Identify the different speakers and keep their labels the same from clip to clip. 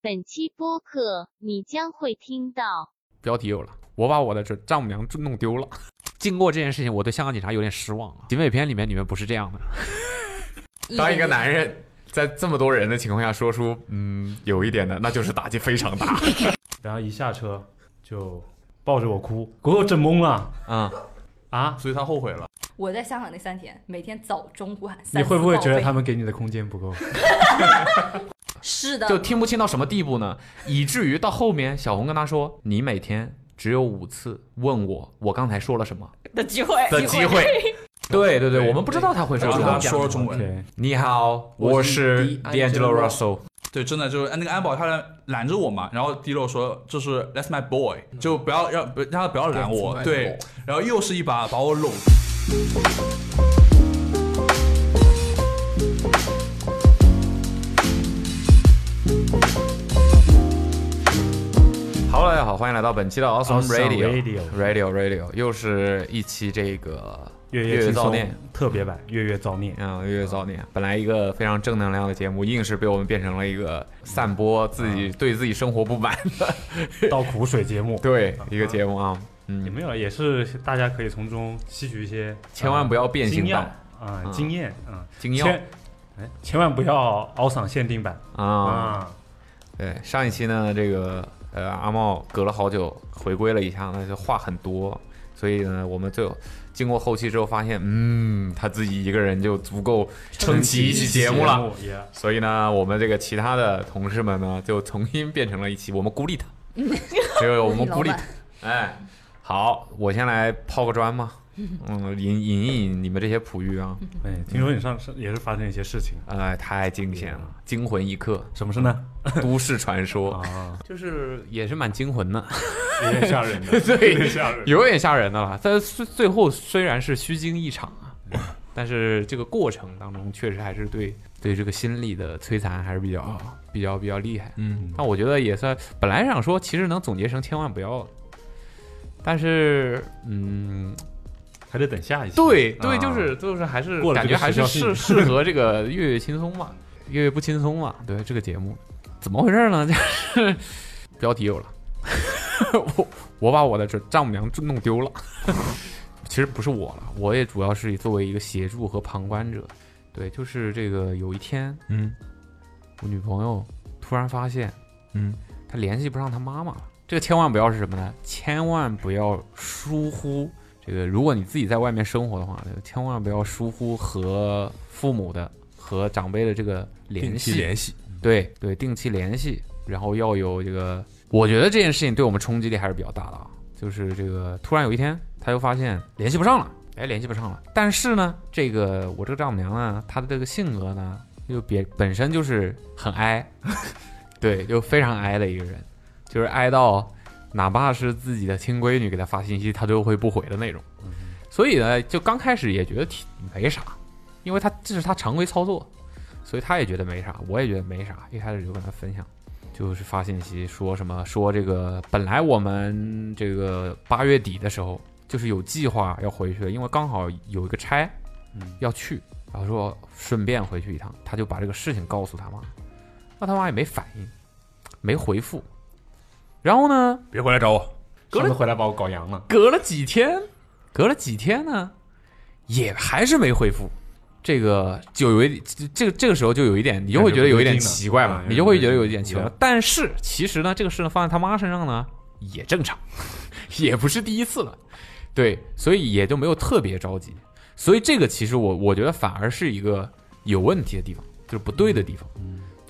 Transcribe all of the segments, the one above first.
Speaker 1: 本期播客你将会听到
Speaker 2: 标题有了，我把我的这丈母娘弄丢了。经过这件事情，我对香港警察有点失望
Speaker 3: 啊
Speaker 2: 了。警匪片里面你们不是这样的，
Speaker 3: 当一个男人在这么多人的情况下说出嗯有一点的，那就是打击非常大。
Speaker 4: 然后一下车就抱着我哭，给我整懵了
Speaker 3: 嗯，
Speaker 4: 啊！
Speaker 3: 所以他后悔了。
Speaker 5: 我在香港那三天，每天早中晚三
Speaker 4: 你会不会觉得他
Speaker 5: 们
Speaker 4: 们给你的空间不够？
Speaker 5: 是的？
Speaker 3: 就听不清到什么地步呢？以至于到后面，小红跟他说：“你每天只有五次问我，我刚才说了什么
Speaker 6: 的机会
Speaker 3: 的机会。”对对对，我们不知道他会说
Speaker 7: 我
Speaker 3: 什
Speaker 7: 知道
Speaker 3: 么
Speaker 7: 他。说了中文。
Speaker 4: 对，
Speaker 3: 你好，
Speaker 2: 我
Speaker 3: 我
Speaker 2: 是
Speaker 3: 是
Speaker 2: D'Angelo
Speaker 3: D'Angelo Russell。
Speaker 7: 对，真的就是哎那个安保他来拦着我嘛，然后迪洛说就是 That's my boy，就不要让不让他不要拦我，
Speaker 3: That's my
Speaker 7: 对
Speaker 3: boy，
Speaker 7: 然后又是一把把我搂。
Speaker 3: Hello，大家好，欢迎来到本期的 Awesome
Speaker 4: Awesome
Speaker 3: Radio Radio Radio，又是一期这个
Speaker 4: 月
Speaker 3: 月
Speaker 4: 轻
Speaker 3: 造
Speaker 4: 松啊
Speaker 3: 孽。
Speaker 4: 特 别版，月月造孽。
Speaker 3: 嗯，月月造孽，本来一个非常正能量的节目，硬是被我们变成了一个散播自己
Speaker 4: 啊
Speaker 3: 对自己生活不 满的
Speaker 4: 倒苦水节目，
Speaker 3: 对一个节目啊。
Speaker 4: 也
Speaker 3: 嗯，
Speaker 4: 没有，也是大家可以从中吸取一些，呃
Speaker 3: 千万不要变
Speaker 4: 经
Speaker 3: 形
Speaker 4: 验
Speaker 3: 版，
Speaker 4: 啊
Speaker 3: 嗯，
Speaker 4: 经验啊，
Speaker 3: 精要
Speaker 4: 千哎千万不要凹嗓限定版
Speaker 3: 啊。
Speaker 4: 啊！
Speaker 3: 对，上一期呢，这个呃阿茂隔了好久回归了一下，那就话很多，所以呢，我们最后经过后期之后发现，嗯，他自己一个人就足够撑起一期节目了。
Speaker 4: 也
Speaker 3: 所以呢，我们这个其他的同事们呢，就重新变成了一期，我们孤立他，这个我们孤立
Speaker 5: 孤立
Speaker 3: 他。哎，好，我先来抛个砖嘛，嗯，引引一引你们这些璞玉啊，
Speaker 4: 哎，听说你上次也是发生一些事情，
Speaker 3: 哎，太惊险了，惊魂一刻，
Speaker 4: 什么事呢？
Speaker 3: 都市传说，
Speaker 4: 啊，
Speaker 3: 就是也是蛮惊魂的，
Speaker 4: 有点吓人 的，有点吓人。
Speaker 2: 有点吓人的了。但是最后虽然是虚惊一场啊，但是这个过程当中确实还是对对这个心理的摧残还是比较比较比较厉害。
Speaker 3: 嗯，
Speaker 2: 但我觉得也算，本来想说其实能总结成千万不要，但是嗯，
Speaker 4: 还得等下一期。
Speaker 2: 对对，
Speaker 3: 啊
Speaker 2: 就是就是还是
Speaker 4: 过了
Speaker 2: 感
Speaker 4: 这
Speaker 2: 觉
Speaker 4: 个
Speaker 2: 还
Speaker 4: 时效
Speaker 2: 是适
Speaker 4: 性
Speaker 2: 适合这个月月轻松嘛，月月不轻松嘛，对这个节目怎么回事呢？ 就是标题有了，我我把我的这丈母娘就弄丢了， 其实不是我了，我也主要是作为一个协助和旁观者，对，就是这个有一天，
Speaker 3: 嗯，
Speaker 2: 我女朋友突然发现，
Speaker 3: 嗯，
Speaker 2: 她联系不上她妈妈了。这个千万不要是什么呢？千万不要疏忽这个，如果你自己在外面生活的话，这个千万不要疏忽和父母的和长辈的这个联系。
Speaker 7: 系，
Speaker 2: 对对，定期联系，然后要有这个，我觉得这件事情对我们冲击力还是比较大的啊。就是这个，突然有一天，他又发现联系不上了，哎，联系不上了。但是呢，这个我这个丈母娘呢，她的这个性格呢，就别本身就是很哀， 对，就非常哀的一个人，就是哀到哪怕是自己的亲闺女给她发信息，她都会不回的那种。所以呢，就刚开始也觉得挺没啥，因为她这是她常规操作，所以他也觉得没啥，我也觉得没啥。一开始就跟他分享，就是发信息说什么说这个本来我们这个八月底的时候就是有计划要回去的，因为刚好有一个差
Speaker 4: 嗯
Speaker 2: 要去，然后说顺便回去一趟，他就把这个事情告诉他妈，那他妈也没反应，没回复。然后呢，
Speaker 7: 别回来找我。
Speaker 2: 隔了
Speaker 4: 上次回来把我搞阳了，
Speaker 2: 隔了几天，隔了几天呢，也还是没恢复。这个就有一这这个这个时候就有一点，你就会觉得有一点奇怪
Speaker 4: 感
Speaker 2: 嘛
Speaker 4: 觉，不对劲了
Speaker 2: 你就会觉得有一点奇怪
Speaker 4: 嗯。
Speaker 2: 但是其实呢，这个事呢放在他妈身上呢也正常，也不是第一次了，对，所以也就没有特别着急。所以这个其实我我觉得反而是一个有问题的地方，就是不对的地方。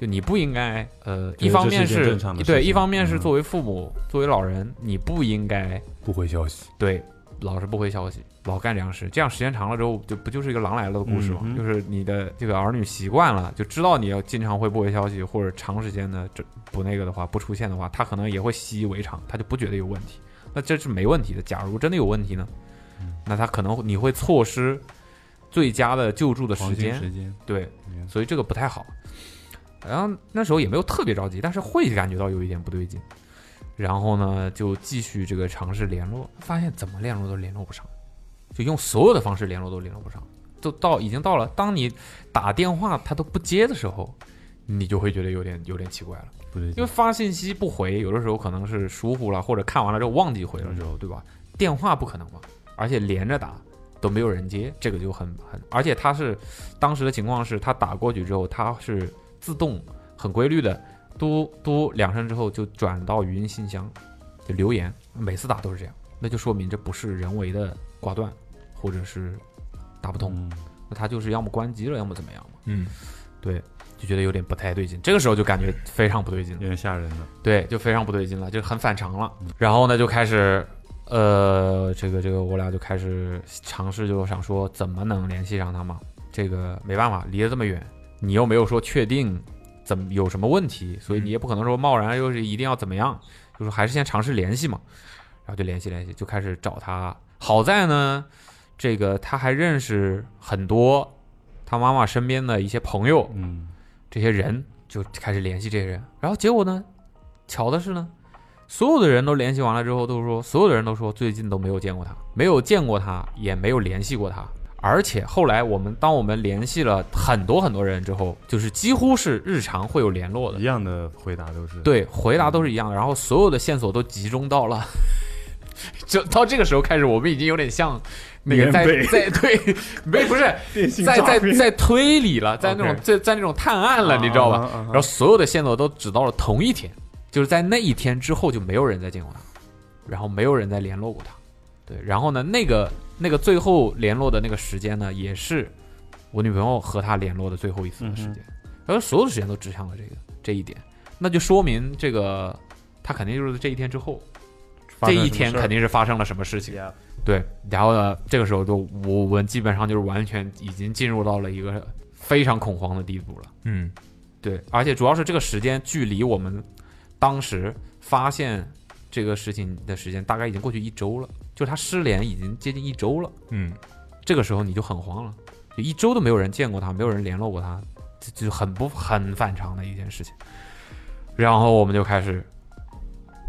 Speaker 2: 就你不应该，呃，
Speaker 4: 觉得
Speaker 2: 一方
Speaker 4: 嗯这是
Speaker 2: 面
Speaker 4: 一件
Speaker 2: 是
Speaker 4: 正常的事
Speaker 2: 对，
Speaker 4: 情
Speaker 2: 一方面是
Speaker 4: 嗯
Speaker 2: 作为父母、作为老人，你不应该
Speaker 4: 不回消息。
Speaker 2: 对，老是不回消息，老干这样事，这样时间长了之后，就不就是一个狼来了的故事吗？
Speaker 4: 嗯嗯
Speaker 2: 就是你的这个儿女习惯了，就知道你要经常会不回消息，或者长时间的这不那个的话，不出现的话，他可能也会习以为常，他就不觉得有问题。那这是没问题的。假如真的有问题呢，
Speaker 4: 嗯
Speaker 2: 那他可能你会错失最佳的救助的时
Speaker 4: 黄金
Speaker 2: 间，
Speaker 4: 时间，
Speaker 2: 对，
Speaker 4: 嗯
Speaker 2: 所以这个不太好。然后那时候也没有特别着急，但是会感觉到有一点不对劲。然后呢，就继续这个尝试联络，发现怎么联络都联络不上，就用所有的方式联络都联络不上，都到已经到了当你打电话他都不接的时候，你就会觉得有点有点奇怪了。
Speaker 3: 不对
Speaker 2: 因为发信息不回，有的时候可能是疏忽了，或者看完了之后忘记回了之后，对吧？电话不可能嘛，而且连着打都没有人接，这个就很很，而且他是当时的情况是他打过去之后，他是自动很规律的嘟嘟两声之后就转到语音信箱，就留言，每次打都是这样，那就说明这不是人为的挂断，或者是打不
Speaker 6: 嗯
Speaker 2: 通，
Speaker 4: 嗯
Speaker 2: 那他就是要么关机了，要么怎么样嘛，
Speaker 3: 嗯，
Speaker 2: 对，就觉得有点不太对劲，这个时候就感觉非常不对劲了
Speaker 4: 有。点吓人了。
Speaker 2: 对，就非常不对劲了，就很反常了。然后呢，就开始，呃，这个这个，我俩就开始尝试，就想说怎么能联系上他嘛？这个没办法，离得这么远，你又没有说确定怎么有什么问题，所以你也不可能说贸然又是一定要怎么样，就是还是先尝试联系嘛。然后就联系联系，就开始找他。好在呢，这个他还认识很多他妈妈身边的一些朋友，
Speaker 4: 嗯，
Speaker 2: 这些人就开始联系这些人。然后结果呢，巧的是呢，所有的人都联系完了之后，都说所有的人都说最近都没有见过他，没有见过他，也没有联系过他。而且后来我们当我们联系了很多很多人之后，就是几乎是日常会有联络的
Speaker 4: 一，样的回答都是，
Speaker 2: 对，回答都是一样的。然后所有的线索都集中到了。就到这个时候开始，我们已经有点像那个
Speaker 4: 棉
Speaker 2: 在
Speaker 4: 被
Speaker 2: 在对，没不是
Speaker 4: 电 信
Speaker 2: 在
Speaker 4: 诈
Speaker 2: 在
Speaker 4: 骗
Speaker 2: 在推理了，在那种
Speaker 4: OK
Speaker 2: 在在那种探案了，你知道吧？？
Speaker 4: 啊啊啊
Speaker 2: 然后所有的线索都指到了同一天，就是在那一天之后就没有人再见过他，然后没有人再联络过他。对，然后呢，那个那个最后联络的那个时间呢，也是我女朋友和他联络的最后一次
Speaker 4: 嗯
Speaker 2: 的时间，然后所有的时间都指向了这个这一点，那就说明这个他肯定就是这一天之后，
Speaker 4: 发
Speaker 2: 这
Speaker 4: 生了什
Speaker 2: 一
Speaker 4: 么
Speaker 2: 天
Speaker 4: 事儿
Speaker 2: 肯定是发生了什么事情。
Speaker 4: Yeah
Speaker 2: 对，然后呢，这个时候就我们基本上就是完全已经进入到了一个非常恐慌的地步了。
Speaker 3: 嗯，
Speaker 2: 对，而且主要是这个时间距离我们当时发现这个事情的时间大概已经过去一周了，就是他失联已经接近一周了。
Speaker 3: 嗯，
Speaker 2: 这个时候你就很慌了，就一周都没有人见过他，没有人联络过他，这这就很不很反常的一件事情。然后我们就开始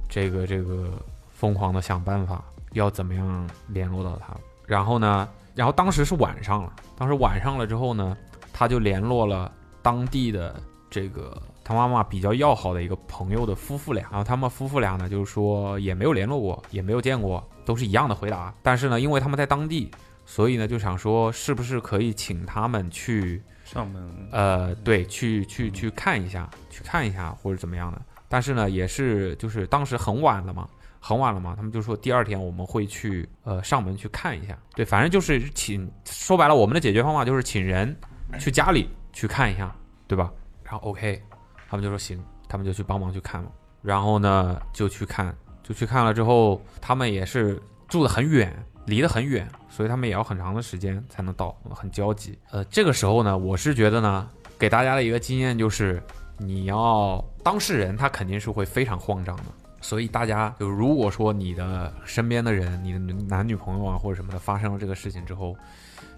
Speaker 2: 这个这个疯狂的想办法，要怎么样联络到他。然后呢，然后当时是晚上了，当时晚上了之后呢，他就联络了当地的这个他妈妈比较要好的一个朋友的夫妇俩，然后他们夫妇俩呢，就是说也没有联络过，也没有见过，都是一样的回答。但是呢，因为他们在当地，所以呢就想说是不是可以请他们去
Speaker 4: 上门
Speaker 2: 呃，对，去去去看一下，去看一下或者怎么样的。但是呢，也是就是当时很晚了嘛，很晚了嘛，他们就说第二天我们会去呃上门去看一下。对，反正就是请，说白了，我们的解决方法就是请人去家里去看一下，对吧？然后 OK，他们就说行，他们就去帮忙去看嘛。然后呢，就去看，就去看了之后，他们也是住得很远，离得很远，所以他们也要很长的时间才能到，很焦急。呃，这个时候呢，我是觉得呢，给大家的一个经验就是，你要当事人他肯定是会非常慌张的，所以大家就如果说你的身边的人，你的男女朋友啊或者什么的发生了这个事情之后，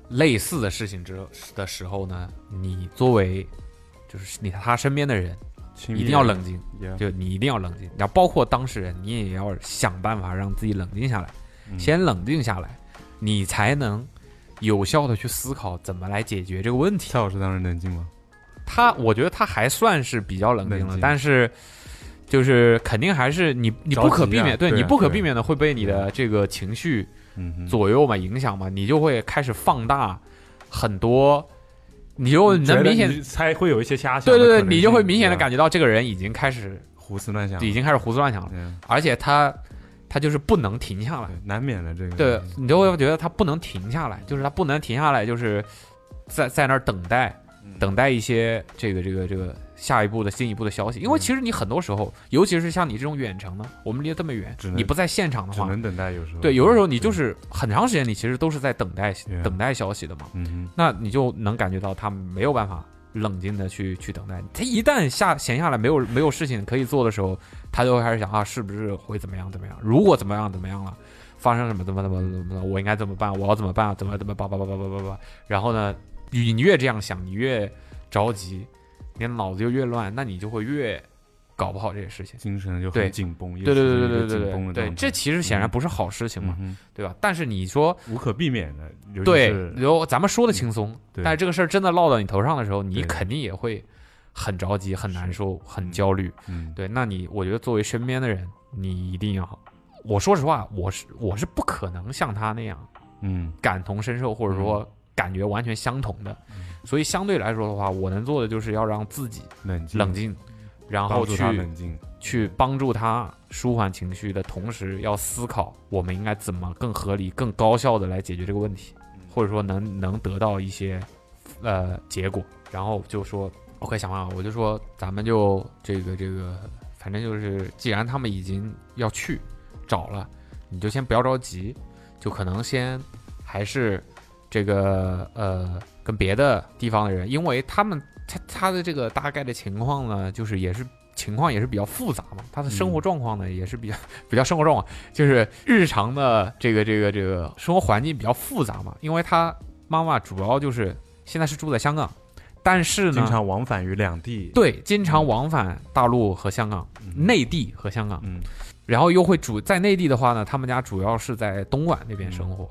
Speaker 2: 类似的事情之后的时候呢，你作为就是你他身边的人，
Speaker 4: 亲密
Speaker 2: 一定要冷静。
Speaker 4: Yeah
Speaker 2: 就你一定要冷静，然后包括当事人，你也要想办法让自己冷静下来，
Speaker 4: 嗯
Speaker 2: 先冷静下来，你才能有效的去思考怎么来解决这个问题。
Speaker 4: 蔡老师当时冷静吗？
Speaker 2: 他，我觉得他还算是比较冷静
Speaker 4: 冷
Speaker 2: 了，
Speaker 4: 静
Speaker 2: 但是就是肯定还是你你
Speaker 4: 着
Speaker 2: 不可
Speaker 4: 急
Speaker 2: 避
Speaker 4: 啊
Speaker 2: 免，对
Speaker 4: 对
Speaker 2: 你
Speaker 4: 啊
Speaker 2: 不可
Speaker 4: 对
Speaker 2: 避免的会被你的这个情绪
Speaker 4: 嗯哼，
Speaker 2: 左右嘛影响嘛，你就会开始放大很多，你就
Speaker 4: 觉得
Speaker 2: 能明显
Speaker 4: 你才会有一些瞎想
Speaker 2: 对
Speaker 4: 的可能性，
Speaker 2: 对对，你就会明显的
Speaker 4: Yeah
Speaker 2: 感觉到这个人已经开始
Speaker 4: 胡思乱想，
Speaker 2: 已经开始胡思乱想了。
Speaker 4: 嗯
Speaker 2: 而且他他就是不能停下来
Speaker 4: 对，难免的这个
Speaker 2: 对你就会觉得他不能停下来，就是他不能停下来，就是在在那儿等待，
Speaker 4: 嗯
Speaker 2: 等待一些这个这个这个下一步的进一步的
Speaker 4: 嗯
Speaker 2: 消息。因为其实你很多时候，尤其是像你这种远程的，我们离得这么远
Speaker 4: 只，能
Speaker 2: 你不在现场的
Speaker 4: 只
Speaker 2: 话，
Speaker 4: 能等待，有时候
Speaker 2: 对，有的时候你就是很长时间，你其实都是在等待等待消息的嘛。
Speaker 4: 嗯
Speaker 2: 那你就能感觉到他没有办法冷静的去去等待。他一旦下闲下来，没有没有事情可以做的时候，他就会开始想啊，是不是会怎么样怎么样？如果怎么样怎么样了，发生什么怎么怎么怎么怎么了，我应该怎么办？我要怎么办？怎么怎么叭叭叭叭叭叭叭。然后呢，你你越这样想，你越着急，你的脑子就越乱，那你就会越搞不好这些事情
Speaker 4: 哼，。精神就
Speaker 2: 对
Speaker 4: 很紧绷，
Speaker 2: 对对对对
Speaker 4: 紧绷
Speaker 2: 对对
Speaker 4: 的状
Speaker 2: 对，
Speaker 4: 态
Speaker 2: 这其实显然不是好事情嘛，
Speaker 4: 嗯
Speaker 2: 对吧？但是你说
Speaker 4: 哼无可避免的，尤其
Speaker 2: 对
Speaker 4: 是，
Speaker 2: 然后咱们说的轻松，
Speaker 4: 对
Speaker 2: 但是这个事儿真的落到你头上的时候，你
Speaker 4: 对
Speaker 2: 肯定也会很着急、很难受、很焦虑。
Speaker 3: 嗯，
Speaker 2: 对，那你我觉得作为身边的人，你一定要，我说实话，我是我是不可能像他那样
Speaker 3: 嗯
Speaker 2: 感同身受，或者说感觉完全相同的。所以相对来说的话，我能做的就是要让自己
Speaker 3: 冷静
Speaker 2: 冷，静，然后
Speaker 3: 帮助他
Speaker 2: 去
Speaker 3: 冷静，
Speaker 2: 去帮助他舒缓情绪的同时，要思考我们应该怎么更合理、更高效的来解决这个问题，或者说能能得到一些呃结果。然后就说 OK，想啊办法，我就说咱们就这个这个，反正就是既然他们已经要去找了，你就先不要着急，就可能先还是这个呃跟别的地方的人，因为他们他他的这个大概的情况呢，就是也是。情况也是比较复杂嘛，他的生
Speaker 3: 嗯
Speaker 2: 活状况呢、也是比较比较生活状况，就是日常的这个这个这个生活环境比较复杂嘛，因为他妈妈主要就是现在是住在香港，但是呢，
Speaker 3: 经常往返于两地，
Speaker 2: 对，经常往返大陆和香港、
Speaker 3: 嗯
Speaker 2: 内地和香港，
Speaker 3: 嗯
Speaker 2: 然后又会主在内地的话呢，他们家主要是在东莞那边
Speaker 3: 嗯
Speaker 2: 生活，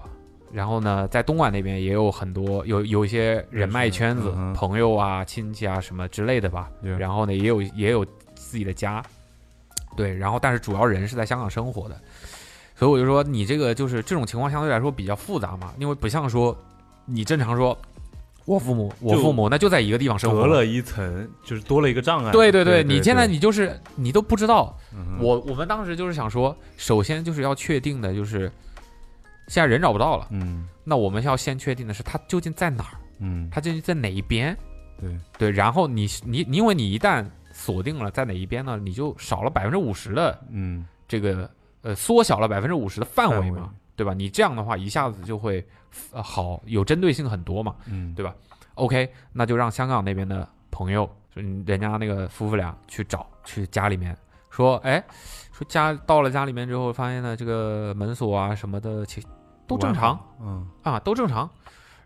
Speaker 2: 然后呢，在东莞那边也有很多有有一些人脉圈子、
Speaker 3: 嗯哼
Speaker 2: 朋友啊、亲戚啊什么之类的吧，
Speaker 3: Yeah
Speaker 2: 然后呢，也有也有自己的家，对，然后但是主要人是在香港生活的，所以我就说你这个就是这种情况相对来说比较复杂嘛，因为不像说你正常说。我父母，我
Speaker 3: 就
Speaker 2: 父母那就在一个地方生活，
Speaker 3: 隔了一层，就是多了一个障碍。
Speaker 2: 对对
Speaker 3: 对，嗯
Speaker 2: 对，嗯你现在你就是你都不知道，
Speaker 3: 我
Speaker 2: 我我们当时就是想说，首先就是要确定的就是，现在人找不到了，
Speaker 3: 嗯
Speaker 2: 那我们要先确定的是他究竟在哪儿，
Speaker 3: 嗯
Speaker 2: 他究竟在哪一边，
Speaker 3: 对
Speaker 2: 对，然后你你你因为你一旦锁定了在哪一边呢，你就少了百分之五十的
Speaker 3: 嗯
Speaker 2: 这个呃缩小了百分之五十的范围
Speaker 3: 范围
Speaker 2: 嘛，对吧？你这样的话一下子就会呃好有针对性很多嘛，
Speaker 3: 嗯，
Speaker 2: 对吧 OK，那就让香港那边的朋友，嗯人家那个夫妇俩去找，去家里面说，哎，说家到了家里面之后，发现呢这个门锁啊什么的，其实都正常，
Speaker 3: 嗯
Speaker 2: 啊，都正常。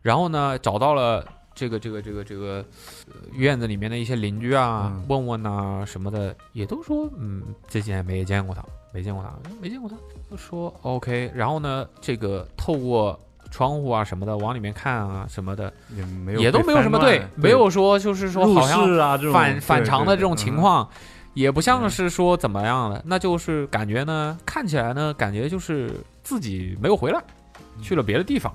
Speaker 2: 然后呢，找到了这个这个这个这个、呃院子里面的一些邻居啊，
Speaker 3: 嗯
Speaker 2: 问问呐、什么的，也都说嗯，这几年没见过他，没见过他，没见过他，就说 OK。然后呢，这个透过窗户啊什么的往里面看啊什么的，
Speaker 3: 也没有
Speaker 2: 也都
Speaker 3: 被
Speaker 2: 没有什么
Speaker 3: 翻
Speaker 2: 对
Speaker 3: 乱，
Speaker 2: 没有说就是说
Speaker 3: 入
Speaker 2: 好像
Speaker 3: 室啊这种
Speaker 2: 反
Speaker 3: 对
Speaker 2: 反常的
Speaker 3: 对
Speaker 2: 这种
Speaker 3: 对
Speaker 2: 情
Speaker 3: 嗯
Speaker 2: 况，也不像是说怎么样了，那就是感觉呢，看起来呢，感觉就是自己没有回来，
Speaker 3: 嗯
Speaker 2: 去了别的地方。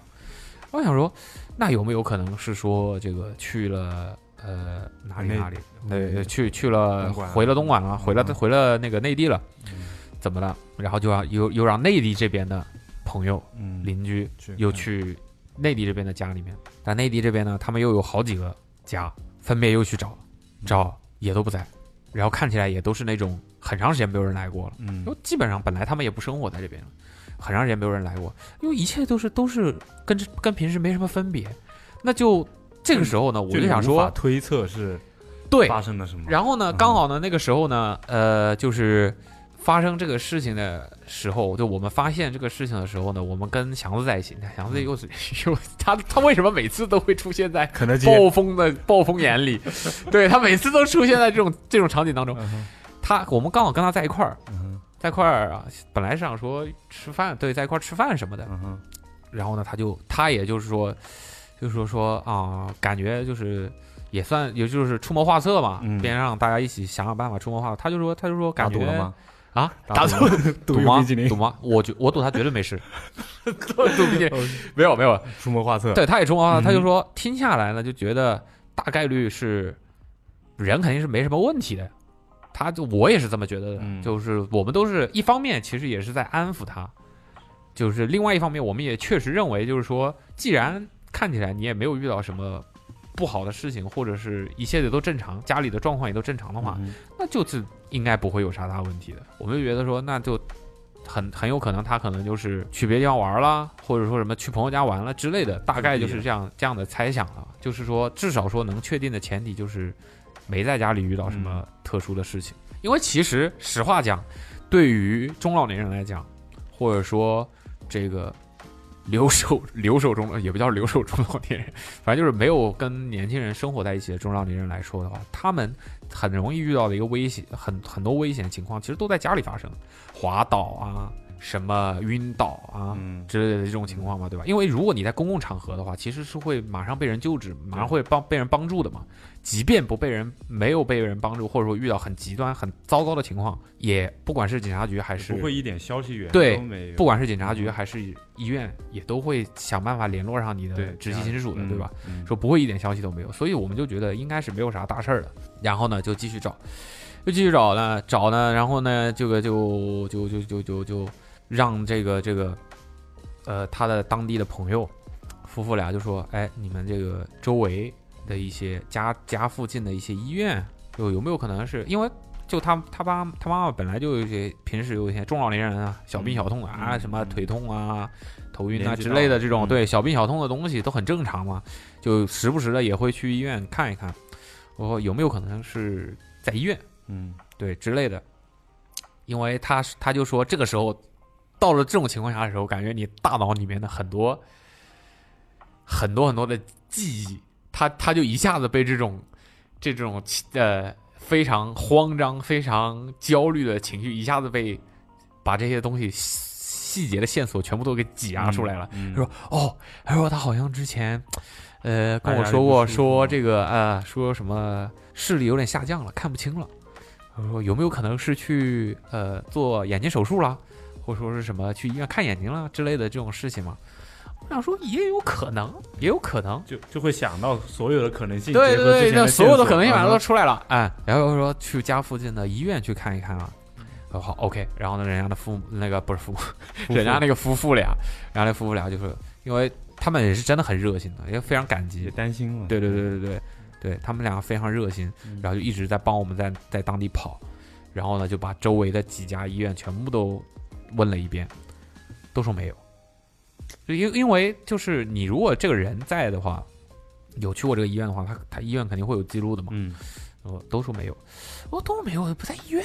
Speaker 2: 我想说，那有没有可能是说这个去了呃哪里
Speaker 3: 内
Speaker 2: 哪里？呃，去去了
Speaker 3: 东莞
Speaker 2: 回了东莞了，回了
Speaker 3: 嗯
Speaker 2: 回了那个内地了，怎么了？然后就要又又让内地这边的朋友
Speaker 3: 嗯
Speaker 2: 邻居
Speaker 3: 去
Speaker 2: 又去内地这边的家里面，但内地这边呢，他们又有好几个家，分别又去找，找也都不在，然后看起来也都是那种很长时间没有人来过了，
Speaker 3: 嗯
Speaker 2: 因为基本上本来他们也不生活在这边了，很长时间没有人来过，因为一切都是都是跟这跟平时没什么分别，那就这个时候呢，我就
Speaker 3: 你
Speaker 2: 想
Speaker 3: 无
Speaker 2: 说
Speaker 3: 法，推测是
Speaker 2: 对，
Speaker 3: 发生了什么，
Speaker 2: 然后呢，
Speaker 3: 嗯
Speaker 2: 刚好呢，那个时候呢，呃，就是发生这个事情的时候，就我们发现这个事情的时候呢，我们跟祥子在一起。你看祥子又是 又他他为什么每次都会出现在
Speaker 3: 肯德基
Speaker 2: 暴风的暴风眼里？ 对他每次都出现在这种这种场景当中。他我们刚好跟他在一块儿，
Speaker 3: 嗯哼
Speaker 2: 在一块儿啊，本来是想说吃饭，对，在一块儿吃饭什么的。
Speaker 3: 嗯哼
Speaker 2: 然后呢，他就他也就是说，就是说说啊、感觉就是也算也就是出谋划策嘛，
Speaker 3: 嗯
Speaker 2: 边让大家一起想想办法出谋划策。他就说他就说
Speaker 3: 打
Speaker 2: 感觉
Speaker 3: 赌了吗？
Speaker 2: 啊，
Speaker 3: 打
Speaker 2: 赌
Speaker 3: 赌
Speaker 2: 赌
Speaker 3: 吗？
Speaker 2: 吗？赌吗？我觉我赌他绝对 没事，赌冰激凌没有没有，
Speaker 3: 出谋划策，
Speaker 2: 对，他也出谋划策，他就说听下来呢，就觉得大概率是人肯定是没什么问题的。他就我也是这么觉得的，
Speaker 3: 嗯
Speaker 2: 就是我们都是一方面其实也是在安抚他，就是另外一方面我们也确实认为就是说，既然看起来你也没有遇到什么不好的事情，或者是一切的都正常，家里的状况也都正常的话，
Speaker 3: 嗯
Speaker 2: 那就是应该不会有啥大问题的。我们就觉得说，那就很很有可能他可能就是去别地方玩啦，或者说什么去朋友家玩了之类的，大概就是这样这样的猜想了。就是说，至少说能确定的前提就是没在家里遇到什么特殊的事情。因为其实实话讲，对于中老年人来讲，或者说这个留守 留守中也不叫留守中老年人，反正就是没有跟年轻人生活在一起的中老年人来说的话，他们很容易遇到的一个危险，很很多危险情况其实都在家里发生，滑倒啊、什么晕倒啊
Speaker 7: 嗯
Speaker 2: 之类的这种情况嘛，对吧？因为如果你在公共场合的话，其实是会马上被人救治，马上会帮被人帮助的嘛。即便不被人没有被人帮助，或者说遇到很极端、很糟糕的情况，也不管是警察局还是
Speaker 6: 不会一点消息源
Speaker 2: 对
Speaker 6: 都没有。
Speaker 2: 不管是警察局
Speaker 6: 嗯
Speaker 2: 还是医院，也都会想办法联络上你的
Speaker 6: 对
Speaker 2: 直系亲属的，
Speaker 6: 嗯
Speaker 2: 对吧？
Speaker 6: 嗯
Speaker 2: 说不会一点消息都没有，所以我们就觉得应该是没有啥大事儿的。然后呢，就继续找，就继续找呢，找呢，然后呢，这个就就就就就就让这个这个呃他的当地的朋友夫妇俩就说，哎，你们这个周围的一些家家附近的一些医院，有有没有可能是因为？就他他爸他妈妈本来就有一些平时有一些中老年人啊小病小痛啊、
Speaker 6: 嗯
Speaker 2: 什么
Speaker 6: 嗯
Speaker 2: 腿痛啊头晕啊
Speaker 6: 连续
Speaker 2: 之
Speaker 6: 到
Speaker 2: 类的这种
Speaker 6: 嗯
Speaker 2: 对小病小痛的东西都很正常嘛，就时不时的也会去医院看一看，我说有没有可能是在医院
Speaker 6: 嗯，
Speaker 2: 对之类的，因为他他就说这个时候到了这种情况下的时候，感觉你大脑里面的很多很多很多的记忆，他他就一下子被这种这种呃非常慌张、非常焦虑的情绪一下子被把这些东西细细节的线索全部都给挤压出来了。
Speaker 6: 嗯
Speaker 2: 他说：“哦，他说他好像之前，呃，跟我
Speaker 6: 哎呀
Speaker 2: 说过，
Speaker 6: 不舒服
Speaker 2: 说这个呃，说什么视力有点下降了，看不清了。我说有没有可能是去呃做眼睛手术啦，或者说是什么去医院看眼睛啦之类的这种事情嘛？我想说也有可能，也有可能。
Speaker 6: 就就会想到所有的可能性，
Speaker 2: 对
Speaker 6: 结合之
Speaker 2: 对对，
Speaker 6: 前的
Speaker 2: 那所有的
Speaker 6: 线索啊
Speaker 2: 可能性马上
Speaker 6: 然后
Speaker 2: 都出来了，哎，然后说去家附近的医院去看一看啊。哦好，OK，然后呢，人家的父母那个不是父啊母，人家那个夫妇俩，然后那夫妇俩就说，因为他们也是真的很热心的，也非常感激
Speaker 6: 也，担心了。
Speaker 2: 对对对对对，对他们俩非常热心，
Speaker 6: 嗯
Speaker 2: 然后就一直在帮我们在在当地跑，然后呢就把周围的几家医院全部都问了一遍，都说没有。就因因为就是你如果这个人在的话，有去过这个医院的话，他他医院肯定会有记录的嘛。
Speaker 6: 嗯，
Speaker 2: 我都说没有，我都没有，不在医院，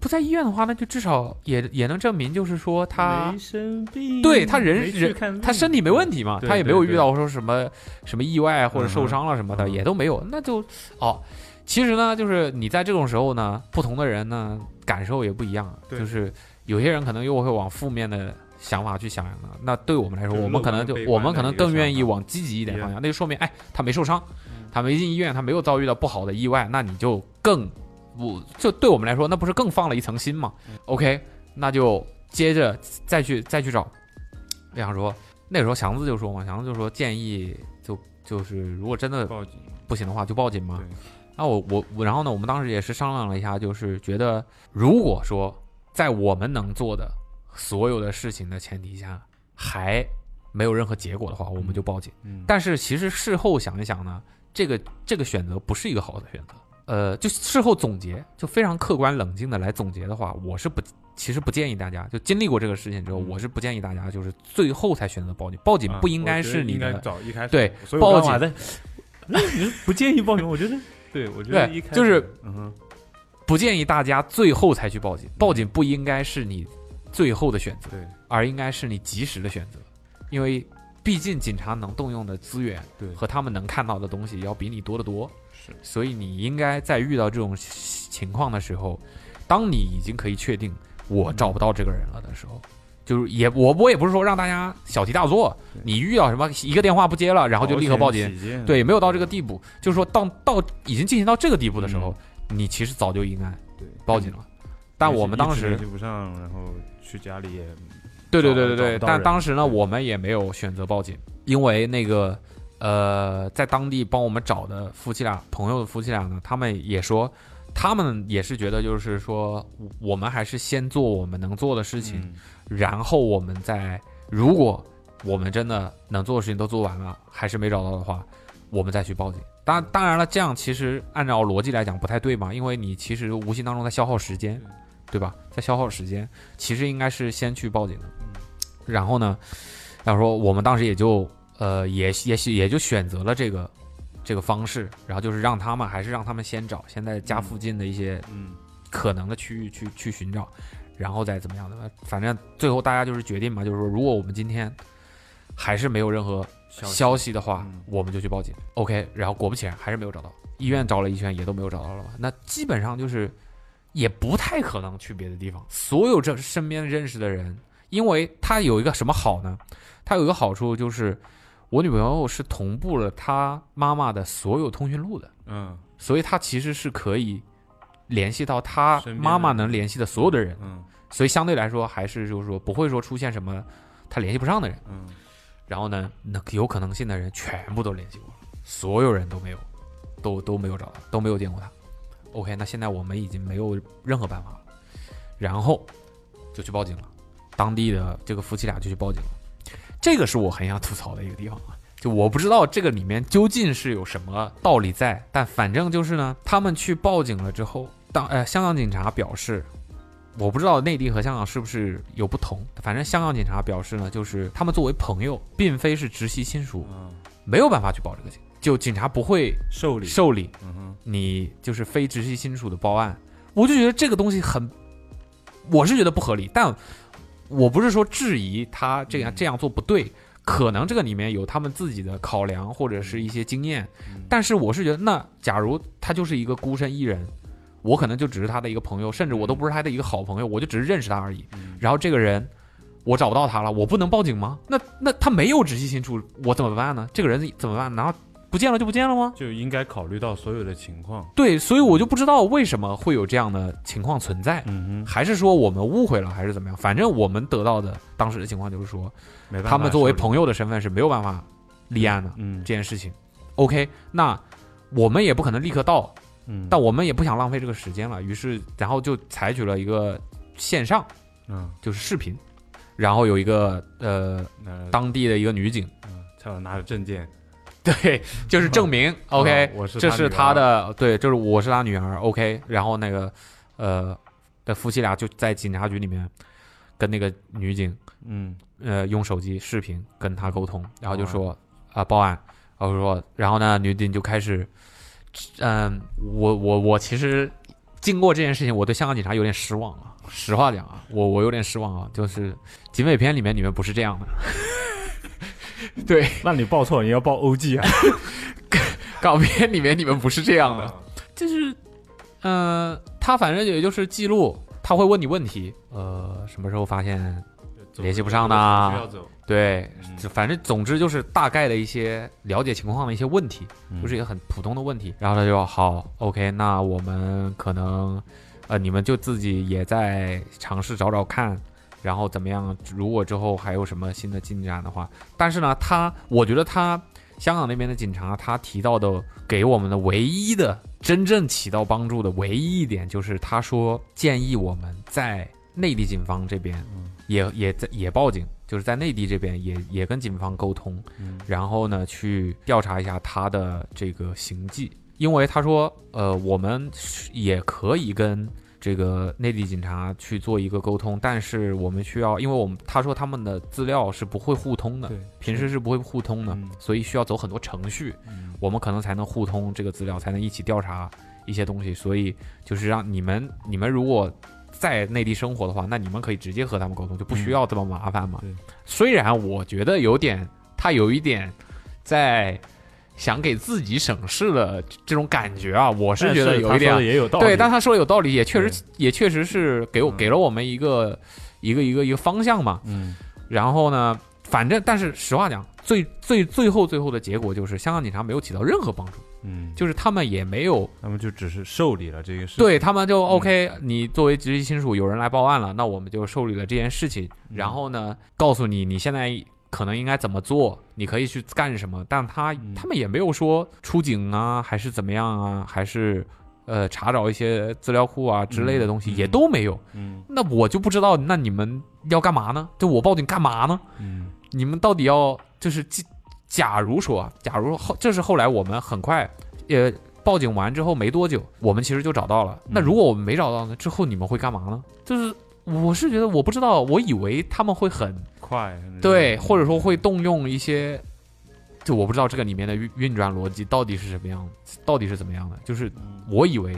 Speaker 2: 不在医院的话，那就至少也也能证明，就是说他
Speaker 6: 没生病，
Speaker 2: 对他人
Speaker 6: 没去
Speaker 2: 人
Speaker 6: 看病
Speaker 2: 他身体没问题嘛，
Speaker 6: 对
Speaker 2: 他也没有
Speaker 6: 对
Speaker 2: 遇到说什么什么意外或者受伤了什么的，
Speaker 6: 嗯哼
Speaker 2: 也都没有，那就哦。其实呢，就是你在这种时候呢，不同的人呢感受也不一样，啊
Speaker 6: 对
Speaker 2: 就是有些人可能又会往负面的想法去想了。那对我们来说，
Speaker 6: 就是
Speaker 2: 我们可能就
Speaker 6: 乐观悲观的
Speaker 2: 我们可能更愿意
Speaker 6: 一个想法嗯
Speaker 2: 往积极一点方向，那就说明哎，他没受伤，他没进医院，他没有遭遇到不好的意外，那你就更不就对我们来说，那不是更放了一层心吗？OK，那就接着再去再去找，我想说，那时候祥子就说嘛，祥子就说建议就就是如果真的
Speaker 6: 报警，
Speaker 2: 不行的话就报警嘛
Speaker 6: 对。
Speaker 2: 那我我我，然后呢，我们当时也是商量了一下，就是觉得如果说在我们能做的所有的事情的前提下，还没有任何结果的话，我们就报警。
Speaker 6: 嗯
Speaker 2: 但是其实事后想一想呢，这个这个选择不是一个好的选择。呃，就事后总结，就非常客观冷静的来总结的话，我是不，其实不建议大家，就经历过这个事情之后，
Speaker 6: 嗯
Speaker 2: 我是不建议大家就是最后才选择报警，报警
Speaker 6: 啊
Speaker 2: 不应该
Speaker 6: 我觉得
Speaker 2: 是你
Speaker 6: 应该
Speaker 2: 的，
Speaker 6: 早一开始
Speaker 2: 对，
Speaker 6: 所以我
Speaker 2: 报
Speaker 6: 刚
Speaker 2: 警
Speaker 6: 好在， 那你是不建议报警？我觉得，对我觉得
Speaker 2: 对
Speaker 6: 一开始
Speaker 2: 就是
Speaker 6: 嗯哼，
Speaker 2: 不建议大家最后才去报警，报警不应该是你最后的选择，
Speaker 6: 对
Speaker 2: 而应该是你及时的选择，因为毕竟警察能动用的资源
Speaker 6: 对
Speaker 2: 和他们能看到的东西要比你多得多，
Speaker 6: 是
Speaker 2: 所以你应该在遇到这种情况的时候，当你已经可以确定
Speaker 6: 嗯
Speaker 2: 我找不到这个人了的时候，就是也我我也不是说让大家小题大做
Speaker 6: 对，
Speaker 2: 你遇到什么一个电话不接了，然后就立刻报警，
Speaker 6: 保险起见，
Speaker 2: 对，没有到这个
Speaker 6: 嗯
Speaker 2: 地步，就是说到到已经进行到这个地步的时候，
Speaker 6: 嗯
Speaker 2: 你其实早就应该
Speaker 6: 对
Speaker 2: 报警了。
Speaker 6: 嗯
Speaker 2: 但我们当
Speaker 6: 一直
Speaker 2: 时嗯
Speaker 6: 联系，不上，然后去家里也
Speaker 2: 对对
Speaker 6: 找
Speaker 2: 对对
Speaker 6: 不
Speaker 2: 对，
Speaker 6: 找不到
Speaker 2: 但
Speaker 6: 人嗯
Speaker 2: 当时呢，我们也没有选择报警，因为那个呃，在当地帮我们找的夫妻俩朋友的夫妻俩呢，他们也说，他们也是觉得就是说，我们还是先做我们能做的事情，
Speaker 6: 嗯
Speaker 2: 然后我们再，如果我们真的能做的事情都做完了，还是没找到的话，我们再去报警。当当然了，这样其实按照逻辑来讲不太对嘛，因为你其实无形当中在消耗时间，对吧？在消耗时间，其实应该是先去报警的。然后呢，他说我们当时也就呃也也许也就选择了这个这个方式，然后就是让他们还是让他们先找，先在家附近的一些
Speaker 6: 嗯
Speaker 2: 可能的区域去去寻找，然后再怎么样的，反正最后大家就是决定嘛，就是说，如果我们今天还是没有任何
Speaker 6: 消息
Speaker 2: 消息的话，
Speaker 6: 嗯
Speaker 2: 我们就去报警。OK，然后果不其然还是没有找到，医院找了一圈也都没有找到了嘛，那基本上就是也不太可能去别的地方。所有这身边认识的人，因为他有一个什么好呢？他有一个好处就是，我女朋友是同步了她妈妈的所有通讯录的，
Speaker 7: 嗯
Speaker 2: 所以她其实是可以联系到她
Speaker 7: 身边的
Speaker 2: 妈妈能联系的所有的人，
Speaker 7: 嗯
Speaker 2: 所以相对来说还是就是说不会说出现什么她联系不上的人。
Speaker 7: 嗯，
Speaker 2: 然后呢，那有可能性的人全部都联系过了，所有人都没有，都都没有找到，都没有见过他。OK，那现在我们已经没有任何办法了，然后就去报警了。当地的这个夫妻俩就去报警了，这个是我很想吐槽的一个地方啊。就我不知道这个里面究竟是有什么道理在，但反正就是呢，他们去报警了之后，当呃香港警察表示，我不知道内地和香港是不是有不同，反正香港警察表示呢，就是他们作为朋友，并非是直系亲属，
Speaker 7: 嗯
Speaker 2: 没有办法去报这个警，就警察不会
Speaker 6: 受理
Speaker 2: 受理
Speaker 7: 嗯哼，
Speaker 2: 你就是非直系亲属的报案，我就觉得这个东西很，我是觉得不合理，但我不是说质疑他这样、这样做不对，可能这个里面有他们自己的考量或者是一些经验，但是我是觉得，那假如他就是一个孤身一人，我可能就只是他的一个朋友，甚至我都不是他的一个好朋友，我就只是认识他而已，然后这个人。我找不到他了，我不能报警吗？那那他没有直系亲属，我怎么办呢？这个人怎么办？难道不见了就不见了吗？
Speaker 6: 就应该考虑到所有的情况。
Speaker 2: 对，所以我就不知道为什么会有这样的情况存在，
Speaker 6: 嗯哼，
Speaker 2: 还是说我们误会了，还是怎么样？反正我们得到的当时的情况就是说，
Speaker 6: 没办法。
Speaker 2: 他们作为朋
Speaker 6: 友，
Speaker 2: 友的身份是没有办法立案的
Speaker 6: 嗯
Speaker 2: 这件事情。OK，那我们也不可能立刻到，
Speaker 6: 嗯，
Speaker 2: 但我们也不想浪费这个时间了，于是然后就采取了一个线上，
Speaker 6: 嗯，
Speaker 2: 就是视频，然后有一个呃
Speaker 6: 那
Speaker 2: 当地的一个女警，
Speaker 6: 蔡老拿着证件
Speaker 2: 对，就是证明 OK，
Speaker 6: 啊我是
Speaker 2: 这
Speaker 6: 他
Speaker 2: 是
Speaker 6: 女儿
Speaker 2: 他的对，就是我是他女儿 OK，然后那个呃的夫妻俩就在警察局里面跟那个女警
Speaker 6: 嗯，
Speaker 2: 呃用手机视频跟他沟通，然后
Speaker 6: 哦
Speaker 2: 就说啊、报案，然后说然后呢女警就开始嗯、我我我其实经过这件事情，我对香港警察有点失望啊，实话讲啊，我我有点失望啊，就是警匪片里面你们不是这样的。
Speaker 6: 那你报错，你要报 OG 啊？
Speaker 2: 港片里面你们不是这样的，就是，呃，他反正也就是记录，他会问你问题，呃，什么时候发现，联系不上呐
Speaker 4: 不要走，
Speaker 2: 对，就反正总之就是大概的一些了解情况的一些问题，就是一个很普通的问题。然后他就好，OK，那我们可能，呃，你们就自己也在尝试找找看，然后怎么样？如果之后还有什么新的进展的话，但是呢，他我觉得他香港那边的警察，他提到的给我们的唯一的真正起到帮助的唯一一点，就是他说建议我们在内地警方这边也也在也报警，就是在内地这边也也跟警方沟通，然后呢去调查一下他的这个行迹，因为他说，呃，我们是也可以跟这个内地警察去做一个沟通，但是我们需要，因为我们他说他们的资料是不会互通的
Speaker 6: 对，
Speaker 2: 平时是不会互通的，
Speaker 6: 嗯
Speaker 2: 所以需要走很多程序，我们可能才能互通这个资料，才能一起调查一些东西，所以就是让你们你们如果在内地生活的话，那你们可以直接和他们沟通，就不需要这么麻烦嘛。
Speaker 6: 嗯对
Speaker 2: 虽然我觉得有点，他有一点在想给自己省事的这种感觉啊，我是觉得有一
Speaker 6: 哎但是他
Speaker 2: 点
Speaker 6: 说的也有道理。
Speaker 2: 对，但他说的有道理，也确实也确实是给我给了我们一个一个一个一个方向嘛。
Speaker 6: 嗯，
Speaker 2: 然后呢，反正但是实话讲，最最最后最后的结果就是香港警察没有起到任何帮助，
Speaker 6: 嗯，
Speaker 2: 就是他们也没有
Speaker 6: 他们就只是嗯受理了这个事。，
Speaker 2: 对他们就 OK，、你作为直系亲属有人来报案了，那我们就受理了这件事情。
Speaker 6: 嗯
Speaker 2: 然后呢，告诉你你现在可能应该怎么做，你可以去干什么。但他、
Speaker 6: 嗯
Speaker 2: 他们也没有说出警啊，还是怎么样啊，还是呃查找一些资料库啊之类的东西、
Speaker 6: 嗯
Speaker 2: 也都没有。
Speaker 6: 嗯
Speaker 2: 那我就不知道，那你们要干嘛呢？就我报警干嘛呢？
Speaker 6: 嗯
Speaker 2: 你们到底要就是既，假如说，啊，假如后这是后来我们很快也报警完之后没多久，我们其实就找到了。那如果我们没找到呢？之后你们会干嘛呢？就是我是觉得我不知道，我以为他们会很
Speaker 6: 快
Speaker 2: 对，或者说会动用一些，就我不知道这个里面的运运转逻辑到底是什么样，到底是怎么样的。就是
Speaker 6: 嗯
Speaker 2: 我以为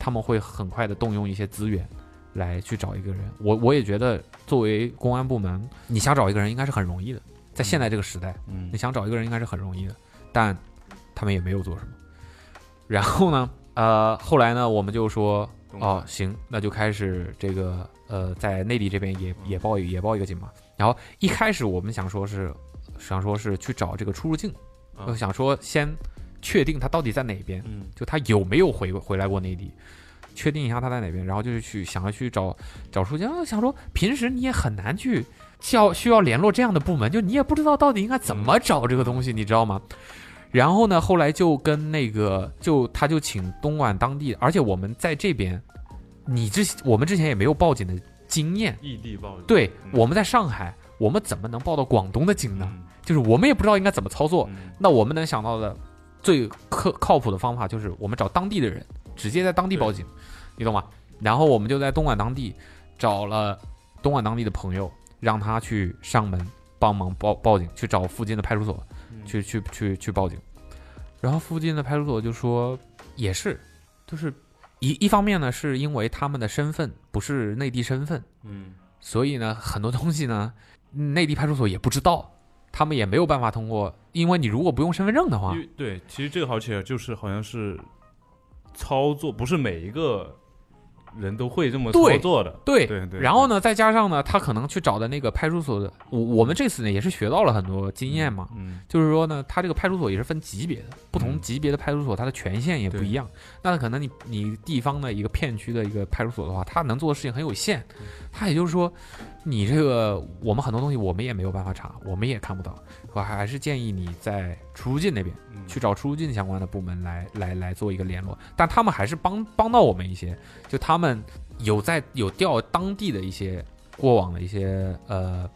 Speaker 2: 他们会很快的动用一些资源来去找一个人。我我也觉得，作为公安部门，你想找一个人应该是很容易的，在现在这个时代，
Speaker 6: 嗯
Speaker 2: 你想找一个人应该是很容易的，但他们也没有做什么。然后呢，呃，后来呢，我们就说，
Speaker 8: 东西。
Speaker 2: 哦，行，那就开始这个呃，在内地这边也
Speaker 6: 嗯
Speaker 2: 也报一也报一个警吧。然后一开始我们想说是想说是去找这个出入境，呃
Speaker 6: 嗯
Speaker 8: 啊
Speaker 2: 就想说先确定他到底在哪边，
Speaker 8: 嗯
Speaker 2: 就他有没有回回来过内地，确定一下他在哪边，然后就是去想要去找找出去，然后想说平时你也很难去叫需要联络这样的部门，就你也不知道到底应该怎么找这个东西，你知道吗？然后呢，后来就跟那个就他就请东莞当地，而且我们在这边，你之我们之前也没有报警的经验，
Speaker 6: 异地暴力，
Speaker 2: 对，
Speaker 8: 嗯
Speaker 2: 我们在上海，我们怎么能报到广东的警呢？
Speaker 8: 嗯
Speaker 2: 就是我们也不知道应该怎么操作，
Speaker 8: 嗯
Speaker 2: 那我们能想到的最靠靠谱的方法就是我们找当地的人，直接在当地报警，你懂吗？然后我们就在东莞当地找了东莞当地的朋友，让他去上门帮忙报报警，去找附近的派出所，
Speaker 6: 嗯
Speaker 2: 去去去去报警。然后附近的派出所就说也是，就是一一方面呢，是因为他们的身份不是内地身份，
Speaker 8: 嗯
Speaker 2: 所以呢，很多东西呢， 内地派出所也不知道，他们也没有办法通过，因为你如果不用身份证的话
Speaker 6: 因，为对，其实这个好起来就是好像是操作，不是每一个人都会这么
Speaker 2: 对
Speaker 6: 操作的。
Speaker 2: 对。
Speaker 6: 对对。
Speaker 2: 然后呢，再加上呢，他可能去找的那个派出所的，我我们这次呢也是学到了很多经验嘛，
Speaker 6: 嗯？
Speaker 2: 就是说呢，他这个派出所也是分级别的，不同
Speaker 6: 嗯
Speaker 2: 级别的派出所它的权限也不
Speaker 6: 对
Speaker 2: 一样。那可能你你地方的一个片区的一个派出所的话，他能做的事情很有限。他也就是说，你这个我们很多东西我们也没有办法查，我们也看不到。我还是建议你在出入境那边
Speaker 8: 嗯
Speaker 2: 去找出入境相关的部门来来来做一个联络，但他们还是帮帮到我们一些，就他们有在有调当地的一些过往的一些呃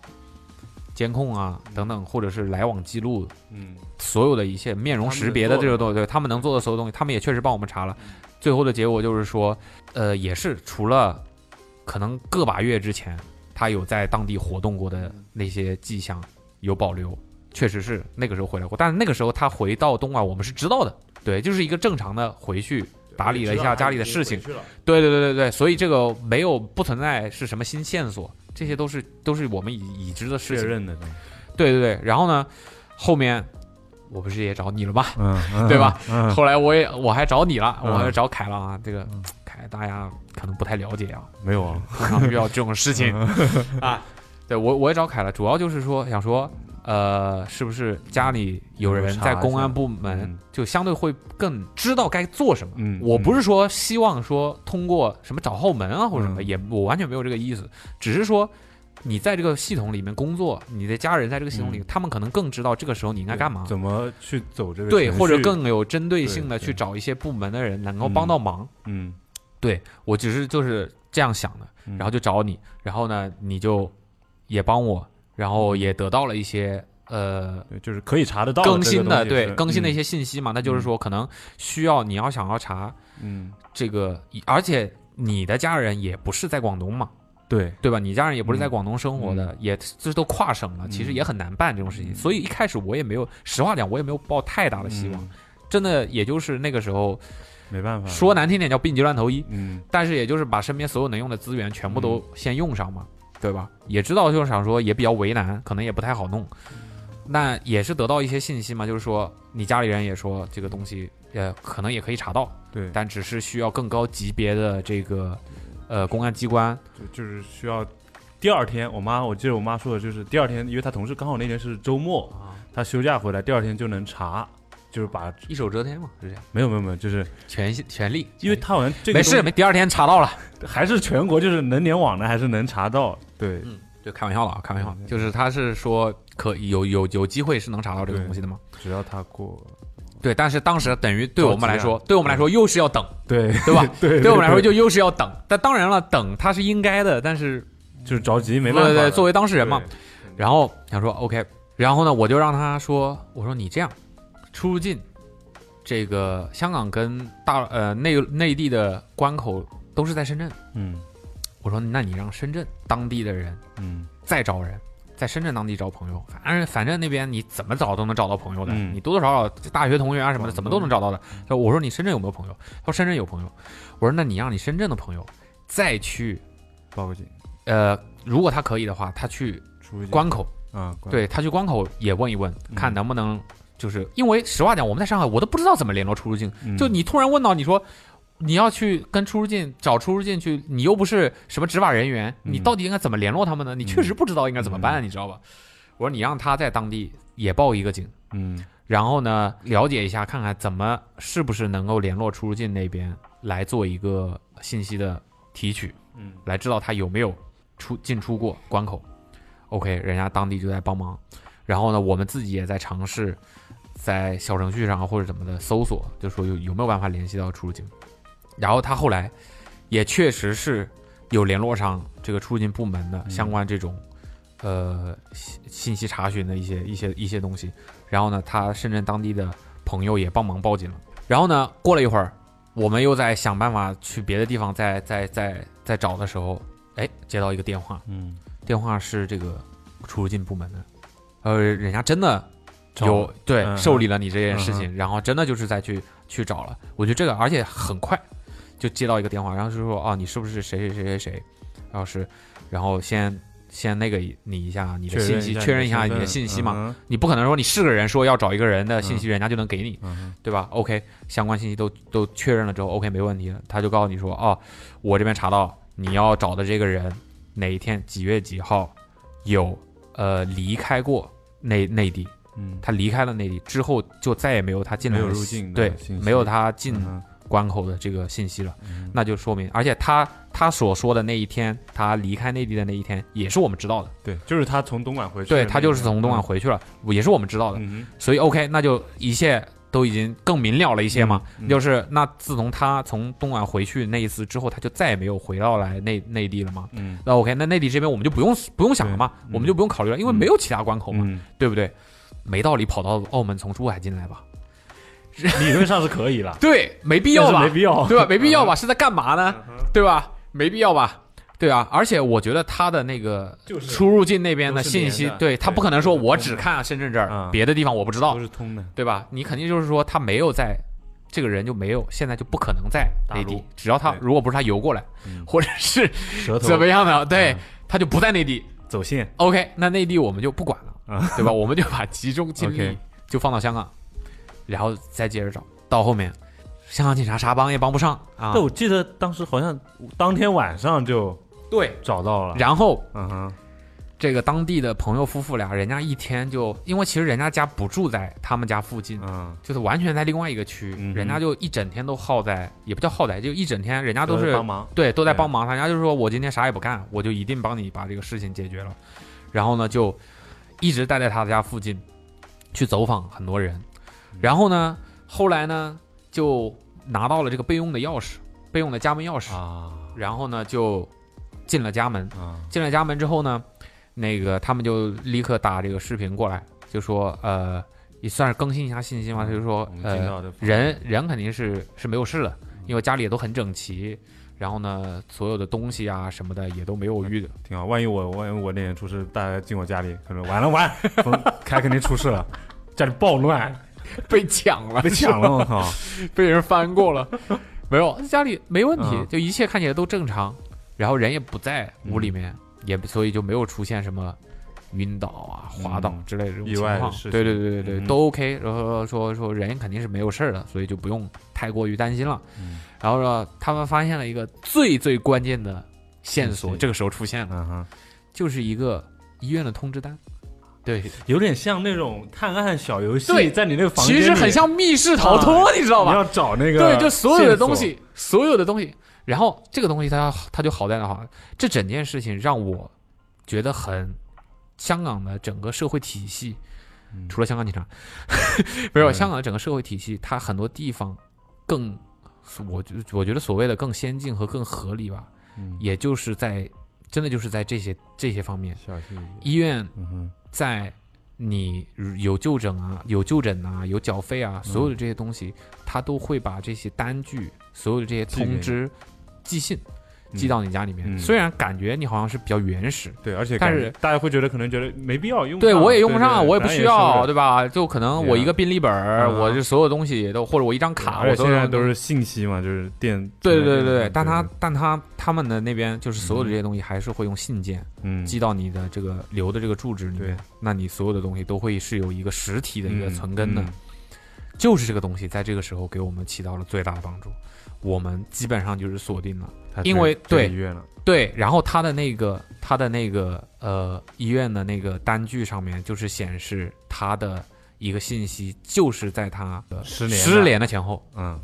Speaker 2: 监控啊等等，或者是来往记录
Speaker 8: 嗯
Speaker 2: 所有的一切面容识别的这个东西，对他们能做的所有东西，他们也确实帮我们查了。最后的结果就是说，呃，也是除了可能个把月之前他有在当地活动过的那些迹象有保留，确实是那个时候回来过。但是那个时候他回到东莞，我们是知道的，对，就是一个正常的回去打理了一下家里的事情。对对对对对，所以这个没有不存在是什么新线索，这些都是都是我们已已知的事
Speaker 6: 确
Speaker 2: 情。
Speaker 6: 认的东西，
Speaker 2: 对对对，然后呢，后面我不是也找你了吗？
Speaker 6: 嗯
Speaker 2: 对吧？
Speaker 6: 嗯
Speaker 2: 后来我也我还找你了，
Speaker 6: 嗯
Speaker 2: 我还找凯了啊。这个凯大家可能不太了解 啊，
Speaker 6: 没有啊，
Speaker 2: 经常遇到这种事情
Speaker 6: 嗯
Speaker 2: 啊。对我我也找凯了，主要就是说想说，呃，是不是家里有人在公安部门
Speaker 6: 嗯，
Speaker 2: 就相对会更知道该做什么。
Speaker 6: 嗯
Speaker 2: 我不是说希望说通过什么找后门啊或者什么，
Speaker 6: 嗯
Speaker 2: 也我完全没有这个意思，只是说你在这个系统里面工作，你的家人在这个系统里，
Speaker 6: 嗯
Speaker 2: 他们可能更知道这个时候你应该干嘛。
Speaker 6: 怎么去走这个
Speaker 2: 对，
Speaker 6: 程
Speaker 2: 或者
Speaker 6: 序
Speaker 2: 更有针对
Speaker 6: 对
Speaker 2: 性的
Speaker 6: 对
Speaker 2: 去找一些部门的人能够帮到忙。
Speaker 6: 嗯，
Speaker 2: 我只是就是这样想的，
Speaker 6: 嗯
Speaker 2: 然后就找你，然后呢，你就也帮我，然后也得到了一些呃
Speaker 6: 对，就是可以查得到
Speaker 2: 更新
Speaker 6: 的
Speaker 2: 的
Speaker 6: 这个东西
Speaker 2: 对
Speaker 6: 是嗯
Speaker 2: 更新的一些信息嘛。那就是说，可能需要你要想要查
Speaker 6: 嗯，
Speaker 2: 这个，而且你的家人也不是在广东嘛，
Speaker 6: 嗯对，
Speaker 2: 对吧？你家人也不
Speaker 6: 嗯
Speaker 2: 是在广东生活的，也这都跨省了，其实也很难办这种
Speaker 6: 嗯
Speaker 2: 事情。所以一开始我也没有，实话讲，我也没有抱太大的希望。
Speaker 6: 嗯
Speaker 2: 真的，也就是那个时候，
Speaker 6: 没办法
Speaker 2: 说，难听点叫病急乱投医，
Speaker 6: 嗯
Speaker 2: 但是也就是把身边所有能用的资源全部都先用上嘛，对吧？也知道就是想说也比较为难，可能也不太好弄。那也是得到一些信息嘛，就是说你家里人也说这个东西，呃，可能也可以查到，
Speaker 6: 对，
Speaker 2: 但只是需要更高级别的这个，呃，公安机关，
Speaker 6: 就就是需要。第二天，我妈，我记得我妈说的就是第二天，因为她同事刚好那天是周末，
Speaker 2: 啊
Speaker 6: 她休假回来，第二天就能查，就是把
Speaker 2: 一手遮天嘛，是这样，
Speaker 6: 没有没有没有，就是
Speaker 2: 权权力，
Speaker 6: 因为她好像这
Speaker 2: 哎
Speaker 6: 个
Speaker 2: 没事，
Speaker 6: 东
Speaker 2: 没第二天查到了，
Speaker 6: 西还是全国就是能联网的还是能查到，对，
Speaker 2: 就开玩笑了啊，开玩笑，就是他是说可有有有机会是能查到这个东西的嘛，
Speaker 6: 只要她过，
Speaker 2: 对，但是当时等于对我们来说
Speaker 6: 着急，啊
Speaker 2: 对我们来说又是要等，
Speaker 6: 对
Speaker 2: 对吧？
Speaker 6: 对，
Speaker 2: 对我们来说就又是要等，但当然了，等它是应该的，但是
Speaker 6: 就是着急，没
Speaker 2: 对
Speaker 6: 办法
Speaker 2: 对
Speaker 6: 了，
Speaker 2: 对，作为当事人嘛，
Speaker 6: 对，
Speaker 2: 然后想说 OK，然后呢，我就让他说，我说你这样出入境，这个香港跟大呃内内地的关口都是在深圳，
Speaker 6: 嗯
Speaker 2: 我说那你让深圳当地的人
Speaker 6: 嗯
Speaker 2: 再找人，在深圳当地找朋友，反正反正那边你怎么找都能找到朋友的，
Speaker 6: 嗯
Speaker 2: 你多多少少大学同学啊什么的，怎
Speaker 6: 广东
Speaker 2: 么都能找到的。他说我说你深圳有没有朋友？他说深圳有朋友。我说那你让你深圳的朋友再去，
Speaker 6: 报个警，
Speaker 2: 呃，如果他可以的话，他去
Speaker 6: 出去
Speaker 2: 关口，
Speaker 6: 啊，关
Speaker 2: 对他去关口也问一问，
Speaker 6: 嗯
Speaker 2: 看能不能就是因为实话讲，我们在上海我都不知道怎么联络出入境，
Speaker 6: 嗯
Speaker 2: 就你突然问到你说。你要去跟出入境找出入境去，你又不是什么执法人员，
Speaker 6: 嗯
Speaker 2: 你到底应该怎么联络他们呢？你确实不知道应该怎么办，
Speaker 6: 嗯
Speaker 2: 你知道吧？我说你让他在当地也报一个警，
Speaker 6: 嗯
Speaker 2: 然后呢了解一下，看看怎么是不是能够联络出入境那边来做一个信息的提取，
Speaker 6: 嗯，
Speaker 2: 来知道他有没有出进出过关口。OK，人家当地就在帮忙，然后呢，我们自己也在尝试在小程序上或者怎么的搜索，就说有有没有办法联系到出入境。然后他后来也确实是有联络上这个出入境部门的相关这种、呃信信息查询的一些一些一些东西。然后呢，他深圳当地的朋友也帮忙报警了。然后呢，过了一会儿，我们又在想办法去别的地方再再再再找的时候，哎，接到一个电话，
Speaker 6: 嗯，
Speaker 2: 电话是这个出入境部门的，呃，人家真的
Speaker 6: 找
Speaker 2: 有对、
Speaker 6: 嗯
Speaker 2: 受理了嗯你这件事情，然后真的就是再去去找了。我觉得这个，而且很快就接到一个电话，然后就说哦，你是不是谁谁谁谁谁？然后是，然后先先那个你一下你的信息，确认一下你的信息嘛。，你不可能说你是个人说要找一个人的信息，人家就能给你，
Speaker 6: 嗯哼
Speaker 2: 对吧？OK，相关信息都都确认了之后，OK 没问题了，他就告诉你说，哦，我这边查到你要找的这个人哪一天几月几号有呃离开过内内地，
Speaker 6: 嗯，
Speaker 2: 他离开了内地之后就再也没有他进来的
Speaker 6: 没有入境的
Speaker 2: 对
Speaker 6: 信，息
Speaker 2: 没有他进
Speaker 6: 嗯
Speaker 2: 关口的这个信息了，
Speaker 6: 嗯
Speaker 2: 那就说明，而且他他所说的那一天，他离开内地的那一天也是我们知道的，
Speaker 6: 对，就是他从东莞回去的那
Speaker 2: 对
Speaker 6: 个，
Speaker 2: 他就是从东莞回去了，也是我们知道的。
Speaker 6: 嗯哼，
Speaker 2: 所以 OK，那就一切都已经更明了了一些嘛。
Speaker 6: 嗯嗯
Speaker 2: 就是那自从他从东莞回去那一次之后，他就再也没有回到来内内地了嘛。
Speaker 6: 嗯
Speaker 2: 那 OK，那内地这边我们就不用不用想了嘛，
Speaker 6: 对嗯
Speaker 2: 我们就不用考虑了，因为没有其他关口嘛，
Speaker 6: 嗯，
Speaker 2: 对不对？没道理跑到澳门从珠海进来吧？，
Speaker 6: 理论上是可以了
Speaker 2: 对，没 必要
Speaker 6: 但
Speaker 2: 吧？
Speaker 6: 是没必要，嗯
Speaker 2: 对吧？没必要吧？是在干嘛呢？对吧？没必要吧？对啊，而且我觉得他的那个
Speaker 6: 就是
Speaker 2: 出入境那边
Speaker 6: 都
Speaker 2: 的
Speaker 6: 是
Speaker 2: 信息
Speaker 6: 连，的
Speaker 2: 对他
Speaker 6: 对
Speaker 2: 不可能说
Speaker 6: 都是
Speaker 2: 我
Speaker 6: 通
Speaker 2: 只
Speaker 6: 的
Speaker 2: 看深圳这儿
Speaker 6: 嗯，
Speaker 2: 别的地方我不知道
Speaker 6: 都，是通的，
Speaker 2: 对吧？你肯定就是说他没有在，这个人就没有，现在就不可能在内
Speaker 6: 大
Speaker 2: 地
Speaker 6: 陆。
Speaker 2: 只要他
Speaker 6: 对
Speaker 2: 如果不是他游过来，
Speaker 6: 嗯
Speaker 2: 或者是
Speaker 6: 舌头
Speaker 2: 怎么样的，对
Speaker 6: 嗯，
Speaker 2: 他就不在内地。
Speaker 6: 走线，
Speaker 2: OK，那内地我们就不管了
Speaker 6: 啊，
Speaker 2: 对吧？我 们就把集中精力
Speaker 6: OK
Speaker 2: 就放到香港，然后再接着找。到后面，香港警察啥帮也帮不上啊
Speaker 6: 但。我记得当时好像当天晚上就
Speaker 2: 对，
Speaker 6: 找到了，
Speaker 2: 然后
Speaker 6: 嗯哼，
Speaker 2: 这个当地的朋友夫妇俩，人家一天就，因为其实人家家不住在他们家附近，
Speaker 6: 嗯，
Speaker 2: 就是完全在另外一个区，
Speaker 6: 嗯哼
Speaker 2: 人家就一整天都耗在，也不叫耗在，就一整天人家都
Speaker 6: 在
Speaker 2: 是
Speaker 6: 帮忙，
Speaker 2: 对都在
Speaker 6: 对
Speaker 2: 帮忙，人家就是说我今天啥也不干，我就一定帮你把这个事情解决了。然后呢，就一直待在他家附近去走访很多人，
Speaker 6: 嗯
Speaker 2: 然后呢，后来呢就拿到了这个备用的钥匙，备用的家门钥匙，
Speaker 6: 啊
Speaker 2: 然后呢就进了家门，
Speaker 6: 啊，
Speaker 2: 进了家门之后呢，那个他们就立刻打这个视频过来，就说呃，也算是更新一下信息嘛，他就说
Speaker 6: 嗯我们嗯听
Speaker 2: 呃，
Speaker 6: 到的
Speaker 2: 人人肯定是是没有事的，因为家里也都很整齐，然后呢，所有的东西啊什么的也都没有 遇的，
Speaker 6: 挺好，万一我万一我那天出事，大家进我家里，可能完了 完，封开肯定出事了， 家里暴乱，
Speaker 2: 被抢了，
Speaker 6: 被抢了，我靠，
Speaker 2: 被人翻过了，没有，家里没问题
Speaker 6: 嗯，
Speaker 2: 就一切看起来都正常，然后人也不在屋里
Speaker 6: 嗯
Speaker 2: 面，也不所以就没有出现什么晕倒啊、滑倒
Speaker 6: 嗯
Speaker 2: 之类的这种
Speaker 6: 意
Speaker 2: 情
Speaker 6: 外的
Speaker 2: 况。
Speaker 6: 事
Speaker 2: 对对
Speaker 6: 情
Speaker 2: 对对对，
Speaker 6: 嗯
Speaker 2: 都 OK。然后说说人肯定是没有事儿的，所以就不用太过于担心了。
Speaker 6: 嗯
Speaker 2: 然后呢，他们发现了一个最最关键的线
Speaker 6: 信
Speaker 2: 索，
Speaker 6: 息
Speaker 2: 这个时候出现了，
Speaker 6: 嗯哼，
Speaker 2: 就是一个医院的通知单。对，
Speaker 6: 有点像那种探案小游戏，
Speaker 2: 对
Speaker 6: 在你那个房间
Speaker 2: 其
Speaker 6: 里，啊
Speaker 2: 实很像密室逃脱，你知道吧
Speaker 6: 你？要找那个，
Speaker 2: 对，就所有的东，西，所有的东西。然后这个东西它它就好在哪哈，这整件事情让我觉得很香港的整个社会体系，
Speaker 6: 嗯
Speaker 2: 除了香港警察， 没有
Speaker 6: 嗯
Speaker 2: 香港的整个社会体系，它很多地方更，我觉我觉得所谓的更先进和更合理吧，
Speaker 6: 嗯
Speaker 2: 也就是在真的就是在这些这些方面，
Speaker 6: 小心一点，
Speaker 2: 医院
Speaker 6: 嗯哼，
Speaker 2: 在你有就诊啊、有就诊啊、有缴费
Speaker 6: 嗯
Speaker 2: 啊，所有的这些东西，他都会把这些单据、所有的这些通知、寄信寄到你家里面。
Speaker 6: 嗯
Speaker 2: 虽然感觉你好像是比较原始，
Speaker 6: 对，而且
Speaker 2: 但
Speaker 6: 感觉
Speaker 2: 是
Speaker 6: 大家会觉得可能觉得没必要用不
Speaker 2: 对
Speaker 6: 上，
Speaker 2: 我也用不上啊，
Speaker 6: 对对
Speaker 2: 我也不需
Speaker 6: 反正也
Speaker 2: 要，
Speaker 6: 是
Speaker 2: 对吧？就可能
Speaker 6: 对啊
Speaker 2: 我一个病历本儿，
Speaker 6: 嗯
Speaker 2: 我这所有东西也都，或者我一张卡，我
Speaker 6: 而且
Speaker 2: 所
Speaker 6: 现
Speaker 2: 有
Speaker 6: 在
Speaker 2: 东
Speaker 6: 都
Speaker 2: 西
Speaker 6: 是信息嘛，就是电，
Speaker 2: 对对对
Speaker 6: 电
Speaker 2: 对，
Speaker 6: 脑
Speaker 2: 但他
Speaker 6: 对
Speaker 2: 但他他们的那边就是所有的这些东西还是会用信件
Speaker 6: 嗯，
Speaker 2: 寄到你的这个留的这个住址里面
Speaker 6: 对，
Speaker 2: 那你所有的东西都会是有一个实体的一个
Speaker 6: 嗯
Speaker 2: 存根的。
Speaker 6: 嗯
Speaker 2: 就是这个东西在这个时候给我们起到了最大的帮助。我们基本上就是锁定了，
Speaker 6: 他
Speaker 2: 因为
Speaker 6: 这个
Speaker 2: 对
Speaker 6: 医院了，
Speaker 2: 对，然后他的那个他的那个呃医院的那个单据上面就是显示他的一个信息，就是在他的
Speaker 6: 失联了
Speaker 2: 失联的前后。
Speaker 6: 嗯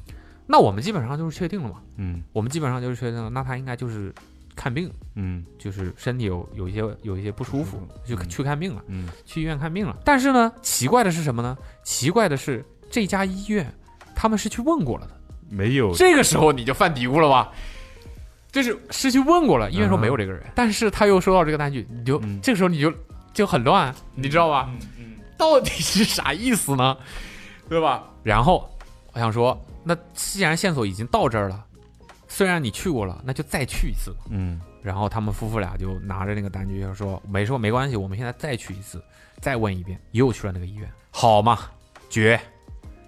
Speaker 2: 那我们基本上就是确定了嘛，
Speaker 6: 嗯
Speaker 2: 我们基本上就是确定了，那他应该就是看病，
Speaker 6: 嗯
Speaker 2: 就是身体有有一些有一些不舒服，就
Speaker 6: 嗯
Speaker 2: 去看病了，
Speaker 6: 嗯，
Speaker 2: 去医院看病了。但是呢，奇怪的是什么呢？奇怪的是这家医院他们是去问过了的。
Speaker 6: 没有，
Speaker 2: 这个时候你就犯嘀咕了吧？就是是去问过了，医院说没有这个人，但是他又收到这个单据，你就、
Speaker 6: 嗯
Speaker 2: 这个时候你就就很乱，你知道吧？
Speaker 6: 嗯嗯
Speaker 2: 到底是啥意思呢？对吧？然后我想说，那既然线索已经到这儿了，虽然你去过了，那就再去一次吧。
Speaker 6: 嗯
Speaker 2: 然后他们夫妇俩就拿着那个单据，就说没说没关系，我们现在再去一次，再问一遍，又去了那个医院，好嘛，绝，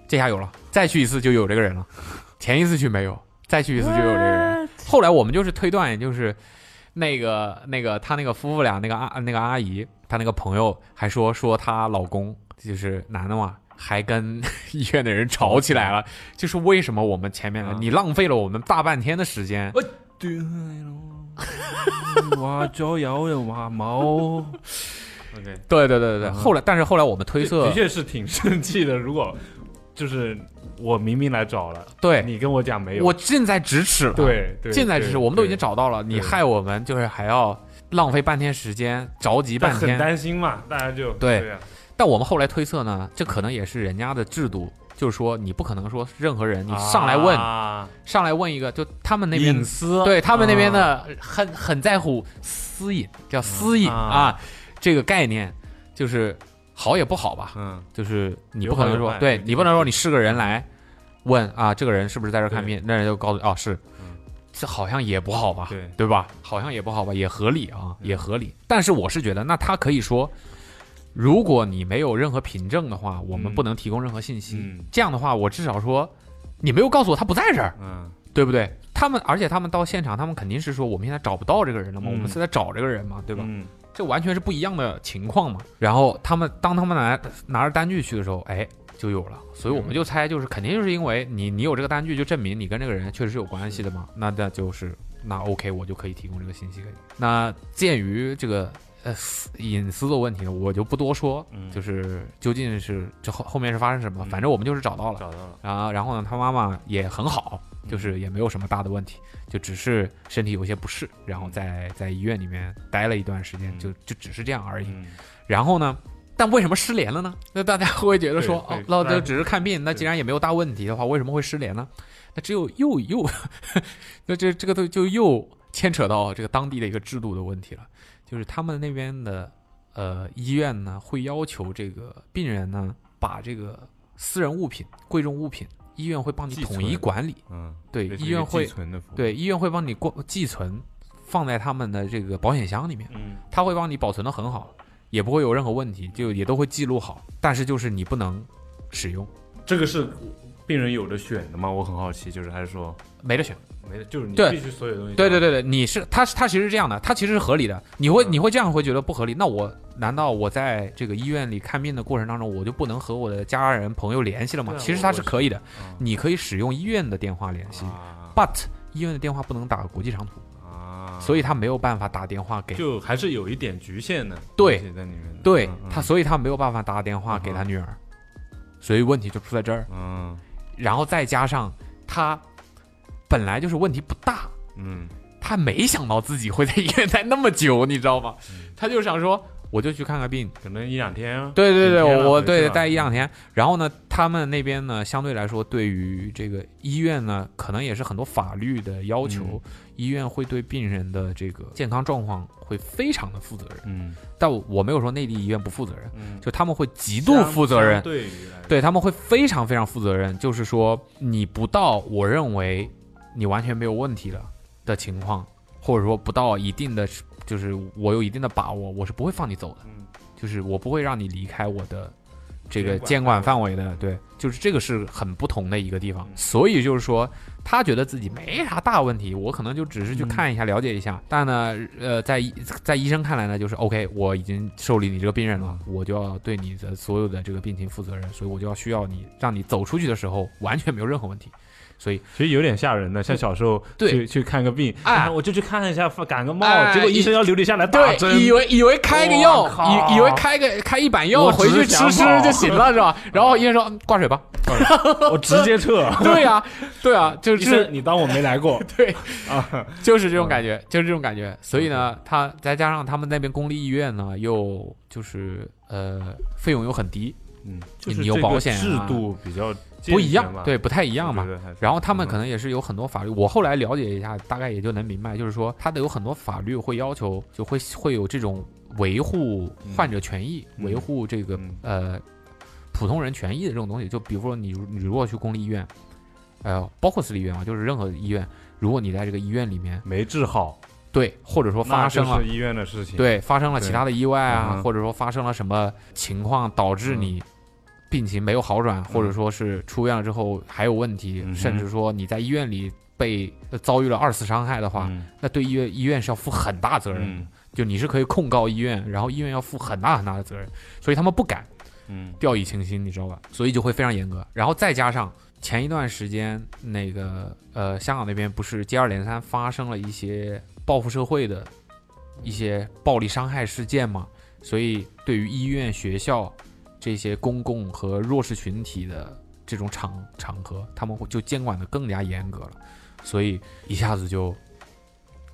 Speaker 2: 这下有了，再去一次就有这个人了，前一次去没有，再去一次就有这个人。后来我们就是推断，也就是那个那个他那个夫妇俩那个阿那个阿姨，她那个朋友还说说她老公就是男的嘛。还跟 医院的人吵起来了，就是为什么我们前面、你浪费了我们大半天的时间，
Speaker 7: 对
Speaker 2: 嗯
Speaker 6: 哇，招摇的哇毛。OK，
Speaker 2: 对对对对对，后来但是后来我们推测
Speaker 6: 啊的，确是挺生气的。如果就是我明明来找了，
Speaker 2: 对
Speaker 6: 你跟我讲没有，
Speaker 2: 我近在咫尺了，，
Speaker 6: 对对，
Speaker 2: 近在咫
Speaker 6: 只
Speaker 2: 尺，我们都已经找到了，你害我们就是还要浪费半天时间，着急
Speaker 6: 但
Speaker 2: 半
Speaker 6: 很
Speaker 2: 天。但
Speaker 6: 担心嘛，大家就
Speaker 2: 对
Speaker 6: 对啊
Speaker 2: 我们后来推测呢，这可能也是人家的制度，就是说你不可能说任何人你上来问，
Speaker 6: 啊
Speaker 2: 上来问一个，就他们那边
Speaker 6: 隐私，
Speaker 2: 对他们那边
Speaker 6: 啊
Speaker 2: 的很很在乎私隐，叫私隐
Speaker 6: 嗯
Speaker 2: 啊，这个概念就是好也不好吧，
Speaker 6: 嗯，
Speaker 2: 就是你
Speaker 6: 有
Speaker 2: 不可
Speaker 6: 好
Speaker 2: 能
Speaker 6: 有
Speaker 2: 说，
Speaker 6: 坏
Speaker 2: 对
Speaker 6: 对
Speaker 2: 你不能说你是个人来问啊，这个人是不是在这儿看病？那人就告诉你哦是
Speaker 6: 嗯，
Speaker 2: 这好像也不好吧，
Speaker 6: 对
Speaker 2: 对吧？好像也不好吧，也合理啊，
Speaker 6: 嗯
Speaker 2: 也合理。但是我是觉得，那他可以说，如果你没有任何凭证的话，我们
Speaker 6: 嗯
Speaker 2: 不能提供任何信息。
Speaker 6: 嗯
Speaker 2: 这样的话，我至少说，你没有告诉我他不在这儿，
Speaker 6: 嗯
Speaker 2: 对不对？他们而且他们到现场，他们肯定是说我们现在找不到这个人了嘛，
Speaker 6: 嗯
Speaker 2: 我们是在找这个人嘛，对吧？
Speaker 6: 嗯
Speaker 2: 这完全是不一样的情况嘛。然后他们当他们拿拿着单据去的时候，哎，就有了。所以我们就猜，就是肯定就是因为你你有这个单据，就证明你跟这个人确实是有关系的嘛。那那就是那 OK，我就可以提供这个信息给你。那鉴于这个。呃，私隐私的问题呢，我就不多说，
Speaker 6: 嗯
Speaker 2: 就是究竟是这后后面是发生什么，
Speaker 6: 嗯
Speaker 2: 反正我们就是找到了，
Speaker 6: 找到了，嗯
Speaker 2: 然后然后呢，他妈妈也很好，就是也没有什么大的问题，就只是身体有些不适，然后在在医院里面待了一段时间，
Speaker 6: 嗯
Speaker 2: 就就只是这样而已。
Speaker 6: 嗯
Speaker 2: 然后呢，但为什么失联了呢？那大家会觉得说，
Speaker 6: 对
Speaker 2: 哦
Speaker 6: 对，
Speaker 2: 那
Speaker 6: 大家
Speaker 2: 就只是看病，那既然也没有大问题的话，为什么会失联呢？那只有又又， 那这这个都就又牵扯到这个当地的一个制度的问题了，就是他们那边的呃医院呢，会要求这个病人呢把这个私人物品、贵重物品，医院会帮你
Speaker 6: 寄存
Speaker 2: 统一管理，
Speaker 6: 嗯，
Speaker 2: 对，
Speaker 6: 类似
Speaker 2: 医
Speaker 6: 于
Speaker 2: 院会
Speaker 6: 寄存的服务，
Speaker 2: 对医院会帮你过寄存，放在他们的这个保险箱里面。
Speaker 6: 嗯
Speaker 2: 它会帮你保存的很好，也不会有任何问题，就也都会记录好。但是就是你不能使用，
Speaker 6: 这个是病人有的选的吗？我很好奇，就是还是说
Speaker 2: 没得选。
Speaker 6: 没得，就是你
Speaker 2: 对
Speaker 6: 必须所有东西
Speaker 2: 对对对对，你是它它其实是这样的，它其实是合理的。你会
Speaker 6: 嗯
Speaker 2: 你会这样会觉得不合理？那我难道我在这个医院里看病的过程当中，我就不能和我的家人朋友联系了吗？
Speaker 6: 对啊
Speaker 2: 其实
Speaker 6: 我
Speaker 2: 它
Speaker 6: 我
Speaker 2: 是
Speaker 6: 是
Speaker 2: 可以的，
Speaker 6: 嗯
Speaker 2: 你可以使用医院的电话联系、
Speaker 6: 啊
Speaker 2: b u t 医院的电话不能打国际长途，
Speaker 6: 啊，
Speaker 2: 所以他没有办法打电话给。
Speaker 6: 就还是有一点局限的
Speaker 2: 对
Speaker 6: 东西在里面的，
Speaker 2: 对
Speaker 6: 嗯
Speaker 2: 他，所以他没有办法打电话给他女儿，所以问题就出在这儿。
Speaker 6: 嗯
Speaker 2: 然后再加上他本来就是问题不大，
Speaker 6: 嗯
Speaker 2: 他没想到自己会在医院待那么久，你知道吗？他就想说，我就去看看病。
Speaker 6: 可能一两天啊，
Speaker 2: 嗯对对对，
Speaker 6: 几天了
Speaker 2: 我
Speaker 6: 回去
Speaker 2: 对
Speaker 6: 了
Speaker 2: 待一两天。然后呢，他们那边呢，相对来说，对于这个医院呢，可能也是很多法律的要求，
Speaker 6: 嗯
Speaker 2: 医院会对病人的这个健康状况会非常的负责任。
Speaker 6: 嗯
Speaker 2: 但我我没有说内地医院不负责任，
Speaker 6: 嗯，
Speaker 2: 就他们会极度负责任
Speaker 6: 相，对于来说
Speaker 2: 对他们会非常非常负责任，就是说你不到我认为你完全没有问题了的情况，或者说不到一定的，就是我有一定的把握，我是不会放你走的，
Speaker 6: 嗯
Speaker 2: 就是我不会让你离开我的这个监
Speaker 6: 监
Speaker 2: 管
Speaker 6: 管
Speaker 2: 范围的，对，就是这个是很不同的一个地
Speaker 6: 嗯
Speaker 2: 方。所以就是说，他觉得自己没啥大问题，我可能就只是去
Speaker 6: 嗯
Speaker 2: 看一下、了解一下。但呢，呃，在医在医生看来呢，就是 OK，我已经受理你这个病人了，
Speaker 6: 嗯
Speaker 2: 我就要对你的所有的这个病情负责任，所以我就要需要你，让你走出去的时候完全没有任何问题。
Speaker 6: 其实有点吓人的，像小时候
Speaker 2: 嗯对
Speaker 6: 去去看个病，
Speaker 2: 哎
Speaker 6: 啊，我就去看一下，感个冒
Speaker 2: 哎，
Speaker 6: 结果医生要留你下来打针
Speaker 2: 对，，以为以为开个
Speaker 6: 哇
Speaker 2: 药，
Speaker 6: 啊靠
Speaker 2: 以以为开个开一板药
Speaker 6: 我只
Speaker 2: 回去
Speaker 6: 是想
Speaker 2: 吃吃
Speaker 6: 跑
Speaker 2: 就行 了，是吧？然后医生说嗯挂水吧。
Speaker 6: 我直接撤。
Speaker 2: 对呀、对啊，就
Speaker 6: 医
Speaker 2: 是
Speaker 6: 生，你当我没 来过
Speaker 2: 对，
Speaker 6: 啊？
Speaker 2: 就是这种感觉，就是这种感觉。所以
Speaker 6: 嗯
Speaker 2: 呢，他再加上他们那边公立医院呢，又就是呃费用又很低，
Speaker 6: 嗯，
Speaker 2: 就
Speaker 6: 就是是
Speaker 2: 你有
Speaker 6: 这个
Speaker 2: 保险啊
Speaker 6: 制度比较
Speaker 2: 不一
Speaker 6: 健全
Speaker 2: 样
Speaker 6: 吧，
Speaker 2: 对，，不太一样嘛
Speaker 6: 我。觉得还是
Speaker 2: 然后他
Speaker 6: 嗯
Speaker 2: 们可能也是有很多法律，我后来了解一下，大概也就能明白，就是说他的有很多法律会要求，就会会有这种维护患者权益、
Speaker 6: 嗯
Speaker 2: 维护这个
Speaker 6: 嗯
Speaker 2: 呃普通人权益的这种东西。就比如说你如你如果去公立医院，呃，包括私立医院啊，就是任何医院，如果你在这个医院里面
Speaker 6: 没治好，
Speaker 2: 对，或者说发生
Speaker 6: 那
Speaker 2: 了
Speaker 6: 就是医院的事情，，
Speaker 2: 对，发生了其
Speaker 6: 对
Speaker 2: 他的意外啊
Speaker 6: 嗯，哼嗯
Speaker 2: 或者说发生了什么情况导致你病情没有好转，或者说是出院了之后还有问题，
Speaker 6: 嗯哼
Speaker 2: 甚至说你在医院里被呃遭遇了二次伤害的话，
Speaker 6: 嗯
Speaker 2: 那对医院医院是要负很大责任的。
Speaker 6: 嗯
Speaker 2: 就你是可以控告医院，然后医院要负很大很大的责任，所以他们不敢
Speaker 6: 嗯
Speaker 2: 掉以轻心，你知道吧？所以就会非常严格。然后再加上前一段时间那个呃，香港那边不是接二连三发生了一些报复社会的一些暴力伤害事件嘛，所以对于医院、学校这些公共和弱势群体的这种场场合，他们会就监管的更加严格了，所以一下子就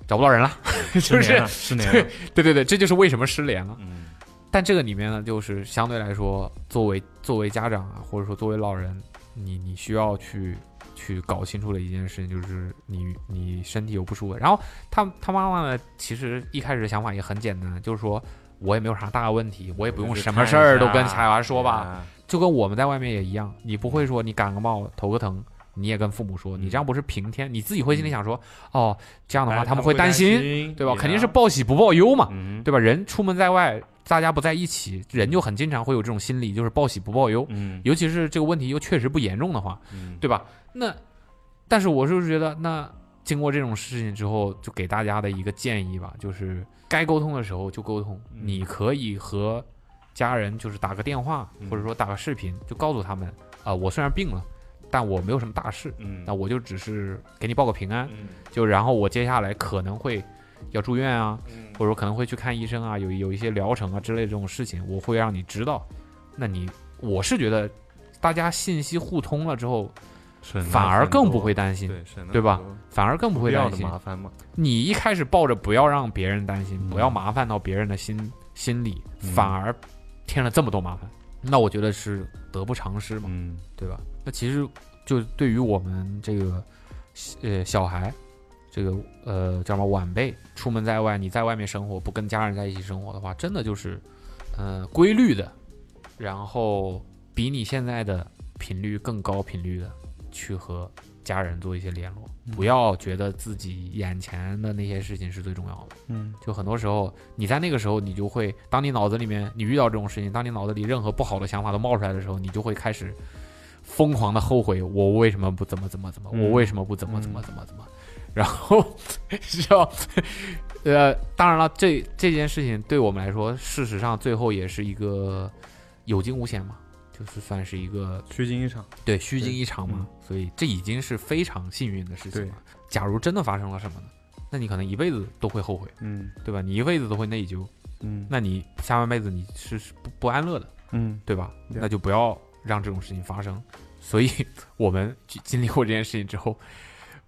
Speaker 2: 找不到人了，是不
Speaker 6: 失联
Speaker 2: 是
Speaker 6: 了？失联
Speaker 2: 对
Speaker 6: 了，
Speaker 2: 对对对，这就是为什么失联了。
Speaker 6: 嗯
Speaker 2: 但这个里面呢，就是相对来说，作为作为家长啊，或者说作为老人，你你需要去去搞清楚的一件事情，就是你你身体有不舒服。然后他他妈妈呢，其实一开始的想法也很简单，就是说我也没有啥大问题，我也不用什么事儿都跟小孩说吧，，
Speaker 6: 哎
Speaker 2: 就跟我们在外面也一样，你不会说你感个冒头个疼。你也跟父母说，你这样不是平添，你自己会心里想说，哦，这样的话
Speaker 6: 哎
Speaker 2: 嗯他
Speaker 6: 他
Speaker 2: 们
Speaker 6: 们
Speaker 2: 会担心，
Speaker 6: 心啊
Speaker 2: 对吧？啊肯定是，报喜不报忧嘛
Speaker 6: 也，嗯
Speaker 2: 对吧？人出门在外，大家不在一起，人就很经常会有这种心理，就是报喜不报忧。
Speaker 6: 嗯
Speaker 2: 尤其是这个问题又确实不严重的话，
Speaker 6: 嗯，
Speaker 2: 对吧？那，但是我就是觉得，那经过这种事情之后，就给大家的一个建议吧，就是该沟通的时候就沟通。
Speaker 6: 嗯
Speaker 2: 你可以和家人就是打个电话，
Speaker 6: 嗯
Speaker 2: 或者说打个视频，就告诉他们啊、我虽然病了，但我没有什么大事，
Speaker 6: 嗯，
Speaker 2: 那我就只是给你报个平安，
Speaker 6: 嗯
Speaker 2: 就然后我接下来可能会要住院啊，
Speaker 6: 嗯
Speaker 2: 或者说可能会去看医生啊，有有一些疗程啊之类的这种事情，我会让你知道。那你，我是觉得，大家信息互通了之后，
Speaker 6: 省了
Speaker 2: 反而
Speaker 6: 很多
Speaker 2: 更不会担心，
Speaker 6: 对，省了
Speaker 2: 对吧
Speaker 6: 很多
Speaker 2: 反而更不
Speaker 6: 不
Speaker 2: 会
Speaker 6: 必要
Speaker 2: 担
Speaker 6: 的
Speaker 2: 心。
Speaker 6: 麻烦嘛，
Speaker 2: 你一开始抱着不要让别人担心，
Speaker 6: 嗯
Speaker 2: 不要麻烦到别人的心心里，
Speaker 6: 嗯
Speaker 2: 反而添了这么多麻烦，那我觉得是得不偿失嘛。
Speaker 6: 嗯
Speaker 2: 对吧？那其实就对于我们这个呃小孩，这个呃叫什么晚辈，出门在外，你在外面生活，不跟家人在一起生活的话，真的就是呃规律的，然后比你现在的频率更高频率的去和家人做一些联络，
Speaker 6: 嗯
Speaker 2: 不要觉得自己眼前的那些事情是最重要的。
Speaker 6: 嗯
Speaker 2: 就很多时候，你在那个时候，你就会，当你脑子里面你遇到这种事情，当你脑子里任何不好的想法都冒出来的时候，你就会开始疯狂的后悔，我为什么不怎么怎么怎么，
Speaker 6: 嗯
Speaker 2: 我为什么不怎么怎么怎么怎 么，然后 是要，呃，当然了，这这件事情对我们来说，事实上最后也是一个有惊无险嘛，就是算是一个
Speaker 6: 虚惊一场，
Speaker 2: 对，虚惊一场嘛，所以这已经是非常幸运的事情
Speaker 6: 嗯对
Speaker 2: 了。假如真的发生了什么呢？那你可能一辈子都会后悔，
Speaker 6: 嗯
Speaker 2: 对吧？你一辈子都会内疚，
Speaker 6: 嗯
Speaker 2: 那你下半辈子你是是不不安乐的，
Speaker 6: 嗯
Speaker 2: 对吧？
Speaker 6: 对
Speaker 2: 那就不要让这种事情发生。所以 我们经经历过这件事情之后，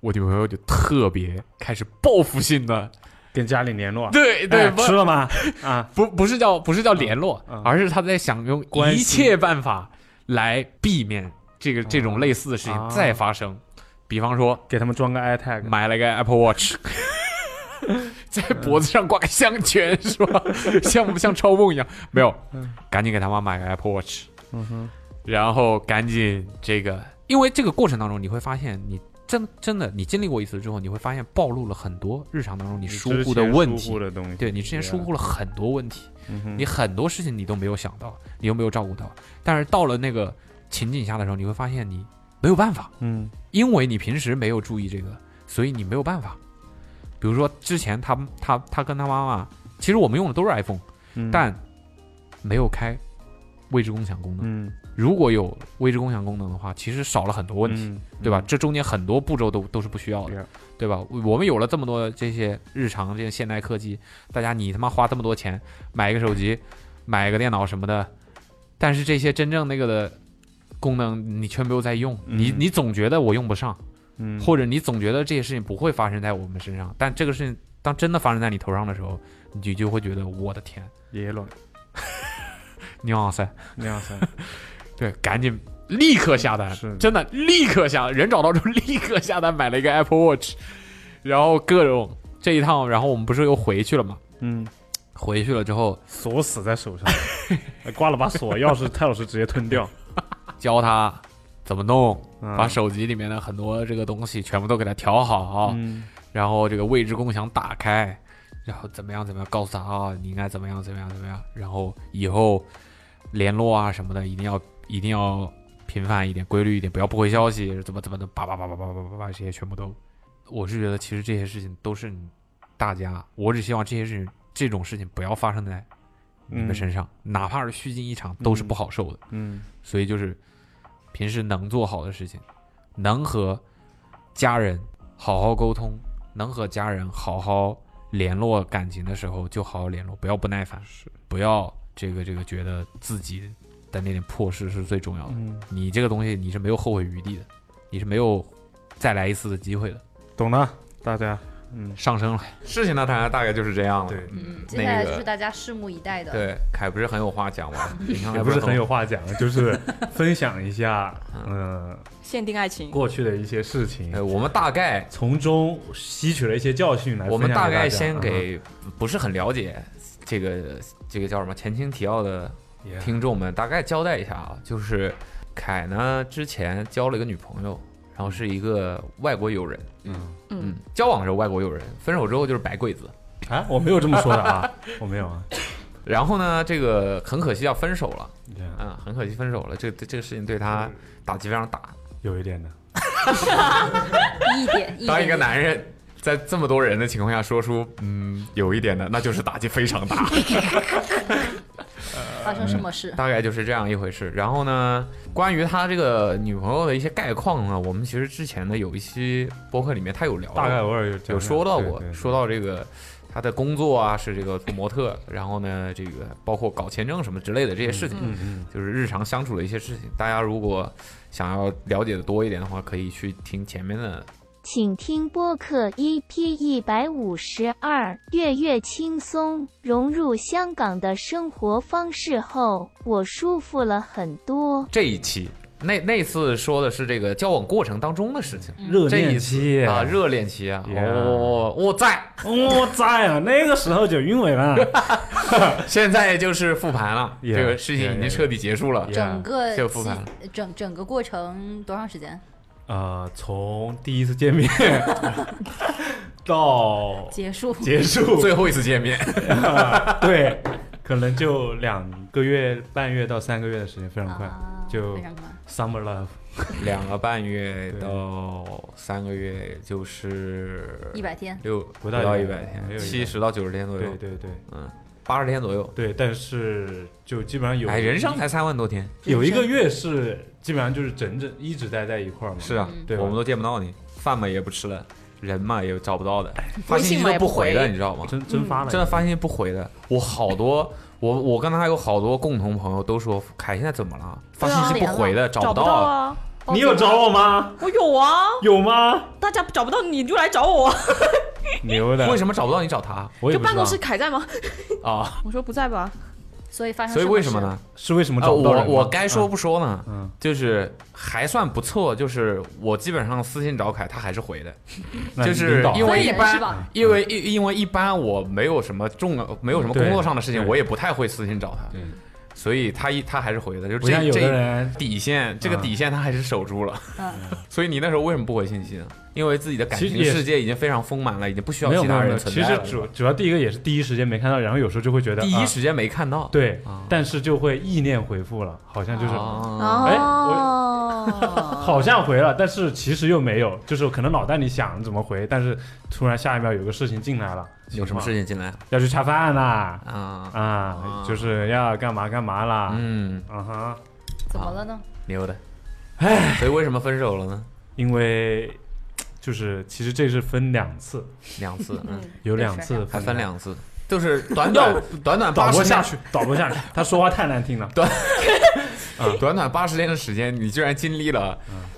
Speaker 2: 我女朋友就特别开始报复性的，
Speaker 6: 跟家里联络，
Speaker 2: 对对，
Speaker 6: 啊哎
Speaker 2: 不
Speaker 6: 吃了吗？啊，
Speaker 2: 不不是叫不是叫联络，
Speaker 6: 嗯嗯
Speaker 2: 而是她在想用
Speaker 6: 关
Speaker 2: 一
Speaker 6: 系
Speaker 2: 切办法来避免这个这种类似的事情
Speaker 6: 哦啊
Speaker 2: 再发生。比方说，
Speaker 6: 给他们装个 iTag，
Speaker 2: 买了个 Apple Watch，在脖子上挂个项圈，是吧？
Speaker 6: 嗯
Speaker 2: 像不像超梦一样？没有，赶紧给他妈买个 Apple Watch，
Speaker 6: 嗯哼，
Speaker 2: 然后赶紧这个，因为这个过程当中你会发现，你真真的，你经历过一次之后，你会发现暴露了很多日常当中你
Speaker 6: 你
Speaker 2: 疏
Speaker 6: 之
Speaker 2: 忽的
Speaker 6: 前
Speaker 2: 问
Speaker 6: 疏
Speaker 2: 题
Speaker 6: 忽。的东西，
Speaker 2: 对你之前疏忽了很多问题，
Speaker 6: 嗯哼，
Speaker 2: 你很多事情你都没有想到，你又没有照顾到，但是到了那个情景下的时候，你会发现你没有办法，
Speaker 6: 嗯
Speaker 2: 因为你平时没有注意这个，所以你没有办法。比如说之前他他他跟他妈妈，其实我们用的都是 iPhone，、
Speaker 6: 嗯
Speaker 2: 但没有开位置共享功能。
Speaker 6: 嗯
Speaker 2: 如果有位置共享功能的话，其实少了很多问题，
Speaker 6: 嗯
Speaker 2: 对吧？这中间很多步骤都都是不需要的
Speaker 6: Yeah，
Speaker 2: 对吧？我们有了这么多这些日常这些现代科技，大家你他妈花这么多钱买一个手 机，买一个电脑什么的，但是这些真正那个的功能你却没有在用，
Speaker 6: 嗯
Speaker 2: 你你总觉得我用不上，
Speaker 6: 嗯
Speaker 2: 或者你总觉得这些事情不会发生在我们身上，但这个事情当真的发生在你头上的时候，你就会觉得我的天，
Speaker 6: 耶了
Speaker 2: 你哇塞！
Speaker 6: 那样噻，
Speaker 2: 对，赶紧立刻下单，
Speaker 6: 是
Speaker 2: 真的立刻下，人找到之后立刻下单买了一个 Apple Watch，然后各种这一趟，然后我们不是又回去了嘛？
Speaker 6: 嗯，
Speaker 2: 回去了之后
Speaker 6: 锁死在 手上，哎挂了把锁，钥匙蔡老师直接吞掉，
Speaker 2: 教他怎么弄，
Speaker 6: 嗯
Speaker 2: 把手机里面的很多这个东西全部都给他调好，
Speaker 6: 嗯
Speaker 2: 然后这个位置共享打开，然后怎么样怎么样，告诉他啊，你应该怎么样怎么样怎么样，然后以后联络啊什么的，一定要一定要频繁一点，规律一点，不要不回消息，怎么怎么的，叭叭叭叭叭叭叭叭，这些全部都，我是觉得其实这些事情都是你大家，我只希望这些事情这种事情不要发生在你们
Speaker 6: 嗯
Speaker 2: 身上，哪怕是虚惊一场，都是不好受的。
Speaker 6: 嗯
Speaker 2: 所以就是平时能做好的事情，能和家人好好沟通，能和家人好好联络感情的时候就好好联络，不要不耐烦，不要这个这个觉得自己的那点破事是最重要的。
Speaker 6: 嗯，
Speaker 2: 你这个东西你是没有后悔余地的，你是没有再来一次的机会的。
Speaker 6: 懂了，大家，嗯
Speaker 2: 上升了，
Speaker 3: 事情呢，大概大概就是这样了。
Speaker 6: 对，
Speaker 5: 嗯，接
Speaker 3: 那
Speaker 5: 下来
Speaker 3: 个
Speaker 5: 就是大家拭目以待的。
Speaker 3: 对，凯不是很有话讲吗？平常
Speaker 6: 也不是很有话讲，就是 分享一下，嗯，
Speaker 8: 限定爱情，
Speaker 6: 过去的一些事情
Speaker 3: 呃，，我们大概
Speaker 6: 从中吸取了一些教训来分
Speaker 3: 我
Speaker 6: 享给
Speaker 3: 们
Speaker 6: 大家。
Speaker 3: 大概先
Speaker 6: 嗯
Speaker 3: 给不是很了解这个这个叫什么前情提要的
Speaker 6: Yeah
Speaker 3: 听众们大概交代一下啊，就是凯呢之前交了一个女朋友，然后是一个外国友人，嗯
Speaker 8: 嗯，，
Speaker 3: 交往的时候外国友人，分手之后就是白贵子。
Speaker 6: 啊，我没有这么说的啊， 我没有啊，
Speaker 3: 然后呢，这个很可惜要分手了，
Speaker 6: 这样
Speaker 3: 嗯，很可惜分手了，这这这个事情对他打击非常大。
Speaker 6: 有一点的，
Speaker 5: 一点一点。
Speaker 3: 当一个男人在这么多人的情况下说出嗯有一点的，那就是打击非常大。
Speaker 5: 发生什么事？
Speaker 3: 大概就是这样一回事。然后呢，关于他这个女朋友的一些概况呢，我们其实之前的有一期播客里面他有聊到，
Speaker 6: 大概偶尔有讲
Speaker 3: 有说到过
Speaker 6: 对，对
Speaker 3: 说到这个他的工作啊是这个做模特，然后呢，这个包括搞签证什么之类的这些事情，
Speaker 6: 嗯嗯，
Speaker 3: 就是日常相处的一些事情。大家如果想要了解的多一点的话，可以去听前面的
Speaker 1: 请听播客 EP 一百五十二，月月轻松融入香港的生活方式后，我舒服了很多。
Speaker 3: 这一期。那那次说的是这个交往过程当中的事情
Speaker 6: 热
Speaker 3: 这
Speaker 6: 恋
Speaker 3: 一
Speaker 6: 期
Speaker 3: 啊，热恋期啊，
Speaker 6: Yeah
Speaker 3: 哦，我在，
Speaker 6: 我在啊，那个时候就因为了，
Speaker 3: 现在就是复盘了
Speaker 6: Yeah,
Speaker 3: 这个事情已经彻底结束了。
Speaker 6: yeah,
Speaker 5: 整个
Speaker 3: 就复盘
Speaker 5: 期整整个过程多长时间？
Speaker 6: 呃，从第一次见面 到
Speaker 5: 结束。
Speaker 6: 结束，
Speaker 3: 最后一次见 面，
Speaker 6: 对，可能就两个月、半月到三个月的时间，非常快，
Speaker 5: 啊
Speaker 6: 就
Speaker 5: 非常快。
Speaker 6: summer love，
Speaker 3: 两个半月到三个月，就是
Speaker 5: 一百天，
Speaker 3: 六
Speaker 6: 不
Speaker 3: 不
Speaker 6: 到
Speaker 3: 到
Speaker 6: 一
Speaker 3: 一
Speaker 6: 百
Speaker 3: 百
Speaker 6: 没
Speaker 3: 天，
Speaker 6: 有一百
Speaker 3: 七十到九十天左
Speaker 6: 对
Speaker 3: 右，
Speaker 6: 对对
Speaker 3: 嗯，八十天左右。
Speaker 6: 对，但是就基本上有
Speaker 3: 哎，人生才三万多天，
Speaker 6: 有一个月是基本上就是整整一直待在一块儿嘛，
Speaker 3: 是啊，
Speaker 8: 嗯
Speaker 6: 对吧
Speaker 3: 我们都见不到你，饭嘛也不吃了，人嘛也找不到 的，发
Speaker 8: 微
Speaker 3: 信
Speaker 8: 信
Speaker 3: 息
Speaker 8: 嘛
Speaker 3: 都
Speaker 8: 也
Speaker 3: 不
Speaker 8: 不
Speaker 3: 回
Speaker 8: 回
Speaker 3: 的，你知道吗？
Speaker 6: 蒸蒸发了，
Speaker 3: 嗯真的发信息不回的，我好多，我我跟他有好多共同朋友都说，凯现在怎么了？发信息不回的，
Speaker 8: 啊找
Speaker 3: 找
Speaker 8: 不
Speaker 3: 到了。
Speaker 8: 啊。
Speaker 6: 你有找我吗？
Speaker 8: 我有啊，
Speaker 6: 有吗？
Speaker 8: 大家找不到你就来找我。
Speaker 6: 牛的
Speaker 3: 为什么找不到你找他
Speaker 6: 我也
Speaker 8: 就
Speaker 6: 不知
Speaker 8: 办
Speaker 6: 道
Speaker 8: 公室凯在吗？
Speaker 3: 啊？
Speaker 8: 我说不在吧。
Speaker 5: 所以发生
Speaker 3: 所以
Speaker 5: 什
Speaker 3: 为什么
Speaker 5: 事？
Speaker 3: 呢？
Speaker 6: 啊是为什么
Speaker 3: 啊，
Speaker 6: 找不到人
Speaker 3: 我
Speaker 6: 吗
Speaker 3: 我该说不说呢？
Speaker 6: 嗯，
Speaker 3: 就是还算不错，就是我基本上私信找凯，他还是回的，
Speaker 6: 那
Speaker 3: 就是
Speaker 6: 领导啊
Speaker 3: 因为
Speaker 5: 所以
Speaker 3: 一
Speaker 5: 人
Speaker 3: 般嗯
Speaker 5: 是吧？
Speaker 3: 因为因因为一般我没有什么重没有什么
Speaker 6: 嗯对
Speaker 3: 工作上的事情，
Speaker 6: 对
Speaker 3: 我也不太会私信找他。
Speaker 6: 对
Speaker 2: 所以他一他还是回的，就
Speaker 6: 不像
Speaker 2: 这
Speaker 6: 有的
Speaker 2: 这
Speaker 6: 人
Speaker 2: 底线，这个
Speaker 6: 嗯
Speaker 2: 底线他还是守住了。
Speaker 5: 嗯，
Speaker 2: 所以你那时候为什么不回信息呢？因为自己的感
Speaker 6: 其实
Speaker 2: 情
Speaker 6: 也
Speaker 2: 世界已经非常丰满了，已经不需要
Speaker 6: 没有
Speaker 2: 其
Speaker 6: 没有
Speaker 2: 他
Speaker 6: 没有，
Speaker 2: 人存
Speaker 6: 其
Speaker 2: 在
Speaker 6: 实
Speaker 2: 了。
Speaker 6: 主主要第一个也是第一时间没看到，然后有啊时候就会觉得
Speaker 2: 第一
Speaker 6: 啊
Speaker 2: 时间没看到，
Speaker 6: 对
Speaker 2: 啊，
Speaker 6: 但是就会意念回复了，好像就是
Speaker 2: 啊，
Speaker 6: 哎
Speaker 5: 哦，
Speaker 6: 好像回了，但是其实又没有，就是可能脑袋里想怎么回，但是突然下一秒有个事情进来了，
Speaker 2: 有什么事情进来
Speaker 6: 要去恰饭啦，
Speaker 2: 啊？
Speaker 6: 啊，就是要干嘛干嘛啦，
Speaker 2: 嗯，
Speaker 6: 啊哈，
Speaker 5: 怎么了呢？
Speaker 2: 牛的。所以为什么分手了呢？
Speaker 6: 因为就是其实这是分两次，
Speaker 2: 两次，嗯，
Speaker 6: 有两次
Speaker 2: 还
Speaker 6: 分
Speaker 2: 分两次，就是短短短短
Speaker 6: 导
Speaker 2: 八
Speaker 6: 播
Speaker 2: 十
Speaker 6: 下
Speaker 2: 天，
Speaker 6: 去，导播下去，他说话太难听了，
Speaker 2: 嗯短短八十天的时间，你居然经历了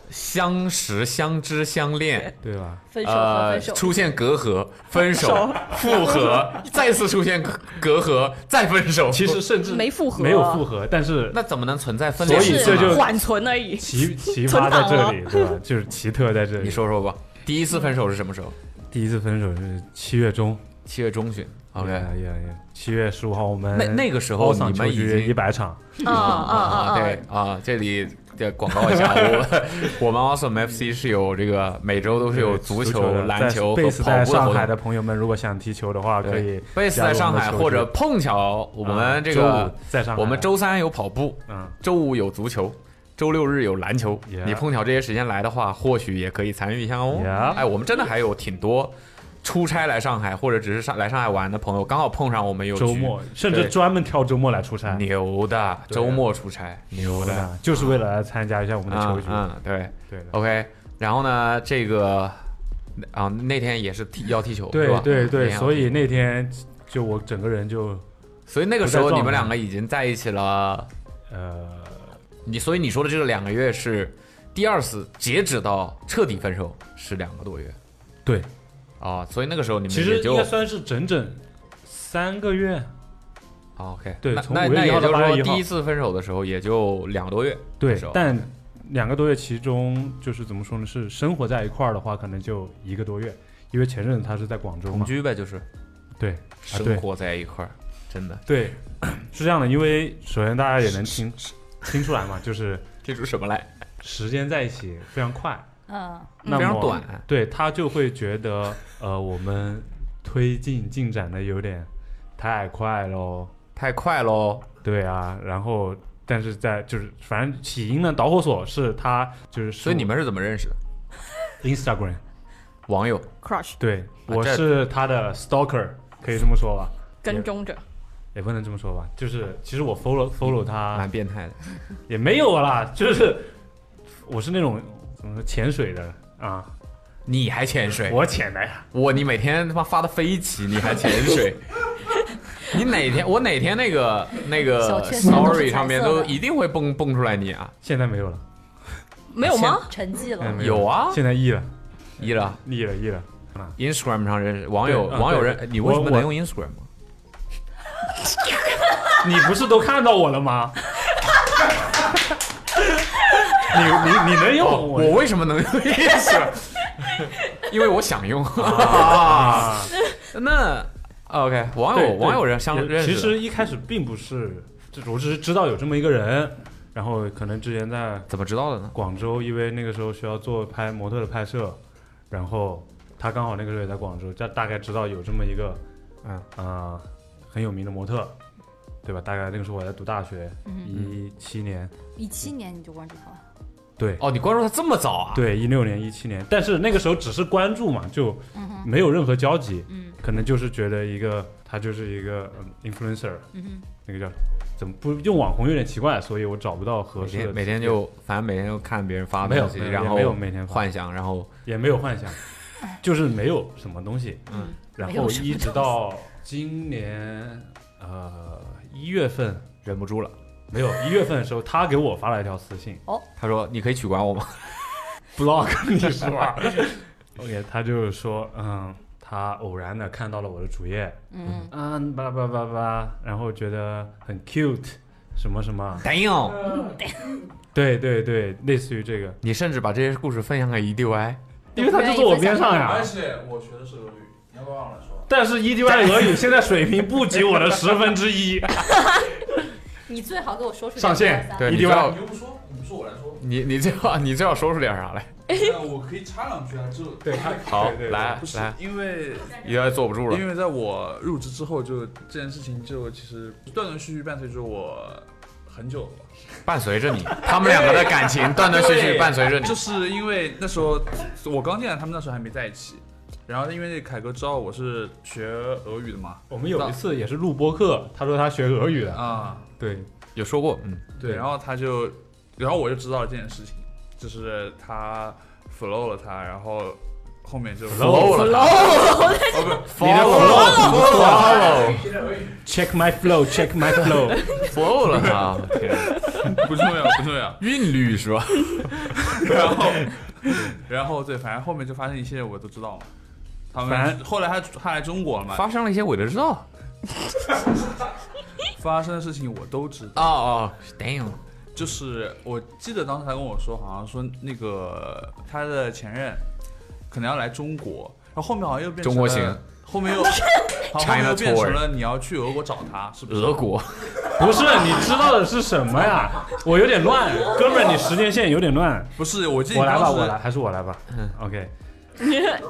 Speaker 2: 相识、相知、相恋，
Speaker 6: 对吧？
Speaker 5: 分手和
Speaker 2: 呃
Speaker 5: 分，手，
Speaker 2: 出现隔阂，分手，复合， 再次出现隔隔阂，再分手。
Speaker 6: 其实甚至
Speaker 8: 没复合，
Speaker 6: 没有复合，但是
Speaker 2: 那怎么能存在分
Speaker 6: 所
Speaker 2: 两
Speaker 6: 以
Speaker 2: 次呢？
Speaker 6: 这
Speaker 5: 啊
Speaker 6: 就
Speaker 8: 缓存而已。
Speaker 6: 奇奇葩在这里，对吧？就是奇特在这里。
Speaker 2: 你说说吧，第一次分手是什么时候？
Speaker 6: 第一次分手是七月中哎
Speaker 2: 七月中旬。OK，
Speaker 6: 呀呀呀！七月十五号，我们
Speaker 2: 那那个时候哦你们已
Speaker 6: 一
Speaker 2: 经
Speaker 6: 百场，
Speaker 8: 啊啊
Speaker 2: 啊，对啊，这里这广告一下，我我们 Awesome FC 是有这个每周都是有足球、
Speaker 6: 的
Speaker 2: 篮球
Speaker 6: 在
Speaker 2: 和
Speaker 6: base 在
Speaker 2: 跑步的
Speaker 6: 上
Speaker 2: 活
Speaker 6: 海
Speaker 2: 动
Speaker 6: 的。朋友们，如果想踢球的话，可以
Speaker 2: 对贝斯在上海，或者碰巧我
Speaker 6: 我
Speaker 2: 们这个，
Speaker 6: 在啊上海，
Speaker 2: 我们周三有跑步，
Speaker 6: 嗯，
Speaker 2: 周五有足球，周六日有篮球。
Speaker 6: Yeah
Speaker 2: 你碰巧这些时间来的话，或许也可以参与一下哦。
Speaker 6: Yeah
Speaker 2: 哎，我们真的还有挺多出差来上海，或者只是上来上海玩的朋友，刚好碰上我们有
Speaker 6: 周
Speaker 2: 局
Speaker 6: 末，甚至专门挑周末来出差，
Speaker 2: 牛的，
Speaker 6: 对啊
Speaker 2: 周末出差牛的
Speaker 6: 的，就是为了来参加一下我们的球
Speaker 2: 嗯
Speaker 6: 局，
Speaker 2: 嗯，对
Speaker 6: 对的，
Speaker 2: ，OK。然后呢，这个啊那天也是踢要踢球，是吧
Speaker 6: 对对
Speaker 2: 那
Speaker 6: 对，
Speaker 2: 天要
Speaker 6: 所
Speaker 2: 踢
Speaker 6: 以
Speaker 2: 球
Speaker 6: 那天就我整个人就
Speaker 2: 所以那个
Speaker 6: 不
Speaker 2: 时
Speaker 6: 在
Speaker 2: 候你
Speaker 6: 状
Speaker 2: 们
Speaker 6: 态
Speaker 2: 两个已经在一起了。
Speaker 6: 呃，
Speaker 2: 你所以你说的这个两个月是第二次截止到彻底分手是两个多月
Speaker 6: 对，
Speaker 2: 啊，所以那个时候你们
Speaker 6: 其实
Speaker 2: 也
Speaker 6: 应
Speaker 2: 就
Speaker 6: 该算是整整三个月，
Speaker 2: 啊 OK
Speaker 6: 对
Speaker 2: 那
Speaker 6: 从
Speaker 2: 那
Speaker 6: 5月
Speaker 2: 那
Speaker 6: 1
Speaker 2: 也
Speaker 6: 号
Speaker 2: 就
Speaker 6: 到
Speaker 2: 是
Speaker 6: 8月
Speaker 2: 说
Speaker 6: 1号
Speaker 2: 第一次分手的时候也就两个多月，
Speaker 6: 对
Speaker 2: 是吧，
Speaker 6: 但两个多月其中就是怎么说呢？是生活在一块儿的话，可能就一个多月，因为前任他是在广州
Speaker 2: 同
Speaker 6: 嘛。
Speaker 2: 居呗，就是
Speaker 6: 对
Speaker 2: 生
Speaker 6: 啊对
Speaker 2: 活在一块儿，真的
Speaker 6: 对， 是这样的，因为首先大家也能听听出来嘛，就是
Speaker 2: 这出什么来？
Speaker 6: 时间在一起非常 快，
Speaker 5: 嗯，
Speaker 6: 那
Speaker 2: 非常
Speaker 6: 么
Speaker 2: 短，
Speaker 6: 对他就会觉得呃，我们推进进展的有点太快喽。
Speaker 2: 太快喽，
Speaker 6: 对啊，然后但是在就是反正起因呢，导火索是他就是
Speaker 2: 所以你们是怎么认识的？
Speaker 6: Instagram
Speaker 2: 网友
Speaker 8: crush
Speaker 6: 对我
Speaker 2: 啊这
Speaker 6: 是他的 stalker，可以这么说吧。
Speaker 8: 跟踪
Speaker 6: 啊
Speaker 8: 者，
Speaker 6: 也不能这么说吧，就是其实我 follow
Speaker 2: 嗯
Speaker 6: follow 他
Speaker 2: 蛮变态的，
Speaker 6: 也没有啦，就是我是那种怎么说潜水的啊，
Speaker 2: 你还潜水？
Speaker 6: 我潜的呀，
Speaker 2: 我你每天他妈发的飞起，你还潜 水？你哪天我哪天那个那
Speaker 5: 小
Speaker 2: 个
Speaker 5: 确幸都是
Speaker 2: story
Speaker 5: 彩
Speaker 2: 上面
Speaker 5: 色
Speaker 2: 都
Speaker 5: 的
Speaker 2: 一定会蹦蹦出来你啊？
Speaker 6: 现在没有了，
Speaker 8: 没有吗？
Speaker 5: 沉寂
Speaker 6: 现
Speaker 3: 嗯
Speaker 6: 在
Speaker 5: 了，
Speaker 6: 没有
Speaker 2: 有啊
Speaker 6: 现在 E 了
Speaker 2: 一了
Speaker 6: ，E 了，E 了。
Speaker 2: Instagram 上认识网友，
Speaker 6: 对啊
Speaker 2: 网友
Speaker 6: 对
Speaker 2: 认你为什么
Speaker 6: 我
Speaker 2: 能用 Instagram 吗？
Speaker 6: 你不是都看到我了吗？ 你你你能用
Speaker 2: 哦，
Speaker 6: 我
Speaker 2: 我为什么 能用 Instagram？因为我想用。
Speaker 6: 啊？
Speaker 2: 那 OK，网友
Speaker 6: 对对
Speaker 2: 网友认相
Speaker 6: 也
Speaker 2: 认识
Speaker 6: 其
Speaker 2: 的，
Speaker 6: 实一开始并不是，就是我只是知道有这么一个人，然后可能之前在
Speaker 2: 怎么知道的呢？
Speaker 6: 广州，因为那个时候需要做拍模特的拍摄，然后他刚好那个时候也在广州，大大概知道有这么一个，
Speaker 2: 嗯
Speaker 6: 呃很有名的模特，对吧？大概那个时候我还在读大学，
Speaker 5: 嗯，
Speaker 6: 一七年，
Speaker 5: 一七年你就关注他了，
Speaker 6: 对
Speaker 2: 哦，你关注他这么早啊？
Speaker 6: 对，一六年一七年，但是那个时候只是关注嘛，就
Speaker 5: 嗯哼，
Speaker 6: 没有任何交集，
Speaker 5: 嗯
Speaker 6: 可能就是觉得一个他就是一个、嗯 influencer，
Speaker 5: 嗯哼，
Speaker 6: 那个叫怎么不用网红有点奇怪，所以我找不到合
Speaker 2: 每
Speaker 6: 适的
Speaker 2: 天每天就反正每天就看别人发
Speaker 6: 没
Speaker 2: 的
Speaker 6: 有
Speaker 2: 东西，
Speaker 6: 没有
Speaker 2: 然
Speaker 6: 也
Speaker 2: 后
Speaker 6: 没有每天发
Speaker 2: 幻想，然后
Speaker 6: 也没有幻 想，就是没有什么东西。
Speaker 2: 嗯，
Speaker 6: 然
Speaker 5: 没有
Speaker 6: 后
Speaker 5: 什么
Speaker 6: 一
Speaker 5: 东
Speaker 6: 直
Speaker 5: 西
Speaker 6: 到今年呃一月份，
Speaker 2: 忍不住了。
Speaker 6: 没有一月份的时候，他给我发了一条私信
Speaker 2: 他说：“你可以取关我吗
Speaker 6: ，blog 你说啊 ，OK，他就说嗯，他偶然的看到了我的主页，
Speaker 5: 嗯，
Speaker 6: 啊叭叭叭叭，然后觉得很 cute，什么什么，
Speaker 2: ？”Damn！
Speaker 6: 对对对，类似于这个，
Speaker 2: 你甚至把这些故事分享给 E EDY，
Speaker 6: 因为他就坐我边上
Speaker 7: 而
Speaker 6: 呀。
Speaker 7: 且我学的是俄语，你要不要让我来说？啊
Speaker 6: 但是 EDY 俄语现在水平不及我的十分之一，
Speaker 8: 你最好给我说出
Speaker 4: 上线
Speaker 5: 啊
Speaker 2: 对，
Speaker 8: 两个
Speaker 4: 一
Speaker 2: 你
Speaker 4: 定
Speaker 2: 最
Speaker 4: 要
Speaker 2: 好
Speaker 7: 你又不说，你不说我来 说，
Speaker 2: 你你最好你最好说出点啥来。
Speaker 7: 那我可以插两句啊，就
Speaker 4: 对他
Speaker 2: 好
Speaker 4: 对对，对
Speaker 2: 来
Speaker 7: 不是
Speaker 2: 来，
Speaker 7: 因为
Speaker 2: 有点坐不住了。
Speaker 7: 因为在我入职之后，就这件事情就其实断断续续伴随着我很久了。
Speaker 2: 伴随着你，他们两个的感情断断续续
Speaker 7: 对
Speaker 2: 伴随着你
Speaker 7: 就。是因为那时候我刚进来，他们那时候还没在一起。然后因为凯哥知道我是学俄语的嘛，
Speaker 4: 我们有一次也是录播课，他说他学俄语的，
Speaker 7: 啊、
Speaker 4: 对，
Speaker 2: 有说过，嗯，
Speaker 7: 对，然后他就，然后我就知道了这件事情，就是他 flow 了他，然后后面就
Speaker 2: follow 了他哦
Speaker 4: 你的
Speaker 2: follow
Speaker 6: Check my flow, check my flow。
Speaker 2: follow 了他，天
Speaker 7: 不重要不重要，
Speaker 2: 韵律是吧？
Speaker 7: 然后，然后对，反正后面就发生一系列我都知道嘛。他
Speaker 2: 反
Speaker 7: 们后来他他来中国了嘛，发
Speaker 2: 发生了一些我都知道
Speaker 7: 发生的事情我都知道。
Speaker 2: 哦哦，damn，
Speaker 7: 就是我记得当时他跟我说，好像说那个他的前任可能要来中国，然后后面好像又变成
Speaker 2: 中国
Speaker 7: 了
Speaker 2: 行，
Speaker 7: 后面又好像后面
Speaker 2: China
Speaker 7: 又
Speaker 2: tour
Speaker 7: 变成了你要去俄国找他，是不是？
Speaker 2: 俄国
Speaker 6: 不是，你知道的是什么呀？我有点乱，哥们儿，你时间线有点乱。
Speaker 7: 不是，我记得
Speaker 6: 我
Speaker 7: 你
Speaker 6: 来
Speaker 7: 当
Speaker 6: 吧，
Speaker 7: 时
Speaker 6: 我来，还是我来吧。嗯，OK，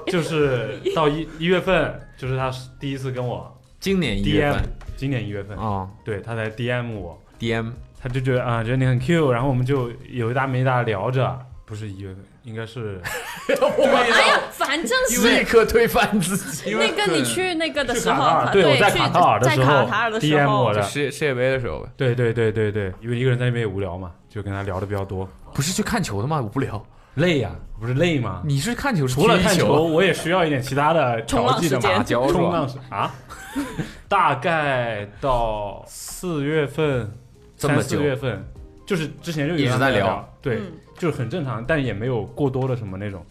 Speaker 6: 就是到一一月份，就是他第一次跟我
Speaker 2: 今年一月
Speaker 6: DM，
Speaker 2: 份
Speaker 6: 今年一月份，
Speaker 2: 啊
Speaker 6: 对他才 DM 我，
Speaker 2: ，DM
Speaker 6: 他就觉得啊，觉得你很 Q，然后我们就有一搭没一搭聊着，不是一月份，应该是
Speaker 7: 对
Speaker 8: 哎
Speaker 7: 呀，
Speaker 8: 呀，反正
Speaker 2: 立
Speaker 8: 是
Speaker 2: 刻推翻自己。
Speaker 7: 因为
Speaker 8: 那个你
Speaker 7: 可能
Speaker 8: 去那个的
Speaker 6: 去
Speaker 8: 时
Speaker 6: 卡塔
Speaker 8: 候，
Speaker 6: 尔，对，我在
Speaker 8: 去
Speaker 6: 卡塔尔的
Speaker 8: 在
Speaker 6: 时
Speaker 8: 卡
Speaker 6: 候
Speaker 8: 塔尔的时
Speaker 6: DM 我
Speaker 8: 候，
Speaker 6: 的，
Speaker 2: 世界世界杯的时候呗，
Speaker 6: 对对对对对，因为一个人在那边也无聊嘛，就跟他聊的比较多，
Speaker 2: 不是去看球的吗？无聊，
Speaker 6: 累呀、不是累吗？
Speaker 2: 你是看球，
Speaker 6: 除了
Speaker 2: 踢
Speaker 6: 看嗯球，
Speaker 2: 球，
Speaker 6: 我也需要一点其他的调剂的
Speaker 8: 冲
Speaker 6: 嘛
Speaker 2: 间打
Speaker 8: 浪时，
Speaker 2: 胶是吧
Speaker 6: 冲浪时啊， 大概到四月份，
Speaker 2: 这么
Speaker 6: 三四
Speaker 2: 久
Speaker 6: 月份，就是之前就有
Speaker 2: 一直
Speaker 6: 人
Speaker 2: 在聊
Speaker 6: 聊，对，
Speaker 8: 嗯
Speaker 6: 就是很正常，但也没有过多的什么那种。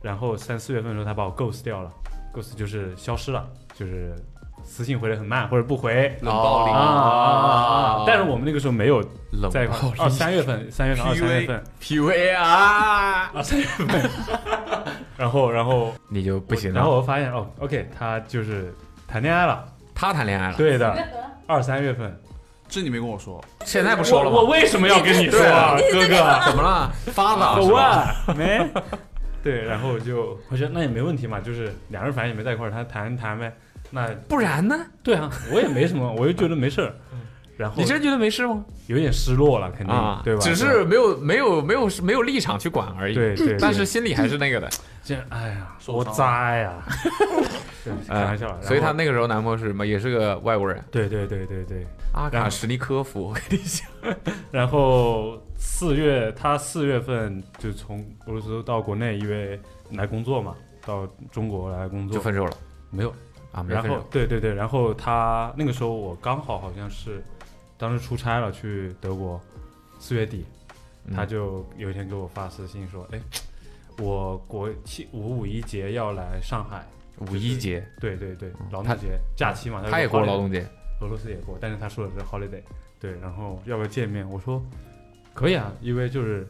Speaker 6: 然后三四月份的时候，他把我 ghost 掉了，ghost 就是消失了，就是私信回的很慢或者不回。
Speaker 2: 冷暴
Speaker 6: 啊
Speaker 2: 力
Speaker 6: 啊啊啊！但是我们那个时候没有
Speaker 2: 冷
Speaker 6: 在一块
Speaker 2: 暴
Speaker 6: 儿，二三月份，三月份，二三月份，
Speaker 2: PUA 啊，
Speaker 6: 二三月份，然后然后
Speaker 2: 你就不行了。
Speaker 6: 然后我发现哦，OK，他就是谈恋爱了，
Speaker 2: 他谈恋爱了，
Speaker 6: 对的，二三月份。
Speaker 7: 这你没跟我说，
Speaker 2: 现在不说了
Speaker 6: 我我
Speaker 2: 吗？
Speaker 6: 为什么要跟你说啊，哥
Speaker 2: 怎
Speaker 6: 哥？
Speaker 2: 么了？发了
Speaker 6: 我
Speaker 2: 是吧？
Speaker 6: 问没？对，然后我就我觉得那也没问题嘛，就是两人反正也没在一块儿，他谈谈呗。那
Speaker 2: 不然呢？
Speaker 6: 对啊，我也没什么，我就觉得没事 儿。然后
Speaker 2: 你真觉得没事吗？
Speaker 6: 有点失落了，肯定对吧？
Speaker 2: 啊只是没有没有没有没有立场去管而已。
Speaker 6: 对对对
Speaker 2: 但是心里还是那个的。
Speaker 6: 这，哎呀，
Speaker 7: 受
Speaker 6: 我啊哎
Speaker 7: 伤了
Speaker 6: 渣呀！ 对开玩笑，然后
Speaker 2: 呃所以她那个时候男朋友是什么？也是个外国人，
Speaker 6: 对对对对对，
Speaker 2: 阿
Speaker 6: 然
Speaker 2: 卡
Speaker 6: 后
Speaker 2: 什尼科夫。我跟你讲，
Speaker 6: 然后四月，他四月份就从俄罗斯到国内，因为来工作嘛，到中国来工
Speaker 2: 就
Speaker 6: 作，
Speaker 2: 分手了
Speaker 6: 没有。
Speaker 2: 啊？没
Speaker 6: 然
Speaker 2: 分
Speaker 6: 后
Speaker 2: 手。
Speaker 6: 对对对，然后他那个时候我刚好好像是当时出差了，去德国，四月底，
Speaker 2: 嗯
Speaker 6: 他就有一天给我发私信说，哎，我国庆五五一节要来上海，
Speaker 2: 五一节，
Speaker 6: 对对对，劳
Speaker 2: 嗯他
Speaker 6: 动节假期嘛，
Speaker 2: 他也
Speaker 6: 过
Speaker 2: 过劳动节。
Speaker 6: 俄罗斯也过，但是他说的是 holiday，对，然后要不要见面？我说可以啊，因为就是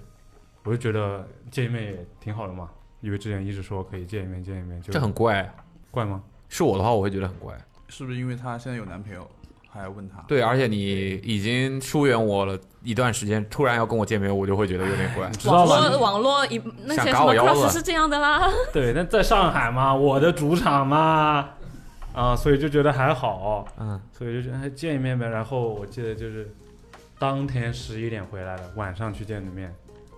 Speaker 6: 我就觉得见一面也挺好的嘛，因为之前一直说可以见一面见一面，就
Speaker 2: 这很怪。啊
Speaker 6: 怪吗？
Speaker 2: 是我的话，我会觉得很怪。
Speaker 7: 是不是因为他现在有男朋友，还问他？
Speaker 2: 对，而且你已经疏远我了一段时间，突然要跟我见面，我就会觉得有点怪。
Speaker 6: 知道
Speaker 8: 网
Speaker 6: 吗？
Speaker 8: 络网络一哎那些
Speaker 2: 想
Speaker 8: 什
Speaker 2: 搞我
Speaker 8: 么
Speaker 2: 腰子
Speaker 8: crush 是这样的啦，
Speaker 6: 对，那在上海嘛，我的主场嘛，啊，所以就觉得还好，
Speaker 2: 嗯，
Speaker 6: 所以就觉得哎见一面呗。然后我记得就是当天十一点回来了，晚上去见的面，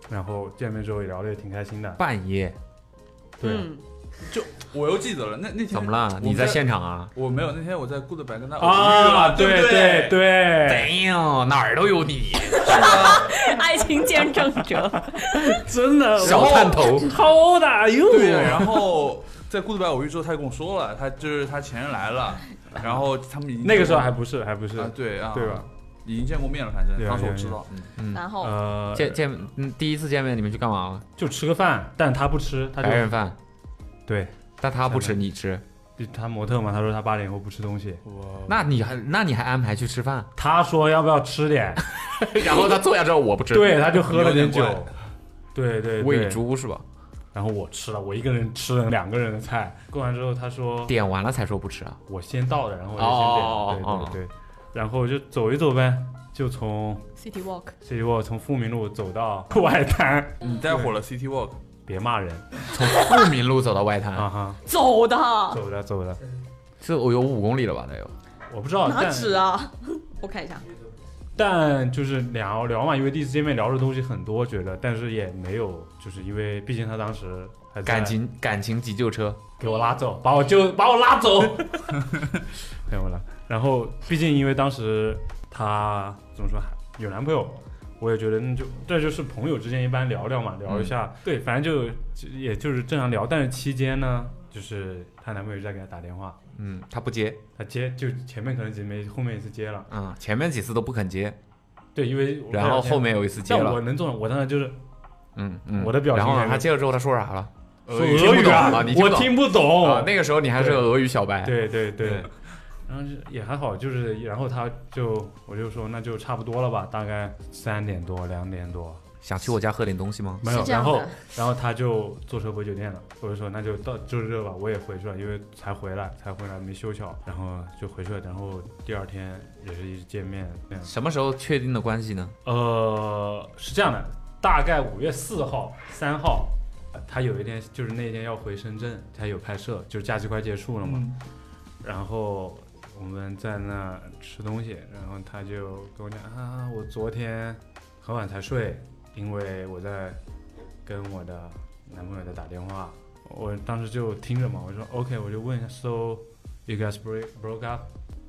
Speaker 6: 然后见面之后也聊得也挺开心的，
Speaker 2: 半夜
Speaker 6: 对啊，
Speaker 8: 嗯，
Speaker 7: 我又记得了，那那天
Speaker 2: 怎么了？你在？现场啊？
Speaker 7: 我们在我没有，那天我在 Goodbye 跟他偶遇
Speaker 6: 啊，
Speaker 7: 了，
Speaker 6: 对
Speaker 7: 不哦对
Speaker 8: 哎
Speaker 6: 对，
Speaker 2: damn，哪儿都有 你，
Speaker 8: 爱情见证 者，
Speaker 6: 嗯真的
Speaker 8: 哦
Speaker 2: 小探 头。
Speaker 6: How old are you？
Speaker 7: 对，然后在 Goodbye 偶遇之后，他就跟我说了，他就是他前任来了，然后他们已经
Speaker 6: 那个时候还不是，还不是，
Speaker 7: 啊对啊
Speaker 6: 对吧？
Speaker 7: 已经见过面了，反正
Speaker 6: 对啊
Speaker 7: 当时我知道，
Speaker 8: 然后
Speaker 6: 呃，
Speaker 2: 见见，嗯，第一次见面你们去干嘛了？
Speaker 6: 就吃个饭，但他不吃，他就
Speaker 2: 白人饭，
Speaker 6: 对，
Speaker 2: 但他不吃，你吃，
Speaker 6: 他模特嘛，他说他八点以后不吃东西，
Speaker 2: 那你还那你还安排去吃 饭？
Speaker 6: 他说要不要 吃点，
Speaker 2: 然后他坐下之后我不吃，
Speaker 6: 对，，他就喝了点酒
Speaker 7: 有点，
Speaker 6: 对对
Speaker 2: 喂
Speaker 6: 对，
Speaker 2: 猪是吧？
Speaker 6: 然后我吃了，我一个人吃了两个人的菜，过完之后他说
Speaker 2: 点完了才说不吃啊。
Speaker 6: 我先到的，然后我
Speaker 2: 哦哦哦
Speaker 6: 就先点，
Speaker 2: 哦
Speaker 6: 对对对，然后就走一走呗，就从
Speaker 8: City Walk，
Speaker 6: City Walk 从富民路走到外滩，
Speaker 7: 你带火了 City Walk，
Speaker 6: 别骂人
Speaker 2: 从富民路走到外滩，
Speaker 6: 啊哈，
Speaker 8: 走的，
Speaker 6: 走了走了，
Speaker 2: 这我有五公里了吧？得有。
Speaker 6: 我不知道，
Speaker 8: 哪
Speaker 6: 但
Speaker 8: 止啊？ 我看一下，
Speaker 6: 但就是聊聊嘛，因为第一次见面聊的东西很多，觉得，但是也没有，就是因为毕竟他当时还在
Speaker 2: 感情感情急救车，
Speaker 6: 给我拉走，把我就把我拉走，没有了。然后毕竟因为当时她怎么说有男朋友，我也觉得嗯那就这就是朋友之间一般聊聊嘛，聊一下，对，反正就就也就是正常聊。但是期间呢，就是她男朋友一直在给她打电话，
Speaker 2: 嗯，他不接，
Speaker 6: 她接就前面可能几没，后面一次接了，
Speaker 2: 嗯，前面几次都不肯接，
Speaker 6: 对，因为我
Speaker 2: 然后后面有一次接
Speaker 6: 但我
Speaker 2: 了，
Speaker 6: 能做到，我当时就是
Speaker 2: 嗯嗯，
Speaker 6: 我的表情
Speaker 2: 然后
Speaker 6: 还
Speaker 2: 呢，
Speaker 6: 是呃
Speaker 2: 他接了之后他说啥了？
Speaker 6: 说
Speaker 2: 俄语
Speaker 6: 俄
Speaker 2: 听不
Speaker 6: 语
Speaker 2: 懂啊你听不
Speaker 6: 我
Speaker 2: 懂
Speaker 6: 听不懂
Speaker 2: 啊，那个时候你还是个俄语小白，
Speaker 6: 对对对
Speaker 2: 对，
Speaker 6: 然后就也还好，就是然后他就我就说那就差不多了吧，大概三点多两点多
Speaker 2: 想去我家喝点东西吗？
Speaker 6: 没有，
Speaker 5: 是这
Speaker 6: 然
Speaker 5: 样
Speaker 6: 后
Speaker 5: 的
Speaker 6: 然后他就坐车回酒店了，我就说那就到就这吧，我也回去了，因为才回来才回来没休巧，然后就回去了，然后第二天也是一直见面，这样
Speaker 2: 什么时候确定的关系呢？
Speaker 6: 呃，是这样的，大概五月四号、三号，呃他有一天就是那天要回深圳，他有拍摄，就是假期快结束了嘛。然后我们在那吃东西，然后他就跟我讲啊，我昨天很晚才睡，因为我在跟我的男朋友在打电话。我当时就听着嘛，我说 OK，我就问一下，So you guys break broke up？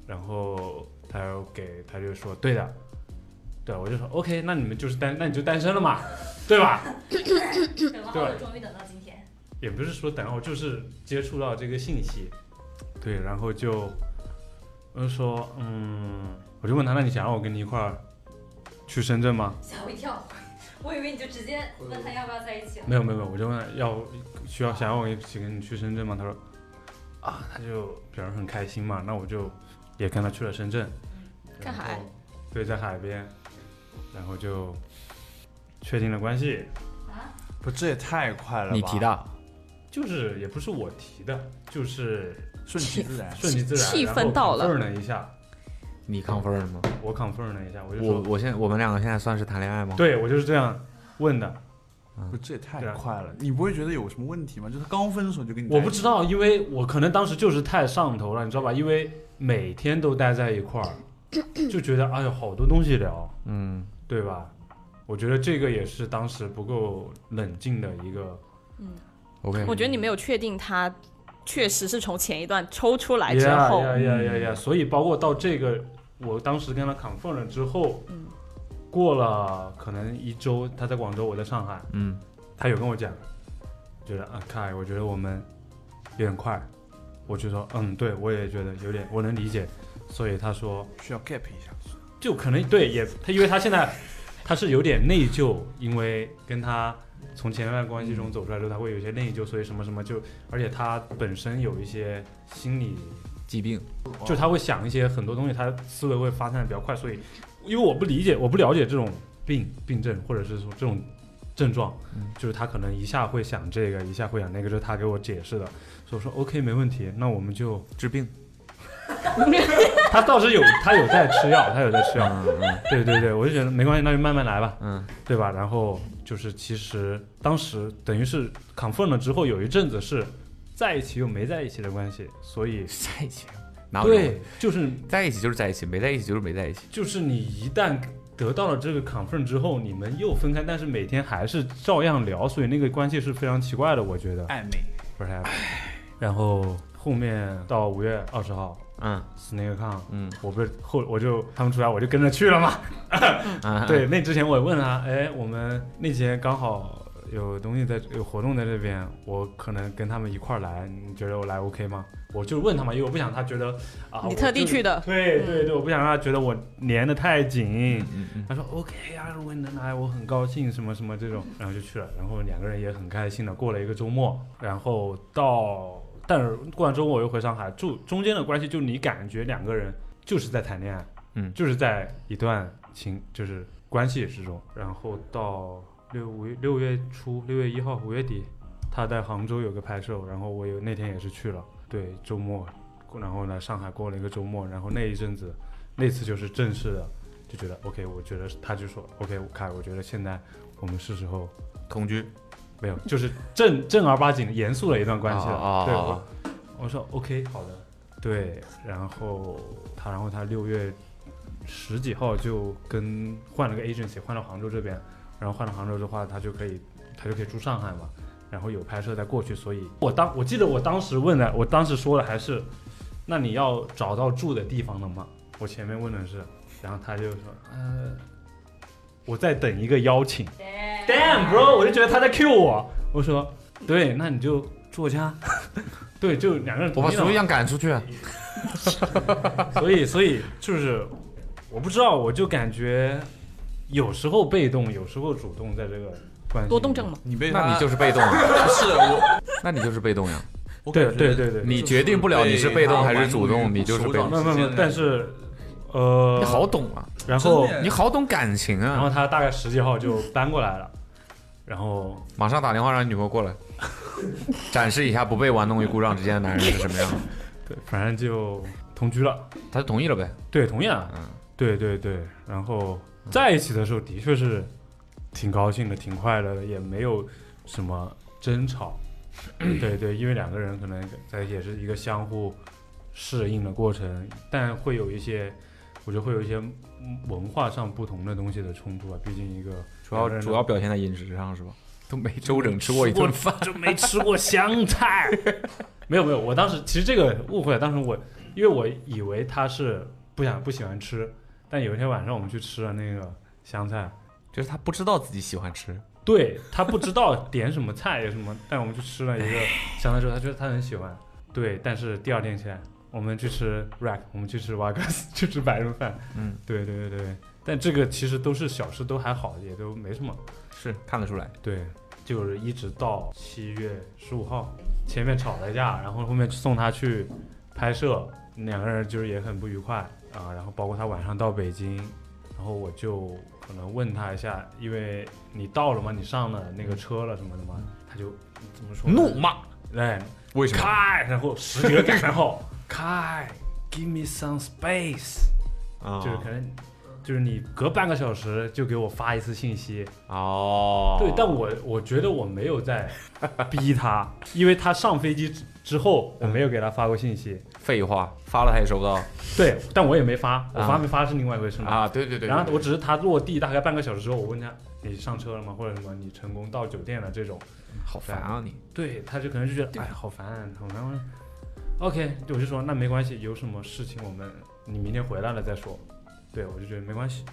Speaker 6: 然后他又给他就说对的，对，我就说 OK，那你们就是单，那你就单身了嘛，对吧？
Speaker 5: 等了
Speaker 6: 好久
Speaker 5: 终于等到今天。
Speaker 6: 也不是说等我，就是接触到这个信息，对，然后就我就说，嗯，我就问他，那你想让我跟你一块儿去深圳吗？
Speaker 5: 吓我一跳， 我以为你就直接问他要不要在一起了。
Speaker 6: 没有没有没有，我就问他要需要想让我一起跟你去深圳吗？他说啊，他就表示很开心嘛，那我就也跟他去了深圳，
Speaker 8: 看海
Speaker 6: 然后，对，在海边，然后就确定了关系，
Speaker 7: 不，这也太快了吧，
Speaker 2: 你提的，
Speaker 6: 就是也不是我提的，就是
Speaker 7: 顺其 自然，
Speaker 6: 顺其自然，
Speaker 8: 气气氛到了
Speaker 6: 然后 confirm 了一下，
Speaker 2: 你 confirm 了吗？
Speaker 6: 我 confirm 了一下，我就
Speaker 2: 我
Speaker 6: 说，
Speaker 2: 我现在我们两个现在算是谈恋爱吗？
Speaker 6: 对我就是这样问的。
Speaker 7: 不，这也太
Speaker 6: 对啊
Speaker 7: 快了，你不会觉得有什么问题吗？就是他刚分手就跟你在
Speaker 6: 我
Speaker 7: 一起，
Speaker 6: 不知道，因为我可能当时就是太上头了，你知道吧？因为每天都待在一块儿，就觉得哎呦，好多东西聊，
Speaker 2: 嗯，
Speaker 6: 对吧？我觉得这个也是当时不够冷静的一个，
Speaker 2: ，OK，
Speaker 8: 我觉得你没有确定他确实是从前一段抽出来之
Speaker 6: 呀
Speaker 8: 后，
Speaker 6: 呀呀呀呀！所以包括到这个，我当时跟他 confirm 了之后，
Speaker 8: 嗯
Speaker 6: 过了可能一周，他在广州，我在上海，
Speaker 2: 嗯，
Speaker 6: 他有跟我讲，觉得啊，凯，我觉得我们有点快，我就说，嗯，对我也觉得有点，我能理解，所以他说，
Speaker 7: 需要 gap 一下，
Speaker 6: 就可能对，也他因为他现在他是有点内疚，因为跟他从前段关系中走出来之后，他会有一些内疚，所以什么什么就，而且他本身有一些心理，
Speaker 2: 疾病，
Speaker 6: 就他会想一些很多东西，他思维会发散的比较快，所以因为我不理解，我不了解这种病病症，或者是说这种症状，
Speaker 2: 嗯
Speaker 6: 就是他可能一下会想这个，一下会想那个，这是他给我解释的，所以我说 OK 没问题，那我们就
Speaker 2: 治 病，
Speaker 6: 他倒是有他有在吃药，他有在吃药，
Speaker 2: 嗯嗯
Speaker 6: 对对对，我就觉得没关系，那就慢慢来吧，
Speaker 2: 嗯，
Speaker 6: 对吧？然后就是其实当时等于是 confirm 了之后，有一阵子是在一起又没在一起的关系，所以
Speaker 2: 在一起，哪有这种
Speaker 6: 对，就是
Speaker 2: 在一起就是在一起，没在一起就是没在一起，
Speaker 6: 就是你一旦得到了这个 confirm 之后，你们又分开，但是每天还是照样聊，所以那个关系是非常奇怪的，我觉得。
Speaker 7: 暧昧，
Speaker 6: 不是太好然后后面到五月二十号
Speaker 2: 嗯
Speaker 6: Snake Con，
Speaker 2: 嗯
Speaker 6: 我不是后我就他们出来我就跟着去了嘛。
Speaker 2: 嗯，
Speaker 6: 对，那之前我也问他，哎，我们那节刚好有东西在，有活动在这边，我可能跟他们一块儿来，你觉得我来 OK 吗？我就问他嘛，因为我不想他觉得啊，
Speaker 8: 你
Speaker 6: 我
Speaker 8: 特地
Speaker 6: 就是
Speaker 8: 去的
Speaker 6: 对对对，我不想让他觉得我粘的太紧。
Speaker 2: 嗯嗯
Speaker 6: 他说 OK 啊，如果你能来，我很高兴，什么什么这种，然后就去了，然后两个人也很开心的过了一个周末，然后到，但是过完周末我又回上海，住中间的关系就你感觉两个人就是在谈恋爱，
Speaker 2: 嗯
Speaker 6: 就是在一段情就是关系之中，然后到六五六月初六月一号五月底，他在杭州有个拍摄，然后我有那天也是去了，对，周末，然后来上海过了一个周末，然后那一阵子那次就是正式的，就觉得 OK，我觉得他就说 OK，我凯，我觉得现在我们是时候
Speaker 3: 同居
Speaker 6: 没有，就是正正儿八经严肃的一段关系了。
Speaker 3: 啊啊
Speaker 2: 哦
Speaker 6: 对，
Speaker 3: 啊
Speaker 6: 我我说 OK，好的，对，然后他，然后他六月十几号就跟换了个 agency，换到杭州这边，然后换到杭州的话，他就可以他就可以住上海嘛，然后有拍摄再过去，所以我当我记得我当时问的，我当时说的还是，那你要找到住的地方了吗？我前面问的是，然后他就说，呃，我在等一个邀请。Damn bro，我就觉得他在 Q 我，我说对，那你就住我家， 对，就两个人
Speaker 3: 我把
Speaker 6: 同意了
Speaker 3: 所有
Speaker 6: 嘛，
Speaker 3: 样赶出
Speaker 2: 啊
Speaker 3: 去。
Speaker 6: 所以所以就是我不知道，我就感觉有时候被动，有时候主动，在这个关系里
Speaker 8: 多动症嘛。
Speaker 7: 你被
Speaker 3: 那
Speaker 7: 他
Speaker 3: 你就是被动啊，
Speaker 7: 不是我，
Speaker 3: 那你就是被动呀。
Speaker 7: 我
Speaker 6: 对
Speaker 7: 感觉
Speaker 6: 对对对
Speaker 3: 你决定不了你是被动还是主动
Speaker 7: 就是被
Speaker 3: 你就是被动
Speaker 7: 手掌
Speaker 6: 没有没有没有
Speaker 7: 之间，的
Speaker 6: 但是呃，
Speaker 3: 你好懂啊，
Speaker 6: 然后
Speaker 7: 真的
Speaker 3: 你好懂感情
Speaker 6: 然
Speaker 3: 啊。
Speaker 6: 后他大概十几号就搬过来了，然后
Speaker 3: 马上打电话让你女朋友 过来，展示一下不被玩弄于股掌之间的男人是什 么样。
Speaker 6: 对，反正就同居了，
Speaker 3: 他就同意了呗。
Speaker 6: 对，同样，
Speaker 3: 嗯
Speaker 6: 对对对，然后在一起的时候的确是挺高兴的，挺快乐的，也没有什么争吵，对对，因为两个人可能在也是一个相互适应的过程，但会有一些，我觉得会有一些嗯文化上不同的东西的冲突吧，啊毕竟一个
Speaker 3: 主要
Speaker 6: 两个人
Speaker 3: 主要表现在饮食上是吧？都没周整吃过一
Speaker 6: 吃过
Speaker 3: 顿饭，
Speaker 6: 就没吃过香菜。 没有没有，我当时其实这个误会了，当时我因为我以为他是不想不喜欢吃，但有一天晚上我们去吃了那个香菜，
Speaker 3: 就是他不知道自己喜欢吃。
Speaker 6: 对他不知道点什么菜有什么，但我们去吃了一个香菜之后，他觉得他很喜欢。对，但是第二天起来，我们去 吃 rack，我们去吃 wagas，去吃白人饭。
Speaker 3: 嗯，
Speaker 6: 对对对对，但这个其实都是小事，都还好，也都没什么。
Speaker 3: 是看得出来，
Speaker 6: 对，就是一直到七月十五号，前面吵了一架，然后后面送他去拍摄，两个人就是也很不愉快啊。然后包括他晚上到北京，然后我就可能问他一下，因为你到了吗？你上了那个车了什么的吗？他就怎么说呢？
Speaker 3: 怒骂
Speaker 6: 对，
Speaker 3: 为什么？
Speaker 6: 开，然后十几个感叹号，开，give me some space，
Speaker 3: 啊
Speaker 6: 就是可能就是你隔半个小时就给我发一次信息，
Speaker 3: 哦，
Speaker 6: 对，但我我觉得我没有在逼他，因为他上飞机之之后，我没有给他发过信息。
Speaker 3: 废话，发了他也收不到
Speaker 6: 对，但我也没发，我发没发是另外一回事嘛。
Speaker 3: 啊！对对对，
Speaker 6: 嗯然后我
Speaker 3: 我
Speaker 6: 只是他落地大概半个小时之后，我问他你上车了吗，或者什么你成功到酒店了这种，
Speaker 3: 好烦啊你！
Speaker 6: 对，他就可能就觉得哎好烦好烦。我说 OK，我就说那没关系，有什么事情我们你明天回来了再说。对，我就觉得没关系。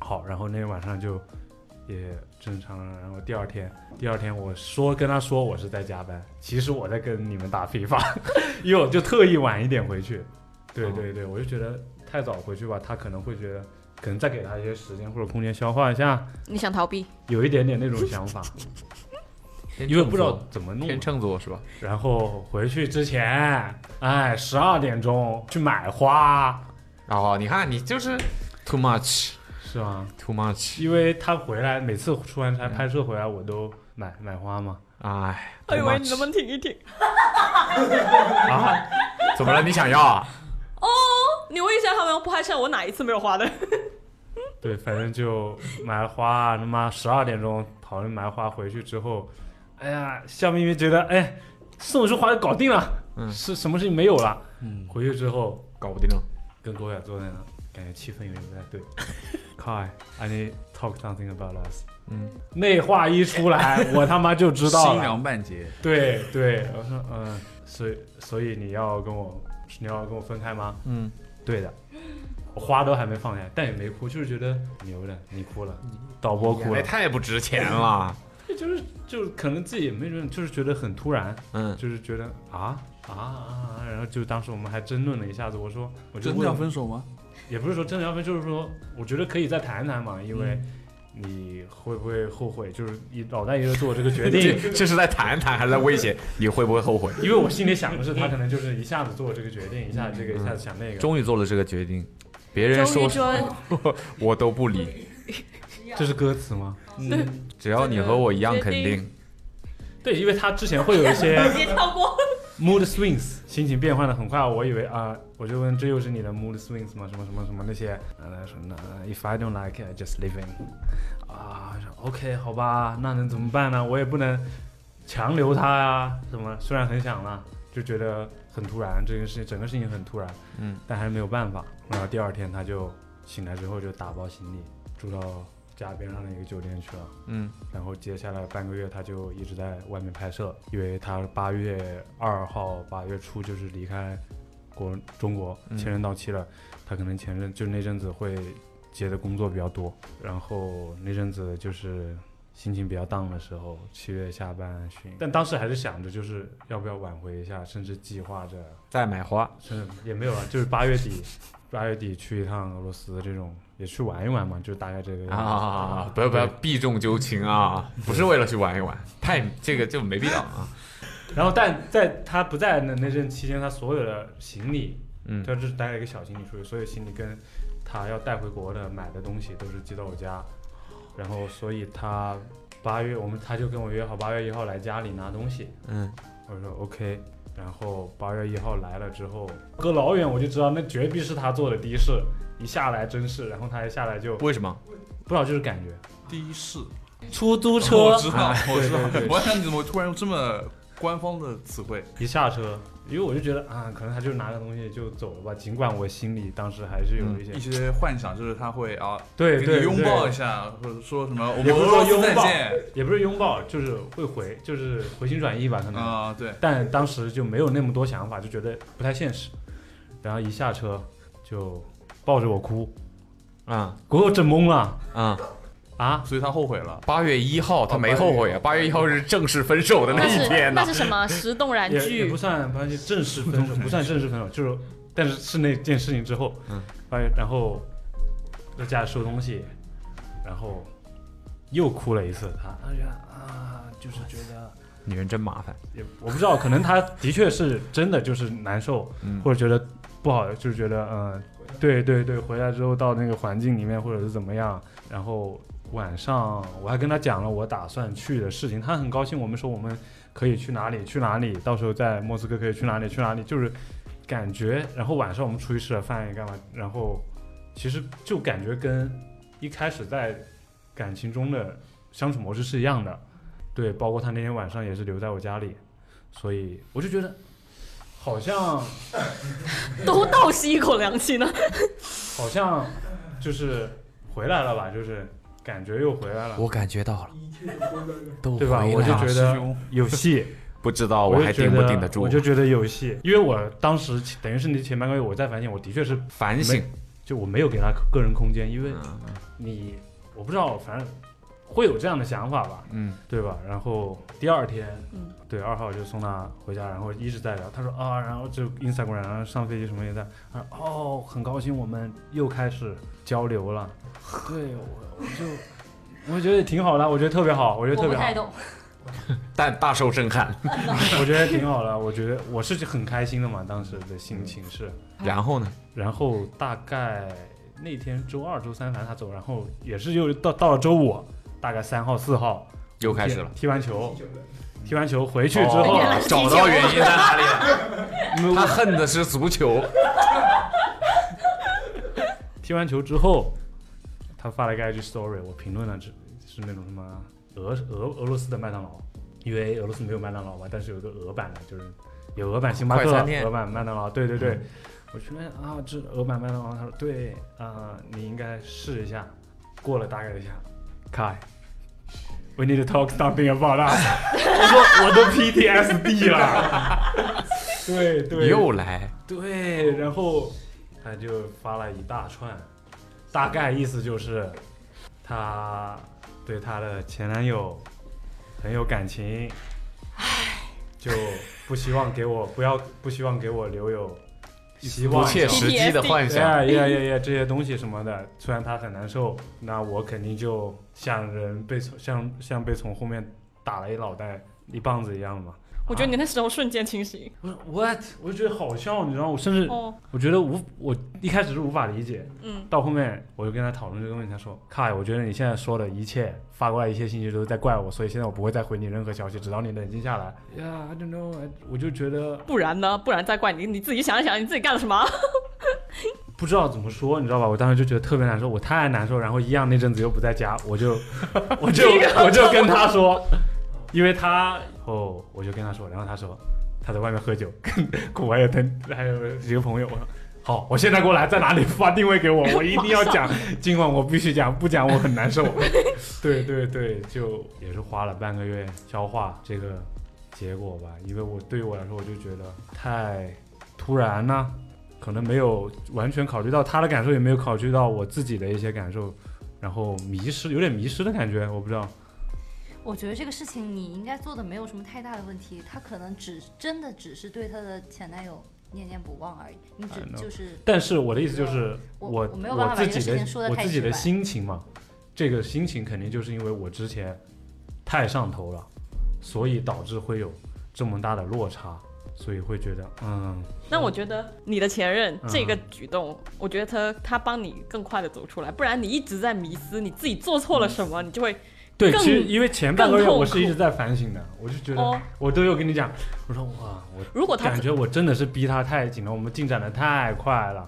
Speaker 6: 好，然后那天晚上就也正常了。然后第二天，第二天我说跟他说我是在加班，其实我在跟你们打FIFA，因 为我就特意晚一点回去。对对对，我就觉得太早回去吧，他可能会觉得，可能再给他一些时间或者空间消化一下，
Speaker 8: 你想逃避？
Speaker 6: 有一点点那种想法，因为不知道怎么弄
Speaker 3: 天。秤座是吧？
Speaker 6: 然后回去之前，哎，十二点钟去买花，
Speaker 3: 哦，你看你就是 too much
Speaker 6: 是吗？
Speaker 3: too much，
Speaker 6: 因为他回来每次出完差拍摄回来，我都买买花嘛。
Speaker 3: 哎，
Speaker 8: 哎
Speaker 3: too
Speaker 8: 呦
Speaker 3: much
Speaker 8: 喂，你能不能停一停？
Speaker 3: 啊？怎么了？你想要 啊？
Speaker 8: 你问一下他们拍摄我哪一次没有花的？
Speaker 6: 对，反正就买了花，他妈十二点钟跑去买花，回去之后，哎呀，笑眯眯觉得哎，送束花就搞定了，
Speaker 3: 嗯
Speaker 6: 是什么事情没有了。
Speaker 7: 嗯，
Speaker 6: 回去之后
Speaker 3: 搞不定了，
Speaker 6: 跟狗仔坐在那，感觉气氛有点不太 对。Kai, I need to talk something about us。
Speaker 3: 嗯，
Speaker 6: 那话一出 来，我他妈就知道
Speaker 7: 心
Speaker 6: 了。
Speaker 7: 凉半截，
Speaker 6: 对对，我说嗯，所以所以你要跟我，你要跟我分开吗？
Speaker 3: 嗯，
Speaker 6: 对的，我花都还没放下，但也没哭，就是觉得牛的，你哭了，
Speaker 7: 嗯
Speaker 6: 导播哭
Speaker 3: 那
Speaker 6: 了，
Speaker 3: 太不值钱了，
Speaker 6: 就是就是可能自己也没准，就是觉得很突然，
Speaker 3: 嗯，
Speaker 6: 就是觉得啊啊啊，啊然后就当时我们还争论了一下子，我说我就
Speaker 7: 真的
Speaker 6: 问
Speaker 7: 要，分手吗？
Speaker 6: 也不是说真的要分，就是说我觉得可以再谈谈嘛，因为你会不会后悔，就是你老大爷做这个 决定，
Speaker 3: 这这是在谈谈还是在威胁？你会不会后悔？
Speaker 6: 因为我心里想的是他可能就是一下子做这个决定，一下子这个一下子想那个，
Speaker 3: 终于做了这个决定，别人说
Speaker 8: 终于说，
Speaker 3: 我都不理，
Speaker 6: 这是歌词吗？嗯
Speaker 3: 只要你和我一样肯定，
Speaker 6: 对，因为他之前会有一些
Speaker 8: 别跳过。
Speaker 6: mood swings，心情变换的很快。我以为啊、我就问这又是你的 mood swings 吗？什么什么什么那些？然后他说那 if I don't like it, I just leaving。啊，我说 OK，好吧，那能怎么办呢？我也不能强留他呀、什么？虽然很想呢，就觉得很突然，这个事情整个事情很突然，
Speaker 3: 嗯，
Speaker 6: 但还是没有办法。然后第二天他就醒来之后就打包行李，住到家边上的一个酒店去了。
Speaker 3: 嗯，
Speaker 6: 然后接下来半个月他就一直在外面拍摄，因为他八月二号、八月初就是离开国中国，
Speaker 3: 嗯
Speaker 6: 签证到期了，他可能前阵就那阵子会接的工作比较多，然后那阵子就是心情比较 down 的时候，七月下半旬，但当时还是想着就是要不要挽回一下，甚至计划着，
Speaker 3: 再买花，
Speaker 6: 甚至也没有啊，就是八月底，八月底去一趟俄罗斯这种。也去玩一玩嘛，就大概这个样子
Speaker 3: 啊，不要不要避重就轻啊，不是为了去玩一玩，太这个就没必要啊。
Speaker 6: 然后，但在他不在的那阵期间，他所有的行李，
Speaker 3: 嗯
Speaker 6: 他只带了一个小行李出去，所有行李跟他要带回国的买的东西都是寄到我家。然后，所以他八月我们他就跟我约好八月一号来家里拿东西，
Speaker 3: 嗯，
Speaker 6: 我说 OK。然后八月一号来了之后，隔老远我就知道那绝壁是他坐的的士，一下来真是，然后他一下来就
Speaker 3: 为什么？
Speaker 6: 不知道就是感觉
Speaker 7: 的士，
Speaker 6: 出租
Speaker 7: 我
Speaker 6: 车
Speaker 7: 知道，我知道
Speaker 6: 对对对，
Speaker 7: 我想你怎么突然用这么官方的词汇？
Speaker 6: 一下车，因为我就觉得啊，可能他就拿个东西就走了吧。尽管我心里当时还是有一些、
Speaker 7: 嗯一些幻想就是他会啊，
Speaker 6: 对
Speaker 7: 给
Speaker 6: 对
Speaker 7: 你拥抱一
Speaker 6: 对
Speaker 7: 下，或者说什么我
Speaker 6: 也
Speaker 7: 们
Speaker 6: 不是
Speaker 7: 俄
Speaker 6: 说
Speaker 7: 罗斯
Speaker 6: 拥
Speaker 7: 再
Speaker 6: 抱
Speaker 7: 见
Speaker 6: 也不是拥抱，就是会回，就是回心转意吧，可能。
Speaker 7: 啊，对，
Speaker 6: 但当时就没有那么多想法，就觉得不太现实。然后一下车就抱着我哭，
Speaker 3: 啊
Speaker 6: 给我整懵了
Speaker 3: 啊，
Speaker 6: 啊！
Speaker 7: 所以他后悔了。
Speaker 3: 八月一号他没后悔啊，八月一号是正式分手的那
Speaker 8: 那
Speaker 3: 一
Speaker 8: 是
Speaker 3: 天啊
Speaker 8: 那
Speaker 3: 呐。
Speaker 8: 是什么？石动然
Speaker 6: 也也
Speaker 8: 剧
Speaker 6: 不，算，关系正式分手，不算正式分手，就是但是是那件事情之后，
Speaker 3: 嗯，
Speaker 6: 哎，然后在家里收东西，然后又哭了一次，他他觉得啊，就是觉得。
Speaker 3: 女人真麻烦，
Speaker 6: 也我不知道，可能他的确是真的就是难受，
Speaker 3: 嗯
Speaker 6: 或者觉得不好，就是觉得嗯、呃对对对，回来之后到那个环境里面或者是怎么样，然后晚上我还跟他讲了我打算去的事情，他很高兴，我们说我们可以去哪里去哪里，到时候在莫斯科可以去哪里去哪里，就是感觉，然后晚上我们出去吃了饭也干嘛，然后其实就感觉跟一开始在感情中的相处模式是一样的。对，包括他那天晚上也是留在我家里，所以我就觉得好像
Speaker 8: 都倒吸一口凉气呢。
Speaker 6: 好像就是回来了吧，就是感觉又回来了，
Speaker 2: 我感觉到了，都
Speaker 6: 对吧？我就觉
Speaker 7: 师
Speaker 6: 得
Speaker 7: 兄
Speaker 6: 有戏，
Speaker 3: 不知道
Speaker 6: 我
Speaker 3: 我还
Speaker 6: 就觉
Speaker 3: 顶不顶得
Speaker 6: 得啊
Speaker 3: 住？
Speaker 6: 我就觉得有戏，因为我当时等于是你前半个月我在反省，我的确是
Speaker 3: 反省，
Speaker 6: 就我没有给他个人空间，因为
Speaker 3: 嗯
Speaker 6: 你我不知道，反正会有这样的想法吧，
Speaker 3: 嗯
Speaker 6: 对吧？然后第二天，
Speaker 8: 嗯
Speaker 6: 对，二号就送他回家，然后一直在聊。他说啊，然后就 Instagram，然后上飞机什么也在。他说哦，很高兴我们又开始交流了。对，我我就 我觉得挺好的，我觉得特别好，我觉得特
Speaker 5: 我不
Speaker 6: 别好
Speaker 5: 太，懂，
Speaker 3: 但大受震撼。
Speaker 6: 我觉得挺好的，我觉得我是很开心的嘛，当时的心情是。
Speaker 3: 然后呢？
Speaker 6: 然后大概那天周二、周三，反正他走，然后也是又到到了周五，大概三号、四号
Speaker 3: 又开始了。
Speaker 6: 踢踢完球，踢完球回去之后，啊
Speaker 8: 原来
Speaker 3: 哦
Speaker 8: 是踢
Speaker 3: 找
Speaker 8: 球
Speaker 3: 到原因在哪里 了？
Speaker 6: 嗯
Speaker 2: 哦
Speaker 3: 他恨的是足球。
Speaker 6: 踢完球之后，他发了一个 IG story，我评论了，只是那种什么俄俄俄罗斯的麦当劳，因为俄罗斯没有麦当劳嘛，但是有个俄版的，就是有俄版星巴克、
Speaker 3: 快餐店嗯
Speaker 6: 俄版麦当劳，对对对。我去问啊，这俄版麦当劳，他说对，啊、你应该试一下。过了大概 一下，Kai，we need to talk something about us 我说我都 PTSD 了， 对对，
Speaker 3: 又来，
Speaker 6: 对，然后他就发了一大串，大概意思就是，她对她的前男友很有感情，就不希望给我不要不希望给我留有希
Speaker 3: 不
Speaker 6: 望，
Speaker 3: 切实际的幻想。
Speaker 6: 呀呀呀呀！这些东西什么的，虽然他很难受，那我肯定就像人被从像像被从后面打了一脑袋一棒子一样嘛。
Speaker 8: 我觉得你那时候瞬间清醒。
Speaker 6: 我说 what，我就觉得好笑，你知道吗，我甚至
Speaker 8: 哦，
Speaker 6: 我觉得无，我一开始是无法理解，
Speaker 8: 嗯，
Speaker 6: 到后面我就跟他讨论这个问题，他说：“凯，我觉得你现在说的一切发过来一切信息都是在怪我，所以现在我不会再回你任何消息，直到你冷静下来。” Yeah, I don't know，I- 我就觉得
Speaker 8: 不然呢？不然再怪你，你自己想一想，你自己干了什么？
Speaker 6: 不知道怎么说，你知道吧？我当时就觉得特别难受，我太难受。然后一样那阵子又不在家，我就我就我就跟他说，因为他哦，我就跟他说，然后他说他在外面喝酒，跟古玩有登还有几个朋友，我说好，我现在过来，在哪里发定位给我，我一定要讲，今晚我必须讲，不讲我很难受。对对对，就也是花了半个月消化这个结果吧，因为我对于我来说，我就觉得太突然呢、啊可能没有完全考虑到他的感受，也没有考虑到我自己的一些感受，然后迷失，有点迷失的感觉，我不知道。
Speaker 5: 我觉得这个事情你应该做的没有什么太大的问题，她可能只真的只是对她的前男友念念不忘而已。你只
Speaker 6: I know
Speaker 5: 就是
Speaker 6: 但是我的意思就是，
Speaker 5: 啊我
Speaker 6: 我
Speaker 5: 我没有办法把
Speaker 6: 自
Speaker 5: 这个
Speaker 6: 己
Speaker 5: 事情说
Speaker 6: 的
Speaker 5: 得
Speaker 6: 我
Speaker 5: 太
Speaker 6: 自己
Speaker 5: 直
Speaker 6: 的
Speaker 5: 白
Speaker 6: 心情嘛，这个心情肯定就是因为我之前太上头了，所以导致会有这么大的落差，所以会觉得嗯，
Speaker 8: 那我觉得你的前任
Speaker 6: 嗯
Speaker 8: 这个举动，我觉得他他帮你更快的走出来，不然你一直在迷失，你自己做错了什么，你就会
Speaker 6: 对，
Speaker 8: 更
Speaker 6: 其实因为前半个
Speaker 8: 更
Speaker 6: 月
Speaker 8: 痛
Speaker 6: 我是一
Speaker 8: 苦
Speaker 6: 直在反省的，我就觉得、
Speaker 8: 哦。
Speaker 6: 我都有跟你讲，我说哇，我
Speaker 8: 如果他
Speaker 6: 感觉我真的是逼他太紧了，我们进展的太快了。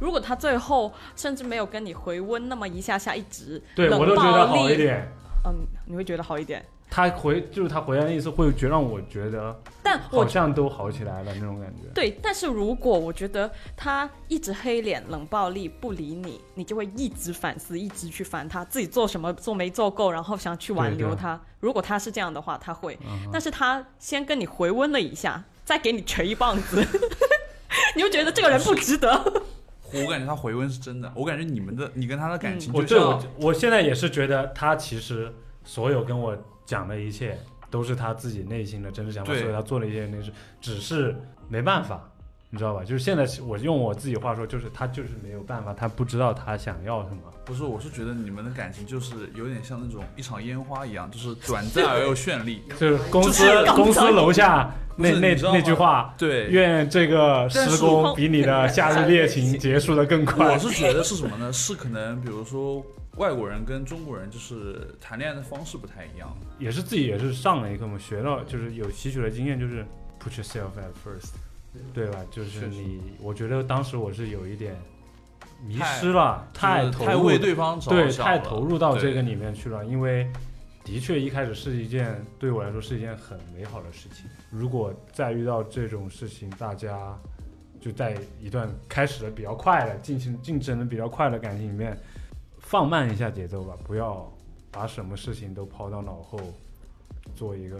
Speaker 8: 如果他最后甚至没有跟你回温那么一下下，一直
Speaker 6: 对
Speaker 8: 冷
Speaker 6: 我都觉得
Speaker 8: 暴力
Speaker 6: 好一点。
Speaker 8: 嗯，你会觉得好一点。
Speaker 6: 他回就是他回来的意思，会觉让我觉得
Speaker 8: 但我
Speaker 6: 好像都好起来了那种感觉。
Speaker 8: 对，但是如果我觉得他一直黑脸、冷暴力、不理你，你就会一直反思，一直去烦他自己做什么做没做够，然后想去挽
Speaker 6: 对
Speaker 8: 留
Speaker 6: 对嗯
Speaker 8: 他。如果他是这样的话，他会，但是他先跟你回温了一下，再给你捶一棒子， 你就觉得这个人不值得。
Speaker 7: 我感觉他回温是真的，我感觉你们的你跟他的感情
Speaker 6: 嗯我
Speaker 7: 就
Speaker 6: 对
Speaker 7: 像
Speaker 6: 我我现在也是觉得他其实所有跟我讲的一切都是他自己内心的真实想法，
Speaker 7: 对
Speaker 6: 所以他做了一些那是只是没办法，你知道吧？就是现在我用我自己话说，就是他就是没有办法，他不知道他想要什么。
Speaker 7: 不是，我是觉得你们的感情就是有点像那种一场烟花一样，就是短暂而又绚丽。
Speaker 6: 就是公司
Speaker 8: 就是搞不
Speaker 6: 公司
Speaker 8: 懂
Speaker 6: 楼下
Speaker 7: 不
Speaker 6: 那
Speaker 7: 是
Speaker 6: 那
Speaker 7: 你知道
Speaker 6: 那
Speaker 7: 吗
Speaker 6: 句话，
Speaker 7: 对，
Speaker 6: 愿这个
Speaker 7: 但
Speaker 6: 时
Speaker 7: 是
Speaker 6: 光比你的夏日恋情结束的更快
Speaker 7: 我。是觉得是什么呢？是可能比如说外国人跟中国人就是谈恋爱的方式不太一样。
Speaker 6: 也是自己也是上了一课嘛，学到就是有吸取的经验，就是 put yourself at first，对吧？就是你，我觉得当时我是有一点迷失了，太
Speaker 7: 就是
Speaker 6: 投
Speaker 7: 太
Speaker 6: 入
Speaker 7: 为对方着
Speaker 6: 对
Speaker 7: 想
Speaker 6: 太
Speaker 7: 了
Speaker 6: 投入到这
Speaker 7: 对
Speaker 6: 个里面去了，因为的确一开始是一件对我来说是一件很美好的事情。如果再遇到这种事情，大家就在一段开始的比较快的进行进程的比较快的感情里面，放慢一下节奏吧，不要把什么事情都抛到脑后，做一个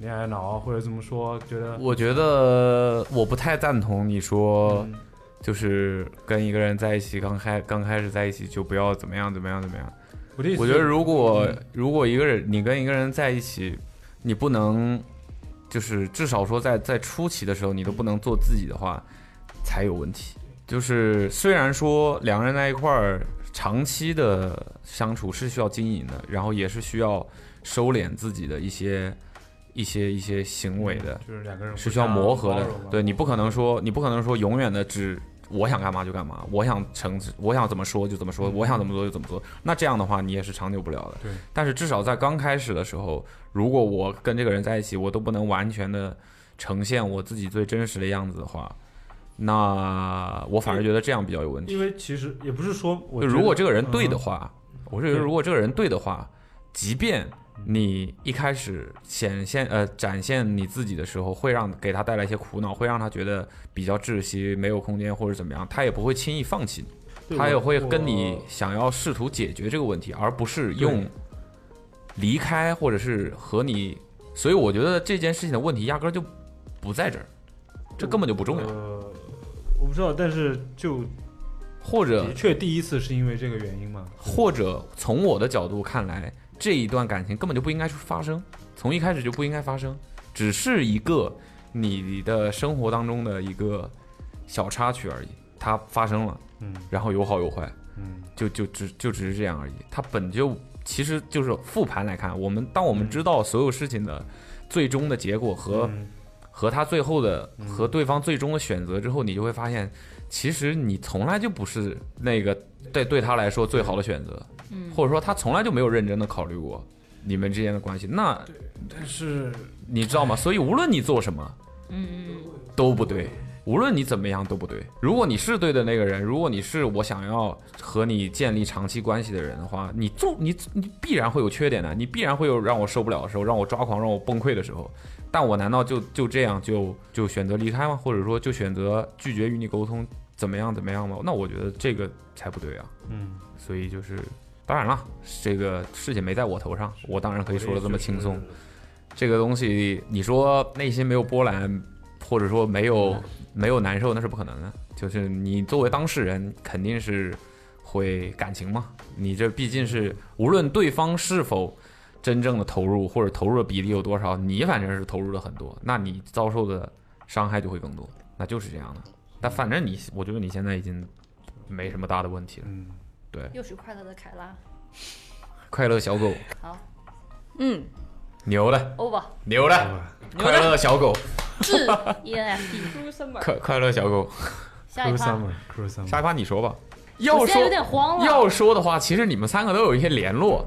Speaker 6: 恋爱脑啊或者怎么说，觉得
Speaker 2: 我觉得我不太赞同你说，
Speaker 6: 嗯
Speaker 2: 就是跟一个人在一起，刚开刚开始在一起就不要怎么样怎么样怎么样。
Speaker 6: 我的意思
Speaker 2: 我觉得如果如果一个人你跟一个人在一起，你不能就是至少说在在初期的时候你都不能做自己的话，才有问题。就是虽然说两个人在一块儿长期的相处是需要经营的，然后也是需要收敛自己的一些一些一些行为的，
Speaker 6: 就是两个人
Speaker 2: 是需要磨合的嗯
Speaker 6: 互相包容。吧啊
Speaker 2: 对你不可能说，你不可能说永远的只我想干嘛就干嘛，我想成我想怎么说就怎么说，我想怎么做就怎么做。那这样的话，你也是长久不了的。
Speaker 6: 对。
Speaker 2: 但是至少在刚开始的时候，如果我跟这个人在一起，我都不能完全的呈现我自己最真实的样子的话，那我反而觉得这样比较有问题
Speaker 6: 因。为其实也不是说我
Speaker 2: 就
Speaker 6: 觉得
Speaker 2: 如果这个人对的
Speaker 6: 嗯
Speaker 2: 话，我是觉得
Speaker 6: 对
Speaker 2: 如果这个人对的话，即便你一开始显现呃展现你自己的时候，会让给他带来一些苦恼，会让他觉得比较窒息、没有空间或者怎么样，他也不会轻易放弃你，
Speaker 6: 对
Speaker 2: 他也
Speaker 6: 我
Speaker 2: 会
Speaker 6: 我
Speaker 2: 跟你想要试图解决这个问题，而不是用
Speaker 6: 对
Speaker 2: 离开或者是和你。所以我觉得这件事情的问题压根儿就不在这儿，这根本就不重要。
Speaker 6: 呃，我不知道，但是就
Speaker 2: 或者
Speaker 6: 的确第一次是因为这个原因嘛。
Speaker 2: 或者从我的角度看来，这一段感情根本就不应该去发生，从一开始就不应该发生，只是一个你的生活当中的一个小插曲而已。它发生了，
Speaker 6: 嗯
Speaker 2: 然后有好有坏，
Speaker 6: 嗯，
Speaker 2: 就就只就只是这样而已。它本就其实就是复盘来看，我们当我们
Speaker 6: 嗯
Speaker 2: 知道所有事情的最终的结果和
Speaker 6: 嗯
Speaker 2: 和他最后的和对方最终的选择之后，你就会发现，其实你从来就不是那个对对他来说最好的选择，或者说他从来就没有认真的考虑过你们之间的关系。那
Speaker 6: 但是
Speaker 2: 你知道吗？所以无论你做什么，嗯，都不对。无论你怎么样都不对。如果你是对的那个人，如果你是我想要和你建立长期关系的人的话，你做你你必然会有缺点的，你必然会有让我受不了的时候，让我抓狂，让我崩溃的时候。但我难道就就这样就就选择离开吗？或者说就选择拒绝与你沟通，怎么样怎么样吗？那我觉得这个才不对啊。
Speaker 6: 嗯，
Speaker 2: 所以就是，当然了，这个事情没在我头上，我当然可以说的这么轻松。这个东西，你说内心没有波澜，或者说没有没有难受，那是不可能的。嗯就是你作为当事人，肯定是会感情嘛。你这毕竟是无论对方是否真正的投入，或者投入的比例有多少，你反正是投入的很多，那你遭受的伤害就会更多，那就是这样的。但反正你，我觉得你现在已经没什么大的问题了。
Speaker 6: 嗯，
Speaker 5: 又是快乐的凯拉，
Speaker 2: 快乐小狗，
Speaker 5: 好
Speaker 8: 嗯，
Speaker 2: 牛的，
Speaker 5: ，over
Speaker 2: 牛的，快乐小狗，
Speaker 5: 至 ENFP，
Speaker 8: 出生吧。
Speaker 2: 快 快乐小狗。
Speaker 5: 下一趴，
Speaker 6: summer，cruise summer，
Speaker 2: 下一趴你说吧。
Speaker 5: 我现
Speaker 2: 要
Speaker 5: 在
Speaker 2: 说
Speaker 5: 有点慌了，
Speaker 2: 要说的话，其实你们三个都有一些联络，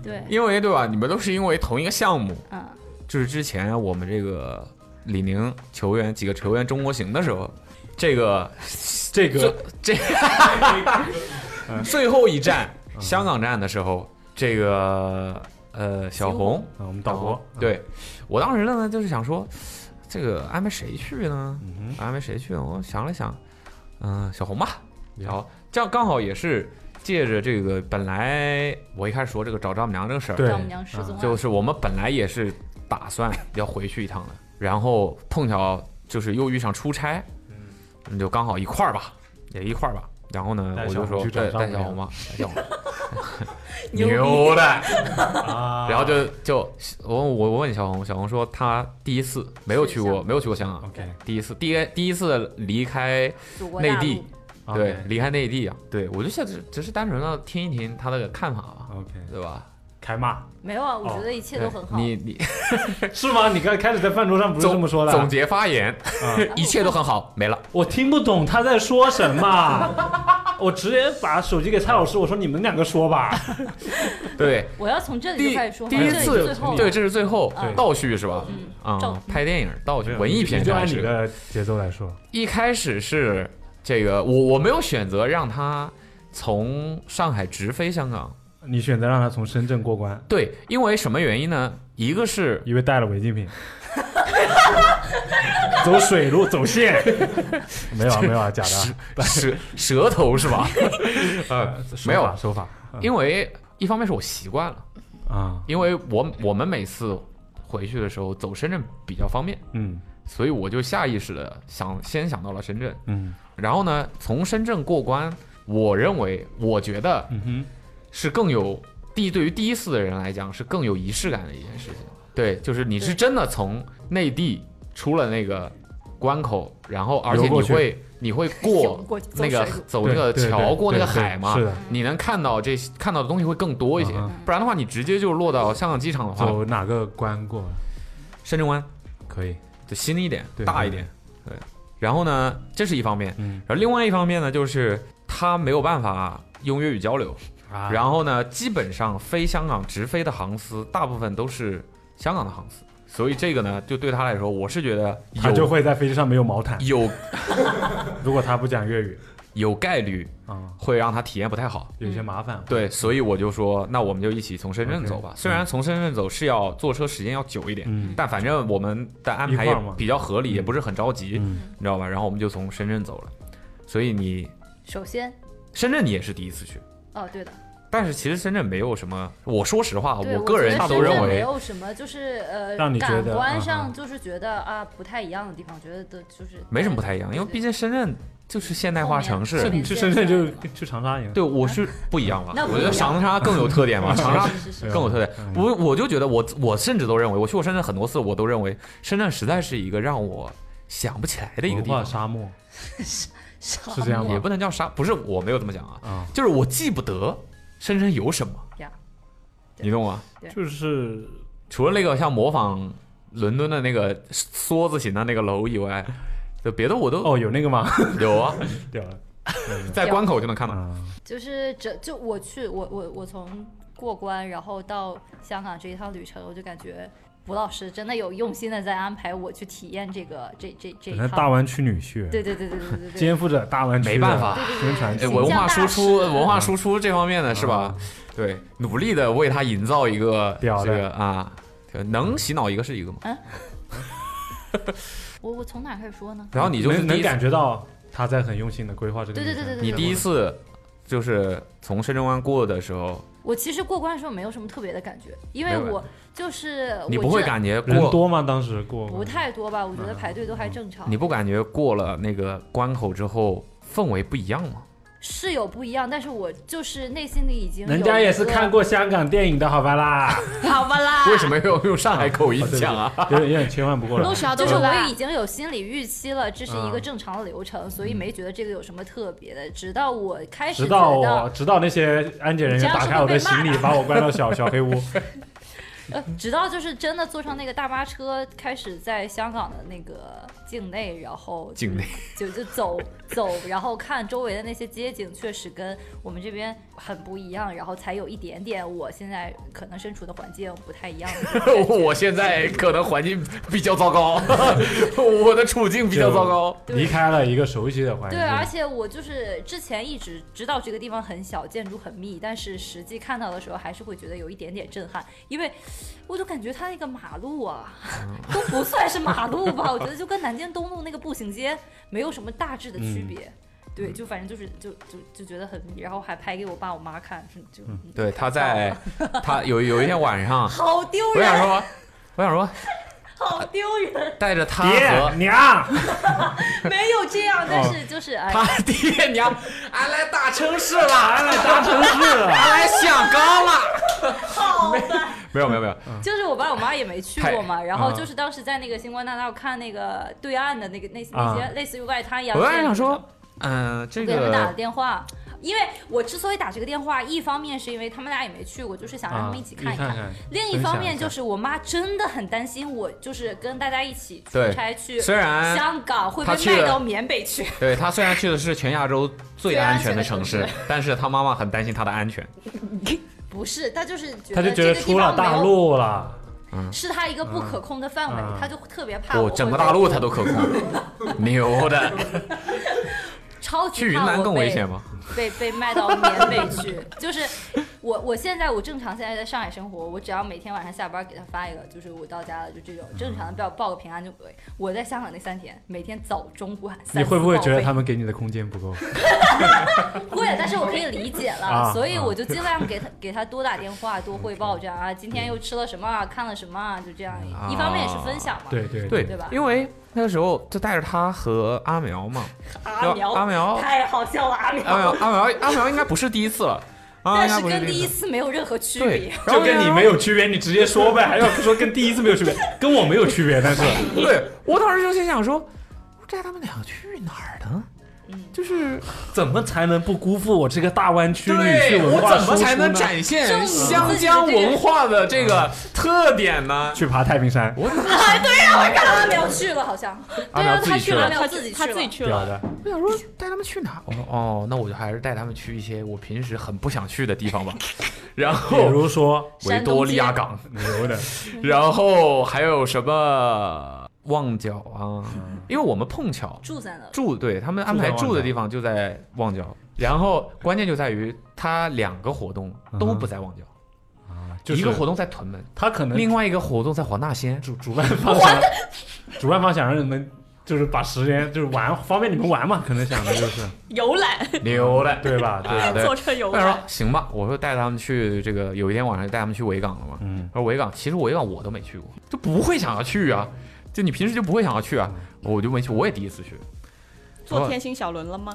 Speaker 5: 对，
Speaker 2: 因为对吧？你们都是因为同一个项目，
Speaker 5: 嗯，
Speaker 2: 就是之前啊我们这个李宁球员几个球员中国行的时候，这个
Speaker 6: 这个
Speaker 2: 这 最后一站
Speaker 6: 嗯
Speaker 2: 香港站的时候，这个呃小红
Speaker 6: 啊，我们岛国，
Speaker 2: 哦对我当时呢，就是想说，这个安排谁去呢？
Speaker 6: 嗯
Speaker 2: 安排啊谁去呢？我想了想，嗯、小红吧，小红，这样刚好也是借着这个，本来我一开始说这个找丈母娘这个事儿，
Speaker 6: 对
Speaker 5: 丈母娘失踪啊
Speaker 2: 啊就
Speaker 5: 了，
Speaker 2: 是我们本来也是打算要回去一趟的，然后碰巧就是又遇上出差，嗯，就刚好一块儿吧，也一块儿吧。然后呢，
Speaker 6: 带
Speaker 2: 我
Speaker 6: 小
Speaker 2: 就
Speaker 6: 红
Speaker 2: 说
Speaker 6: 去找
Speaker 2: 带
Speaker 6: 丈
Speaker 2: 带
Speaker 6: 母
Speaker 2: 小
Speaker 6: 娘
Speaker 2: 红吧，带小红，
Speaker 8: 牛逼
Speaker 2: 牛的，
Speaker 6: 啊，
Speaker 2: 然后就就我我我问小红，小红说她第一次没有去
Speaker 5: 是
Speaker 2: 过，
Speaker 5: 像
Speaker 2: 没有去过香港，
Speaker 6: OK，
Speaker 2: 第一次第一第一次离开
Speaker 5: 祖国
Speaker 2: 内
Speaker 5: 大
Speaker 2: 地
Speaker 5: 陆，，
Speaker 2: 对，离开内地啊，对我就想只只是单纯的听一听她的看法啊，
Speaker 6: ，OK，
Speaker 2: 对吧？
Speaker 6: 开骂
Speaker 5: 没有啊，我觉得一切都很好，
Speaker 2: 哦你你
Speaker 6: 是吗？你刚开始在饭桌上不是这么说的？
Speaker 2: 总结 发言，
Speaker 6: 啊
Speaker 2: 一切都很好，没了。
Speaker 6: 我听不懂他在说什么， 我直接把手机给蔡老师，我说你们两个说吧。
Speaker 2: 对，
Speaker 5: 我要从这里
Speaker 2: 第
Speaker 5: 就开始说，
Speaker 2: 第一
Speaker 5: 这里
Speaker 2: 次
Speaker 5: 最后，
Speaker 2: 对，这是最后
Speaker 5: 对
Speaker 2: 倒叙是吧？
Speaker 5: 哦嗯，照
Speaker 2: 啊，拍电影倒叙，文艺片
Speaker 6: 你就
Speaker 2: 开
Speaker 6: 按你
Speaker 2: 始。
Speaker 6: 的节奏来说，
Speaker 2: 一开始是这个，我我没有选择让他从上海直飞香港，
Speaker 6: 你选择让他从深圳过关，
Speaker 2: 对，因为什么原因呢？一个是
Speaker 6: 因为带了违禁品。走水路，走线， 没有啊，没有啊，假的啊，
Speaker 2: 舌舌头是 吧？呃，没有啊，
Speaker 6: 手法
Speaker 2: 因为一方面是我习惯了，
Speaker 6: 啊，
Speaker 2: 因为我我们每次回去的时候走深圳比较方便，
Speaker 6: 嗯
Speaker 2: 所以我就下意识的想先想到了深圳。
Speaker 6: 嗯
Speaker 2: 然后呢，从深圳过关，我认为我觉得
Speaker 6: 嗯哼，
Speaker 2: 是更有第对于第一次的人来讲是更有仪式感的一件事情。对，就是你是真的从内地出了那个关口，然后而且
Speaker 6: 游过
Speaker 2: 你
Speaker 6: 去
Speaker 2: 会你会
Speaker 8: 游
Speaker 2: 过
Speaker 8: 过去走
Speaker 2: 那个
Speaker 8: 水路
Speaker 2: 走那个
Speaker 6: 对对
Speaker 2: 桥
Speaker 6: 对
Speaker 2: 过那个
Speaker 6: 对对
Speaker 2: 海嘛
Speaker 6: 是的，
Speaker 2: 你能看到这些看到的东西会更多一些
Speaker 6: 嗯。
Speaker 2: 不然的话，你直接就落到香港机场的话，
Speaker 6: 走哪个关过
Speaker 2: 深圳湾
Speaker 6: 可以？
Speaker 2: 就新一点，
Speaker 6: 对
Speaker 2: 大一点，对。然后呢，这是一方面，
Speaker 6: 嗯
Speaker 2: 然后另外一方面呢，就是他没有办法用粤语交流。
Speaker 6: 啊
Speaker 2: 然后呢，基本上飞香港直飞的航司，大部分都是香港的航司，所以这个呢，就对他来说，我是觉得
Speaker 6: 他就
Speaker 2: 有
Speaker 6: 会在飞机上没有毛毯，
Speaker 2: 有
Speaker 6: 如果他不讲粤语
Speaker 2: 有概率
Speaker 6: 啊，
Speaker 2: 会让他体验不太好。
Speaker 6: 有些麻烦。
Speaker 2: 对，所以我就说，那我们就一起从深圳走吧。虽然从深圳走是要坐车时间要久一点，
Speaker 6: 嗯
Speaker 2: 但反正我们的安排
Speaker 6: 一
Speaker 2: 也
Speaker 6: 块儿嘛
Speaker 2: 比较合理，也不是很着急，
Speaker 6: 嗯
Speaker 2: 你知道吧？然后我们就从深圳走了。所以你
Speaker 5: 首先，
Speaker 2: 深圳你也是第一次去，
Speaker 5: 哦，对的，
Speaker 2: 但是其实深圳没有什么，我说实话，
Speaker 5: 对，
Speaker 2: 啊我
Speaker 5: 我
Speaker 2: 个人
Speaker 5: 觉得
Speaker 2: 都
Speaker 5: 深
Speaker 2: 认
Speaker 5: 圳没
Speaker 2: 为，
Speaker 5: 有什么，就是呃，
Speaker 6: 让你觉得
Speaker 5: 感
Speaker 6: 啊
Speaker 5: 官
Speaker 6: 啊
Speaker 5: 上就是觉得啊不太一样的地方，觉得的就是
Speaker 2: 没什么不太一样，因为
Speaker 5: 对
Speaker 2: 毕竟深圳就是现代化城
Speaker 5: 后
Speaker 2: 市
Speaker 5: 面。
Speaker 6: 你去深圳就去长沙也
Speaker 2: 对，我是不一样了。
Speaker 5: 那不
Speaker 2: 我
Speaker 5: 一
Speaker 2: 觉
Speaker 5: 样
Speaker 2: 得长沙更有特点 嘛，长
Speaker 6: 啊
Speaker 2: 沙
Speaker 5: 是是是，
Speaker 2: 更有特点。我我就觉得我我甚至都认为，我去过深圳很多次，我都认为深圳实在是一个让我想不起来的一个
Speaker 6: 文
Speaker 2: 地
Speaker 6: 化
Speaker 2: 方。
Speaker 6: 沙漠
Speaker 5: 是
Speaker 6: 是这样吗
Speaker 2: 也不能叫沙，不是我没有这么讲啊，
Speaker 6: 啊，
Speaker 2: 就是我记不得深圳有什么
Speaker 5: 呀，
Speaker 2: 你懂吗？
Speaker 5: 对
Speaker 6: 就是
Speaker 2: 除了那个像模仿伦敦的那个梭子型的那个楼以外，就别的我都
Speaker 6: 哦，有那个吗？
Speaker 2: 有啊，
Speaker 6: 掉了，
Speaker 2: 在关口就能看到。
Speaker 6: 嗯，
Speaker 5: 就是这就我去我我我从过关然后到香港这一趟旅程，我就感觉吴老师真的有用心的在安排我去体验这个这这这一
Speaker 6: 那
Speaker 5: 趟。
Speaker 6: 大湾区女婿，
Speaker 5: 对对对对对对对。
Speaker 6: 肩负着大湾区
Speaker 2: 没办法
Speaker 5: 对对对
Speaker 6: 宣传
Speaker 5: 对
Speaker 2: 哎
Speaker 5: 对
Speaker 2: 文化输出，
Speaker 5: 形象大使
Speaker 2: 文化输出这方面的是吧？
Speaker 6: 嗯
Speaker 2: 对，努力的为他营造一个这
Speaker 6: 屌的
Speaker 2: 个啊，这个能洗脑一个是一个嘛。
Speaker 5: 我我从哪开始说呢？
Speaker 2: 然后你就是第
Speaker 6: 能能
Speaker 2: 一次
Speaker 6: 感觉到他在很用心的规划这个
Speaker 5: 对
Speaker 6: 旅
Speaker 5: 对
Speaker 6: 程。
Speaker 5: 对对对。
Speaker 2: 你
Speaker 5: 对
Speaker 2: 第一，次就是从深圳湾过的时候，
Speaker 5: 我其实过关的时候没有什么特别的感觉，因为
Speaker 2: 没有
Speaker 5: 我就是
Speaker 2: 你
Speaker 5: 我
Speaker 2: 不会
Speaker 5: 这
Speaker 2: 感嗯觉
Speaker 6: 人
Speaker 2: 过，
Speaker 6: 多吗？当时过
Speaker 5: 不太多吧，我觉得排队都还正常。
Speaker 2: 你不感觉过了那个关口之后氛围不一样吗？
Speaker 5: 是有不一样，但是我就是内心里已经
Speaker 6: 人家也是看
Speaker 5: 过
Speaker 6: 过香港电影的，好吧啦，
Speaker 8: 好吧啦，
Speaker 2: 为什么要用上海口音讲啊？
Speaker 6: 有点有点切换不过来
Speaker 8: 弄。啥
Speaker 5: 啊就
Speaker 8: 都
Speaker 5: 是我
Speaker 8: 啦
Speaker 5: 已经有心理预期了，这是一
Speaker 6: 嗯
Speaker 5: 个正常的流程，所以没觉得这个有什么特别的。直到我开始
Speaker 6: 直
Speaker 5: 觉
Speaker 6: 到
Speaker 5: 得
Speaker 6: 我，直到那些安检人员打开我的行
Speaker 5: 你这样
Speaker 6: 李，
Speaker 5: 是
Speaker 6: 把我关到小小黑屋。
Speaker 5: 呃，直到就是真的坐上那个大巴车，开始在香港的那个境内，然后就
Speaker 2: 境内
Speaker 5: 就就走走，然后看周围的那些街景，确实跟我们这边很不一样，然后才有一点点我现在可能身处的环境不太一样的这种感觉。
Speaker 2: 我现在可能环境比较糟糕， 我的处境比较糟糕。
Speaker 5: 对
Speaker 6: 离开了一个熟悉的环境
Speaker 5: 对，，而且我就是之前一直知道这个地方很小，建筑很密，但是实际看到的时候还是会觉得有一点点震撼，因为我就感觉它那个马路啊， 都不算是马路吧，我觉得就跟南京东路那个步行街没有什么大致的区别。对，就反正就是就就就觉得很密，然后还拍给我爸我妈看，是就、嗯
Speaker 2: 对，他在他有有一天晚上，
Speaker 5: 好丢
Speaker 2: 我想
Speaker 5: 人，
Speaker 2: 说，我想说，
Speaker 5: 好丢人，
Speaker 2: 带着他和
Speaker 6: 爹娘，
Speaker 5: 没有这样，但是就是哎，
Speaker 2: 他爹娘，俺来大城市了，俺来
Speaker 6: 大城市了，
Speaker 2: 俺来香港了。
Speaker 5: 好吧。
Speaker 2: 没有没有没有，
Speaker 5: 就是我爸我妈也没去过嘛，然
Speaker 2: 嗯
Speaker 5: 后就是当时在那个星光大道看那个对岸的那个那些那些
Speaker 6: 啊
Speaker 5: 类似于外滩一样
Speaker 2: 我
Speaker 5: 的建
Speaker 2: 刚
Speaker 5: 筑。
Speaker 2: 才想说，嗯，这
Speaker 5: 给他们打了
Speaker 2: 个
Speaker 5: 电话，因为我之所以打这个电话，一方面是因为他们俩也没去过，就是想让
Speaker 2: 啊
Speaker 5: 他们一起看
Speaker 6: 你
Speaker 5: 一看。
Speaker 6: 看，
Speaker 5: 另一方面就是我妈真的很担心我，就是跟大家一起出
Speaker 2: 对
Speaker 5: 差去
Speaker 2: 虽然
Speaker 5: 香港会
Speaker 2: 他
Speaker 5: 被
Speaker 2: 去
Speaker 5: 卖
Speaker 2: 了
Speaker 5: 到缅北去。
Speaker 2: 对他虽然去的是全亚洲最
Speaker 5: 最安
Speaker 2: 安全的
Speaker 5: 全的
Speaker 2: 城
Speaker 5: 城
Speaker 2: 市，但是他妈妈很担心他的安全。
Speaker 5: 不是，他就是觉
Speaker 6: 他就
Speaker 5: 得
Speaker 6: 觉
Speaker 5: 这个
Speaker 6: 得
Speaker 5: 地
Speaker 6: 出
Speaker 5: 方
Speaker 6: 了
Speaker 5: 没
Speaker 6: 大
Speaker 5: 有，
Speaker 6: 陆了，
Speaker 5: 是他一个不可控的范围，
Speaker 6: 嗯
Speaker 5: 他就特别怕
Speaker 2: 我
Speaker 5: 我
Speaker 2: 整个
Speaker 5: 会被
Speaker 2: 大陆他都 可控，牛的。
Speaker 5: 超级
Speaker 2: 去云
Speaker 5: 怕
Speaker 2: 南
Speaker 5: 我
Speaker 2: 更危
Speaker 5: 被
Speaker 2: 险吗？
Speaker 5: 被被卖到缅北去。就是我我现在我正常现在在上海生活，我只要每天晚上下班给他发一个，就是我到家了，就这种正常的报报个平安就可以。我在香港那三天，每天早中晚三
Speaker 6: 你会不会觉得他
Speaker 5: 们
Speaker 6: 们给你的空间不够？
Speaker 5: 会？啊但是我可以理解了，
Speaker 6: 啊
Speaker 5: 所以我就尽量给他给他多打电话，多汇报这样啊，今天又吃了什么啊，看了什么啊，就这样。一方面也是分享嘛，
Speaker 6: 对对
Speaker 2: 对
Speaker 5: 对吧
Speaker 2: 因为那个时候就带着他和阿苗嘛，
Speaker 5: 阿苗
Speaker 2: 阿苗哦
Speaker 5: 太好笑了，阿苗，
Speaker 2: 阿苗阿苗阿苗应该不是第 一次了，阿苗
Speaker 5: 但
Speaker 2: 应该
Speaker 5: 是
Speaker 2: 不
Speaker 5: 跟
Speaker 2: 第
Speaker 5: 第一
Speaker 2: 次。
Speaker 5: 次没有任何区
Speaker 2: 对
Speaker 5: 别。，
Speaker 2: 然
Speaker 6: 就
Speaker 2: 后
Speaker 6: 跟你没有区别，你直接说呗，还要说跟第一次没有区别， 跟我没有区别，但是
Speaker 2: 对我当时就心想说，我带他们俩去哪儿呢？
Speaker 5: 嗯
Speaker 2: 就是
Speaker 6: 怎么才能不辜负我这个大湾区女
Speaker 2: 对
Speaker 6: 婿
Speaker 2: 我
Speaker 6: 文化
Speaker 2: 怎么才能
Speaker 6: 输出呢
Speaker 2: 展
Speaker 5: 证明自
Speaker 2: 现
Speaker 5: 己
Speaker 2: 湘
Speaker 5: 的
Speaker 2: 江
Speaker 5: 这个
Speaker 2: 文化的这个特 点呢？
Speaker 6: 去爬太平山？
Speaker 2: 我
Speaker 5: 阿苗去了，好像
Speaker 2: 阿
Speaker 8: 对
Speaker 2: 苗
Speaker 8: 啊，
Speaker 2: 自己
Speaker 8: 他
Speaker 2: 去
Speaker 8: 去
Speaker 2: 了
Speaker 8: 了，
Speaker 5: 他
Speaker 8: 他
Speaker 5: 自己去
Speaker 8: 他
Speaker 5: 了
Speaker 8: 自己去
Speaker 6: 屌
Speaker 8: 了，
Speaker 6: 的，
Speaker 2: 我想说带他们去哪儿？我说哦，那我就还是带他们去一些我平时很不想去的地方 吧。然
Speaker 6: 比
Speaker 2: 后
Speaker 6: 如说
Speaker 2: 维多利亚港，
Speaker 6: 牛的，
Speaker 2: 然后还有什么旺角 啊？因为我们碰巧
Speaker 5: 住在那儿。
Speaker 2: 住，对他们安排住的地方就在旺角。然后关键就在于他两个活动都不在旺角，
Speaker 6: 嗯就是
Speaker 2: 一个活动在屯门，
Speaker 6: 他可能
Speaker 2: 另外一个活动在黄大 仙。
Speaker 6: 主主办方想，主办方想让你们就是把时间就是玩，方便你们玩嘛，可能想的就是，
Speaker 8: 游览，
Speaker 2: 牛嘞！
Speaker 6: 对吧？对
Speaker 2: 啊对
Speaker 8: 坐车游
Speaker 2: 我想
Speaker 8: 览
Speaker 2: 说，行吧，我说带他们去这个，有一天晚上带他们去维港了嘛。
Speaker 6: 嗯，
Speaker 2: 而维港其实维港我都没去过，就不会想要去啊，就你平时就不会想要去啊，
Speaker 6: 嗯
Speaker 2: 我就没去，我也第一次去。
Speaker 8: 坐天星小轮了吗？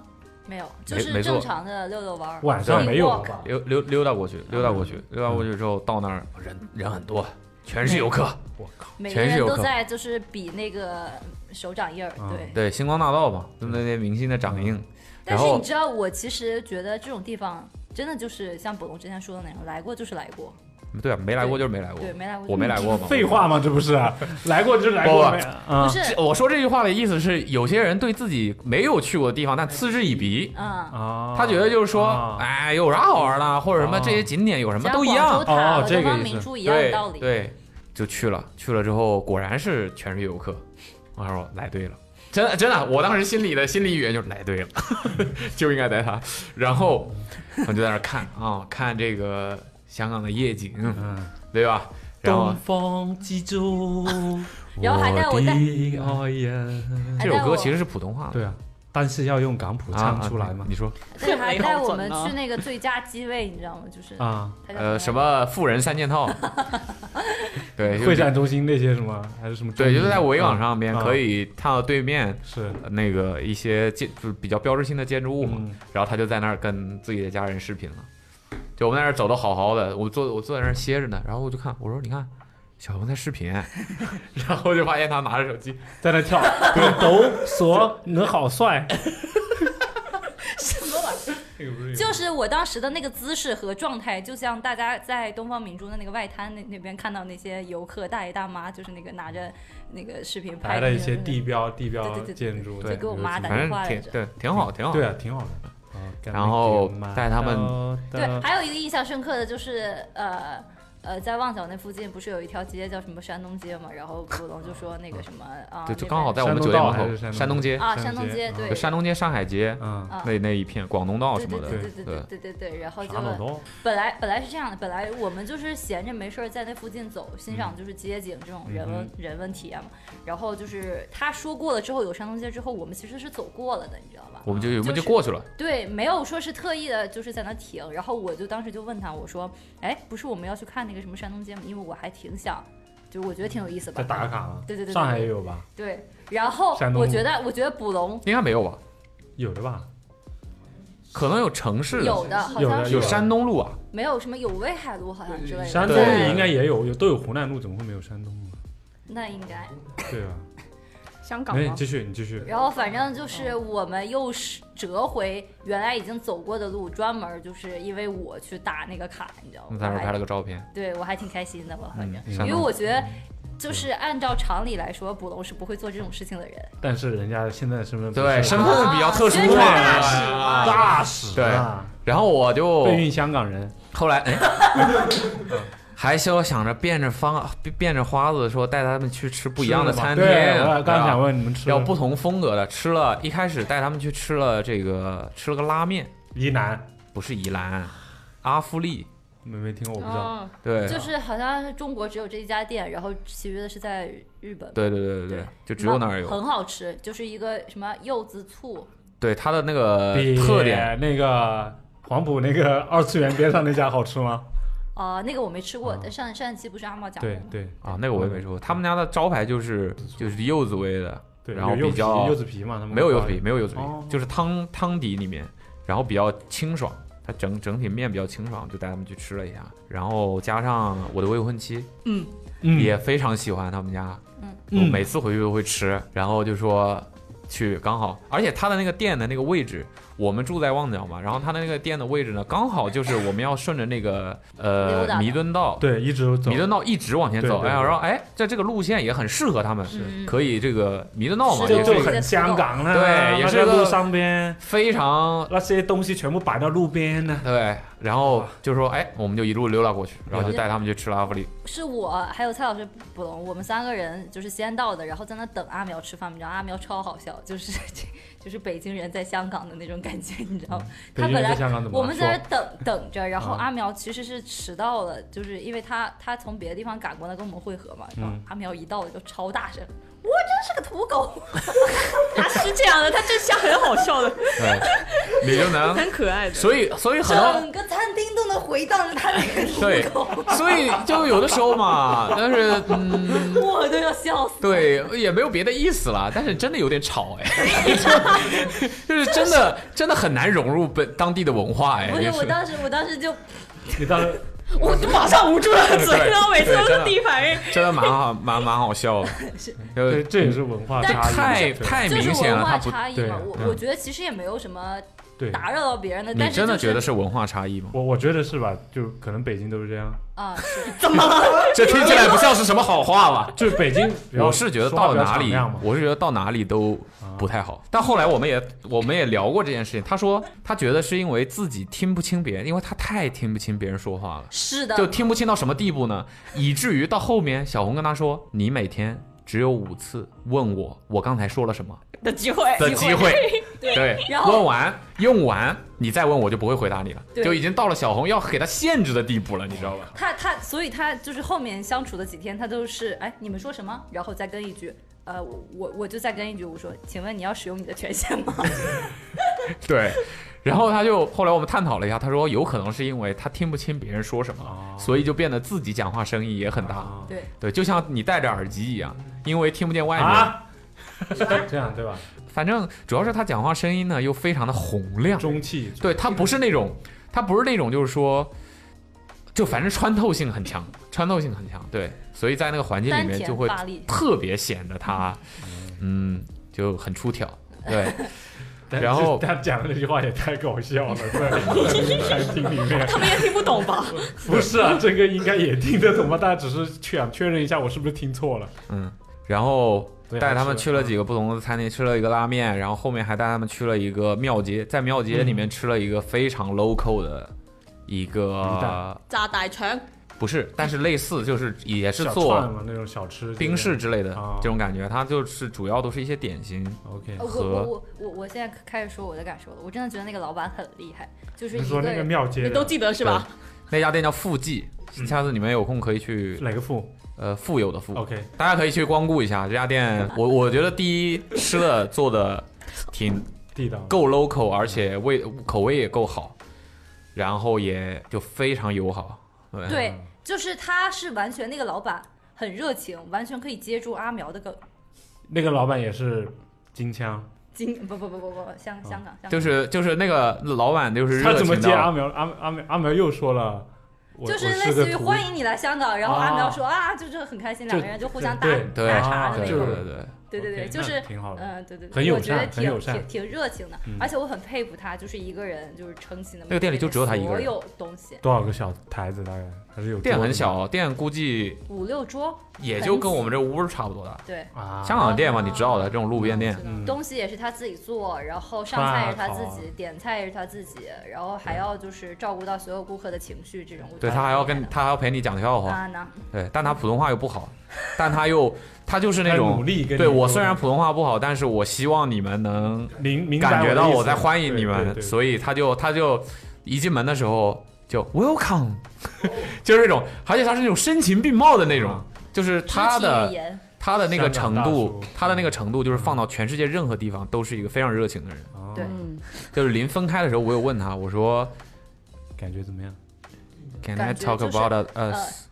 Speaker 5: 没有，就
Speaker 2: 没没
Speaker 5: 是
Speaker 2: 错
Speaker 5: 正常的遛遛弯儿。
Speaker 6: 晚上没有了
Speaker 5: City walk
Speaker 6: 吧？
Speaker 2: 溜溜溜达过去，溜达过
Speaker 6: 嗯
Speaker 2: 去，溜达过去之后到那儿人人很多，全是游客。
Speaker 6: 嗯
Speaker 5: 每个
Speaker 2: 全是
Speaker 5: 人
Speaker 2: 游
Speaker 5: 都
Speaker 2: 客
Speaker 5: 在就是比那个手掌印儿，对。
Speaker 2: 对，星光大道嘛，
Speaker 6: 嗯
Speaker 2: 那么那些明星的掌印，然
Speaker 5: 但是
Speaker 2: 后
Speaker 5: 你知道，我其实觉得这种地方真的就是像卜龙之前说的那样，来过就是来过，
Speaker 2: 对啊，没来过就是没来过。
Speaker 5: 对，没来过就。
Speaker 2: 我没来过嘛。
Speaker 6: 废话嘛，这不是啊来过就是来过
Speaker 2: 不
Speaker 6: 没
Speaker 5: 不
Speaker 6: 啊？
Speaker 5: 是
Speaker 2: 这。我说这句话的意思是，有些人对自己没有去过的地方，但嗤之以鼻。
Speaker 5: 啊，
Speaker 6: 啊，
Speaker 2: 他觉得就是说
Speaker 6: 啊，
Speaker 2: 哎，有啥好玩的，或者什么
Speaker 6: 啊
Speaker 2: 这些景点有什么
Speaker 5: 像
Speaker 2: 都一
Speaker 5: 广
Speaker 2: 样
Speaker 5: 州，塔
Speaker 6: 哦
Speaker 5: 和
Speaker 6: 这
Speaker 5: 东
Speaker 6: 个
Speaker 5: 方
Speaker 6: 意思
Speaker 5: 明珠一样的
Speaker 2: 对
Speaker 5: 道理。
Speaker 2: 对，就去了。去了之后，果然是全是游客。我说来对了，真的真的，我当时心里的心理语言就是来对了， 就应该带他。然后我就在那儿看啊，看这个香港的夜景，
Speaker 6: 嗯，
Speaker 2: 对吧？然
Speaker 6: 啊
Speaker 2: 后
Speaker 6: 方既州，
Speaker 5: 然后还带我带
Speaker 6: 的爱人。
Speaker 5: 还
Speaker 2: 这
Speaker 5: 带
Speaker 2: 首
Speaker 5: 哎
Speaker 2: 歌
Speaker 5: 我
Speaker 2: 其实是普通话的
Speaker 6: 对啊，但是要用港普
Speaker 2: 啊，
Speaker 6: 唱出来
Speaker 2: 啊
Speaker 6: 嘛。
Speaker 2: 你说，
Speaker 5: 对，还
Speaker 8: 没
Speaker 5: 带
Speaker 8: 好
Speaker 5: 我
Speaker 8: 准
Speaker 5: 们
Speaker 8: 啊
Speaker 5: 去那个最佳机位，你知道吗？就是
Speaker 6: 啊，
Speaker 5: 它叫
Speaker 2: 呃，什
Speaker 5: 什
Speaker 2: 么富人三 件套，对，就是
Speaker 6: 会展中心那些什么还是什么中
Speaker 2: 对，
Speaker 6: 心？
Speaker 2: 就是在维港
Speaker 6: 啊
Speaker 2: 上面
Speaker 6: 啊
Speaker 2: 可以看到对面
Speaker 6: 是，
Speaker 2: 呃那个一些建，就是比较标志性的建筑物嘛。
Speaker 6: 嗯
Speaker 2: 然后他就在那儿跟自己的家人视频了。就我们在那儿走的好好的，我坐我坐在那儿歇着呢，然后我就看，我说你看，小红在 视频，然后就发现他拿着手机，
Speaker 6: 在那跳，抖索，你 好帅，
Speaker 5: 就是我当时的那个姿势和状态，就像大家在东方明珠的那个外滩那那边看到那些游客大爷大妈，就是那个拿着那个视频拍
Speaker 6: 拍
Speaker 5: 的
Speaker 6: 了
Speaker 5: 那
Speaker 6: 一些
Speaker 5: 种
Speaker 6: 地标地标
Speaker 5: 对对对对
Speaker 6: 建筑，
Speaker 5: 就给我妈打
Speaker 2: 反
Speaker 5: 电
Speaker 2: 正
Speaker 5: 话来
Speaker 2: 挺
Speaker 5: 着。
Speaker 2: 对，挺好，挺好。
Speaker 6: 对啊，挺好的。啊
Speaker 2: 然后带他们，
Speaker 5: 对，
Speaker 6: 干嘛
Speaker 5: 还有一个印象深刻的就是呃。呃，在旺角那附近不是有一条街叫什么山东街嘛？然后古龙就说那个什么啊，
Speaker 2: 对，就
Speaker 5: 那
Speaker 2: 刚好
Speaker 5: 边
Speaker 2: 在我们
Speaker 6: 山
Speaker 2: 酒
Speaker 6: 东
Speaker 2: 店
Speaker 6: 道
Speaker 2: 门
Speaker 6: 还是
Speaker 2: 口，
Speaker 6: 山东
Speaker 2: 山东街，
Speaker 5: 啊，
Speaker 6: 山
Speaker 5: 山
Speaker 6: 东
Speaker 5: 东
Speaker 6: 街
Speaker 5: 街对
Speaker 2: 就，山东街、上海街
Speaker 6: 嗯，
Speaker 5: 啊
Speaker 2: 那那一片，广东道
Speaker 5: 对
Speaker 2: 什么的，
Speaker 5: 对对对
Speaker 2: 对
Speaker 5: 对对对对，然后就
Speaker 6: 啥都懂
Speaker 5: 本来本来是这样的，本来我们就是闲着没事儿在那附近走，欣
Speaker 6: 嗯
Speaker 5: 赏就是街景这种人文、人文体验嘛。然后就是他说过了之后，有山东街之后，我们其实是走过了的，你知道吧？
Speaker 2: 我们就我们
Speaker 5: 就
Speaker 2: 就是过去了。
Speaker 5: 对，没有说是特意的，就是在那停。然后我就当时就问他，我说：“哎，不是我们要去看那个什么山东街吗？因为我还挺想，就我觉得挺有意思吧
Speaker 6: 在。打卡嘛，
Speaker 5: 对对对对
Speaker 6: 上海也有吧，”
Speaker 5: 对，然后
Speaker 6: 山东
Speaker 5: 我
Speaker 6: 路
Speaker 5: 觉得，我觉得捕龙
Speaker 2: 应该没有吧？
Speaker 6: 有的吧，
Speaker 2: 可能有城市
Speaker 5: 有的，好
Speaker 6: 有
Speaker 5: 像
Speaker 6: 的
Speaker 5: 是
Speaker 2: 有山东路啊，
Speaker 5: 没有什么有威海路好像之类的，
Speaker 6: 山东
Speaker 2: 对
Speaker 6: 也应该也有，有都有湖南路，怎么会没有山东呢？
Speaker 5: 那应该。
Speaker 6: 对啊，
Speaker 8: 香港
Speaker 6: 没你
Speaker 8: 吗？
Speaker 6: 继续，你继续，
Speaker 5: 然后反正就是我们又是折回原来已经走过的路，专门就是因为我去打那个卡，你知道吗？
Speaker 2: 我们在那
Speaker 5: 我
Speaker 2: 儿
Speaker 5: 还
Speaker 2: 拍了个照片。
Speaker 5: 对我还挺开心的吧，反正、
Speaker 6: 嗯
Speaker 5: 因
Speaker 2: 山
Speaker 5: 为
Speaker 2: 东
Speaker 5: 我觉得就是按照常理来说，捕龙是不会做这种事情的人。
Speaker 6: 但是人家现在身份不
Speaker 2: 对，
Speaker 6: 是啊
Speaker 2: 身份比较特殊
Speaker 5: 宣传大
Speaker 2: 嘛。
Speaker 5: 使嘛
Speaker 6: 大使
Speaker 2: 对哦
Speaker 6: 啊，
Speaker 2: 然后我就
Speaker 6: 备孕香港人，
Speaker 2: 后来， 哎，还是想着变着方变着花子说带他们去吃不一样的餐厅。
Speaker 6: 对我刚
Speaker 2: 对吧
Speaker 6: 想问你们吃
Speaker 2: 要
Speaker 6: 了
Speaker 2: 不同风格的，吃了一开始带他们去吃了这个吃了个拉面，
Speaker 6: 疑难，
Speaker 2: 不是宜兰，阿夫利，
Speaker 6: 没没听过，我不知道。
Speaker 8: 哦，
Speaker 2: 对，啊
Speaker 5: 就是好像是中国只有这一家店，然后其余的是在日本。
Speaker 2: 对对对对对
Speaker 5: 对，
Speaker 2: 就只有那儿有。
Speaker 5: 很好吃，就是一个什么柚子醋，
Speaker 2: 对它的那个
Speaker 6: 比
Speaker 2: 呃特点，
Speaker 6: 那个黄埔那个 二次元边上那家好吃吗？
Speaker 5: 啊，那个我没吃
Speaker 2: 嗯
Speaker 5: 过，但上上一期不是阿茂讲过
Speaker 6: 对
Speaker 5: 吗？
Speaker 6: 对
Speaker 2: 啊，那个我也没吃过。他们家的招牌就是就是柚子味的，
Speaker 6: 对，
Speaker 2: 然后
Speaker 6: 有柚
Speaker 2: 比
Speaker 6: 子
Speaker 2: 较
Speaker 6: 皮柚子皮嘛，他们
Speaker 2: 没有柚
Speaker 6: 会
Speaker 2: 子
Speaker 6: 放
Speaker 2: 皮，没有柚子皮
Speaker 6: 哦，
Speaker 2: 就是汤汤底里面，然后比较清爽，它整整体面比较清爽，就带他们去吃了一下，然后加上我的未婚妻
Speaker 6: 嗯
Speaker 2: 也非常喜欢他们家，
Speaker 5: 嗯
Speaker 2: 我每次回去都会吃，然后就说去刚好，而且他的那个店的那个位置，我们住在旺角嘛，然后他的那个店的位置呢，刚好就是我们要顺着那个
Speaker 5: 溜达
Speaker 2: 呃
Speaker 5: 的
Speaker 2: 弥敦道，
Speaker 6: 对，一直走
Speaker 2: 弥敦道一直往前走，
Speaker 6: 对对
Speaker 2: 哎呀，
Speaker 6: 对
Speaker 2: 然后哎，在这个路线也很适合他们，
Speaker 5: 嗯
Speaker 2: 可以这个弥敦道嘛，
Speaker 5: 是
Speaker 2: 也
Speaker 6: 这
Speaker 2: 是
Speaker 6: 就
Speaker 2: 一个
Speaker 6: 很香港了，
Speaker 2: 对也是
Speaker 6: 那在
Speaker 2: 个
Speaker 6: 路上边，
Speaker 2: 非常
Speaker 6: 那些东西全部摆到路边呢。
Speaker 2: 对，然后就说哎，我们就一路溜达过去，然
Speaker 5: 嗯
Speaker 2: 后就带他们去吃了阿芙利。
Speaker 5: 是我还有蔡老师、卜龙，我们三个人就是先到的，然后在那等阿苗吃饭。你知道阿苗超好笑，就是 就是北京人在香港的那种感觉，你知道吗？
Speaker 6: 北
Speaker 5: 他
Speaker 6: 京
Speaker 5: 本
Speaker 6: 人在
Speaker 5: 来
Speaker 6: 香港怎么
Speaker 5: 我们
Speaker 6: 说
Speaker 5: 在那等等着，然后
Speaker 6: 啊
Speaker 5: 阿苗其实是迟到了，就是因为他他从别的地方赶过来跟我们会合嘛。然后
Speaker 2: 嗯
Speaker 5: 阿苗一到了就超大声，我真是个土狗。
Speaker 8: 他啊是这样的，他这下很好笑的，
Speaker 2: 对，你就能，
Speaker 8: 很可爱的。
Speaker 2: 所以所以很多
Speaker 5: 整个餐厅都能回荡着他那个
Speaker 2: 对
Speaker 5: 土狗，，
Speaker 2: 所以就有的时候嘛，但是嗯，
Speaker 5: 我都要笑死。
Speaker 2: 对，也没有别的意思了，但是真的有点吵哎， 就是真的真的很难融入本当地的文化哎，
Speaker 5: 不
Speaker 2: 也
Speaker 5: 是，
Speaker 2: 是
Speaker 5: 我当时我当时就
Speaker 6: 你到了
Speaker 8: 我就马上捂住了嘴，
Speaker 2: 对
Speaker 8: 然后每次都
Speaker 2: 对真
Speaker 8: 是
Speaker 2: 的
Speaker 8: 第一反应。
Speaker 2: 真的蛮好蛮蛮好笑 的，对，
Speaker 6: 对，
Speaker 2: 嗯
Speaker 6: 这也是文化
Speaker 5: 但
Speaker 6: 差异，
Speaker 2: 太
Speaker 6: 对
Speaker 2: 太
Speaker 5: 就
Speaker 2: 明
Speaker 5: 是
Speaker 2: 显
Speaker 5: 文
Speaker 2: 了，他
Speaker 5: 化
Speaker 2: 不嗯
Speaker 5: 差异嘛
Speaker 6: 对。
Speaker 5: 我我觉得其实也没有什么
Speaker 6: 对，
Speaker 5: 打扰到别人的，
Speaker 2: 你
Speaker 5: 但是、就是、
Speaker 2: 真的觉得是文化差 异吗？
Speaker 6: 我我觉得是吧？就可能北京都是这样，
Speaker 5: 啊？是
Speaker 2: 这听起来不像是什么好话吧？
Speaker 6: 就是北京比 较
Speaker 2: 我是觉得
Speaker 6: 说话
Speaker 2: 到
Speaker 6: 比较
Speaker 2: 哪
Speaker 6: 敞
Speaker 2: 里
Speaker 6: 亮嘛，啊
Speaker 2: 我是觉得到哪里都不太好。但后来我们也我们也聊过这件事情，他说他觉得是因为自己听不清别人，因为他太听不清别人说话了，
Speaker 5: 是的，
Speaker 2: 就听不清到什么地步呢？以至于到后面，小红跟他说：“你每天只有五次问我我刚才说了什么
Speaker 8: 的机会，
Speaker 2: 的机 会。”对，
Speaker 5: 然后
Speaker 2: 问完用完，你再问我就不会回答你了，
Speaker 5: 对
Speaker 2: 就已经到了小红要给他限制的地步了，你知道吧？
Speaker 5: 他他，所以他就是后面相处的几天，他都是哎，你们说什么？然后再跟一句，呃，我我我就再跟一句，我说，请问你要使用你的权限吗？
Speaker 2: 对，然后他就后来我们探讨了一下，他说有可能是因为他听不清别人说什么，
Speaker 6: 哦
Speaker 2: 所以就变得自己讲话声音也很
Speaker 6: 啊
Speaker 2: 大。啊
Speaker 5: 对，
Speaker 2: 对，就像你戴着耳机一样，因为听不见外面。
Speaker 6: 啊，这样对吧？
Speaker 2: 反正主要是他讲话声音呢又非常的洪亮，
Speaker 6: 中气
Speaker 2: 对他不是那种，他不是那种就是说，就反正穿透性很强，穿透性很强。对，所以在那个环境 里
Speaker 5: 丹
Speaker 2: 面
Speaker 5: 田
Speaker 2: 就会
Speaker 5: 发力，
Speaker 2: 特别显得他，嗯，就很出挑。对，
Speaker 6: 但
Speaker 2: 然
Speaker 6: 是
Speaker 2: 后
Speaker 6: 他讲的那句话也太搞笑了， 在在餐厅里面，
Speaker 8: 他们也听不懂吧？
Speaker 6: 不是啊，这个应该也听得懂吧？大家只是确确认一下，我是不是听错了？
Speaker 2: 嗯，然后
Speaker 6: 对
Speaker 2: 带他
Speaker 6: 还
Speaker 2: 们
Speaker 6: 是
Speaker 2: 去了几个不同的餐厅，吃了一个拉面，然后后面还带他们去了一个庙街，在庙街里
Speaker 6: 嗯
Speaker 2: 面吃了一个非常 local 的一
Speaker 6: 鱼
Speaker 2: 个
Speaker 6: 蛋，
Speaker 8: 炸大肠，
Speaker 2: 不是，但是类似就是也是
Speaker 6: 小
Speaker 2: 做
Speaker 6: 串嘛那种小吃，
Speaker 2: 冰室。之类的
Speaker 6: 啊
Speaker 2: 这种感觉，它就是主要都是一些点心，
Speaker 6: OK，
Speaker 5: 呃我
Speaker 2: 和
Speaker 5: 我我我我现在开始说我的感受了，我真的觉得那个老板很厉害，就是
Speaker 6: 你
Speaker 5: 一个
Speaker 6: 说那个
Speaker 5: 人
Speaker 6: 庙街
Speaker 8: 你
Speaker 6: 的
Speaker 8: 都记得是吧？
Speaker 2: 那家店叫富记。
Speaker 6: 嗯
Speaker 2: 下次你们有空可以去，
Speaker 6: 哪个富
Speaker 2: 呃，富有的富，
Speaker 6: ？OK，
Speaker 2: 大家可以去光顾一下这家店。我我觉得第一吃的做的挺
Speaker 6: 地道
Speaker 2: 够 local，而且味口味也够好，然后也就非常友好。对，
Speaker 5: 对，就是他是完全那个老板很热情，完全可以接住阿苗的梗。
Speaker 6: 那个老板也是金枪，
Speaker 5: 金 不不不不不，香香港香港
Speaker 2: 嗯就是就是那个老板就是
Speaker 6: 他
Speaker 2: 热
Speaker 6: 怎么
Speaker 2: 情
Speaker 6: 接阿
Speaker 2: 到，
Speaker 6: 苗？阿阿苗阿苗又说了，我
Speaker 5: 就是
Speaker 6: 我
Speaker 5: 类
Speaker 6: 个
Speaker 5: 似于
Speaker 6: 徒
Speaker 5: 欢迎你来香港，然后阿苗
Speaker 6: 啊
Speaker 5: 说啊，就是很开心，两
Speaker 6: 就
Speaker 5: 个人就互相打
Speaker 6: 对啊
Speaker 2: 对
Speaker 5: 打岔的
Speaker 2: 啊对
Speaker 5: 那
Speaker 2: 对
Speaker 5: 种。
Speaker 2: 对
Speaker 5: 对
Speaker 2: 对，
Speaker 5: 对对，
Speaker 6: OK，
Speaker 5: 就
Speaker 6: 那
Speaker 5: 是
Speaker 6: 挺好的
Speaker 5: 嗯，对对，对
Speaker 6: 很友
Speaker 5: 我觉得
Speaker 6: 善很
Speaker 5: 挺
Speaker 6: 友善
Speaker 5: 挺挺热情的
Speaker 6: 嗯，
Speaker 5: 而且我很佩服他，就是一个人就是撑起那么
Speaker 2: 那个店里就只有他一个
Speaker 5: 所
Speaker 2: 人
Speaker 5: 有东西
Speaker 6: 多少个小台子？大概还是有
Speaker 2: 店
Speaker 6: 桌
Speaker 2: 很
Speaker 6: 子
Speaker 2: 小，店估计
Speaker 5: 五六桌，
Speaker 2: 也就跟我们这屋差不多大。
Speaker 5: 对，
Speaker 6: 啊，
Speaker 2: 香港的店嘛，你知道的，这种路边店
Speaker 5: 知，道
Speaker 6: 嗯
Speaker 5: 东西也是他自己做，然后上菜也是他自
Speaker 6: 哇
Speaker 5: 己，点菜也是他自己，然后还要就是照顾到所有顾客的情绪，这种我觉
Speaker 2: 对
Speaker 5: 得
Speaker 2: 他还要
Speaker 5: 挺厉害
Speaker 2: 跟
Speaker 5: 的
Speaker 2: 他还要陪你讲笑话，
Speaker 5: 啊呢，
Speaker 2: 对，但他普通话又不好，但他又他就是那
Speaker 6: 他
Speaker 2: 种
Speaker 6: 努力跟你
Speaker 2: 对我
Speaker 6: 说
Speaker 2: 虽然普通话不好，但是我希望你们能
Speaker 6: 明明白
Speaker 2: 感觉
Speaker 6: 的
Speaker 2: 到
Speaker 6: 意
Speaker 2: 我
Speaker 6: 思
Speaker 2: 在欢迎你
Speaker 6: 对对
Speaker 2: 们，
Speaker 6: 对
Speaker 2: 所以他就他就一进门的时候就 welcome，就是那种，而且他是那种深情并茂的那种，就是他
Speaker 5: 肢体语
Speaker 2: 的
Speaker 5: 言
Speaker 2: 他的那个程
Speaker 6: 啊香港大
Speaker 2: 度
Speaker 6: 叔，嗯
Speaker 2: 他的那个程度就是放到全世界任何地方都是一个非常热情的人。
Speaker 6: 哦
Speaker 5: 对
Speaker 8: 嗯，
Speaker 2: 就是临分开的时候，我有问他，我说
Speaker 6: 感觉怎么样？
Speaker 2: Can I
Speaker 5: 感觉
Speaker 2: talk
Speaker 5: 就是呃
Speaker 2: about us？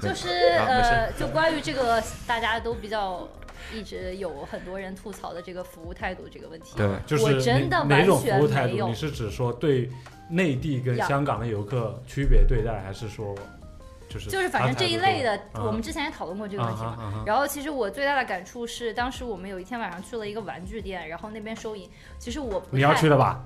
Speaker 2: 对
Speaker 5: 就是
Speaker 2: 啊没事
Speaker 5: 呃，就关于这个大家都比较一直有很多人吐槽的这个服务态度这个问题，
Speaker 2: 对，
Speaker 6: 就是
Speaker 5: 我真的
Speaker 6: 你哪种
Speaker 5: 完全
Speaker 6: 服务态
Speaker 5: 没有
Speaker 6: 度？你是指说对内地跟
Speaker 5: 呀
Speaker 6: 香港的游客区别对待，还是说就是
Speaker 5: 就是反正这一类
Speaker 6: 的
Speaker 5: 的，
Speaker 6: 啊
Speaker 5: 我们之前也讨论过这个
Speaker 6: 啊
Speaker 5: 问题
Speaker 6: 哈
Speaker 5: 嘛。
Speaker 6: 啊哈
Speaker 5: 然后其实我最大的感触是，当时我们有一天晚上去了一个玩具店，然后那边收银，其实我不
Speaker 6: 你要
Speaker 5: 太
Speaker 6: 去了吧？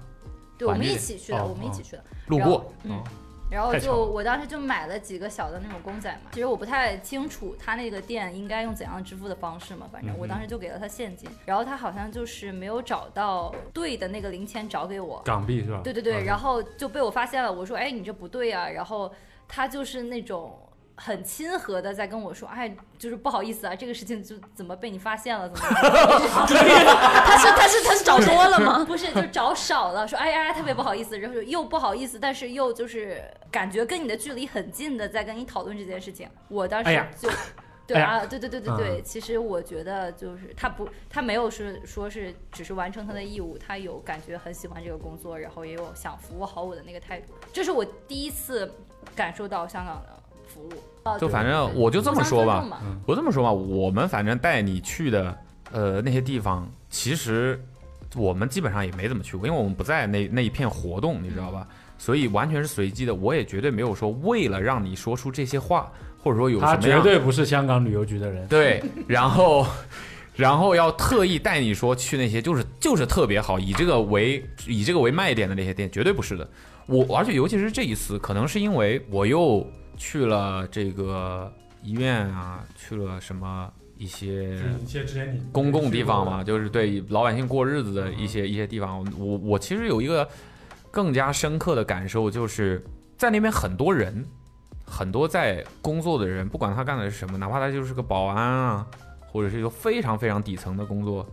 Speaker 5: 对，我
Speaker 2: 玩
Speaker 5: 们
Speaker 2: 具
Speaker 5: 一
Speaker 2: 店
Speaker 5: 起去的，
Speaker 6: 哦
Speaker 5: 我们一
Speaker 6: 哦
Speaker 5: 起去的。
Speaker 2: 路过，
Speaker 5: 嗯，然后
Speaker 6: 太巧
Speaker 5: 就
Speaker 6: 了
Speaker 5: 我当时就买了几个小的那种公仔嘛，其实我不太清楚他那个店应该用怎样支付的方式嘛，反正我
Speaker 6: 嗯
Speaker 5: 当时就给了他现金，然后他好像就是没有找到对的那个零钱找给我，
Speaker 6: 港币是吧？
Speaker 5: 对对对，
Speaker 6: 嗯
Speaker 5: 然后就被我发现了，我说哎你这不对啊，然后他就是那种。很亲和的在跟我说，哎，就是不好意思啊，这个事情就怎么被你发现了，怎么怎么
Speaker 8: 啊他是他是他是找多了吗？
Speaker 5: 不是，就找少了，说哎呀特别不好意思，然后又不好意思，但是又就是感觉跟你的距离很近的在跟你讨论这件事情，我当
Speaker 6: 哎
Speaker 5: 时
Speaker 6: 呀
Speaker 5: 就。对
Speaker 6: 哎呀
Speaker 5: 啊，对对对对
Speaker 2: 嗯
Speaker 5: 对，其实我觉得就是他不，他没有是说是只是完成他的义务，他有感觉很喜欢这个工作，然后也有想服务好我的那个态度，这是我第一次感受到香港的服务。啊
Speaker 2: 就反正我就这么说吧，，我这么说吧，我们反正带你去的，呃，那些地方，其实我们基本上也没怎么去过，因为我们不在那那一片活动，你知道吧？所以完全是随机的。我也绝对没有说为了让你说出这些话，或者说有什
Speaker 6: 他
Speaker 2: 么样
Speaker 6: 绝对不是香港旅游局的人，
Speaker 2: 对，然后。 然后要特意带你说去那些就是就是特别好，以这个为以这个为卖点的那些店，绝对不是的。我而且尤其是这一次，可能是因为我又去了这个医院啊，去了什么一些
Speaker 6: 就是一些之前你
Speaker 2: 公共地方嘛，就是对老百姓过日子的一些一些地方。我我其实有一个更加深刻的感受，就是在那边很多人，很多在工作的人，不管他干的是什么，哪怕他就是个保安啊，或者是一个非常非常底层的工作，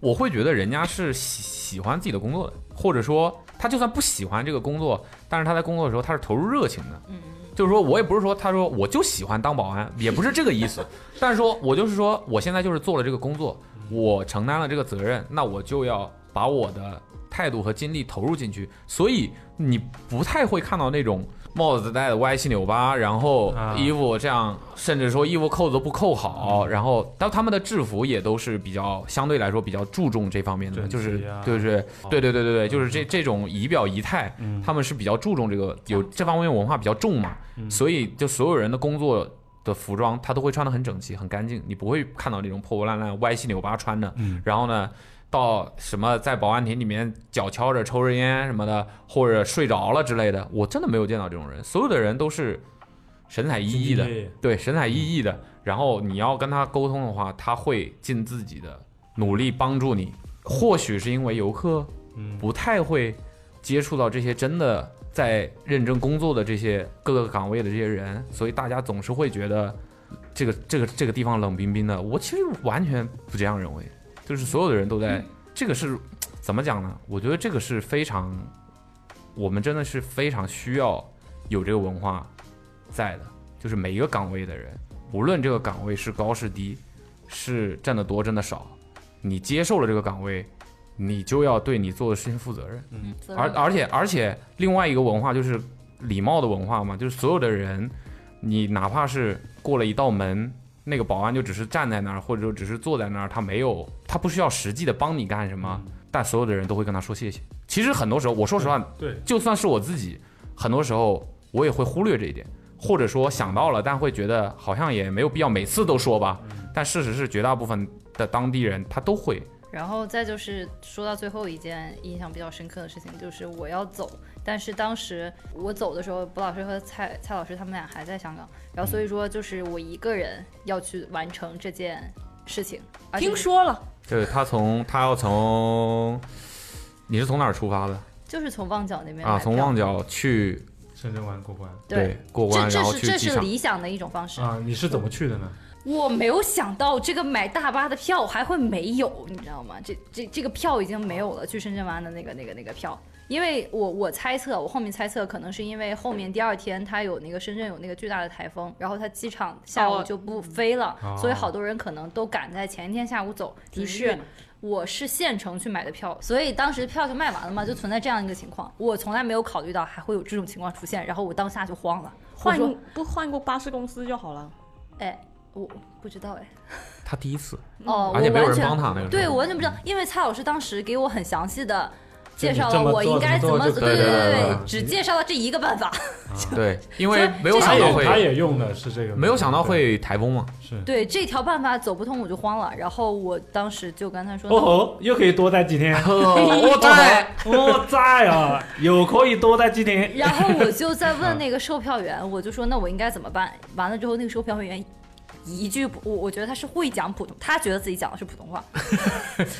Speaker 2: 我会觉得人家是喜喜欢自己的工作的，或者说他就算不喜欢这个工作，但是他在工作的时候他是投入热情的。
Speaker 5: 嗯，
Speaker 2: 就是说我也不是说他说我就喜欢当保安，也不是这个意思，但是说我就是说我现在就是做了这个工作，我承担了这个责任，那我就要把我的态度和精力投入进去，所以你不太会看到那种帽子戴的歪七扭八，然后
Speaker 6: 啊
Speaker 2: 衣服这样，甚至说衣服扣子都不扣好，然后但他们的制服也都是比较相对来说比较注重这方面的，
Speaker 6: 整
Speaker 2: 就是
Speaker 6: 齐啊
Speaker 2: 对对对对对对对，就是这这种仪表仪态，
Speaker 6: 嗯
Speaker 2: 他们是比较注重这个有这方面文化比较重嘛，
Speaker 6: 嗯
Speaker 2: 所以就所有人的工作的服装，他都会穿得很整齐、很干净，你不会看到那种破破烂烂、歪七扭八穿的。
Speaker 6: 嗯
Speaker 2: 然后呢，到什么在保安亭里面脚敲着抽着烟什么的，或者睡着了之类的，我真的没有见到这种人。所有的人都是神采奕奕的，对，神采奕奕的。然后你要跟他沟通的话，他会尽自己的努力帮助你。或许是因为游客
Speaker 6: 嗯
Speaker 2: 不太会接触到这些真的在认真工作的这些各个岗位的这些人，所以大家总是会觉得这个这个这个地方冷冰冰的。我其实完全不这样认为，就是所有的人都在，这个是怎么讲呢？我觉得这个是非常，我们真的是非常需要有这个文化在的，就是每一个岗位的人，无论这个岗位是高是低，是挣得多挣得少，你接受了这个岗位，你就要对你做的事情负责任。
Speaker 5: 责
Speaker 2: 而
Speaker 5: 任
Speaker 2: 而且而且另外一个文化就是礼貌的文化嘛，就是所有的人，你哪怕是过了一道门，那个保安就只是站在那儿，或者说只是坐在那儿，他没有他不需要实际的帮你干什么，但所有的人都会跟他说谢谢。其实很多时候，我说实话，
Speaker 6: 嗯对，
Speaker 2: 就算是我自己，很多时候我也会忽略这一点，或者说想到了，但会觉得好像也没有必要每次都说吧。但事实是，绝大部分的当地人他都会
Speaker 5: 然后再就是说到最后一件印象比较深刻的事情，就是我要走，但是当时我走的时候，卜老师和蔡蔡老师他们俩还在香港，然后所以说就是我一个人要去完成这件事情。而且
Speaker 8: 听说了，
Speaker 2: 对他从他要从，你是从哪儿出发的
Speaker 5: 就是从旺角那边
Speaker 2: 啊？
Speaker 5: 买
Speaker 2: 从
Speaker 5: 票
Speaker 2: 旺角去
Speaker 6: 深圳湾过关
Speaker 5: 对。
Speaker 2: 过
Speaker 5: 这
Speaker 2: 关，
Speaker 5: 这
Speaker 2: 然后
Speaker 5: 是
Speaker 2: 去
Speaker 5: 这
Speaker 2: 机
Speaker 5: 是
Speaker 2: 场。
Speaker 5: 理想的一种方式，
Speaker 6: 啊，你是怎么去的呢？
Speaker 5: 我没有想到这个买大巴的票还会没有，你知道吗？这这这个票已经没有了，去深圳湾的那个那个那个票，因为我我猜测，我后面猜测可能是因为后面第二天它有那个深圳有那个巨大的台风，然后它机场下午
Speaker 8: 哦
Speaker 5: 就不飞了，
Speaker 6: 哦
Speaker 5: 所以好多人可能都赶在前一天下午走，于是
Speaker 8: 远
Speaker 5: 我是县城去买的票，所以当时票就卖完了嘛，就存在这样一个情况，我从来没有考虑到还会有这种情况出现，然后我当下就慌了，我
Speaker 8: 换
Speaker 5: 说
Speaker 8: 不换过巴士公司就好了。
Speaker 5: 哎，我不知道哎，
Speaker 2: 他第一次，
Speaker 5: 哦，
Speaker 2: 而且
Speaker 5: 我
Speaker 2: 没有
Speaker 5: 完
Speaker 2: 人
Speaker 5: 全
Speaker 2: 帮他
Speaker 6: 嗯
Speaker 2: 那个。
Speaker 5: 对，我完全不知道，因为蔡老师当时给我很详细的介
Speaker 6: 就你
Speaker 5: 绍
Speaker 6: 这
Speaker 5: 了
Speaker 6: 么
Speaker 5: 我
Speaker 6: 做
Speaker 5: 应该怎
Speaker 6: 怎么
Speaker 5: 么做，
Speaker 6: 做就
Speaker 5: 对
Speaker 6: 对
Speaker 5: 对
Speaker 6: 了嗯
Speaker 5: 对，只介绍了这一个办法，
Speaker 2: 对，因为没有
Speaker 5: 这
Speaker 6: 他
Speaker 2: 想到
Speaker 6: 也他
Speaker 2: 会
Speaker 6: 也用的是这个，
Speaker 2: 没有想到会台风 嘛，
Speaker 6: 是。
Speaker 5: 对这条办法走不通我就慌了，然后我当时就跟他说，
Speaker 6: 哦吼，又可以多待几天。哦
Speaker 2: 我
Speaker 5: 哦
Speaker 2: 在，
Speaker 6: 我在啊，有可以多待 几天。
Speaker 5: 然后我就在问
Speaker 6: 嗯
Speaker 5: 那个售票员，我就说那我应该怎么办？完了之后，那个售票员一句不，我我觉得他是会讲普通，他觉得自己讲的是普 通话，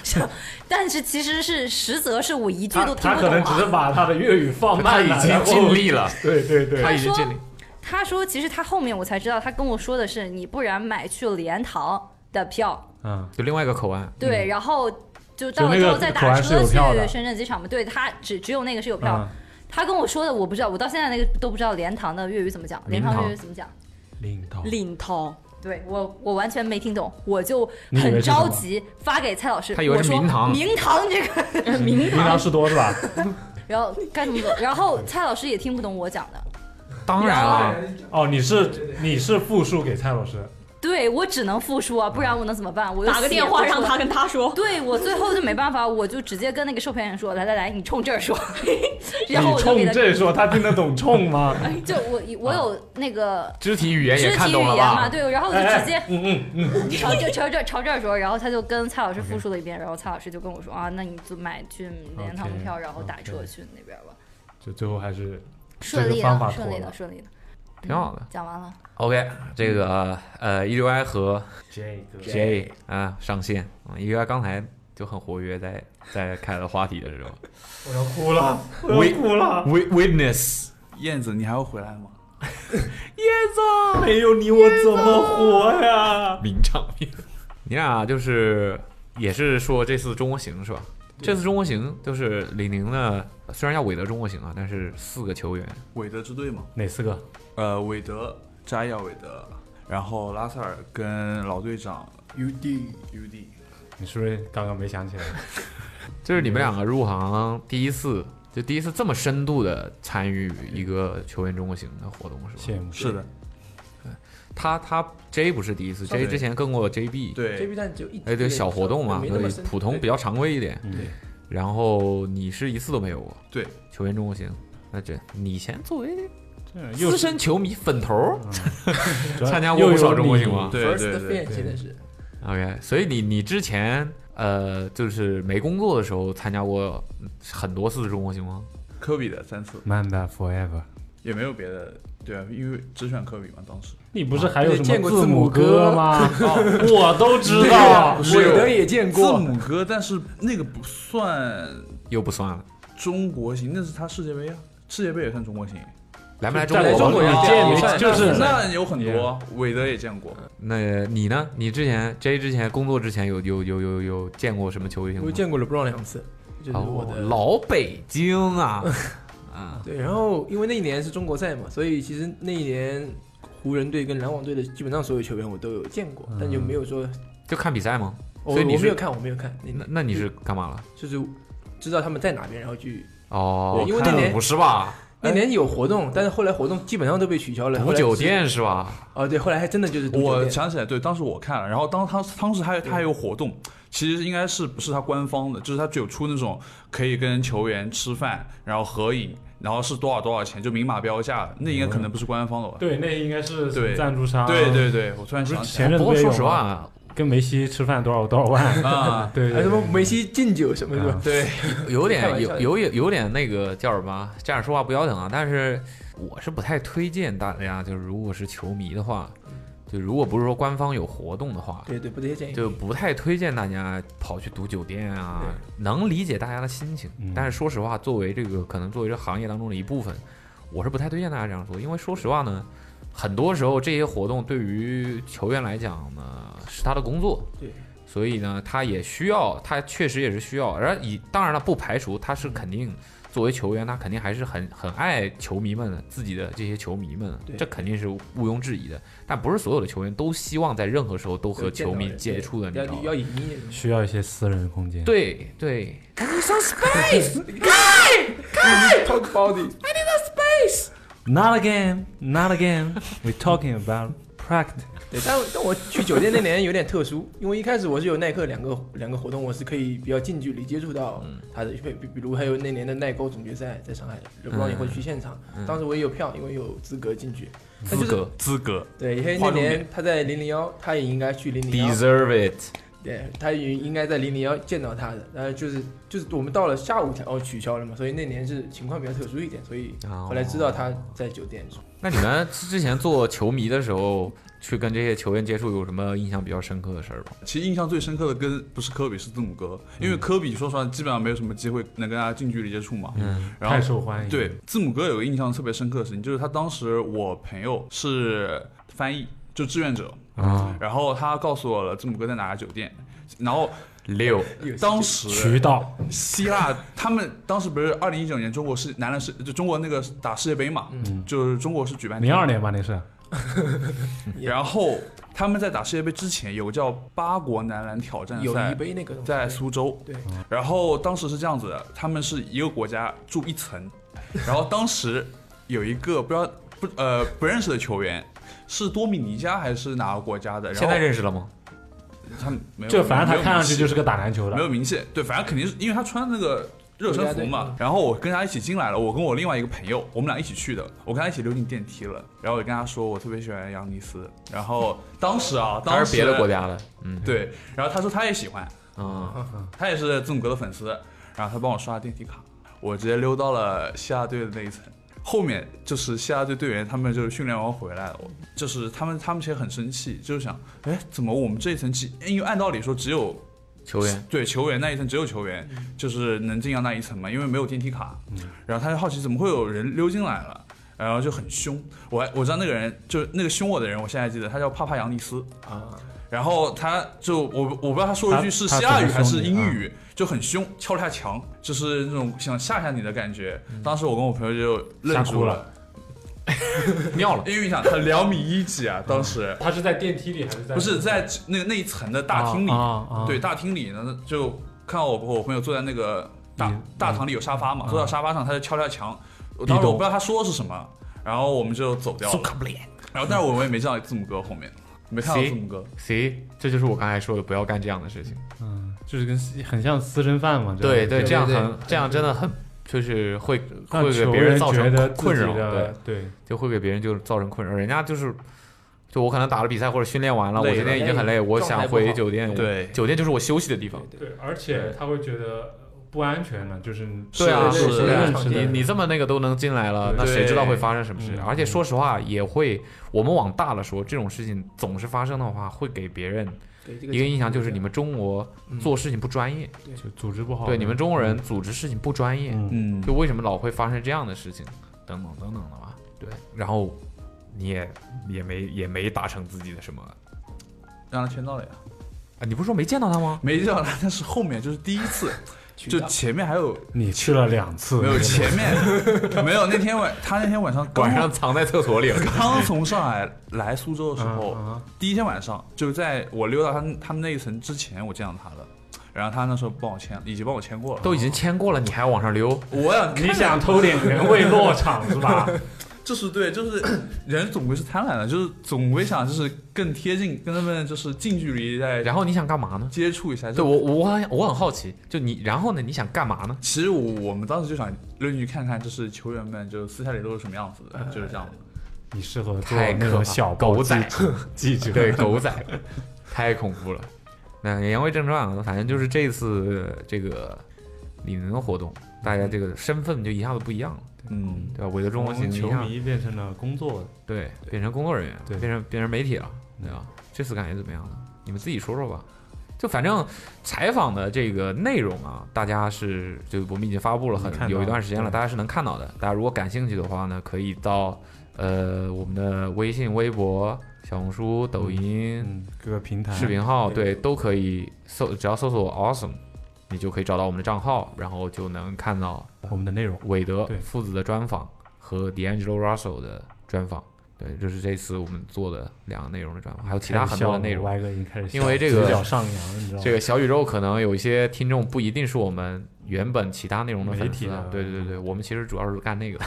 Speaker 5: 是但是其实是实则是我一句
Speaker 6: 他
Speaker 5: 都听
Speaker 6: 他
Speaker 5: 不
Speaker 6: 可
Speaker 5: 懂
Speaker 6: 能只是
Speaker 5: 啊。
Speaker 6: 把他的粤语放
Speaker 2: 他
Speaker 6: 慢
Speaker 2: 已
Speaker 6: 了，
Speaker 2: 经
Speaker 6: 然后
Speaker 2: 尽。力 了，
Speaker 6: 对对对，
Speaker 2: 他
Speaker 5: 他
Speaker 2: 已经
Speaker 5: 说
Speaker 2: 尽力。
Speaker 5: 他说其实他后面我才知道，他跟我说的是你不然买去莲塘的票，
Speaker 6: 嗯，
Speaker 2: 就另外一个口岸，
Speaker 5: 对，然后就到了
Speaker 6: 就那
Speaker 5: 之
Speaker 6: 个
Speaker 5: 后再
Speaker 6: 口
Speaker 5: 打
Speaker 6: 岸是
Speaker 5: 车
Speaker 6: 有
Speaker 5: 去
Speaker 6: 票的
Speaker 5: 深圳机场嘛。对他只只有那个是有票。
Speaker 6: 嗯
Speaker 5: 他跟我说的我不知道，我到现在那个都不知道莲塘的粤语怎么讲，莲
Speaker 2: 莲
Speaker 5: 塘
Speaker 2: 塘
Speaker 5: 粤语怎么讲。
Speaker 6: 领导
Speaker 8: 领头，
Speaker 5: 对我，我完全没听懂，我就
Speaker 6: 你以为
Speaker 5: 很
Speaker 6: 是什
Speaker 5: 着
Speaker 6: 么
Speaker 5: 急发给蔡老师，
Speaker 2: 他以为
Speaker 5: 我
Speaker 2: 是
Speaker 5: 说
Speaker 2: 明堂
Speaker 5: 明堂这个，
Speaker 6: 名堂是多是吧？
Speaker 5: 然后该怎么走？然后蔡老师也听不懂我讲的，
Speaker 2: 当然了，啊
Speaker 6: 哦，你是你是复述给蔡老师，
Speaker 5: 对我只能付出啊，不然我能怎么办？我又
Speaker 8: 打个
Speaker 5: 死也
Speaker 8: 电话
Speaker 5: 不
Speaker 8: 让
Speaker 5: 说
Speaker 8: 他跟他说。
Speaker 5: 对我最后就没办法，我就直接跟那个售票员说：“来来来，你冲这儿 说。”然后我就给他，
Speaker 6: 这说，他听得懂冲吗？
Speaker 5: 就我我有那个
Speaker 2: 肢体语言
Speaker 5: 肢
Speaker 2: 也看
Speaker 5: 体语
Speaker 2: 懂了
Speaker 5: 言嘛，
Speaker 2: 吧？
Speaker 5: 对，然后我就直接嗯嗯嗯朝这朝这朝这儿说，然后他就跟蔡老师
Speaker 6: 嗯
Speaker 5: 复述了一遍，然后蔡老师就跟我说：“啊，那你就买去莲塘的票，然后打车去那边吧。
Speaker 6: 就最后还是”这
Speaker 5: 顺
Speaker 6: 个
Speaker 5: 利
Speaker 6: 方法
Speaker 5: 的，顺
Speaker 6: 妥
Speaker 5: 利的，
Speaker 6: 了
Speaker 5: 顺利的。
Speaker 2: 挺好的。
Speaker 5: 讲完了，
Speaker 2: OK，这个呃 E U I 和
Speaker 6: 这个
Speaker 2: J 啊上线啊，E U I 刚才就很活跃，在在开了话题的时候。
Speaker 6: 我要哭了，啊我
Speaker 2: 喂
Speaker 6: 要哭了，
Speaker 2: Wit- Witness，
Speaker 7: 燕子，你还会回来吗？
Speaker 6: 没有你我怎么活呀？
Speaker 2: 名场面。你俩就是也是说这次中国行是吧？这次中国行就是李宁呢，虽然叫韦德中国行啊，但是四个球员
Speaker 7: 韦德之队吗？
Speaker 6: 哪四个？
Speaker 7: 呃，韦德、扎亚韦德，然后拉塞尔跟老队长 UD UD，
Speaker 6: 你是不是刚刚没想起来？
Speaker 2: 这是你们两个入行第一次，就第一次这么深度的参与一个球员中国行的活动是吧？
Speaker 6: 羡慕
Speaker 7: 是的，
Speaker 2: 他他 J 不是第一次
Speaker 7: 对
Speaker 2: ，J 之前跟过 JB，，
Speaker 9: 这
Speaker 7: 对，
Speaker 9: B 站就一
Speaker 2: 哎对，小活动嘛，
Speaker 9: 没那
Speaker 2: 所
Speaker 9: 么
Speaker 2: 以
Speaker 9: 深
Speaker 2: 普通比较常规一点。
Speaker 6: 嗯对，
Speaker 2: 然后你是一次都没有过，
Speaker 7: 对，
Speaker 2: 球员中国行，那这你以前作为
Speaker 6: 这又嗯
Speaker 2: 资深球迷粉头儿
Speaker 6: 主要
Speaker 2: 参加过不少
Speaker 6: 又有
Speaker 2: 中国
Speaker 6: 你
Speaker 2: 行吗？
Speaker 7: 对
Speaker 9: first
Speaker 7: 对对
Speaker 9: fan 现在是
Speaker 2: OK，所以你你之前呃就是没工作的时候参加过很多次中国行吗？
Speaker 7: 科比的三次
Speaker 6: Man that forever。
Speaker 7: 也没有别的，对啊，因为只选科比嘛，当时
Speaker 6: 你不是还有什
Speaker 9: 见
Speaker 6: 么
Speaker 9: 过
Speaker 6: 字
Speaker 9: 字母
Speaker 6: 哥
Speaker 9: 哥
Speaker 6: 吗？ 哦我都知
Speaker 9: 对
Speaker 6: 道
Speaker 9: 啊。韦德也见
Speaker 7: 字
Speaker 9: 过，
Speaker 7: 母哥，但是那个不算
Speaker 2: 又不算了，
Speaker 7: 中国行，那是他世界杯啊，世界杯也算中国行，
Speaker 2: 来不来中
Speaker 6: 在
Speaker 2: 国？
Speaker 9: 中国也
Speaker 6: 啊
Speaker 9: 见过
Speaker 6: 见就是
Speaker 7: 那有很多，啊韦德也见过，
Speaker 2: 那你呢？你之前 J 之前工作之前有有有有有见过什么球星吗
Speaker 9: 我？见过 LeBron 两次，这是我
Speaker 2: 哦
Speaker 9: 的，
Speaker 2: 老北京啊， 啊，
Speaker 9: 对，然后因为那一年是中国赛嘛，所以其实那一年湖人队跟篮网队的基本上所有球员我都有见过，
Speaker 2: 嗯
Speaker 9: 但就没有说，
Speaker 2: 就看比赛吗？
Speaker 9: 我
Speaker 2: 所以你
Speaker 9: 哦我
Speaker 2: 是
Speaker 9: 没有看，我没有看，那
Speaker 2: 那那你是干嘛了？
Speaker 9: 就是知道他们在哪边，然后去
Speaker 2: 哦，
Speaker 9: 因为那年
Speaker 2: 不是吧？
Speaker 9: 那年有活动，但是后来活动基本上都被取消了。
Speaker 2: 住
Speaker 9: 后来
Speaker 2: 酒
Speaker 9: 是
Speaker 2: 店是吧？
Speaker 9: 哦，对，后来还真的就是赌酒
Speaker 7: 我
Speaker 9: 店
Speaker 7: 想起来，对，当时我看了，然后当当当时还他还有活动，其实应该是不是他官方的，就是他只有出那种可以跟球员吃饭，然后合影，然后是多少多少钱，就明码标价的，那应该可能不是官方的吧？
Speaker 6: 对，那应该是
Speaker 7: 对
Speaker 6: 赞助商。
Speaker 7: 对对对，我突然
Speaker 6: 哦不是
Speaker 7: 想起来
Speaker 6: 前任
Speaker 2: 不过
Speaker 6: 队
Speaker 2: 说
Speaker 6: 友
Speaker 2: 实
Speaker 6: 吗
Speaker 2: 话，啊，
Speaker 6: 跟梅西吃饭多少多少万？
Speaker 7: 啊，
Speaker 6: 对
Speaker 9: 还
Speaker 2: 哎
Speaker 6: 对
Speaker 9: 有什么梅西敬酒什么什
Speaker 2: 啊
Speaker 9: 么，
Speaker 7: 对，
Speaker 2: 有
Speaker 9: 开
Speaker 2: 点
Speaker 9: 玩笑
Speaker 2: 有
Speaker 9: 的
Speaker 2: 有有有点那个叫什么站着说话不腰疼啊，但是我是不太推荐大家，就是如果是球迷的话，就如果不是说官方有活动的话，
Speaker 9: 对对，不这些建议。
Speaker 2: 就不太推荐大家跑去赌酒店啊。能理解大家的心情，
Speaker 6: 嗯
Speaker 2: 但是说实话，作为这个可能作为这行业当中的一部分，我是不太推荐大家这样做，因为说实话呢，很多时候这些活动对于球员来讲呢是他的工作，
Speaker 9: 对，
Speaker 2: 所以呢他也需要，他确实也是需要，而以当然了不排除他是肯定。作为球员，他肯定还是很很爱球迷们的，自己的这些球迷们的
Speaker 9: 对，
Speaker 2: 这肯定是毋庸置疑的。但不是所有的球员都希望在任何时候都和
Speaker 9: 见到
Speaker 2: 球迷
Speaker 9: 人
Speaker 2: 接触的，你
Speaker 9: 对
Speaker 2: 知道吗
Speaker 9: 要？要隐匿的。
Speaker 6: 需要一些私人空间。
Speaker 2: 对对，
Speaker 9: Talk body，
Speaker 6: Not again, not again. We're talking about practice.
Speaker 9: 对，但但我去酒店那年有点特殊，因为一开始我是有耐克两个两个活动，我是可以比较近距离接触到他的，比比比如还有那年的耐沟总决赛在上海，不知道也会去现场，当时我也有票，因为有资格进去。但就
Speaker 2: 资
Speaker 9: 是
Speaker 2: 格
Speaker 7: 资格
Speaker 9: 对，因为
Speaker 7: 划
Speaker 9: 那
Speaker 7: 重
Speaker 9: 年
Speaker 7: 点
Speaker 9: 他在零零幺，他也应该去零零幺。
Speaker 2: deserve it。
Speaker 9: 对他也应该在零零幺见到他的，然后就是就是我们到了下午才哦取消了嘛，所以那年是情况比较特殊一点，所以后来知道他在酒店。
Speaker 2: 那你们之前做球迷的时候，去跟这些球员接触，有什么印象比较深刻的事儿吗？
Speaker 7: 其实印象最深刻的跟不是科比是字母哥，因为
Speaker 6: 嗯
Speaker 7: 科比说实话基本上没有什么机会能跟大家近距离接触嘛，
Speaker 2: 嗯，
Speaker 7: 然后
Speaker 6: 太受欢迎。
Speaker 7: 对，，字母哥有个印象特别深刻的事情，就是他当时我朋友是翻译，就志愿者
Speaker 2: 啊
Speaker 7: 然后他告诉我了字母哥在哪家酒店，然后
Speaker 2: 六
Speaker 7: 当
Speaker 6: 渠
Speaker 7: 时
Speaker 6: 道
Speaker 7: 希腊他们当时不是二零一九年中国是男篮是就中国那个打世界杯嘛，就是中国是举办
Speaker 6: 零二年吧，那是
Speaker 7: 然后他们在打世界杯之前有个叫八国男篮挑战
Speaker 9: 友谊
Speaker 7: 赛。
Speaker 9: 杯那个东西
Speaker 7: 在苏州，
Speaker 9: 对，
Speaker 7: 然后当时是这样子的，他们是一个国家住一层，然后当时有一个不知道不呃不认识的球员，是多米尼加还是哪个国家的？然后
Speaker 2: 现在认识了吗？
Speaker 7: 他们没有，
Speaker 6: 就反正
Speaker 7: 没
Speaker 6: 他
Speaker 7: 有
Speaker 6: 看上
Speaker 7: 名
Speaker 6: 去
Speaker 7: 气
Speaker 6: 就是个打篮球的
Speaker 7: 没，有名气，对，反正肯定是因为他穿那个热身服嘛。然后我跟他一起进来了，我跟我另外一个朋友，我们俩一起去的，我跟他一起溜进电梯了，然后我跟他说我特别喜欢杨尼斯，然后当时啊，当
Speaker 2: 他
Speaker 7: 时
Speaker 2: 是别的国家的，嗯，
Speaker 7: 对，然后他说他也喜欢，
Speaker 2: 啊，
Speaker 7: 他也是字母哥的粉丝，然后他帮我刷电梯卡，我直接溜到了希腊队的那一层。后面就是希腊队队员，他们就是训练完回来，我就是他们他们其实很生气，就是想，哎，怎么我们这一层只因为按道理说只有
Speaker 2: 球员
Speaker 7: 对球员那一层只有球员，就是能进到那一层嘛，因为没有电梯卡。然后他就好奇怎么会有人溜进来了，然后就很凶。我还我知道那个人就那个凶我的人，我现在还记得他叫帕帕扬尼斯啊。然后他就我我不知道他说了一句
Speaker 6: 他
Speaker 7: 是
Speaker 6: 他
Speaker 7: 希腊语
Speaker 6: 怎么
Speaker 7: 还是
Speaker 6: 凶你
Speaker 7: 英语，就很凶，敲了下墙，就是那种想吓吓你的感觉。当时我跟我朋友就
Speaker 6: 吓
Speaker 7: 愣
Speaker 6: 哭
Speaker 7: 住
Speaker 6: 了，。
Speaker 2: 尿了，
Speaker 7: 因为你想他两米一几啊，当时
Speaker 6: 他是在电梯里还是在？
Speaker 7: 不是在那那一层的大厅里，
Speaker 6: 嗯啊啊啊
Speaker 7: 对大厅里呢，就看到我我朋友坐在那个大
Speaker 6: 嗯
Speaker 7: 大堂里有沙发嘛，坐到沙发上，他就敲了下墙，我当时我不知道他说的是什么，然后我们就走掉了，然后但是我们也没见到字母哥后面，没看到
Speaker 2: 谁
Speaker 7: 字母哥，
Speaker 2: 行，这就是我刚才说的，不要干这样的事情。
Speaker 6: 嗯，就是跟很像私生饭嘛。
Speaker 2: 对
Speaker 6: 对
Speaker 2: 对，这样
Speaker 9: 对
Speaker 2: 很，这样真的很，就是会
Speaker 6: 让
Speaker 2: 会给
Speaker 6: 球
Speaker 2: 别人造
Speaker 6: 觉
Speaker 2: 成
Speaker 6: 得
Speaker 2: 困
Speaker 6: 自己
Speaker 2: 扰，对
Speaker 6: 的，对，
Speaker 2: 就会给别人就造成困扰。人家就是，就我可能打了比赛或者训练完了，我
Speaker 7: 累
Speaker 2: 今天已经很累，我
Speaker 9: 状态
Speaker 2: 想
Speaker 9: 不好
Speaker 2: 回酒店。我
Speaker 7: 对
Speaker 2: 酒店就是我休息的地方。
Speaker 6: 对，而且他会觉得不安全嘛，就是
Speaker 2: 对啊，
Speaker 7: 是
Speaker 2: 对啊
Speaker 6: 认识的
Speaker 2: 你你这么那个都能进来了，那
Speaker 7: 对
Speaker 2: 谁知道会发生什么事？
Speaker 6: 嗯
Speaker 2: 而且说实话，也会我们往大了说，这种事情总是发生的话，会给别人
Speaker 9: 给这
Speaker 2: 一个印象，就是你们中国做事情不专业，
Speaker 6: 就组织不好。
Speaker 2: 对你们中国人组织事情不专业，
Speaker 6: 嗯，
Speaker 7: 嗯
Speaker 2: 就为什么老会发生这样的事情，等等等等的吧。对，然后你也也没也没达成自己的什么啊？
Speaker 7: 让他签到了呀，
Speaker 2: 你不是说没见到他吗？
Speaker 7: 没见到他，但是后面就是第一次，就前面还有
Speaker 6: 你去了两次，
Speaker 7: 没有前面没有那天晚他那天晚上刚
Speaker 2: 晚上藏在厕所里了。
Speaker 7: 刚从上海来苏州的时候
Speaker 6: 嗯嗯，
Speaker 7: 第一天晚上就是在我溜到他们他们那一层之前，我见到他了。然后他那时候帮我签，已经帮我签过了。
Speaker 2: 都已经签过了，你还往上溜？
Speaker 7: 我想看
Speaker 6: 你想偷点原味落场是吧？
Speaker 7: 就是对，就是人总归是贪婪的，就是总归想就是更贴近，跟他们就是近距离在
Speaker 2: 然后你想干嘛呢？
Speaker 7: 接触一下。
Speaker 2: 对我，我很我很好奇，就你，然后呢？你想干嘛呢？
Speaker 7: 其实我我们当时就想溜进去看看，就是球员们就私下里都是什么样子的，就是这样的。
Speaker 6: 你适合做
Speaker 2: 太
Speaker 6: 那
Speaker 2: 可怕
Speaker 6: 种小报
Speaker 2: 狗仔，
Speaker 6: 记者，
Speaker 2: 对，狗仔，太恐怖了。那言归正传啊，反正就是这次这个李宁的活动，大家这个身份就一下子不一样了，
Speaker 7: 嗯，
Speaker 2: 对吧？韦德中国
Speaker 6: 中国
Speaker 2: 行一
Speaker 6: 球
Speaker 2: 下
Speaker 6: 迷变成了工作，
Speaker 2: 对，变成工作人员，
Speaker 6: 对嗯
Speaker 2: 变成变成媒体了，对吧？这次感觉怎么样呢？你们自己说说吧。就反正采访的这个内容啊，大家是就我们已经发布了
Speaker 6: 看
Speaker 2: 很
Speaker 6: 到
Speaker 2: 有一段时间了，
Speaker 6: 对
Speaker 2: 大家是能看到的。大家如果感兴趣的话呢，可以到呃我们的微信、微博、小红书、抖音、
Speaker 6: 嗯，各个平台
Speaker 2: 视频号，对，都可以搜，只要搜索 awesome，你就可以找到我们的账号，然后就能看到
Speaker 6: 我们的内容，
Speaker 2: 韦德
Speaker 6: 对
Speaker 2: 父子的专访和 D'Angelo Russell 的专访。对，这是这次我们做的两个内容的专访，还有其他很多的内容。
Speaker 6: 歪哥已经开始笑，
Speaker 2: 因为这个
Speaker 6: 直角上扬，你知道吗？
Speaker 2: 这个小宇宙可能有一些听众不一定是我们原本其他内容的
Speaker 6: 媒
Speaker 2: 粉
Speaker 6: 体
Speaker 2: 丝啊
Speaker 6: 的，
Speaker 2: 对对对对，我们其实主要是干那个的，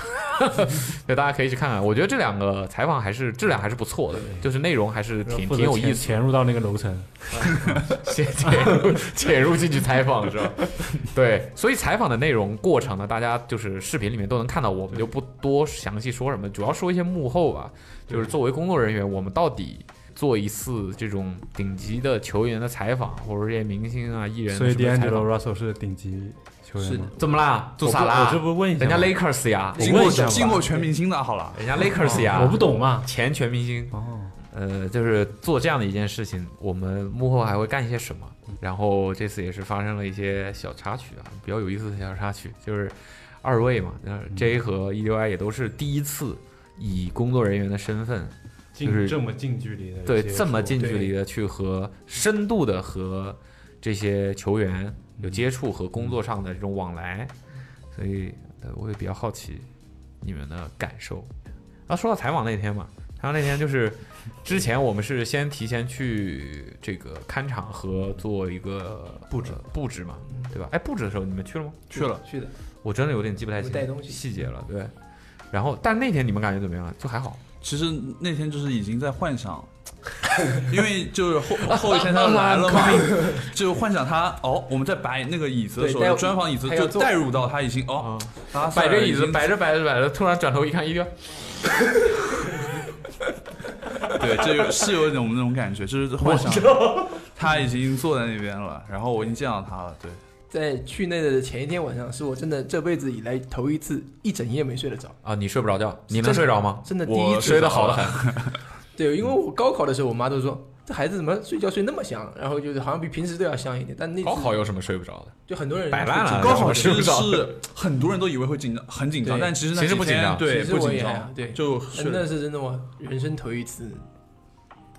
Speaker 2: 对，大家可以去看看。我觉得这两个采访还是质量还是不错的，就是内容还是挺
Speaker 6: 负
Speaker 2: 挺
Speaker 6: 责
Speaker 2: 有意思的。
Speaker 6: 潜潜入到那个楼层，
Speaker 2: 先潜入 潜入进去采访是吧？ 对，所以采访的内容过程呢，大家就是视频里面都能看到，我们就不多详细说什么，主要说一些幕后吧。就是作为工作人员，我们到底做一次这种顶级的球员的采访，或者这些明星啊、艺人
Speaker 6: 所以
Speaker 2: 的什么采
Speaker 6: D'Angelo
Speaker 2: 访，
Speaker 6: Russell 是顶级球员吗？
Speaker 2: 怎么啦？做啥
Speaker 6: 我
Speaker 2: 啦
Speaker 6: 这？不问一下
Speaker 2: 人
Speaker 6: 吗，
Speaker 2: 家 Lakers 呀，
Speaker 7: 经
Speaker 6: 问
Speaker 7: 过
Speaker 6: 一下吧
Speaker 7: 经过全明星的好了，
Speaker 2: 人家 Lakers 呀，
Speaker 6: 哦我不懂嘛。
Speaker 2: 前全明星。
Speaker 6: 哦，
Speaker 2: 呃，就是做这样的一件事情，我们幕后还会干一些什么？然后这次也是发生了一些小插曲啊，比较有意思的小插曲，就是二位嘛，呃，J 和 EDY 也都是第一次以工作人员的身份，就是
Speaker 6: 近这么近距离的，
Speaker 2: 对这么近距离的去和深度的和这些球员有接触和工作上的这种往来，所以呃我也比较好奇你们的感受。然后说到采访那天嘛，采访那天就是之前我们是先提前去这个看场和做一个布置、布置嘛，对吧？哎，布置的时候你们去了吗？
Speaker 7: 去了。
Speaker 9: 去的，
Speaker 2: 我真的有点记不太
Speaker 9: 我
Speaker 2: 清
Speaker 9: 们带东西
Speaker 2: 细节了，对。然后，但那天你们感觉怎么样？就还好。
Speaker 7: 其实那天就是已经在幻想，因为就是后后一天他来了嘛，就幻想他哦，我们在摆那个椅子的时
Speaker 9: 对但
Speaker 7: 候，专访椅子
Speaker 9: 还
Speaker 7: 就
Speaker 9: 要坐
Speaker 7: 带入到他已经哦，拉塞
Speaker 2: 嗯摆
Speaker 7: 尔
Speaker 2: 着椅
Speaker 7: 已
Speaker 2: 子，
Speaker 7: 经
Speaker 2: 摆着摆着摆着，突然转头一看，一个
Speaker 7: 对，这有是有一种那种感觉，就是幻想 他已经坐在那边了，然后我已经见到他了，对，
Speaker 9: 在去那的前一天晚上，是我真的这辈子以来头一次一整夜没睡得着，
Speaker 2: 啊，你睡不着觉，你
Speaker 9: 真
Speaker 2: 能
Speaker 9: 的
Speaker 2: 睡着吗？
Speaker 9: 真的第一
Speaker 7: 我
Speaker 9: 次
Speaker 2: 睡得好的很。
Speaker 9: 对，因为我高考的时候，我妈都说这孩子怎么睡觉睡那么香，然后就是好像比平时都要香一点。但那次
Speaker 2: 高考有什么睡不着的？
Speaker 9: 就很多人
Speaker 2: 摆烂了
Speaker 9: 高
Speaker 7: 高
Speaker 9: 考
Speaker 7: 考
Speaker 2: 是
Speaker 7: 其
Speaker 2: 不
Speaker 7: 实
Speaker 2: 是
Speaker 7: 是很多人都以为会紧张，很紧张，
Speaker 9: 对
Speaker 7: 但其实那
Speaker 2: 其实
Speaker 7: 几
Speaker 2: 不紧
Speaker 7: 天
Speaker 2: 张
Speaker 7: 对，
Speaker 9: 其实
Speaker 7: 不
Speaker 9: 我
Speaker 7: 紧
Speaker 9: 也还
Speaker 7: 张
Speaker 9: 好，对
Speaker 7: 就
Speaker 9: 真
Speaker 7: 睡
Speaker 9: 的
Speaker 7: 了
Speaker 9: 是真的我人生头一次，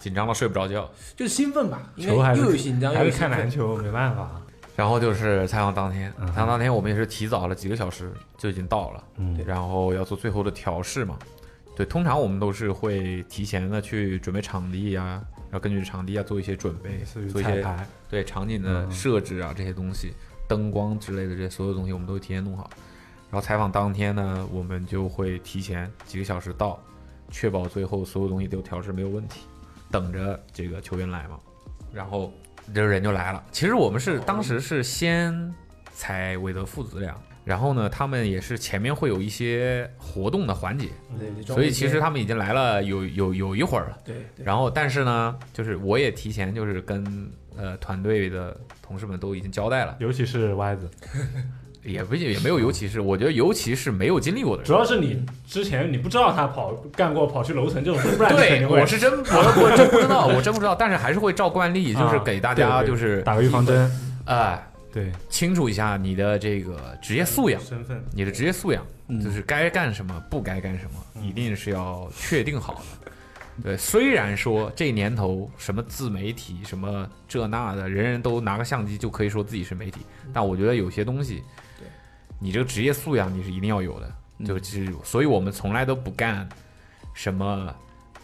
Speaker 2: 紧张到睡不着觉。
Speaker 9: 就是兴奋吧，应
Speaker 6: 球还
Speaker 9: 该
Speaker 6: 是
Speaker 9: 又有紧张
Speaker 6: 还
Speaker 9: 又有
Speaker 6: 是
Speaker 9: 兴
Speaker 6: 看篮
Speaker 9: 奋。
Speaker 6: 球，没办法。
Speaker 2: 然后就是采访当天，
Speaker 6: 嗯
Speaker 2: 采访当天我们也是提早了几个小时就已经到了，
Speaker 6: 嗯
Speaker 2: 然后要做最后的调试嘛。对，通常我们都是会提前的去准备场地啊，然后根据场地啊做一些准备
Speaker 6: 类似于，
Speaker 2: 做一
Speaker 6: 彩
Speaker 2: 些
Speaker 6: 排，
Speaker 2: 对场景的设置啊、这些东西，灯光之类的这些所有东西我们都会提前弄好。然后采访当天呢，我们就会提前几个小时到，确保最后所有东西都调试没有问题，等着这个球员来嘛。然后这人就来了。其实我们是当时是先采韦德父子俩，然后呢，他们也是前面会有一些活动的环节，
Speaker 9: 对，
Speaker 2: 所以其实他们已经来了有有有一会儿了。
Speaker 9: 对对
Speaker 2: 然后，但是呢，就是我也提前就是跟呃团队的同事们都已经交代了，
Speaker 6: 尤其是歪子，
Speaker 2: 也不也没有，尤其是我觉得尤其是没有经历过的
Speaker 6: 主
Speaker 2: 人。
Speaker 6: 要是你之前你不知道他跑干过跑去楼层这种事，不然你肯
Speaker 2: 对，
Speaker 6: 定会
Speaker 2: 我是真我我真不知道，我真不知道，但是还是会照惯例，就是给大家
Speaker 6: 啊对对
Speaker 2: 就是
Speaker 6: 打个预防针。
Speaker 2: 哎
Speaker 6: 对，
Speaker 2: 清楚一下你的这个职业素养，
Speaker 6: 身份
Speaker 2: 你的职业素养，
Speaker 7: 嗯
Speaker 2: 就是该干什么，不该干什么，一定是要确定好的。对，虽然说这年头什么自媒体什么这那的，人人都拿个相机就可以说自己是媒体，
Speaker 7: 嗯
Speaker 2: 但我觉得有些东西，
Speaker 9: 对，
Speaker 2: 你这个职业素养你是一定要有的。
Speaker 7: 嗯
Speaker 2: 就是，所以我们从来都不干什么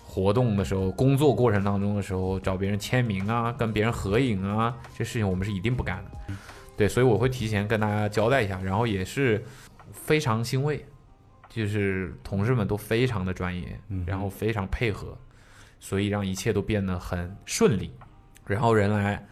Speaker 2: 活动的时候，工作过程当中的时候找别人签名啊，跟别人合影啊，这事情我们是一定不干的。
Speaker 7: 嗯
Speaker 2: 对，所以我会提前跟大家交代一下，然后也是非常欣慰，就是同事们都非常的专业，
Speaker 6: 嗯
Speaker 2: 然后非常配合，所以让一切都变得很顺利。然后人来，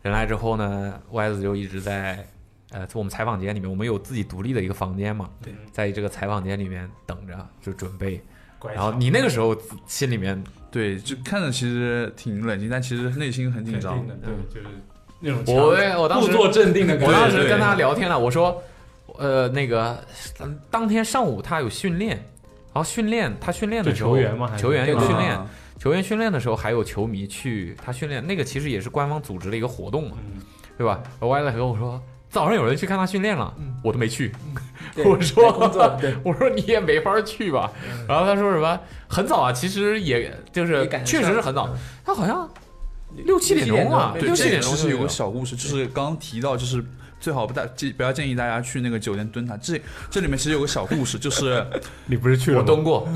Speaker 2: 人来之后呢，Y 子就一直在，呃，在我们采访间里面，我们有自己独立的一个房间嘛，
Speaker 9: 对，
Speaker 2: 在这个采访间里面等着，就准备。
Speaker 6: 乖
Speaker 2: 然后
Speaker 6: 巧
Speaker 2: 你那个时候自心里面，
Speaker 7: 对，就看着其实挺冷静，但其实内心很紧
Speaker 6: 肯
Speaker 7: 张
Speaker 6: 定的，，对，就是那种
Speaker 2: 嗯我
Speaker 6: 强
Speaker 2: 我当时
Speaker 6: 故作镇定的感
Speaker 2: 我当时
Speaker 7: 对
Speaker 2: 跟他聊天了，我说，呃，那个嗯当天上午他有训练，然后训练他训练的
Speaker 6: 就
Speaker 2: 时候，
Speaker 6: 球员嘛还是
Speaker 2: 球员有
Speaker 7: 啊
Speaker 2: 训练，球员训练的时候还有球迷去他训练，那个其实也是官方组织的一个活动嘛，
Speaker 6: 嗯
Speaker 2: 对吧？我歪了和我说。早上有人去看他训练了，
Speaker 9: 嗯
Speaker 2: 我都没去。
Speaker 9: 对
Speaker 2: 我说
Speaker 9: 工作对，
Speaker 2: 我说你也没法去吧。然后他说什么很早啊，其实也就是
Speaker 9: 也赶得
Speaker 2: 确实
Speaker 9: 上
Speaker 2: 是很早，他好像六七点钟啊，
Speaker 9: 对
Speaker 7: 对，
Speaker 2: 六七
Speaker 7: 这
Speaker 2: 点
Speaker 7: 里
Speaker 2: 钟
Speaker 7: 其
Speaker 2: 就
Speaker 7: 实有
Speaker 2: 有
Speaker 7: 个小故事，就是刚刚提到，就是最好不大建不要建议大家去那个酒店蹲塔。这这里面其实有个小故事，就是
Speaker 6: 你不是去了
Speaker 2: 我
Speaker 6: 吗？
Speaker 2: 蹲过，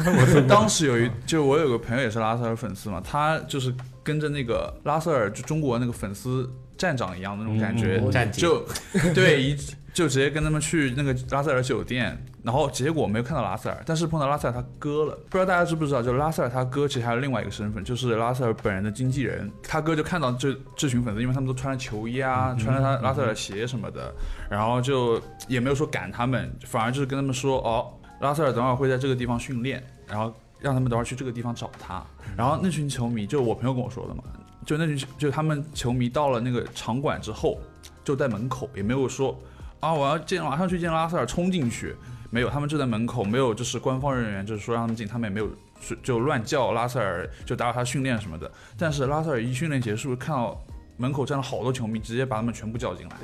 Speaker 7: 当时有一，就我有个朋友也是拉塞尔粉丝嘛，他就是跟着那个拉塞尔就中国那个粉丝站长一样的那种感觉，
Speaker 9: 嗯
Speaker 2: 站姐
Speaker 7: 就 对一就直接跟他们去那个拉塞尔酒店，然后结果没有看到拉塞尔，但是碰到拉塞尔他哥了。不知道大家知不知道，就拉塞尔他哥其实还有另外一个身份，就是拉塞尔本人的经纪人。他哥就看到这这群粉丝，因为他们都穿着球衣啊，穿着他拉塞尔的鞋什么的，然后就也没有说赶他们，反而就是跟他们说哦。拉塞尔等会儿会在这个地方训练，然后让他们等会儿去这个地方找他。然后那群球迷，就我朋友跟我说的嘛，就那群就他们球迷到了那个场馆之后，就在门口也没有说啊我要见马上去见拉塞尔冲进去，没有，他们就在门口，没有就是官方人员就是说让他们进，他们也没有就就乱叫拉塞尔，就打扰他训练什么的。但是拉塞尔一训练结束，看到门口站了好多球迷，直接把他们全部叫进来。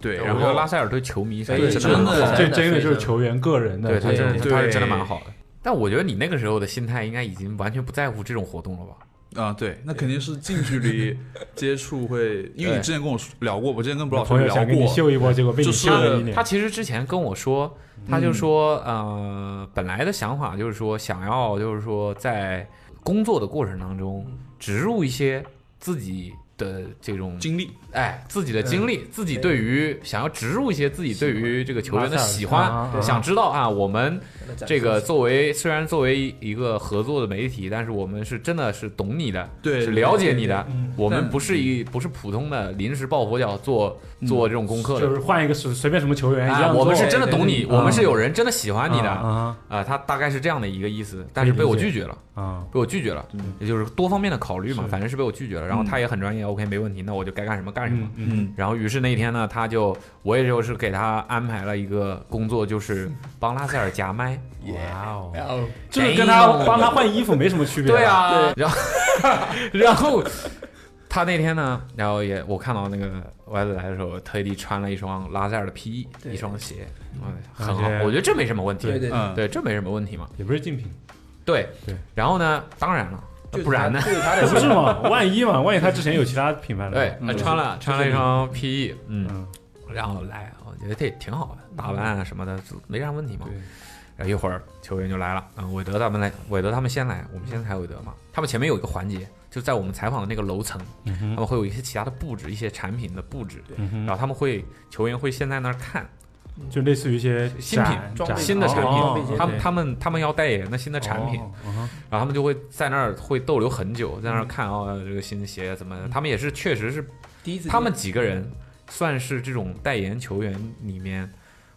Speaker 7: 对，对，
Speaker 2: 然
Speaker 7: 然
Speaker 2: 后
Speaker 7: 后
Speaker 2: 拉塞尔对球迷啥
Speaker 9: 对
Speaker 2: 真的
Speaker 7: 真
Speaker 2: 很
Speaker 7: 的
Speaker 2: 好
Speaker 6: 这真的
Speaker 9: 非
Speaker 6: 就是
Speaker 9: 常
Speaker 6: 球员个人的，
Speaker 2: 对他
Speaker 9: 对
Speaker 2: 真的他是真的
Speaker 7: 对
Speaker 2: 蛮好的。但我觉得你那个时候的心态应该已经完全不在乎这种活动了吧？
Speaker 7: 啊，对，那肯定是近距离接触会，因为
Speaker 2: 对
Speaker 7: 你之前跟我说聊过，我之前跟布老师
Speaker 6: 朋友
Speaker 7: 聊
Speaker 6: 想跟你
Speaker 7: 过，
Speaker 6: 秀一波，结果被你
Speaker 7: 就
Speaker 6: 秀
Speaker 7: 是
Speaker 6: 了一脸
Speaker 2: 他。其实之前跟我说，他就说，
Speaker 7: 嗯
Speaker 2: 呃，本来的想法就是说，想
Speaker 7: 嗯
Speaker 2: 要就是说在工作的过程当中植入一些自己的这种
Speaker 7: 经历，
Speaker 2: 哎自己的经历，自己对于想要植入一些自己对于这个球员的喜
Speaker 6: 马
Speaker 2: 欢
Speaker 6: 赛，尔
Speaker 2: 想知道啊，我们
Speaker 9: 那展示
Speaker 2: 这个
Speaker 9: 一下
Speaker 2: 作为虽然作为一个合作的媒体，但是我们是真的是懂你的，
Speaker 7: 对
Speaker 2: 是了解你的。
Speaker 6: 嗯
Speaker 2: 我们不是一不是普通的临时抱佛脚做
Speaker 7: 嗯
Speaker 2: 做这种功课
Speaker 6: 就是
Speaker 2: 的。
Speaker 6: 换一个随随便什么球员一
Speaker 2: 哎，
Speaker 6: 样做，
Speaker 2: 我们是真的懂你，
Speaker 6: 对嗯对
Speaker 2: 我们是有人真的喜欢你的
Speaker 6: 啊啊
Speaker 2: 啊。他大概是这样的一个意思，但是被我
Speaker 6: 理解
Speaker 2: 拒绝了，
Speaker 6: 啊，
Speaker 2: 被我拒绝了，也就是多方面的考虑嘛，
Speaker 6: 是
Speaker 2: 反正是被我拒绝了。然后他也很专业，OK，没问题，那我就该干什么干什么
Speaker 6: 嗯。嗯，
Speaker 7: 嗯，
Speaker 2: 然后于是那一天呢，他就我也就是给他安排了一个工作，就是帮拉塞尔夹麦。
Speaker 6: 哇哦，
Speaker 9: 然后
Speaker 6: 这个跟他帮他换衣服没什么区别，
Speaker 2: 哎对，啊，然后 然后他那天呢，然后也我看到那个歪子来的时候，特地穿了一双拉塞尔的 PE，
Speaker 9: 对
Speaker 2: 一双鞋，嗯很好
Speaker 6: 而，且
Speaker 2: 我觉得这没什么问题。
Speaker 9: 对对，
Speaker 7: 嗯，
Speaker 2: 对，这没什么问题嘛。
Speaker 6: 也不是竞品，
Speaker 2: 对
Speaker 6: 对。
Speaker 2: 然后呢，当然了，
Speaker 9: 就是
Speaker 2: 不然呢
Speaker 9: 他？就是他
Speaker 6: 哎
Speaker 9: 的
Speaker 6: 不是嘛？万一嘛，万一他之前有其他品牌的，
Speaker 2: 对，他穿了穿了一双 PE，嗯，
Speaker 6: 嗯，
Speaker 2: 然后来，我觉得这挺好的，打扮啊什么的没啥问题嘛
Speaker 6: 对。，
Speaker 2: 然后一会儿球员就来了，嗯，韦德他们来，韦德他们先来，我们先采韦德嘛。他们前面有一个环节，就在我们采访的那个楼层，
Speaker 6: 嗯
Speaker 2: 他
Speaker 6: 哼，
Speaker 2: 们会有一些其他的布置，一些产品的布置，
Speaker 6: 嗯
Speaker 2: 然
Speaker 6: 哼，
Speaker 2: 后他们会球员会先在那儿看
Speaker 6: 就类似于一些
Speaker 2: 新品
Speaker 6: 展
Speaker 9: 装
Speaker 6: 展
Speaker 9: 备
Speaker 2: 新的产品，
Speaker 6: 哦
Speaker 9: 对
Speaker 2: 他们他们他们要代言的新的产品，，
Speaker 6: 哦嗯哼
Speaker 2: 然后他们就会在那儿会逗留很久，在那儿看哦这个新鞋怎么样，他们也是确实是
Speaker 9: 第一次
Speaker 2: 他们几个人算是这种代言球员里面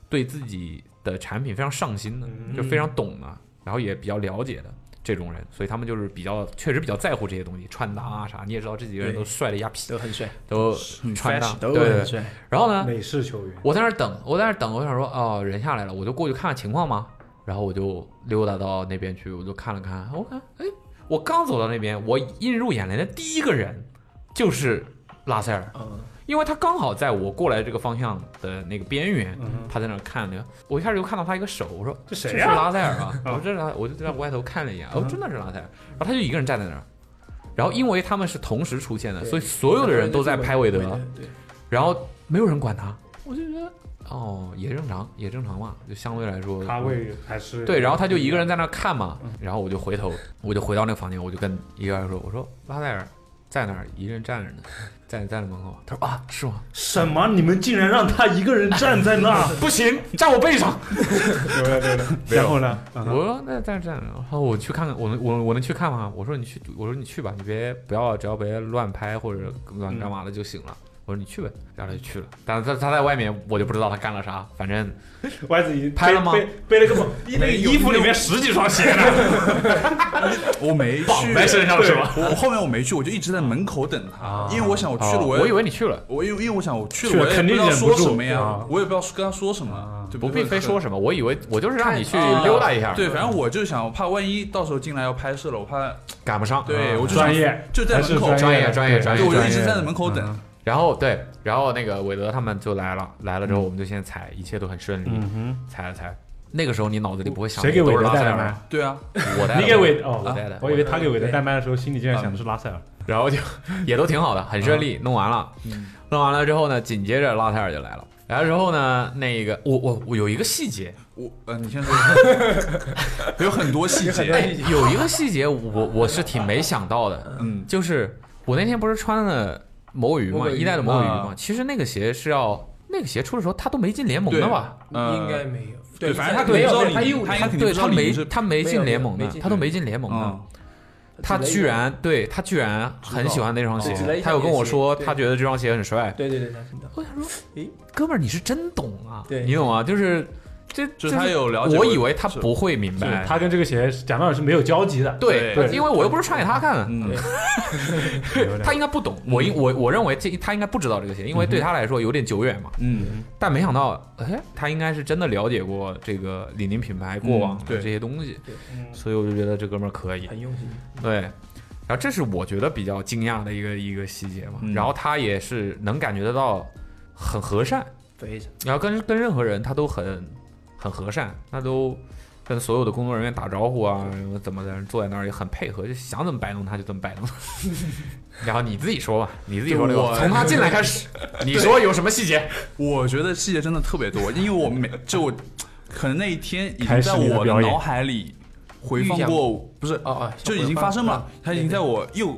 Speaker 2: 对自己的产品非常上心的，
Speaker 6: 嗯
Speaker 2: 就非常懂的，然后也比较了解的这种人，所以他们就是比较确实比较在乎这些东西，穿搭啊啥。你也知道这几个人
Speaker 9: 嗯对
Speaker 2: 都帅的呀皮，
Speaker 9: 都很帅，
Speaker 2: 都穿搭
Speaker 9: fashion，
Speaker 2: 对
Speaker 9: 都
Speaker 2: 对。
Speaker 9: 很
Speaker 2: 对
Speaker 9: 帅，
Speaker 2: 然后呢，
Speaker 6: 美式球员，
Speaker 2: 我在那儿等，我在那儿等，我想说哦人下来了，我就过去看看情况嘛。然后我就溜达到那边去，我就看了看，我看，哎，我刚走到那边，我映入眼帘的第一个人就是拉塞尔。
Speaker 9: 嗯，
Speaker 2: 因为他刚好在我过来这个方向的那个边缘，
Speaker 6: 嗯哼，
Speaker 2: 他在那儿看那个，我一开始就看到他一个手，我说
Speaker 6: 这
Speaker 2: 这
Speaker 6: 谁啊
Speaker 2: 是
Speaker 6: 呀？
Speaker 2: 拉塞尔吗？我说这是拉，我就在歪头看了一眼，哦，真的是拉塞尔。然后他就一个人站在那儿，然后因为他们是同时出现的，
Speaker 9: 对
Speaker 2: 所以所有的人都在拍韦
Speaker 9: 韦
Speaker 2: 德，
Speaker 9: 对，
Speaker 2: 然后没有人管他，我就觉得哦也正常，也正常嘛，就相对来说
Speaker 6: 咖位还是
Speaker 2: 啊对，然后他就一个人在那儿看嘛，然后我就回头，我就回到那个房间，我就跟一个人说，我说拉塞尔在那儿一个人站着呢，站站在门口，他说啊是吗？
Speaker 6: 什么？你们竟然让他一个人站 在那？
Speaker 2: 不行，站我背上。
Speaker 6: 对对对对，然后呢？嗯哼
Speaker 2: 我说那在这样，然后我去看看，我能我我能去看吗？我说你去，我说你去吧，你别不要，只要别乱拍或者乱干嘛的就行了。我说你去呗，然后他就去了，但是他他在外面，我就不知道他干了啥，反正
Speaker 6: 歪子已经
Speaker 2: 拍了吗
Speaker 6: 背背了个包，那衣服里面十几双鞋呢。
Speaker 7: 我没去，
Speaker 2: 在身上是吧？
Speaker 7: 我我后面我没去，我就一直在门口等他
Speaker 6: 啊，
Speaker 7: 因为我想我去
Speaker 2: 哦
Speaker 7: 了，我
Speaker 2: 我以
Speaker 7: 也
Speaker 2: 为你去了，
Speaker 7: 我因为因为我想我去
Speaker 6: 去
Speaker 7: 了，
Speaker 6: 了
Speaker 7: 我也
Speaker 6: 肯定
Speaker 7: 不知道
Speaker 6: 忍不
Speaker 7: 说
Speaker 6: 住
Speaker 7: 什么呀
Speaker 6: 啊，
Speaker 7: 我也不知道跟他说什么
Speaker 6: 啊，
Speaker 7: 对
Speaker 2: 不必非说
Speaker 7: 么。
Speaker 2: 什么，我以为我就是让你去
Speaker 7: 啊
Speaker 2: 溜达一下，
Speaker 7: 对，反正我就想，我怕万一到时候进来要拍摄了，我怕
Speaker 2: 赶不上。嗯
Speaker 7: 对，我就
Speaker 6: 专
Speaker 7: 想
Speaker 6: 业
Speaker 7: 就在
Speaker 6: 还 是
Speaker 7: 门口，
Speaker 2: 专业专业
Speaker 6: 对
Speaker 2: 专
Speaker 7: 对，
Speaker 2: 业
Speaker 7: 我就一
Speaker 2: 专
Speaker 7: 直
Speaker 2: 业
Speaker 7: 站在门口等，
Speaker 2: 然后对，然后那个韦德他们就来了，来了之后我们就先踩，一切都很顺利，
Speaker 6: 嗯哼，
Speaker 2: 踩了踩。那个时候你脑子里不会想
Speaker 6: 谁给
Speaker 2: 都
Speaker 6: 韦
Speaker 2: 是
Speaker 6: 德
Speaker 2: 拉
Speaker 6: 带
Speaker 2: 塞
Speaker 6: 的
Speaker 2: 尔
Speaker 6: 麦
Speaker 2: 吗？？
Speaker 7: 对啊，
Speaker 2: 我带的，
Speaker 6: 你给韦哦，
Speaker 2: 我带的
Speaker 6: 啊，我以为他给韦德
Speaker 7: 对
Speaker 6: 带麦的时候，心里竟然想的是拉塞尔。
Speaker 2: 然后就也都挺好的，很顺利，弄完了，
Speaker 7: 嗯
Speaker 2: 弄完了之后呢，紧接着拉塞尔就来了。来了之后呢，那个我我我有一个细节，
Speaker 7: 我呃，你先说， 有很多细
Speaker 2: 哎
Speaker 7: 节，
Speaker 2: 有一个细节我我是挺没想到的，
Speaker 7: 嗯，
Speaker 2: 就是我那天不是穿了魔鬼鱼嘛，
Speaker 9: 魔鬼鱼
Speaker 2: 一代的魔鬼鱼嘛
Speaker 7: 啊，
Speaker 2: 其实那个鞋是要那个鞋出的时候他都没进联盟的吧？
Speaker 7: 呃
Speaker 9: 应该没有，
Speaker 7: 对，反正他
Speaker 9: 他
Speaker 7: 肯定
Speaker 9: 没
Speaker 7: 不知道
Speaker 9: 有，
Speaker 7: 你，
Speaker 9: 他
Speaker 7: 他
Speaker 9: 一五
Speaker 7: 应
Speaker 9: 年
Speaker 7: 该肯定
Speaker 2: 对
Speaker 7: 不知道
Speaker 2: 他
Speaker 7: 你
Speaker 2: 没
Speaker 7: 是，
Speaker 2: 他没进联盟
Speaker 9: 没
Speaker 2: 的
Speaker 9: 有没进，
Speaker 2: 他都没进联盟的
Speaker 7: 嗯，，
Speaker 2: 他居然对他居然很喜欢那双鞋
Speaker 9: 指了一，下
Speaker 2: 他有跟我
Speaker 9: 你的鞋
Speaker 2: 说
Speaker 9: 对
Speaker 2: 他觉得这双鞋很帅，
Speaker 9: 对对对，他听到，
Speaker 2: 我想说，诶，哥们儿，你是真懂啊！
Speaker 9: 对
Speaker 2: 你懂啊？就是这，
Speaker 7: 就是是他有了解
Speaker 2: 我
Speaker 7: 过
Speaker 2: 以为他
Speaker 7: 是
Speaker 2: 不会
Speaker 7: 嗯
Speaker 2: 明
Speaker 6: 对
Speaker 7: 哎
Speaker 2: 白，
Speaker 6: 他跟这个鞋讲道理是没有交集 的。
Speaker 2: 对，
Speaker 7: 对
Speaker 2: 因为我又不是穿给他看的，
Speaker 7: 嗯
Speaker 9: 对，
Speaker 6: 有点
Speaker 2: 他应该不懂。我应我我认为这他应该不知道这个鞋，因为对他来说有点久远嘛。
Speaker 7: 嗯，
Speaker 2: 但没想到，哎，他应该是真的了解过这个李宁品牌过往
Speaker 7: 嗯
Speaker 2: 的
Speaker 7: 对嗯哎
Speaker 2: 这些东西
Speaker 9: 对，
Speaker 2: 所以我就觉得这哥们儿可以。
Speaker 9: 很用心，
Speaker 2: 对。然后这是我觉得比较惊讶的一个一个细节嘛，
Speaker 7: 嗯
Speaker 2: 然后他也是能感觉得到很和善，
Speaker 9: 非常
Speaker 2: 然后跟跟任何人他都很很和善，他都跟所有的工作人员打招呼啊，然后怎么的，坐在那儿也很配合，就想怎么摆弄他就怎么摆 弄。然后你自己说吧，你自己说这
Speaker 7: 我
Speaker 2: 个，从他进来开始，你说有什么细节？
Speaker 7: 我觉得细节真的特别多，因为我每就我可能那一天已经
Speaker 6: 开始
Speaker 7: 在
Speaker 6: 你的
Speaker 7: 我
Speaker 6: 表演
Speaker 7: 脑海里回放
Speaker 2: 预想啊
Speaker 7: 过，不是
Speaker 9: 哦哦，
Speaker 7: 就已经发生了，它已经在我右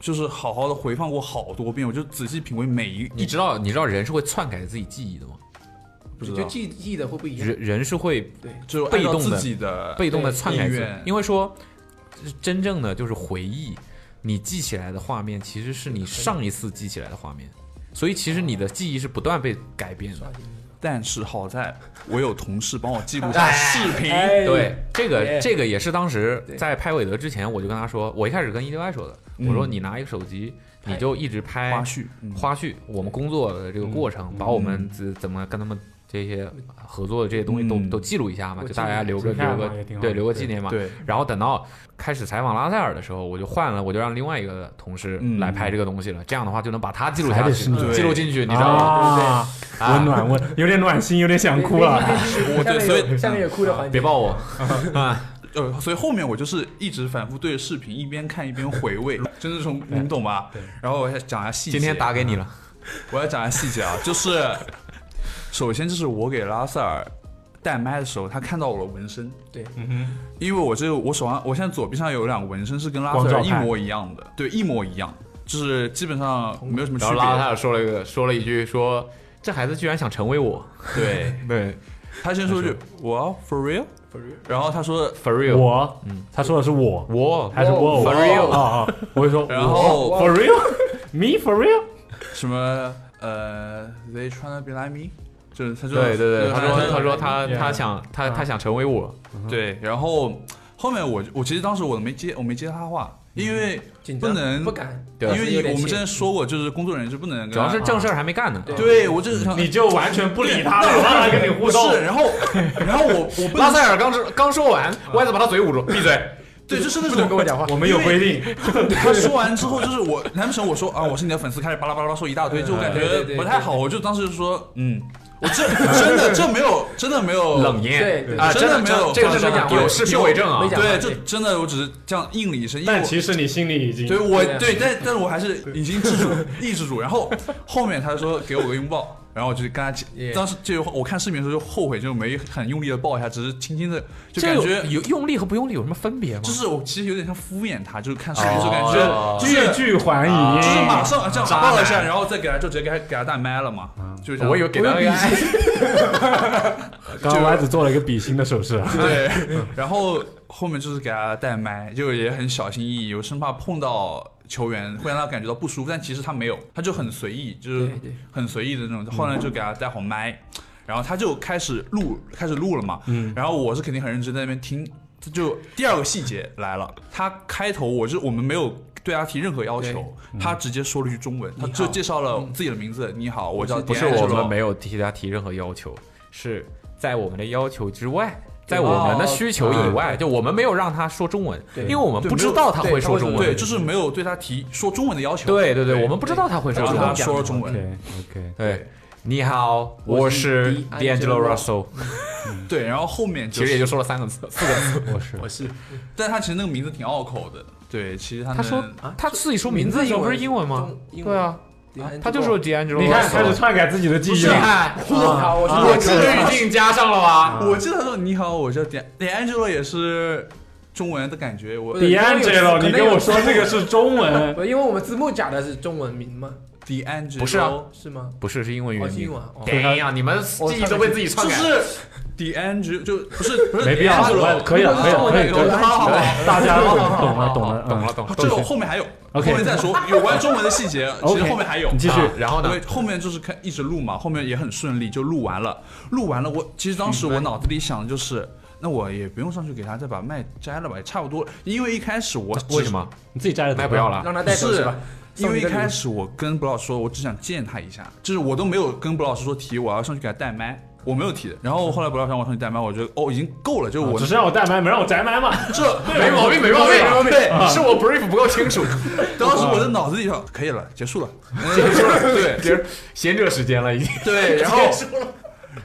Speaker 7: 就是好好的回放过好多遍，我就仔细品味每一
Speaker 2: 你
Speaker 7: 一
Speaker 2: 知道你知道人是会篡改自己记忆的吗？
Speaker 7: 不知
Speaker 9: 就
Speaker 7: 道，
Speaker 9: 记记得会不一样
Speaker 2: 人。人是会
Speaker 9: 对，
Speaker 7: 就
Speaker 2: 被动
Speaker 7: 按
Speaker 2: 的
Speaker 7: 照自己的
Speaker 2: 被动的篡改自
Speaker 7: 意
Speaker 2: 己
Speaker 7: 愿，
Speaker 2: 因为说真正的就是回忆，你记起来的画面其实是你上一次记起来的画面，所以其实你的记忆是不断被改变的。
Speaker 7: 但是好在我有同事帮我记
Speaker 2: 哎
Speaker 7: 录下视频，
Speaker 2: 对，这个
Speaker 9: 哎
Speaker 2: 这个也是当时
Speaker 9: 对
Speaker 2: 在拍韦德之前，我就跟他说，我一开始跟 EDY 说的，我说你拿一个手机，
Speaker 9: 拍
Speaker 2: 你就一直拍
Speaker 7: 花絮，嗯
Speaker 2: 花絮，我们工作的这个过程，把我们怎怎么跟他们这些合作的这些东西都
Speaker 7: 嗯
Speaker 2: 都记录一下嘛，
Speaker 9: 我
Speaker 2: 就
Speaker 9: 记
Speaker 2: 大家
Speaker 9: 得
Speaker 2: 留个
Speaker 6: 记下
Speaker 2: 留
Speaker 6: 嘛
Speaker 2: 个
Speaker 6: 也挺好
Speaker 2: 对
Speaker 6: 的
Speaker 2: 留个
Speaker 6: 对
Speaker 2: 纪念嘛。
Speaker 7: 对，
Speaker 2: 然后等到开始采访拉塞尔的时候，我就换了，我就让另外一个同事
Speaker 7: 嗯
Speaker 2: 来拍这个东西了。这样的话就能把它记录下
Speaker 6: 还得
Speaker 2: 去，
Speaker 6: 是你
Speaker 2: 记录进去，你
Speaker 6: 你
Speaker 2: 知道吗？
Speaker 6: 吗？
Speaker 2: 啊
Speaker 6: 温暖温，有点暖心，有点想哭了。
Speaker 9: 我
Speaker 7: 对所以
Speaker 9: 下面有哭的环节，
Speaker 2: 别抱我，
Speaker 7: 呃，所以后面我就是一直反复对着视频一边看一边 回味，真的是从你懂吧？然后我要讲一下细节，
Speaker 2: 今天打给你了。
Speaker 7: 我要讲一下细节啊，就是首先就是我给拉塞尔带麦的时候，他看到我的纹身，
Speaker 9: 对，
Speaker 6: 嗯哼，
Speaker 7: 因为我这个我手上我现在左臂上有两个纹身是跟拉
Speaker 6: 光
Speaker 7: 塞
Speaker 6: 照
Speaker 7: 尔
Speaker 6: 派
Speaker 7: 一模一样的，对，一模一样，就是基本上没有什么区
Speaker 2: 然后拉塞
Speaker 7: 别。
Speaker 2: 尔说了一个说了一句说。这孩子居然想成为我，
Speaker 7: 对，
Speaker 2: 对
Speaker 7: 他先说一句我 for real，
Speaker 9: For real
Speaker 7: 然后他说
Speaker 2: ，for real，
Speaker 6: 我，
Speaker 7: 嗯
Speaker 6: 他说的是我，
Speaker 2: 我
Speaker 6: 还是我
Speaker 2: for real，
Speaker 6: 啊啊！我会说，
Speaker 2: 哦
Speaker 7: 然后
Speaker 6: 我 for real，me for real，
Speaker 7: 什么呃，they tryna be like me，就是他说
Speaker 2: 对对对，他说他说他
Speaker 6: Yeah
Speaker 2: 他想他他想成为我，
Speaker 9: 嗯
Speaker 7: 对，然后后面我我其实当时我没接我没接他话，因为
Speaker 9: 紧
Speaker 7: 不
Speaker 9: 张
Speaker 7: 能
Speaker 9: 不敢，
Speaker 2: 对
Speaker 7: 因
Speaker 9: 是有
Speaker 7: 为
Speaker 9: 点
Speaker 7: 我们
Speaker 9: 怯
Speaker 7: 之前说过，就是工作人员是不能跟
Speaker 2: 主要
Speaker 7: 他
Speaker 2: 是正事儿还没干呢。
Speaker 7: 啊对我就是想
Speaker 6: 你就完全不理他了，让他跟你互
Speaker 7: 不
Speaker 6: 动。
Speaker 7: 啊是，然后然后我我不
Speaker 2: 拉
Speaker 7: 能
Speaker 2: 塞尔刚说刚说完，我还得把他嘴捂住，闭嘴。
Speaker 7: 对，就是那
Speaker 9: 不准跟
Speaker 7: 种
Speaker 9: 我讲话。
Speaker 6: 我们有规定，
Speaker 7: 他说完之后，就是我难不成我说啊我是你的粉丝，开始巴拉巴拉巴拉说一大堆，就我感
Speaker 9: 对对
Speaker 7: 觉
Speaker 9: 对对
Speaker 7: 不太好，我就当时就说 嗯，我这真的这没有真的没有
Speaker 2: 冷言
Speaker 9: 对对
Speaker 2: 啊，
Speaker 7: 真
Speaker 2: 真
Speaker 7: 的
Speaker 2: 的
Speaker 7: 没有
Speaker 2: 这个
Speaker 7: 夸
Speaker 2: 是
Speaker 7: 张
Speaker 2: 有
Speaker 7: 对
Speaker 2: 有视频为证啊
Speaker 9: 没。讲话
Speaker 7: 对，就真的我只是这样应了一声，因为
Speaker 6: 但
Speaker 7: 我
Speaker 6: 其实你心里已经
Speaker 7: 对，我
Speaker 9: 对啊
Speaker 7: 对，但但是我还是已经制 住，抑制住。然后后面他说给我个拥抱，然后我就跟 他亲
Speaker 9: Yeah
Speaker 7: 当时就我看视频的时候就后悔，就没很用力的抱一下，只是轻轻的，就
Speaker 2: 这
Speaker 7: 感
Speaker 2: 有
Speaker 7: 觉
Speaker 2: 有用力和不用力有什么分别吗？
Speaker 7: 就是我其实有点像敷衍他，就是看视频的时候感
Speaker 2: 哦
Speaker 7: 觉就是
Speaker 6: 欲
Speaker 7: 就是啊
Speaker 6: 拒还迎，
Speaker 7: 就是马上这样抱一下，然后再给他就直接给他给他带麦了嘛，就是这样
Speaker 2: 嗯我以为给他 个爱
Speaker 6: 刚刚歪子做了一个比心的手势，啊
Speaker 7: 对， 然后后面就是给他带麦，就也很小心翼翼，我生怕碰到球员会让他感觉到不舒服，但其实他没有，他就很随意，就是
Speaker 9: 对对
Speaker 7: 很随意的那种。
Speaker 2: 嗯
Speaker 7: 后来就给他带好麦，然后他就开始录，开始录了嘛。
Speaker 6: 嗯
Speaker 7: 然后我是肯定很认真在那边听，这就第二个细节来了，他开头我是我们没有。对他提任何要求，
Speaker 2: 嗯
Speaker 7: 他直接说了一句中文，他就介绍了自己的名字。你好，我叫
Speaker 2: 不是
Speaker 7: 迪安
Speaker 2: 我
Speaker 7: 杰洛
Speaker 2: 们没有替他提任何要求，是在我们的要求之外。在我们的需求以外，就我们没有让他说中文，
Speaker 9: 对
Speaker 2: 因为我们
Speaker 7: 对
Speaker 2: 不知
Speaker 7: 没有
Speaker 2: 道他
Speaker 9: 对
Speaker 2: 会
Speaker 9: 他
Speaker 2: 说
Speaker 9: 会说
Speaker 2: 中文。
Speaker 7: 对，就是没有对他提说中文的要求。
Speaker 2: 对对对，
Speaker 7: 对
Speaker 2: 我们不知道他会说
Speaker 7: 然后
Speaker 2: 中
Speaker 7: 他
Speaker 2: 文。
Speaker 7: 说了中文，
Speaker 6: OK OK，
Speaker 2: 对，你好，我
Speaker 9: 我
Speaker 2: 是
Speaker 9: 是
Speaker 2: D'Angelo
Speaker 9: D'Angelo
Speaker 2: Russell，
Speaker 7: 对，然后后 面
Speaker 2: 其
Speaker 7: 就
Speaker 2: 实也
Speaker 7: 是，
Speaker 2: 就说了三个字，四个字。
Speaker 6: 我是
Speaker 7: 我是，但他其实那个名字挺拗口的。对，其实他
Speaker 2: 他
Speaker 7: 他
Speaker 2: 说
Speaker 9: 啊
Speaker 2: 他自己说名字的时候不是英文吗？对啊，他就说 D'Angelo，
Speaker 6: 你看开始
Speaker 2: Russell
Speaker 6: 篡改自己的记忆
Speaker 2: 你
Speaker 6: 了，
Speaker 2: 看，
Speaker 9: 我靠，我
Speaker 2: 我这
Speaker 9: 是
Speaker 2: 个语境加上了啊吧？
Speaker 7: 我记得他说你好，我叫点点 Angelo 也是中文的感觉，我
Speaker 9: 不是
Speaker 6: D'Angelo，你
Speaker 9: 可能有
Speaker 6: 跟我说这个是中文，
Speaker 9: 不，因为我们字幕假的是中文名嘛，
Speaker 7: 点 Angelo
Speaker 2: 不是啊，
Speaker 9: 是吗？
Speaker 2: 不是，是英文
Speaker 9: 哦，
Speaker 2: 原
Speaker 9: 是英
Speaker 2: 名。
Speaker 9: 文啊，哦
Speaker 2: 哎呀，你们记忆都被自己篡
Speaker 7: 就
Speaker 2: 改。
Speaker 7: 是点 Angelo 就不是不是
Speaker 6: 没必
Speaker 7: The
Speaker 6: 要，
Speaker 7: Angelo
Speaker 6: 我可以了，可以啊了，可以，可以了，
Speaker 7: 好好好，
Speaker 6: 大家懂了，懂了，
Speaker 2: 懂
Speaker 6: 嗯
Speaker 2: 了，懂了。
Speaker 7: 这个后面还有
Speaker 6: OK
Speaker 7: 后面再说有关中文的细节，其
Speaker 6: OK
Speaker 7: 实后面还有，
Speaker 6: 你继续
Speaker 2: 啊然后呢
Speaker 7: 对，后面就是看一直录嘛，后面也很顺利，就录完了。录完了，我其实当时我脑子里想的就是，那我也不用上去给他再把麦摘了吧，也差不多。因为一开始我
Speaker 2: 啊为什？么？
Speaker 6: 你自己摘了，
Speaker 2: 麦不要，了。
Speaker 9: 让他带走
Speaker 7: 是
Speaker 9: 吧？
Speaker 7: 因为一开
Speaker 9: 始
Speaker 7: 始我跟卜老师说，我只想见他一下，就是我都没有跟卜老师说提我要上去给他带麦，我没有提的。然后后来卜老师让我上去带麦，我觉得哦已经够了，就是我
Speaker 6: 只是让我带麦， 没让我摘麦嘛，
Speaker 7: 这
Speaker 2: 没毛病，没毛病，没毛病。是我 brief 不够清楚。
Speaker 7: 当时我的脑子里想，可以了，结束了，结束了，对，
Speaker 2: 今儿闲着时间了，已 经。
Speaker 7: 对，然后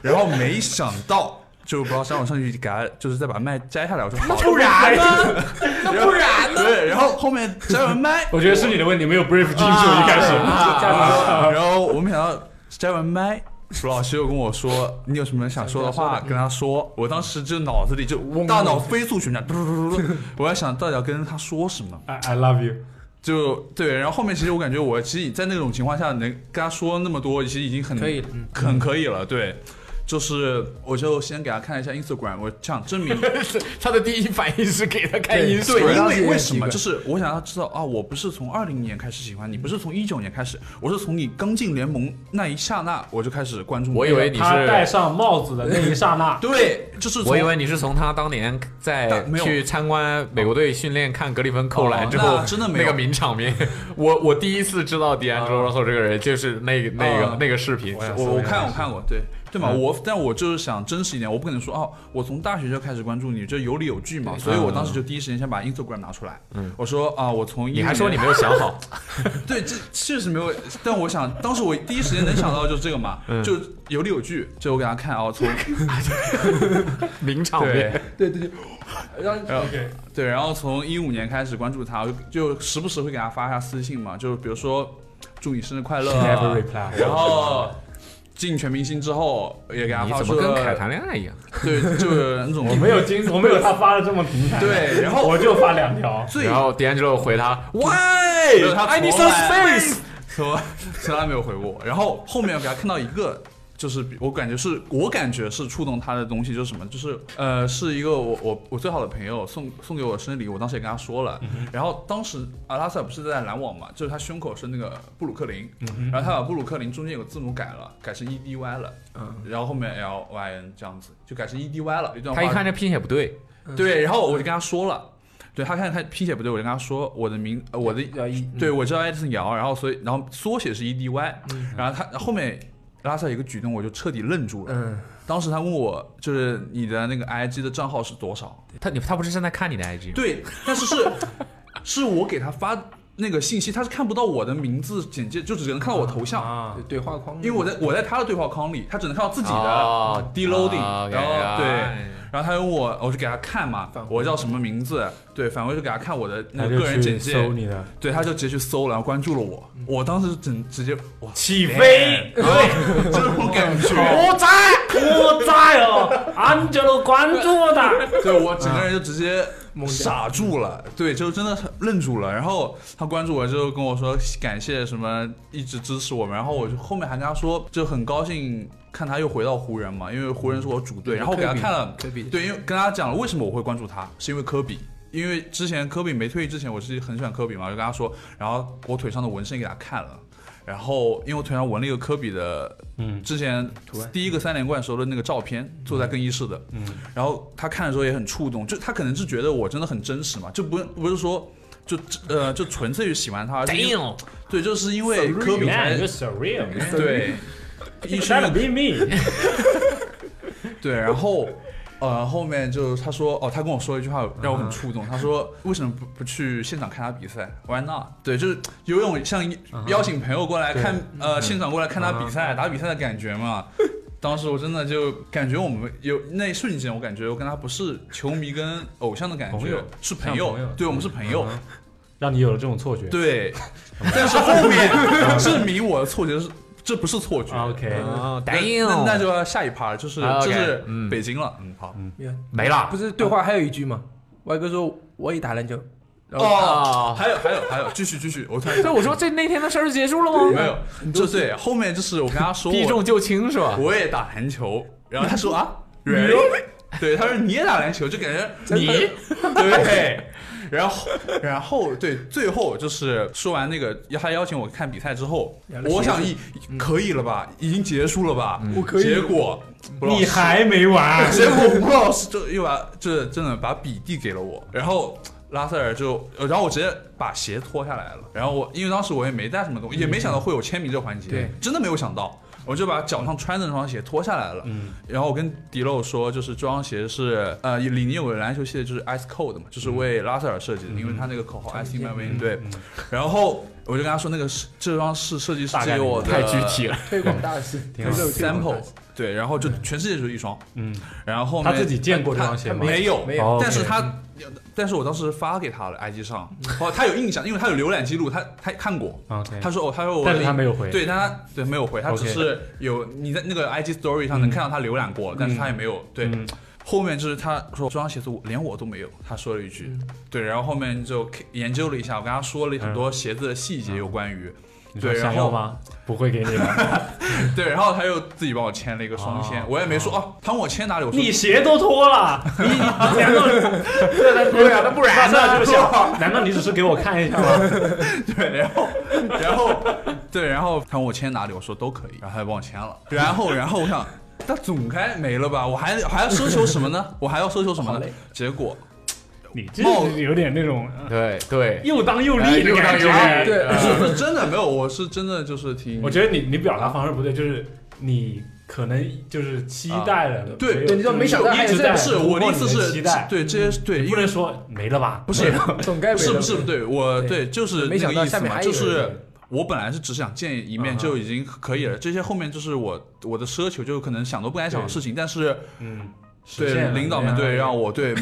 Speaker 7: 然后没想到，就是不要山，我上去给他，就是再把麦摘下来，我说好，
Speaker 2: 不然呢？
Speaker 7: 那不然呢？对，然后后面摘完 麦，
Speaker 6: 我觉得是你的问题，没有 brief 清楚一开始，
Speaker 7: 啊然后我没想到摘完麦。楚老师又跟我说：“你有什么想说的话，跟他说。”我当时就脑子里 就大脑飞速旋转，嘟嘟嘟嘟嘟，我在想到底要跟他说什么。
Speaker 6: 啊 I I love you，
Speaker 7: 就对，然后后面其实我感觉我其实在那种情况下能跟他说那么多，其实已经很
Speaker 9: 可以了
Speaker 7: 很可以了。对，就是我就先给他看一下 Instagram，我想 证明
Speaker 3: 他的第一反应是给他看
Speaker 9: 对
Speaker 3: 音
Speaker 9: 对
Speaker 3: 色，
Speaker 9: 我
Speaker 7: 因
Speaker 9: 当时也
Speaker 7: 为为
Speaker 9: 很
Speaker 7: 什
Speaker 9: 奇
Speaker 7: 么？
Speaker 9: 怪
Speaker 7: 就是我想要知道啊，我不是从二零年开始喜欢你，不是从一九年开始，我是从你刚进联盟那一刹那我就开始关注你。，
Speaker 3: 我以为你
Speaker 6: 他戴
Speaker 3: 是，
Speaker 6: 上帽子的那一刹 那
Speaker 7: 对，就是从
Speaker 3: 我以为你是从他当年在
Speaker 7: 但没有
Speaker 3: 去参观美国队训练看格里芬扣篮之后
Speaker 7: 哦，那真的没有
Speaker 3: 那个名场面。 我我第一次知道迪安卓罗素这个人，就是那个那个
Speaker 7: 啊
Speaker 3: 那个视频。
Speaker 6: 我想
Speaker 7: 我
Speaker 6: 说
Speaker 7: 我
Speaker 6: 一下
Speaker 7: 看我看过，对对嘛，
Speaker 3: 嗯
Speaker 7: 我但我就是想真实一点，我不可能说哦，我从大学就开始关注你，这有理有据嘛，所以我当时就第一时间先把 Instagram 拿出来，我说啊，我从
Speaker 3: 嗯你还
Speaker 7: 16
Speaker 3: 说你没有想好，
Speaker 7: 对，这确实没有，但我想当时我第一时间能想到就是这个嘛，
Speaker 3: 嗯
Speaker 7: 就有理有据，就我给他看啊，从
Speaker 3: 名场面
Speaker 7: 对。
Speaker 9: 对对对，让
Speaker 7: 对，然后从一五年开始关注他，我就就时不时会给他发一下私信嘛，就比如说祝你生日快乐啊
Speaker 6: Never reply
Speaker 7: 然后进全明星之后也给他
Speaker 3: 你
Speaker 7: 发
Speaker 3: 怎
Speaker 7: 出
Speaker 3: 么跟
Speaker 7: 了
Speaker 3: 凯谈恋爱一样？
Speaker 7: 对，就是那种
Speaker 6: 我没有经，我没有他发的这么频繁。
Speaker 7: 对然后
Speaker 6: 我就发两条。
Speaker 7: 最
Speaker 3: 然后 D'Angelo 回他
Speaker 7: 没有他
Speaker 3: ：Why？I
Speaker 7: 从
Speaker 3: need some
Speaker 7: 来
Speaker 3: space。
Speaker 7: 从从来没有回过我。然后后面我给他看到一个，就是比我感觉是我感觉是触动他的东西，就是什么，就是呃，是一个我我我最好的朋友送送给我生日礼物，我当时也跟他说
Speaker 3: 嗯
Speaker 7: 了。然后当时阿拉萨不是在篮网嘛，就是他胸口是那个布鲁克林，
Speaker 3: 嗯
Speaker 7: 然后他把布鲁克林中间有个字母改了，改成 E D Y 了，嗯，然后后面 L Y N 这样子就改成 E D Y 了。段话
Speaker 3: 他一看这拼写不对，
Speaker 7: 对，然后我就跟他说了，对他看他拼写不对，我就跟他说我的名，呃我的
Speaker 9: 要一
Speaker 7: 对我知道 Edison 姚，然后所以然后缩写是 EDY，、然
Speaker 9: 嗯
Speaker 7: 后他后面拉萨有一个举动，我就彻底愣住了。
Speaker 9: 嗯，
Speaker 7: 当时他问我就是你的那个 IG 的账号是多少？
Speaker 3: 他你他不是正在看你的 IG 吗？
Speaker 7: 对，但是是 是我给他发那个信息，他是看不到我的名字简介，就只能看到我头像。
Speaker 6: 啊，
Speaker 9: 对对话框，
Speaker 7: 因为我在我在他的对话框里，他只能看到自己的
Speaker 9: 啊
Speaker 3: 哦
Speaker 7: deloading，、
Speaker 3: 哦
Speaker 7: 然后对
Speaker 3: 哎，
Speaker 7: 然后他问我，我就给他看嘛
Speaker 9: 返，回
Speaker 7: 我叫什么名字，对，返回就给他看我的那
Speaker 6: 他
Speaker 7: 个
Speaker 6: 就
Speaker 7: 个人简
Speaker 6: 去
Speaker 7: 介，
Speaker 6: 搜你的，
Speaker 7: 对，他就直接去搜，然后关注了我。
Speaker 9: 嗯
Speaker 7: 我当时整直接哇，哦
Speaker 6: 起飞，
Speaker 3: 哎
Speaker 7: 对， 这种感 觉，
Speaker 6: 我在，我在 哦，Angelo 关注我的，
Speaker 7: 对我整个人就直接
Speaker 9: 嗯懵掉嗯
Speaker 7: 傻住了，对，就真的是愣住了。然后他关注我之后跟我说感谢什么，一直支持我们。然后我就后面还跟他说，就很高兴看他又回到湖人嘛，因为湖人是我主队。然后我给他看了，
Speaker 9: 嗯科比
Speaker 7: 对，因为跟他讲了为什么我会关注他，是因为科比。因为之前科比没退役之前，我是很喜欢科比嘛，我就跟他说，然后我腿上的纹身给他看了，然后因为我腿上纹了一个科比的，嗯，之前第一个三连冠时候的那个照片，坐在更衣室的，嗯，然后他看的时候也很触动，就他可能是觉得我真的很真实嘛，就不不是说就呃就纯粹喜欢他，而是因为
Speaker 3: ，damn，
Speaker 7: 对，就是因为科比才
Speaker 6: Man, you're surreal. man.
Speaker 7: 对，
Speaker 6: You gotta be me.
Speaker 7: 对，然后呃，后面就他说哦，他跟我说一句话让我
Speaker 6: 嗯
Speaker 7: 很触动，他说为什么不不去现场看他比赛？Why not？对，就是有一种像
Speaker 6: 嗯
Speaker 7: 邀请朋友过来看、呃现场过来看他比赛、打比赛的感觉嘛。当时我真的就感觉我们有那一瞬间，我感觉我跟他不是球迷跟偶像的感觉，
Speaker 6: 朋友
Speaker 7: 是
Speaker 6: 像
Speaker 7: 朋友，
Speaker 6: 朋友嗯
Speaker 7: 对我们是朋友。
Speaker 6: 让你有了这种错觉。
Speaker 7: 对，
Speaker 6: 嗯
Speaker 7: 但是后面 证明我的错觉是这不是错觉。
Speaker 6: 啊，OK，
Speaker 2: 嗯
Speaker 3: 哦
Speaker 7: 那那那
Speaker 3: ，damn，
Speaker 7: 就要下一趴了，就是
Speaker 3: 啊，OK，
Speaker 7: 就是
Speaker 3: 嗯
Speaker 7: 北京了。嗯，好。
Speaker 3: 没了
Speaker 9: 不。是对话还有一句吗？歪哥说我也打篮球，然后
Speaker 7: 哦，还有还有还有，继续继续，我突然
Speaker 3: 所以我说这那天的事儿结束了吗？
Speaker 7: 没有，就对，后面就是我跟他说
Speaker 3: 避
Speaker 7: 我
Speaker 3: 重就轻是吧？
Speaker 7: 我也打篮球，然后他说啊，对，对，他说你也打篮球，就感觉你对， 然后然后对，最后就是说完那个他邀请我看比赛之后，我想一可以了吧，已经结束了吧，
Speaker 9: 我可以
Speaker 7: 结果不让。
Speaker 6: 你还没完
Speaker 7: 结果吴老师就又把这真的把笔递给了我，然后拉塞尔就，呃然后我直接把鞋脱下来了，然后我因为当时我也没带什么东西，也没想到会有签名这环节，
Speaker 9: 对，
Speaker 7: 真的没有想到。我就把脚上穿的那双鞋脱下来了，然后我跟迪洛说，就是这双鞋是呃，李宁有个篮球系列就是 Ice Cold 嘛，就是为拉塞尔设计的，因为他那个口号 Ice in my vein，对。然后我就跟他说，那个是这双是设计师
Speaker 6: 大概
Speaker 7: 给我的，
Speaker 3: 太具体了，
Speaker 9: 推广大 师，
Speaker 6: 挺好
Speaker 9: 推广大使
Speaker 7: sample，对，然后就全世界只有一双，
Speaker 6: 嗯，
Speaker 7: 然后后
Speaker 6: 他
Speaker 7: 面
Speaker 6: 自己见过这
Speaker 7: 他
Speaker 6: 双鞋吗？
Speaker 7: 没有，
Speaker 9: 没
Speaker 6: 哦
Speaker 9: 有，
Speaker 7: 但是他，但是我当时发给他了，IG 上，哦，他有印象，因为他有浏览记录，他他看过，
Speaker 6: OK，
Speaker 7: 他说哦，他说我，
Speaker 6: 但是他没有回
Speaker 7: 对，但他对没有回，他
Speaker 6: OK 嗯
Speaker 7: 只是有你在那个 IG Story 上能看到他浏览过，但是他也没有对。后面就是他说这双鞋子我连我都没有，他说了一句，
Speaker 6: 嗯
Speaker 7: 对，然后后面就 K- 研究了一下，我跟他说了很多
Speaker 6: 嗯
Speaker 7: 鞋子的细节，有关于，
Speaker 6: 你说
Speaker 7: 对，
Speaker 6: 想
Speaker 7: 然
Speaker 6: 要
Speaker 7: 后
Speaker 6: 吗？不会给你的，
Speaker 7: 对，然后他又自己帮我签了一个双签，我也没说哦，他问我签哪里，我说
Speaker 6: 你鞋都脱 了，你你难道
Speaker 3: 对啊，那不然
Speaker 6: 马上
Speaker 3: 呢？
Speaker 6: 就想？难道你只是给我看一下吗？
Speaker 7: 对，然后，然后，对，然后他问我签哪里，我说都可以，然后他就帮我签了。然后，然后我想，他总该没了吧？我还还要奢求什么呢？我还要奢求什么呢？结果
Speaker 6: 你这是有点那种呃
Speaker 3: 对对，
Speaker 6: 又当又立的感
Speaker 3: 哎又当又立
Speaker 6: 觉。
Speaker 9: 对，
Speaker 7: 不呃是真的没有，我是真的就是挺，
Speaker 6: 我觉得你你表达方式不对，就是你可能就是期待了，
Speaker 7: 对
Speaker 6: 没有
Speaker 9: 对你知道没想到
Speaker 6: 就一
Speaker 9: 还有
Speaker 6: 直
Speaker 9: 这
Speaker 6: 在
Speaker 9: 样
Speaker 7: 是我的意思
Speaker 6: 突破
Speaker 7: 是
Speaker 6: 你期待，
Speaker 7: 对这些对，
Speaker 6: 你不
Speaker 7: 因
Speaker 6: 能
Speaker 7: 为
Speaker 6: 说没了吧？
Speaker 7: 不是
Speaker 9: 总该
Speaker 7: 是不是不对，我
Speaker 9: 对
Speaker 7: 对就是
Speaker 9: 没
Speaker 7: 那
Speaker 9: 想
Speaker 7: 个
Speaker 9: 到
Speaker 7: 意
Speaker 9: 下
Speaker 7: 思
Speaker 9: 面
Speaker 7: 嘛，
Speaker 9: 还
Speaker 7: 就
Speaker 9: 有
Speaker 7: 是
Speaker 9: 人。
Speaker 7: 我本来是只想见一
Speaker 6: 嗯
Speaker 7: 面
Speaker 6: 哼
Speaker 7: 就已经可以了，这些后面就是我我的奢求，就可能想都不敢想的事情。但是
Speaker 6: 嗯，实现
Speaker 7: 对
Speaker 6: 了
Speaker 7: 领导们
Speaker 6: 那样
Speaker 7: 对让我对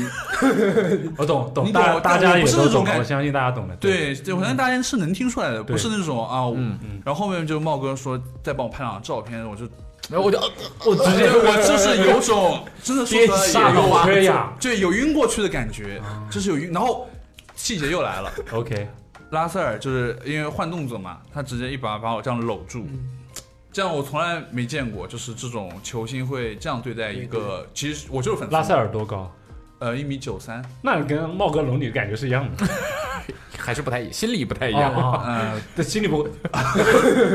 Speaker 6: 我懂懂，
Speaker 7: 你
Speaker 6: 大
Speaker 7: 懂
Speaker 6: 大
Speaker 7: 但
Speaker 6: 家
Speaker 7: 我
Speaker 6: 也
Speaker 7: 不是
Speaker 6: 都
Speaker 7: 那种
Speaker 6: 懂，
Speaker 7: 感
Speaker 6: 我相信大家懂的。
Speaker 7: 对，嗯对，我相信大家是能听出来的，
Speaker 6: 对
Speaker 7: 不是那种啊，我
Speaker 3: 嗯
Speaker 7: 然后后面就茂哥说再帮我拍两张照片，我就
Speaker 3: 然后我就
Speaker 7: 我直接我就是有种真的说出来
Speaker 6: 大
Speaker 7: 也有
Speaker 6: 脑
Speaker 7: 啊，
Speaker 6: 缺 氧。
Speaker 7: 对，有晕过去的感觉，就是有晕。然后细节又来了，
Speaker 6: OK，
Speaker 7: 拉塞尔就是因为换动作嘛，他直接一把把我这样搂住。这样我从来没见过，就是这种球星会这样对待一个，其实我就是粉丝嘛，
Speaker 6: 拉塞尔多高？
Speaker 7: 呃一米九三，
Speaker 6: 那跟茂哥龙女感觉是一样的。
Speaker 3: 还是不太一，心里不太一
Speaker 6: 哦
Speaker 3: 样。
Speaker 6: 哦，
Speaker 7: 呃，
Speaker 6: 这心里不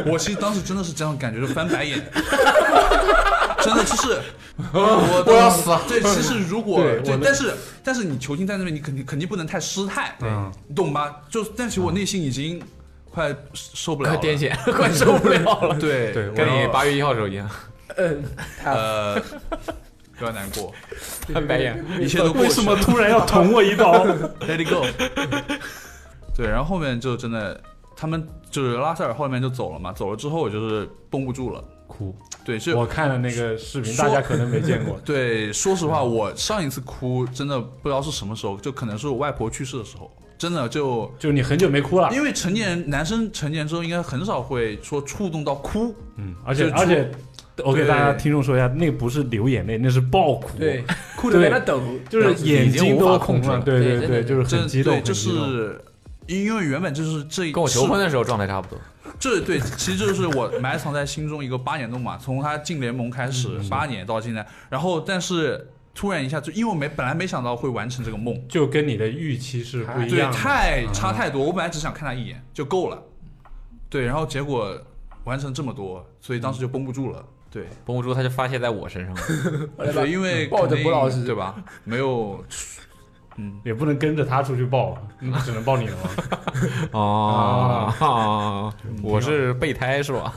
Speaker 7: 我其实当时真的是这样感觉，就翻白眼，真的就是我
Speaker 3: 我要死啊
Speaker 7: 对，其实如果
Speaker 6: 对
Speaker 7: 对
Speaker 6: 我，
Speaker 7: 但是但是你球星在那边，你肯定肯定不能太失态，
Speaker 6: 嗯
Speaker 7: 你懂吧？就但其实我内心已经快受不了
Speaker 3: 快
Speaker 7: 了，
Speaker 3: 癫痫， 快受不了了。
Speaker 7: 对
Speaker 6: 对我
Speaker 3: 跟
Speaker 7: 然
Speaker 3: 你
Speaker 7: 后
Speaker 3: 八月一号的时候一样，
Speaker 9: 嗯，
Speaker 7: 呃，不要难过，
Speaker 3: 翻白眼。
Speaker 7: 一切都过去了
Speaker 6: 为什么突然要捅我一 刀？
Speaker 7: Let it go。对， 然后后面就真的，他们就是拉塞尔后面就走了嘛，走了之后我就是绷不住了，
Speaker 6: 哭！
Speaker 7: 对， 就
Speaker 6: 我看了那个视频，
Speaker 7: 说
Speaker 6: 大家可能没见过。
Speaker 7: 对，说实话，我上一次哭真的不知道是什么时候，就可能是我外婆去世的时候，真的就
Speaker 6: 就是你很久没哭了，
Speaker 7: 因为成年人男生成年之后应该很少会说触动到哭，
Speaker 6: 嗯，而且
Speaker 7: 就
Speaker 6: 而且，我给
Speaker 7: 对
Speaker 6: 大家听众说一下，那不是流眼泪，那是爆哭，
Speaker 9: 对，哭着在那抖，
Speaker 6: 就是眼
Speaker 3: 已经
Speaker 6: 睛都红
Speaker 3: 无法控制了
Speaker 6: 对
Speaker 9: 对
Speaker 6: 对
Speaker 9: 真的
Speaker 6: 就是很
Speaker 7: 真
Speaker 6: 激动，
Speaker 7: 对，
Speaker 6: 很
Speaker 7: 就
Speaker 6: 激动
Speaker 7: 是。因为原本就是这
Speaker 3: 跟我求婚
Speaker 7: 是，
Speaker 3: 的时候状态差不多。
Speaker 7: 这对，其实就是我埋藏在心中一个八年洞嘛，从他进联盟开
Speaker 6: 嗯
Speaker 7: 始八年到现在，然后但是突然一下就，因为我没本来没想到会完成这个梦，
Speaker 6: 就跟你的预期是不一
Speaker 7: 对，
Speaker 6: 样的。嗯
Speaker 7: 太差太多。我本来只想看他一眼就够了，对，然后结果完成这么多，所以当时就绷不住了。对，
Speaker 3: 绷不住，他就发泄在我身上了。
Speaker 6: 嗯
Speaker 9: 后来把
Speaker 7: 对，因为
Speaker 9: 抱着
Speaker 7: 肯定
Speaker 9: 郭老师
Speaker 7: 对吧？没有，嗯，
Speaker 6: 也不能跟着他出去 抱，嗯只能抱你了吗？
Speaker 3: 哦， 我是备胎是吧？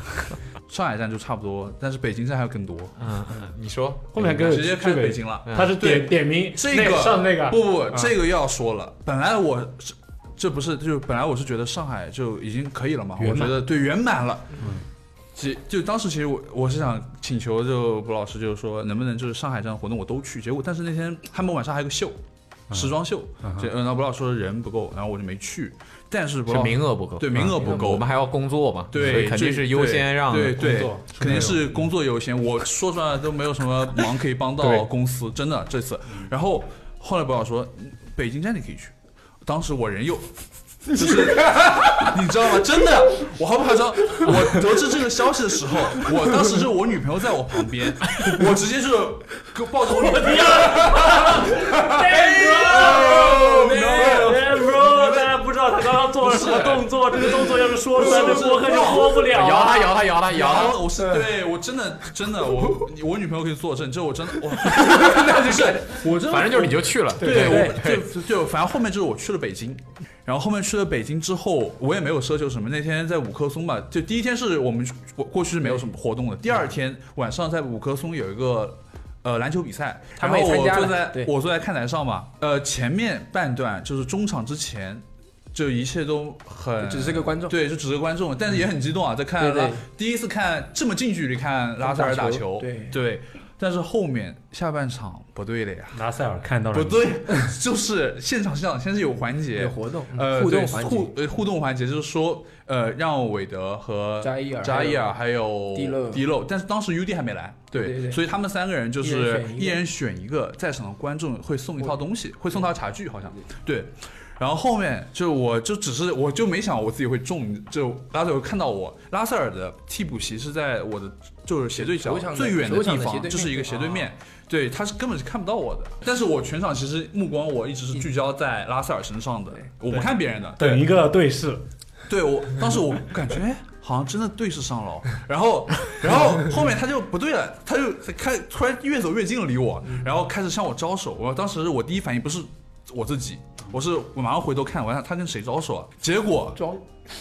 Speaker 7: 上海站就差不多，但是北京站还有更多，
Speaker 3: 嗯，嗯，你说
Speaker 6: 后面跟着
Speaker 7: 直接
Speaker 6: 去
Speaker 7: 开北京了。
Speaker 3: 嗯
Speaker 6: 他是点
Speaker 7: 对
Speaker 6: 点名
Speaker 7: 这
Speaker 6: 那
Speaker 7: 个
Speaker 6: 上那个
Speaker 7: 不不，不这个要说了。本来我是这不是就本来我是觉得上海就已经可以了嘛，我
Speaker 6: 圆满
Speaker 7: 觉得对圆满了。其就当时其实我我是想请求就卜老师就是说能不能就是上海这样的活动我都去，结果但是那天他们晚上还有个秀，时装秀，这嗯然后卜老师说人不够，然后我就没去。但是卜
Speaker 3: 是
Speaker 7: 老
Speaker 3: 名额不够，嗯
Speaker 7: 对名额不够
Speaker 3: 我们还要工作嘛，
Speaker 7: 对
Speaker 3: 所以肯定
Speaker 7: 这
Speaker 3: 是优先让
Speaker 7: 对对
Speaker 6: 工作，
Speaker 7: 肯定是工作优先。我说出来都没有什么忙可以帮
Speaker 6: 对
Speaker 7: 到公司，真的这次。然后后来不好说，嗯北京站你可以去。当时我人又，就是你知道吗？真的，我毫不夸张，我得知这个消息的时候，我当时就我女朋友在我旁边，我直接就抱着我女朋友。
Speaker 6: 哎，bro，大家不知道他刚刚做了什么动作，这个动作要是说出来，这播客就播不了
Speaker 3: 摇
Speaker 6: 了。
Speaker 3: 他摇他摇他摇
Speaker 7: 然
Speaker 3: 他，
Speaker 7: 后我是对我真的真的我我女朋友可以作证，这我真的 我就是我真 的
Speaker 3: 反正就是你就去了，
Speaker 7: 对，我就就反正后面就是我去了北京，然后后面去了北京之后，我也没有奢求什么。那天在五棵松吧，就第一天是我们我过去是没有什么活
Speaker 9: 嗯
Speaker 7: 动的。第二天晚上在五棵松有一个呃篮球比赛，
Speaker 9: 他
Speaker 7: 然
Speaker 9: 们
Speaker 7: 后
Speaker 9: 也参
Speaker 7: 我
Speaker 9: 加
Speaker 7: 坐
Speaker 9: 了
Speaker 7: 在
Speaker 9: 对
Speaker 7: 我坐在看台上嘛，呃前面半段就是中场之前，就一切都很
Speaker 9: 只是个观众，
Speaker 7: 对，就只是观众，但是也很激动啊，在看
Speaker 9: 对对
Speaker 7: 拉第一次看这么近距离看拉塞尔打球，
Speaker 9: 对
Speaker 7: 对，但是后面下半场不对了呀，
Speaker 6: 拉塞尔看到了你，
Speaker 7: 不对， 就是现场现场先是有环节
Speaker 9: 有，活动
Speaker 7: 呃，
Speaker 9: 互
Speaker 7: 对
Speaker 9: 动环
Speaker 7: 互
Speaker 9: 节，
Speaker 7: 呃互动环节就是说，呃，让韦德和
Speaker 9: 扎伊尔
Speaker 7: 扎伊尔
Speaker 9: 还
Speaker 7: 还有
Speaker 9: 迪勒
Speaker 7: 迪漏，但是当时 UD 还没来，
Speaker 9: 对对对
Speaker 7: 所以他们三个人就
Speaker 9: 一
Speaker 7: 是
Speaker 9: 人选一个
Speaker 7: 一人选一个，在场的观众会送一套东西，会送套茶具，好像对。然后后面就我就只是我就没想我自己会中，就拉塞尔看到我，拉塞尔的替补席是在我的就是斜对角
Speaker 9: 球场的
Speaker 7: 最远
Speaker 9: 球场
Speaker 7: 地
Speaker 9: 的斜
Speaker 7: 方，
Speaker 9: 对
Speaker 7: 这是一个斜对
Speaker 9: 面啊
Speaker 7: 面，对，他是根本是看不到我的。但是我全场其实目光我一直是聚焦在拉塞尔身上的，我不看别人的。对
Speaker 6: 等一个对视，
Speaker 7: 对我当时我感觉哎好像真的对视上了哦，然后 然后后面他就不对了，他就开突然越走越近了离我，然后开始向我招手。我当时我第一反应不是我自己，我是我马上回头看，我想他跟谁招手啊？ 结果
Speaker 9: 装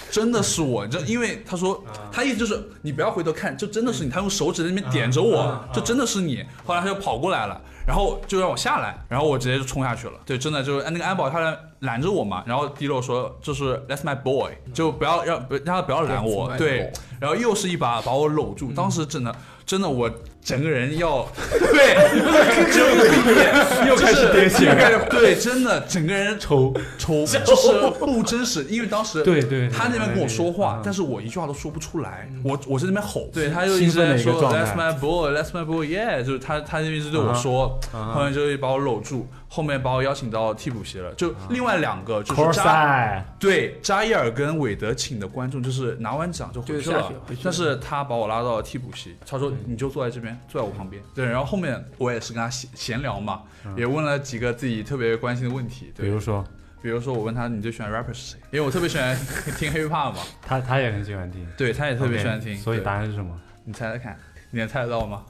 Speaker 7: 真的是我，你知道，因为他说他意思就是你不要回头看，就真的是你，他用手指在那边点着我，就真的是你。后来他就跑过来了，然后就让我下来，然后我直接就冲下去了。对，真的就是哎那个安保他来拦着我嘛，然后迪洛说就是 That's my boy，就不要让不让他不要拦我，
Speaker 9: That's my
Speaker 7: 对
Speaker 9: boy，
Speaker 7: 然后又是一把把我搂住，当时真的真的我整个人要对， 就又开始
Speaker 6: 跌起来
Speaker 7: 对，真的整个人
Speaker 6: 抽
Speaker 7: 抽，就是不真实，因为当时
Speaker 6: 对对对
Speaker 7: 他那边跟我说话
Speaker 6: 嗯，
Speaker 7: 但是我一句话都说不出来，我我在那边吼，对他就
Speaker 6: 兴
Speaker 7: 一直
Speaker 6: 奋的
Speaker 7: 在
Speaker 6: 一个
Speaker 7: 说
Speaker 6: 状
Speaker 7: That's
Speaker 6: 态
Speaker 7: my boy, That's my boy, yeah，就是他他就一直对我说，
Speaker 6: 啊
Speaker 7: 后面就把我搂住，后面把我邀请到替补席了，就另外两个就
Speaker 6: c o
Speaker 7: 是
Speaker 6: s
Speaker 7: 扎
Speaker 6: i
Speaker 7: 对扎伊尔跟韦德请的观众，就是拿完奖就回去
Speaker 9: 就下
Speaker 7: 了
Speaker 9: 去了回去了
Speaker 7: 但是他把我拉到替补席，他说你就坐在这边，坐在我旁边。对，然后后面我也是跟他闲闲聊嘛，也问了几个自己特别关心的问题，
Speaker 6: 比
Speaker 7: 对
Speaker 6: 如，说
Speaker 7: 比如说我问他你最喜欢 rapper 是谁，因为我特别喜欢听 hiphop 嘛，
Speaker 6: 他他也很喜欢听，
Speaker 7: 对，他也特别
Speaker 6: OK，
Speaker 7: 喜欢听，
Speaker 6: 所以
Speaker 7: 对
Speaker 6: 答案是什么？
Speaker 7: 你猜猜看，你能猜得到吗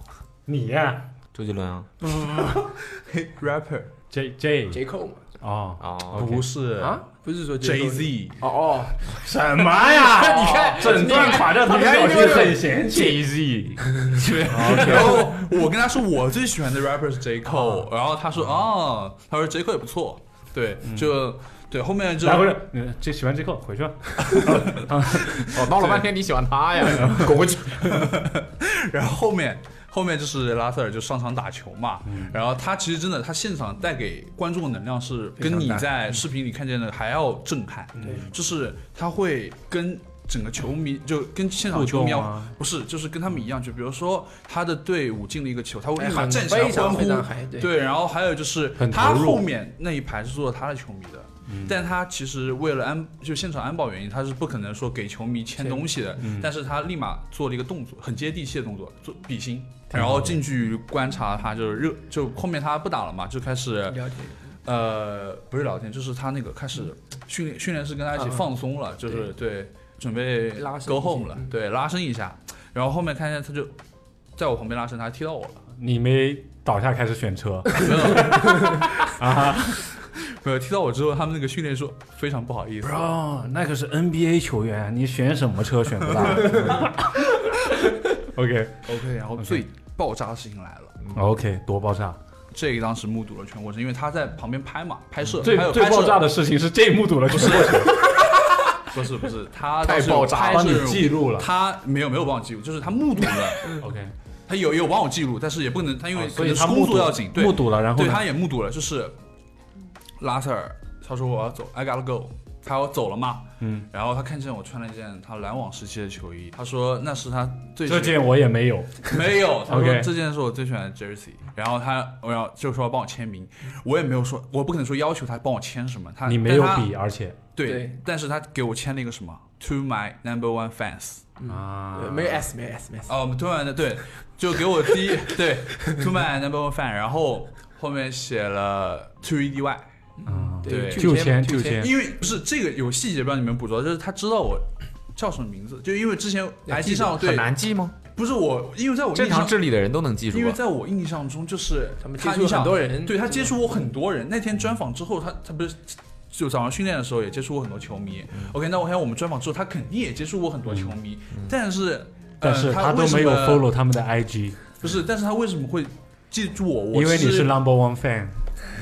Speaker 6: 你呀
Speaker 3: 周杰伦啊，
Speaker 7: 嘿？rapper
Speaker 6: ，J J
Speaker 9: J Cole 嘛
Speaker 6: 哦，
Speaker 3: 哦，
Speaker 7: 不是
Speaker 9: 啊，不是说
Speaker 7: Jay
Speaker 9: Cole
Speaker 7: Z，
Speaker 9: 哦哦，
Speaker 6: 什 么呀？
Speaker 9: 你
Speaker 7: 哦
Speaker 9: 看
Speaker 6: 整段垮掉他的表情很嫌弃。
Speaker 7: 然后我跟他说我最喜欢的 rapper 是 J
Speaker 9: 嗯
Speaker 7: Cole，然后他说啊，他说 J Cole 也不错，对，
Speaker 9: 嗯
Speaker 7: 就对后面就
Speaker 6: 来回来，嗯，这喜欢这个回去吧。
Speaker 2: 哦
Speaker 3: 我闹了半天你喜欢他 呀，滚回 去。
Speaker 7: 然后后面后面就是拉塞尔就上场打球嘛，
Speaker 9: 嗯
Speaker 7: 然后他其实真的他现场带给观众的能量是跟你在视频里看见的还要震撼，
Speaker 9: 嗯对
Speaker 7: 就是他会跟。整个球迷就跟现场球迷要、
Speaker 6: 互动啊
Speaker 7: 不是，就是跟他们一样，就比如说他的队伍进了一个球，他会立马
Speaker 9: 哎很
Speaker 7: 站起来
Speaker 9: 非
Speaker 7: 欢
Speaker 9: 常
Speaker 7: 呼
Speaker 9: 非，常嗨，对，
Speaker 7: 对，然后还有就是
Speaker 6: 很
Speaker 7: 他
Speaker 6: 投入嗯
Speaker 7: 后面那一排是做他的球迷的，但他其实为了安就现场安保原因，他是不可能说给球迷签东西
Speaker 6: 嗯
Speaker 7: 的，但是他立马做了一个动作，很接地气的动作，做比心，然后近距离观察他就是热，就后面他不打了嘛，就开始
Speaker 9: 了解
Speaker 7: 呃不是聊天，就是他那个开始训练训练师跟他一起放松
Speaker 6: 嗯
Speaker 7: 了，就是对准备
Speaker 9: 拉伸
Speaker 7: go
Speaker 9: 一下
Speaker 7: home 了，
Speaker 9: 嗯
Speaker 7: 对拉伸一下，然后后面看见他就在我旁边拉伸，他还踢到我了。
Speaker 6: 你没倒下开始选车，
Speaker 7: 没有踢到我之后，他们那个训练说非常不好意思。
Speaker 6: Bro，那可是 NBA 球员，你选什么车选不 到？OK
Speaker 7: OK，然后最爆炸的事情来了，
Speaker 6: OK，多爆炸！
Speaker 7: 这个当时目睹了全过程，因为他在旁边拍嘛，拍摄，
Speaker 6: 嗯最
Speaker 7: 还有
Speaker 6: 最
Speaker 7: 拍摄
Speaker 6: 爆炸的事情是这一目睹了全过 程，
Speaker 7: 不是不是， 他
Speaker 3: 太
Speaker 7: 当时
Speaker 3: 爆炸
Speaker 7: 有拍摄
Speaker 6: 帮你
Speaker 7: 任务
Speaker 6: 记录了。
Speaker 7: 他没有没有帮我记录，就是他目 睹了，
Speaker 6: OK，
Speaker 7: 他有有帮我记录，但是也不能他因为可
Speaker 6: 哦所以
Speaker 7: 能是
Speaker 6: 他
Speaker 7: 工
Speaker 6: 目睹
Speaker 7: 作要紧，对
Speaker 6: 目睹了，然后
Speaker 7: 对，
Speaker 6: 呢
Speaker 7: 他也目睹了，就是拉塞尔，他说我要走，I gotta go，他要走了嘛，
Speaker 6: 嗯，
Speaker 7: 然后他看见我穿了一件他篮网时期的球衣，他说那是他最
Speaker 6: 这
Speaker 7: 喜欢
Speaker 6: 件我也没有，
Speaker 7: 没有，他说
Speaker 6: OK
Speaker 7: 这件是我最喜欢的 jersey，然后他我要就说要帮我签名，我也没有说，我不可能说要求他帮我签什么，他
Speaker 6: 你没有
Speaker 7: 啊但他
Speaker 6: 比，而且
Speaker 7: 对，
Speaker 9: 对
Speaker 7: 但是他给我签了一个什么 to my number one fans，
Speaker 6: 啊
Speaker 9: 对没有 S 没有 S 没有 S，
Speaker 7: 哦，突然的对，就给我第一对 to my number one fan，然后后面写了 to edy，
Speaker 6: 啊
Speaker 7: 对
Speaker 9: 拒
Speaker 6: 就签
Speaker 9: 签
Speaker 6: 就签
Speaker 7: 因为不是这个有细节不知道你们捕捉，就是他知道我叫什么名字，就因为之前 IG 上
Speaker 3: 很
Speaker 7: 对，
Speaker 3: 难记吗？
Speaker 7: 不是我，因为在我
Speaker 3: 正
Speaker 7: 印
Speaker 3: 常
Speaker 7: 象。
Speaker 3: 智力的人都能记住
Speaker 7: 因为
Speaker 3: 啊。
Speaker 7: 在我印象中，就是
Speaker 9: 他们接触
Speaker 7: 印
Speaker 9: 了
Speaker 7: 象
Speaker 9: 很多人，
Speaker 7: 对他接触过很多人。那天专访之后，他他不是就早上训练的时候也接触过很多球迷。OK，那
Speaker 6: 嗯
Speaker 7: 我想我们专访之后，他肯定也接触过很多球迷，但是
Speaker 6: 但是
Speaker 7: 呃、
Speaker 6: 他
Speaker 7: 他
Speaker 6: 都
Speaker 7: 为什
Speaker 6: 没有
Speaker 7: 么
Speaker 6: follow 他们的 IG，
Speaker 7: 不是，但是他为什么会记住我？我
Speaker 6: 因为
Speaker 7: 其
Speaker 6: 你
Speaker 7: 实
Speaker 6: 是 number one fan，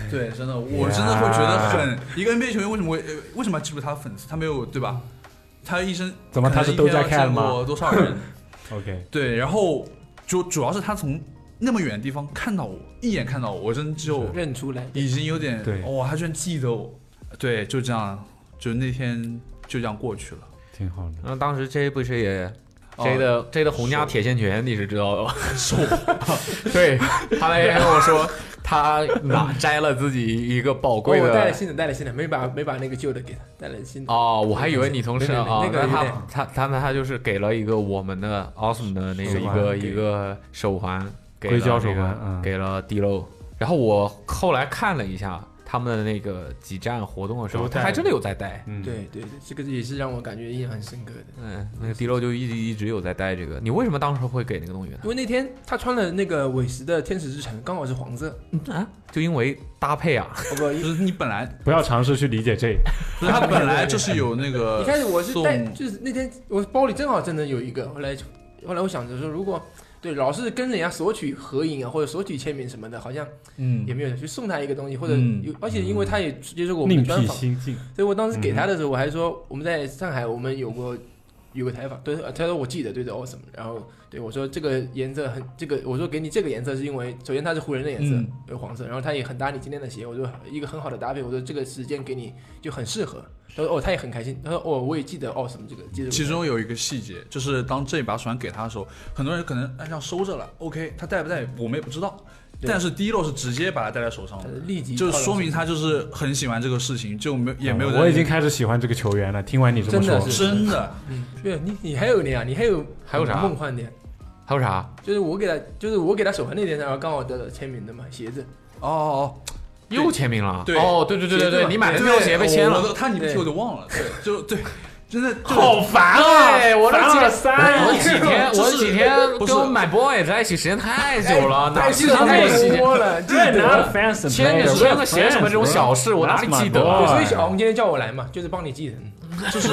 Speaker 7: 对，真的，我真的会觉得很一个 NBA 球员为什么会呃为什么要记住他的粉丝？他没有对吧？他一生
Speaker 6: 怎么
Speaker 7: 可
Speaker 6: 他
Speaker 7: 能
Speaker 6: 是
Speaker 7: 一天
Speaker 6: 都在
Speaker 7: 要见
Speaker 6: 看吗
Speaker 7: 过多少人？
Speaker 6: ？OK，
Speaker 7: 对，然后就主要是他从那么远的地方看到我，一眼看到我，我真的就
Speaker 9: 认出来。
Speaker 7: 已经有点
Speaker 6: 对
Speaker 7: 哇、他居然记得我，对，就这样，就那天就这样过去了。
Speaker 6: 挺好的。
Speaker 2: 那当时 J 不是也
Speaker 7: 哦
Speaker 2: J 的 J 的洪家铁线拳你是知道的吧？
Speaker 7: 手
Speaker 2: 对他那天跟我 说，他哪摘了自己一个宝
Speaker 9: 哦
Speaker 2: 贵
Speaker 9: 我带了
Speaker 2: 的。
Speaker 9: 新的，带了新的，没把没把那个旧的给他，带了新的。
Speaker 2: 哦，我还以为你从身
Speaker 9: 没
Speaker 2: 上
Speaker 9: 没没
Speaker 2: 啊，
Speaker 9: 那
Speaker 2: 那
Speaker 9: 个有
Speaker 2: 他
Speaker 9: 点
Speaker 2: 他他那他就是给了一个我们的 awesome 的那个
Speaker 6: 手
Speaker 2: 一
Speaker 6: 环
Speaker 2: 个
Speaker 6: 给
Speaker 2: 一个手环，给
Speaker 6: 硅
Speaker 2: 了
Speaker 6: 胶
Speaker 2: 那
Speaker 6: 手
Speaker 2: 个
Speaker 6: 环嗯
Speaker 2: 给了 D Low。然后我后来看了一下他们的那个几站活动的时候，
Speaker 6: 都
Speaker 2: 他
Speaker 6: 带
Speaker 2: 还
Speaker 6: 了
Speaker 2: 真的有在带。
Speaker 6: 嗯，
Speaker 9: 对对对，这个也是让我感觉印象很深刻的。
Speaker 2: 嗯，那个 D Low 就一直一直有在带这个。你为什么当时会给那个东西呢
Speaker 9: 因？为那天他穿了那个韦斯的天使之城，刚好是黄色，
Speaker 2: 啊，就因为搭配啊。
Speaker 9: 哦不，
Speaker 7: 就是你 本来，
Speaker 6: 不要尝试去理解这，
Speaker 7: 不是他本来就是有那个
Speaker 9: 一开始我是
Speaker 7: 送
Speaker 9: 带，就是那天我包里正好真的有一个，后来就后来我想着说，如果对老是跟人家索取合影啊，或者索取签名什么的，好像
Speaker 7: 嗯
Speaker 9: 也没有去送他一个东西，或者
Speaker 7: 嗯
Speaker 9: 有，而且因为他也接受过我们
Speaker 6: 另
Speaker 9: 的专
Speaker 6: 辟
Speaker 9: 访，
Speaker 6: 蹊径。
Speaker 9: 所以我当时给
Speaker 7: 嗯
Speaker 9: 他的时候，我还说我们在上海我们有过有个采访，对，呃他说我记得对着 awesome，然后对我说这个颜色很这个，我说给你这个颜色是因为首先它是湖人的颜色
Speaker 7: 嗯，
Speaker 9: 有、黄色，然后它也很搭你今天的鞋，我说一个很好的搭配，我说这个时间给你就很适合。他说哦，他也很开心，他说哦，我也记得 awesome 这个，记得
Speaker 7: 其中有一个细节，就是当这把手环给他的时候，很多人可能哎这样收着了，OK，他戴不戴我们也不知道。
Speaker 9: 对
Speaker 7: 但是 D 洛是直接把它戴在手上
Speaker 9: 他
Speaker 7: 的，
Speaker 9: 呃立即
Speaker 7: 就
Speaker 9: 套到
Speaker 7: 说明
Speaker 9: 手
Speaker 7: 他就是很喜欢这个事情，就没也没有在
Speaker 6: 啊我已经开始喜欢这个球员了。听完你这么
Speaker 9: 真的
Speaker 6: 说，
Speaker 9: 是
Speaker 7: 真的
Speaker 9: 嗯，对你你还有那样，你还有
Speaker 2: 还有啥
Speaker 9: 梦幻的呀？
Speaker 2: 还有啥？
Speaker 9: 就是我给他，就是我给他手环那天，然后刚好得了签名的嘛，鞋子。
Speaker 7: 哦哦
Speaker 2: 又签名了？
Speaker 7: 对
Speaker 2: 哦，对对对对
Speaker 9: 鞋子
Speaker 2: 对，
Speaker 9: 嘛
Speaker 2: 你
Speaker 7: 哦，
Speaker 2: 买的那双鞋被签
Speaker 7: 我
Speaker 2: 了
Speaker 7: 都，他你
Speaker 9: 对
Speaker 7: 我就忘了，对，就对，真的就
Speaker 6: 烦啊！我的姐三
Speaker 2: 我几天，
Speaker 7: 这
Speaker 2: 我
Speaker 7: 是
Speaker 2: 几天
Speaker 7: 不是
Speaker 2: 跟我买 boy 在一起时间哎太久了，哪记得那
Speaker 9: 哎太
Speaker 2: 么细节？
Speaker 9: 多了，记得。
Speaker 6: fans
Speaker 2: 签个签个鞋什么这种小事，我哪里记得
Speaker 9: 对，
Speaker 2: 啊？
Speaker 9: 所以小红今天叫我来嘛，就是帮你记人。
Speaker 7: 就是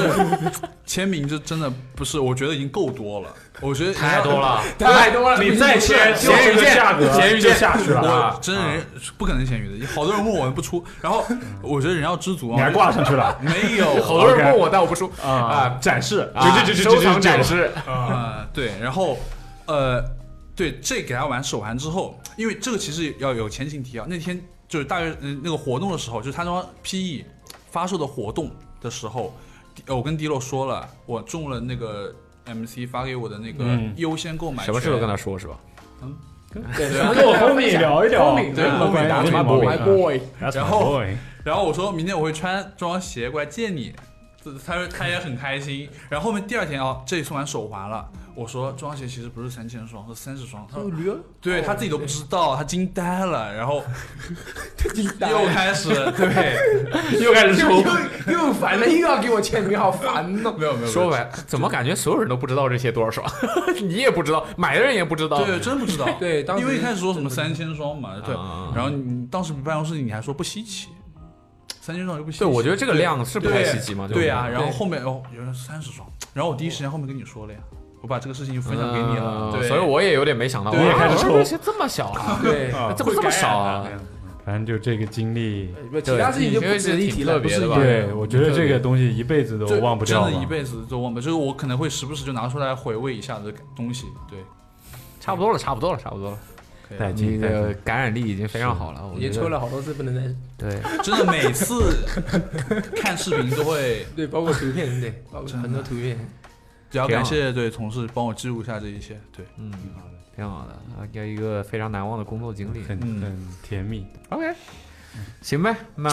Speaker 7: 签名，就真的不是，我觉得已经够多了，我觉得
Speaker 2: 太多。了，
Speaker 9: 太多了，
Speaker 6: 你再签，
Speaker 2: 闲鱼
Speaker 6: 这个
Speaker 2: 见
Speaker 6: 价格
Speaker 2: 闲鱼
Speaker 6: 就
Speaker 2: 见
Speaker 6: 下去了
Speaker 2: 啊
Speaker 7: 我，真的人不可能闲鱼的，好多人问我不出，然后我觉得人要知足啊。
Speaker 6: 你还挂上去了
Speaker 7: 没有
Speaker 2: 好多人问我，但我不说啊。
Speaker 6: 展示
Speaker 2: 啊收藏展示，
Speaker 7: 啊、对，然后呃，对，这给他玩手环之后，因为这个其实要有前情提要。那天就是大约嗯那个活动的时候，就是他那双 PE 发售的活动的时候，呃我跟迪洛说了，我中了那个 MC 发给我的那个
Speaker 6: 嗯
Speaker 7: 优先购买
Speaker 2: 什
Speaker 7: 权，
Speaker 2: 么事都跟他说是吧？
Speaker 9: 对，
Speaker 7: 对
Speaker 9: 什么
Speaker 6: 跟
Speaker 9: 都
Speaker 6: 我
Speaker 9: 要
Speaker 6: 后面
Speaker 9: 分享
Speaker 6: 聊一聊，
Speaker 9: 分享
Speaker 7: 对
Speaker 6: 后面
Speaker 2: 打
Speaker 6: 有什么
Speaker 2: 什么
Speaker 6: 毛病
Speaker 9: My boy，
Speaker 7: 然后然后我说明天我会穿这双鞋过来见你，这他说他也很开心。然后后面第二天啊，这里送完手环了，我说这双鞋其实不是三千双，是三十双。
Speaker 9: 啊
Speaker 7: 他说对他自己都不知道，他惊呆了，然后又开始对，
Speaker 2: 又开始
Speaker 9: 又又又烦了，又要给我签名，好烦哦。
Speaker 7: 没有没有没有
Speaker 2: 说白，怎么感觉所有人都不知道这些多少双？ 你也不知道，买的人也不知道。
Speaker 7: 对，真不知道，
Speaker 9: 对当时
Speaker 7: 因为一开始说什么三千双嘛，对，
Speaker 2: 啊
Speaker 7: 然后你当时办公室里你还说不稀奇，三千双又不稀奇，
Speaker 2: 对，我觉得这个量是不太稀奇嘛。
Speaker 7: 对呀、
Speaker 2: 呀，
Speaker 7: 然后后面哦，有人三十双，然后我第一时间后面跟你说了呀，我把这个事情分享给你了，
Speaker 2: 嗯
Speaker 7: 对，
Speaker 2: 所以我也有点没想到，
Speaker 7: 对
Speaker 2: 哇
Speaker 6: 开始
Speaker 2: 我说
Speaker 6: 抽
Speaker 2: 这些这么小 啊，
Speaker 9: 对，
Speaker 6: 啊，
Speaker 2: 怎么这么少啊？
Speaker 6: 反正就这个经历，
Speaker 9: 不其他事情就不值得一提了，不是
Speaker 2: 对吧
Speaker 6: 对我觉得这个东西一辈子都
Speaker 7: 就
Speaker 6: 忘不掉
Speaker 7: 真的一
Speaker 6: 了。
Speaker 7: 辈子都忘不掉。就是我可能会时不时就拿出来回味一下的东西，对，
Speaker 2: 差不多了，差不多了，差不多了。
Speaker 7: 可以
Speaker 6: 带
Speaker 2: 你
Speaker 6: 劲，带
Speaker 2: 的
Speaker 6: 劲！
Speaker 2: 感染力已经非常好了，我
Speaker 9: 已经
Speaker 2: 觉
Speaker 9: 抽
Speaker 2: 得
Speaker 9: 了好多次，不能再
Speaker 2: 对，
Speaker 7: 真的每次看视频都会
Speaker 9: 对，包括图片，对，包括
Speaker 7: 真的
Speaker 9: 很多图片。
Speaker 7: 比较感谢对同事帮我记录一下这一切，对，
Speaker 2: 嗯，挺好的，啊有一个非常难忘的工作经历。
Speaker 6: 很嗯
Speaker 7: 嗯
Speaker 6: 很甜蜜，
Speaker 2: OK，行呗，那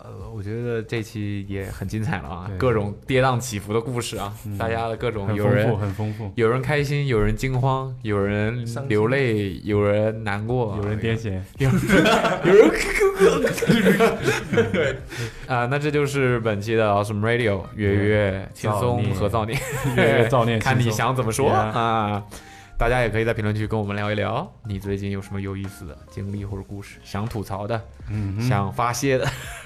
Speaker 2: 呃我觉得这期也很精彩了啊
Speaker 6: 对，
Speaker 2: 各种跌宕起伏的故事啊，
Speaker 6: 嗯
Speaker 2: 大家的各种
Speaker 6: 很
Speaker 2: 有
Speaker 6: 丰
Speaker 2: 人
Speaker 6: 富，很丰富。
Speaker 2: 有人开心，有人惊慌，有人
Speaker 9: 伤心
Speaker 2: 流泪，有人难过，
Speaker 6: 有人癫痫，
Speaker 2: 啊，那这就是本期的 Awesome Radio 月月轻
Speaker 6: 造
Speaker 2: 松
Speaker 6: 孽
Speaker 2: 和造孽，
Speaker 6: 月月 造孽，
Speaker 2: 看你想怎么说
Speaker 6: Yeah
Speaker 2: 啊。大家也可以在评论区跟我们聊一聊，你最近有什么有意思的经历或者故事，想吐槽的，
Speaker 6: 嗯哼，
Speaker 2: 想发泄的、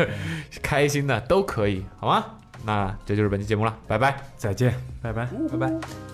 Speaker 2: 开心的都可以，好吗？那这就是本期节目了，拜拜。
Speaker 6: 再见，拜拜。
Speaker 7: 拜拜。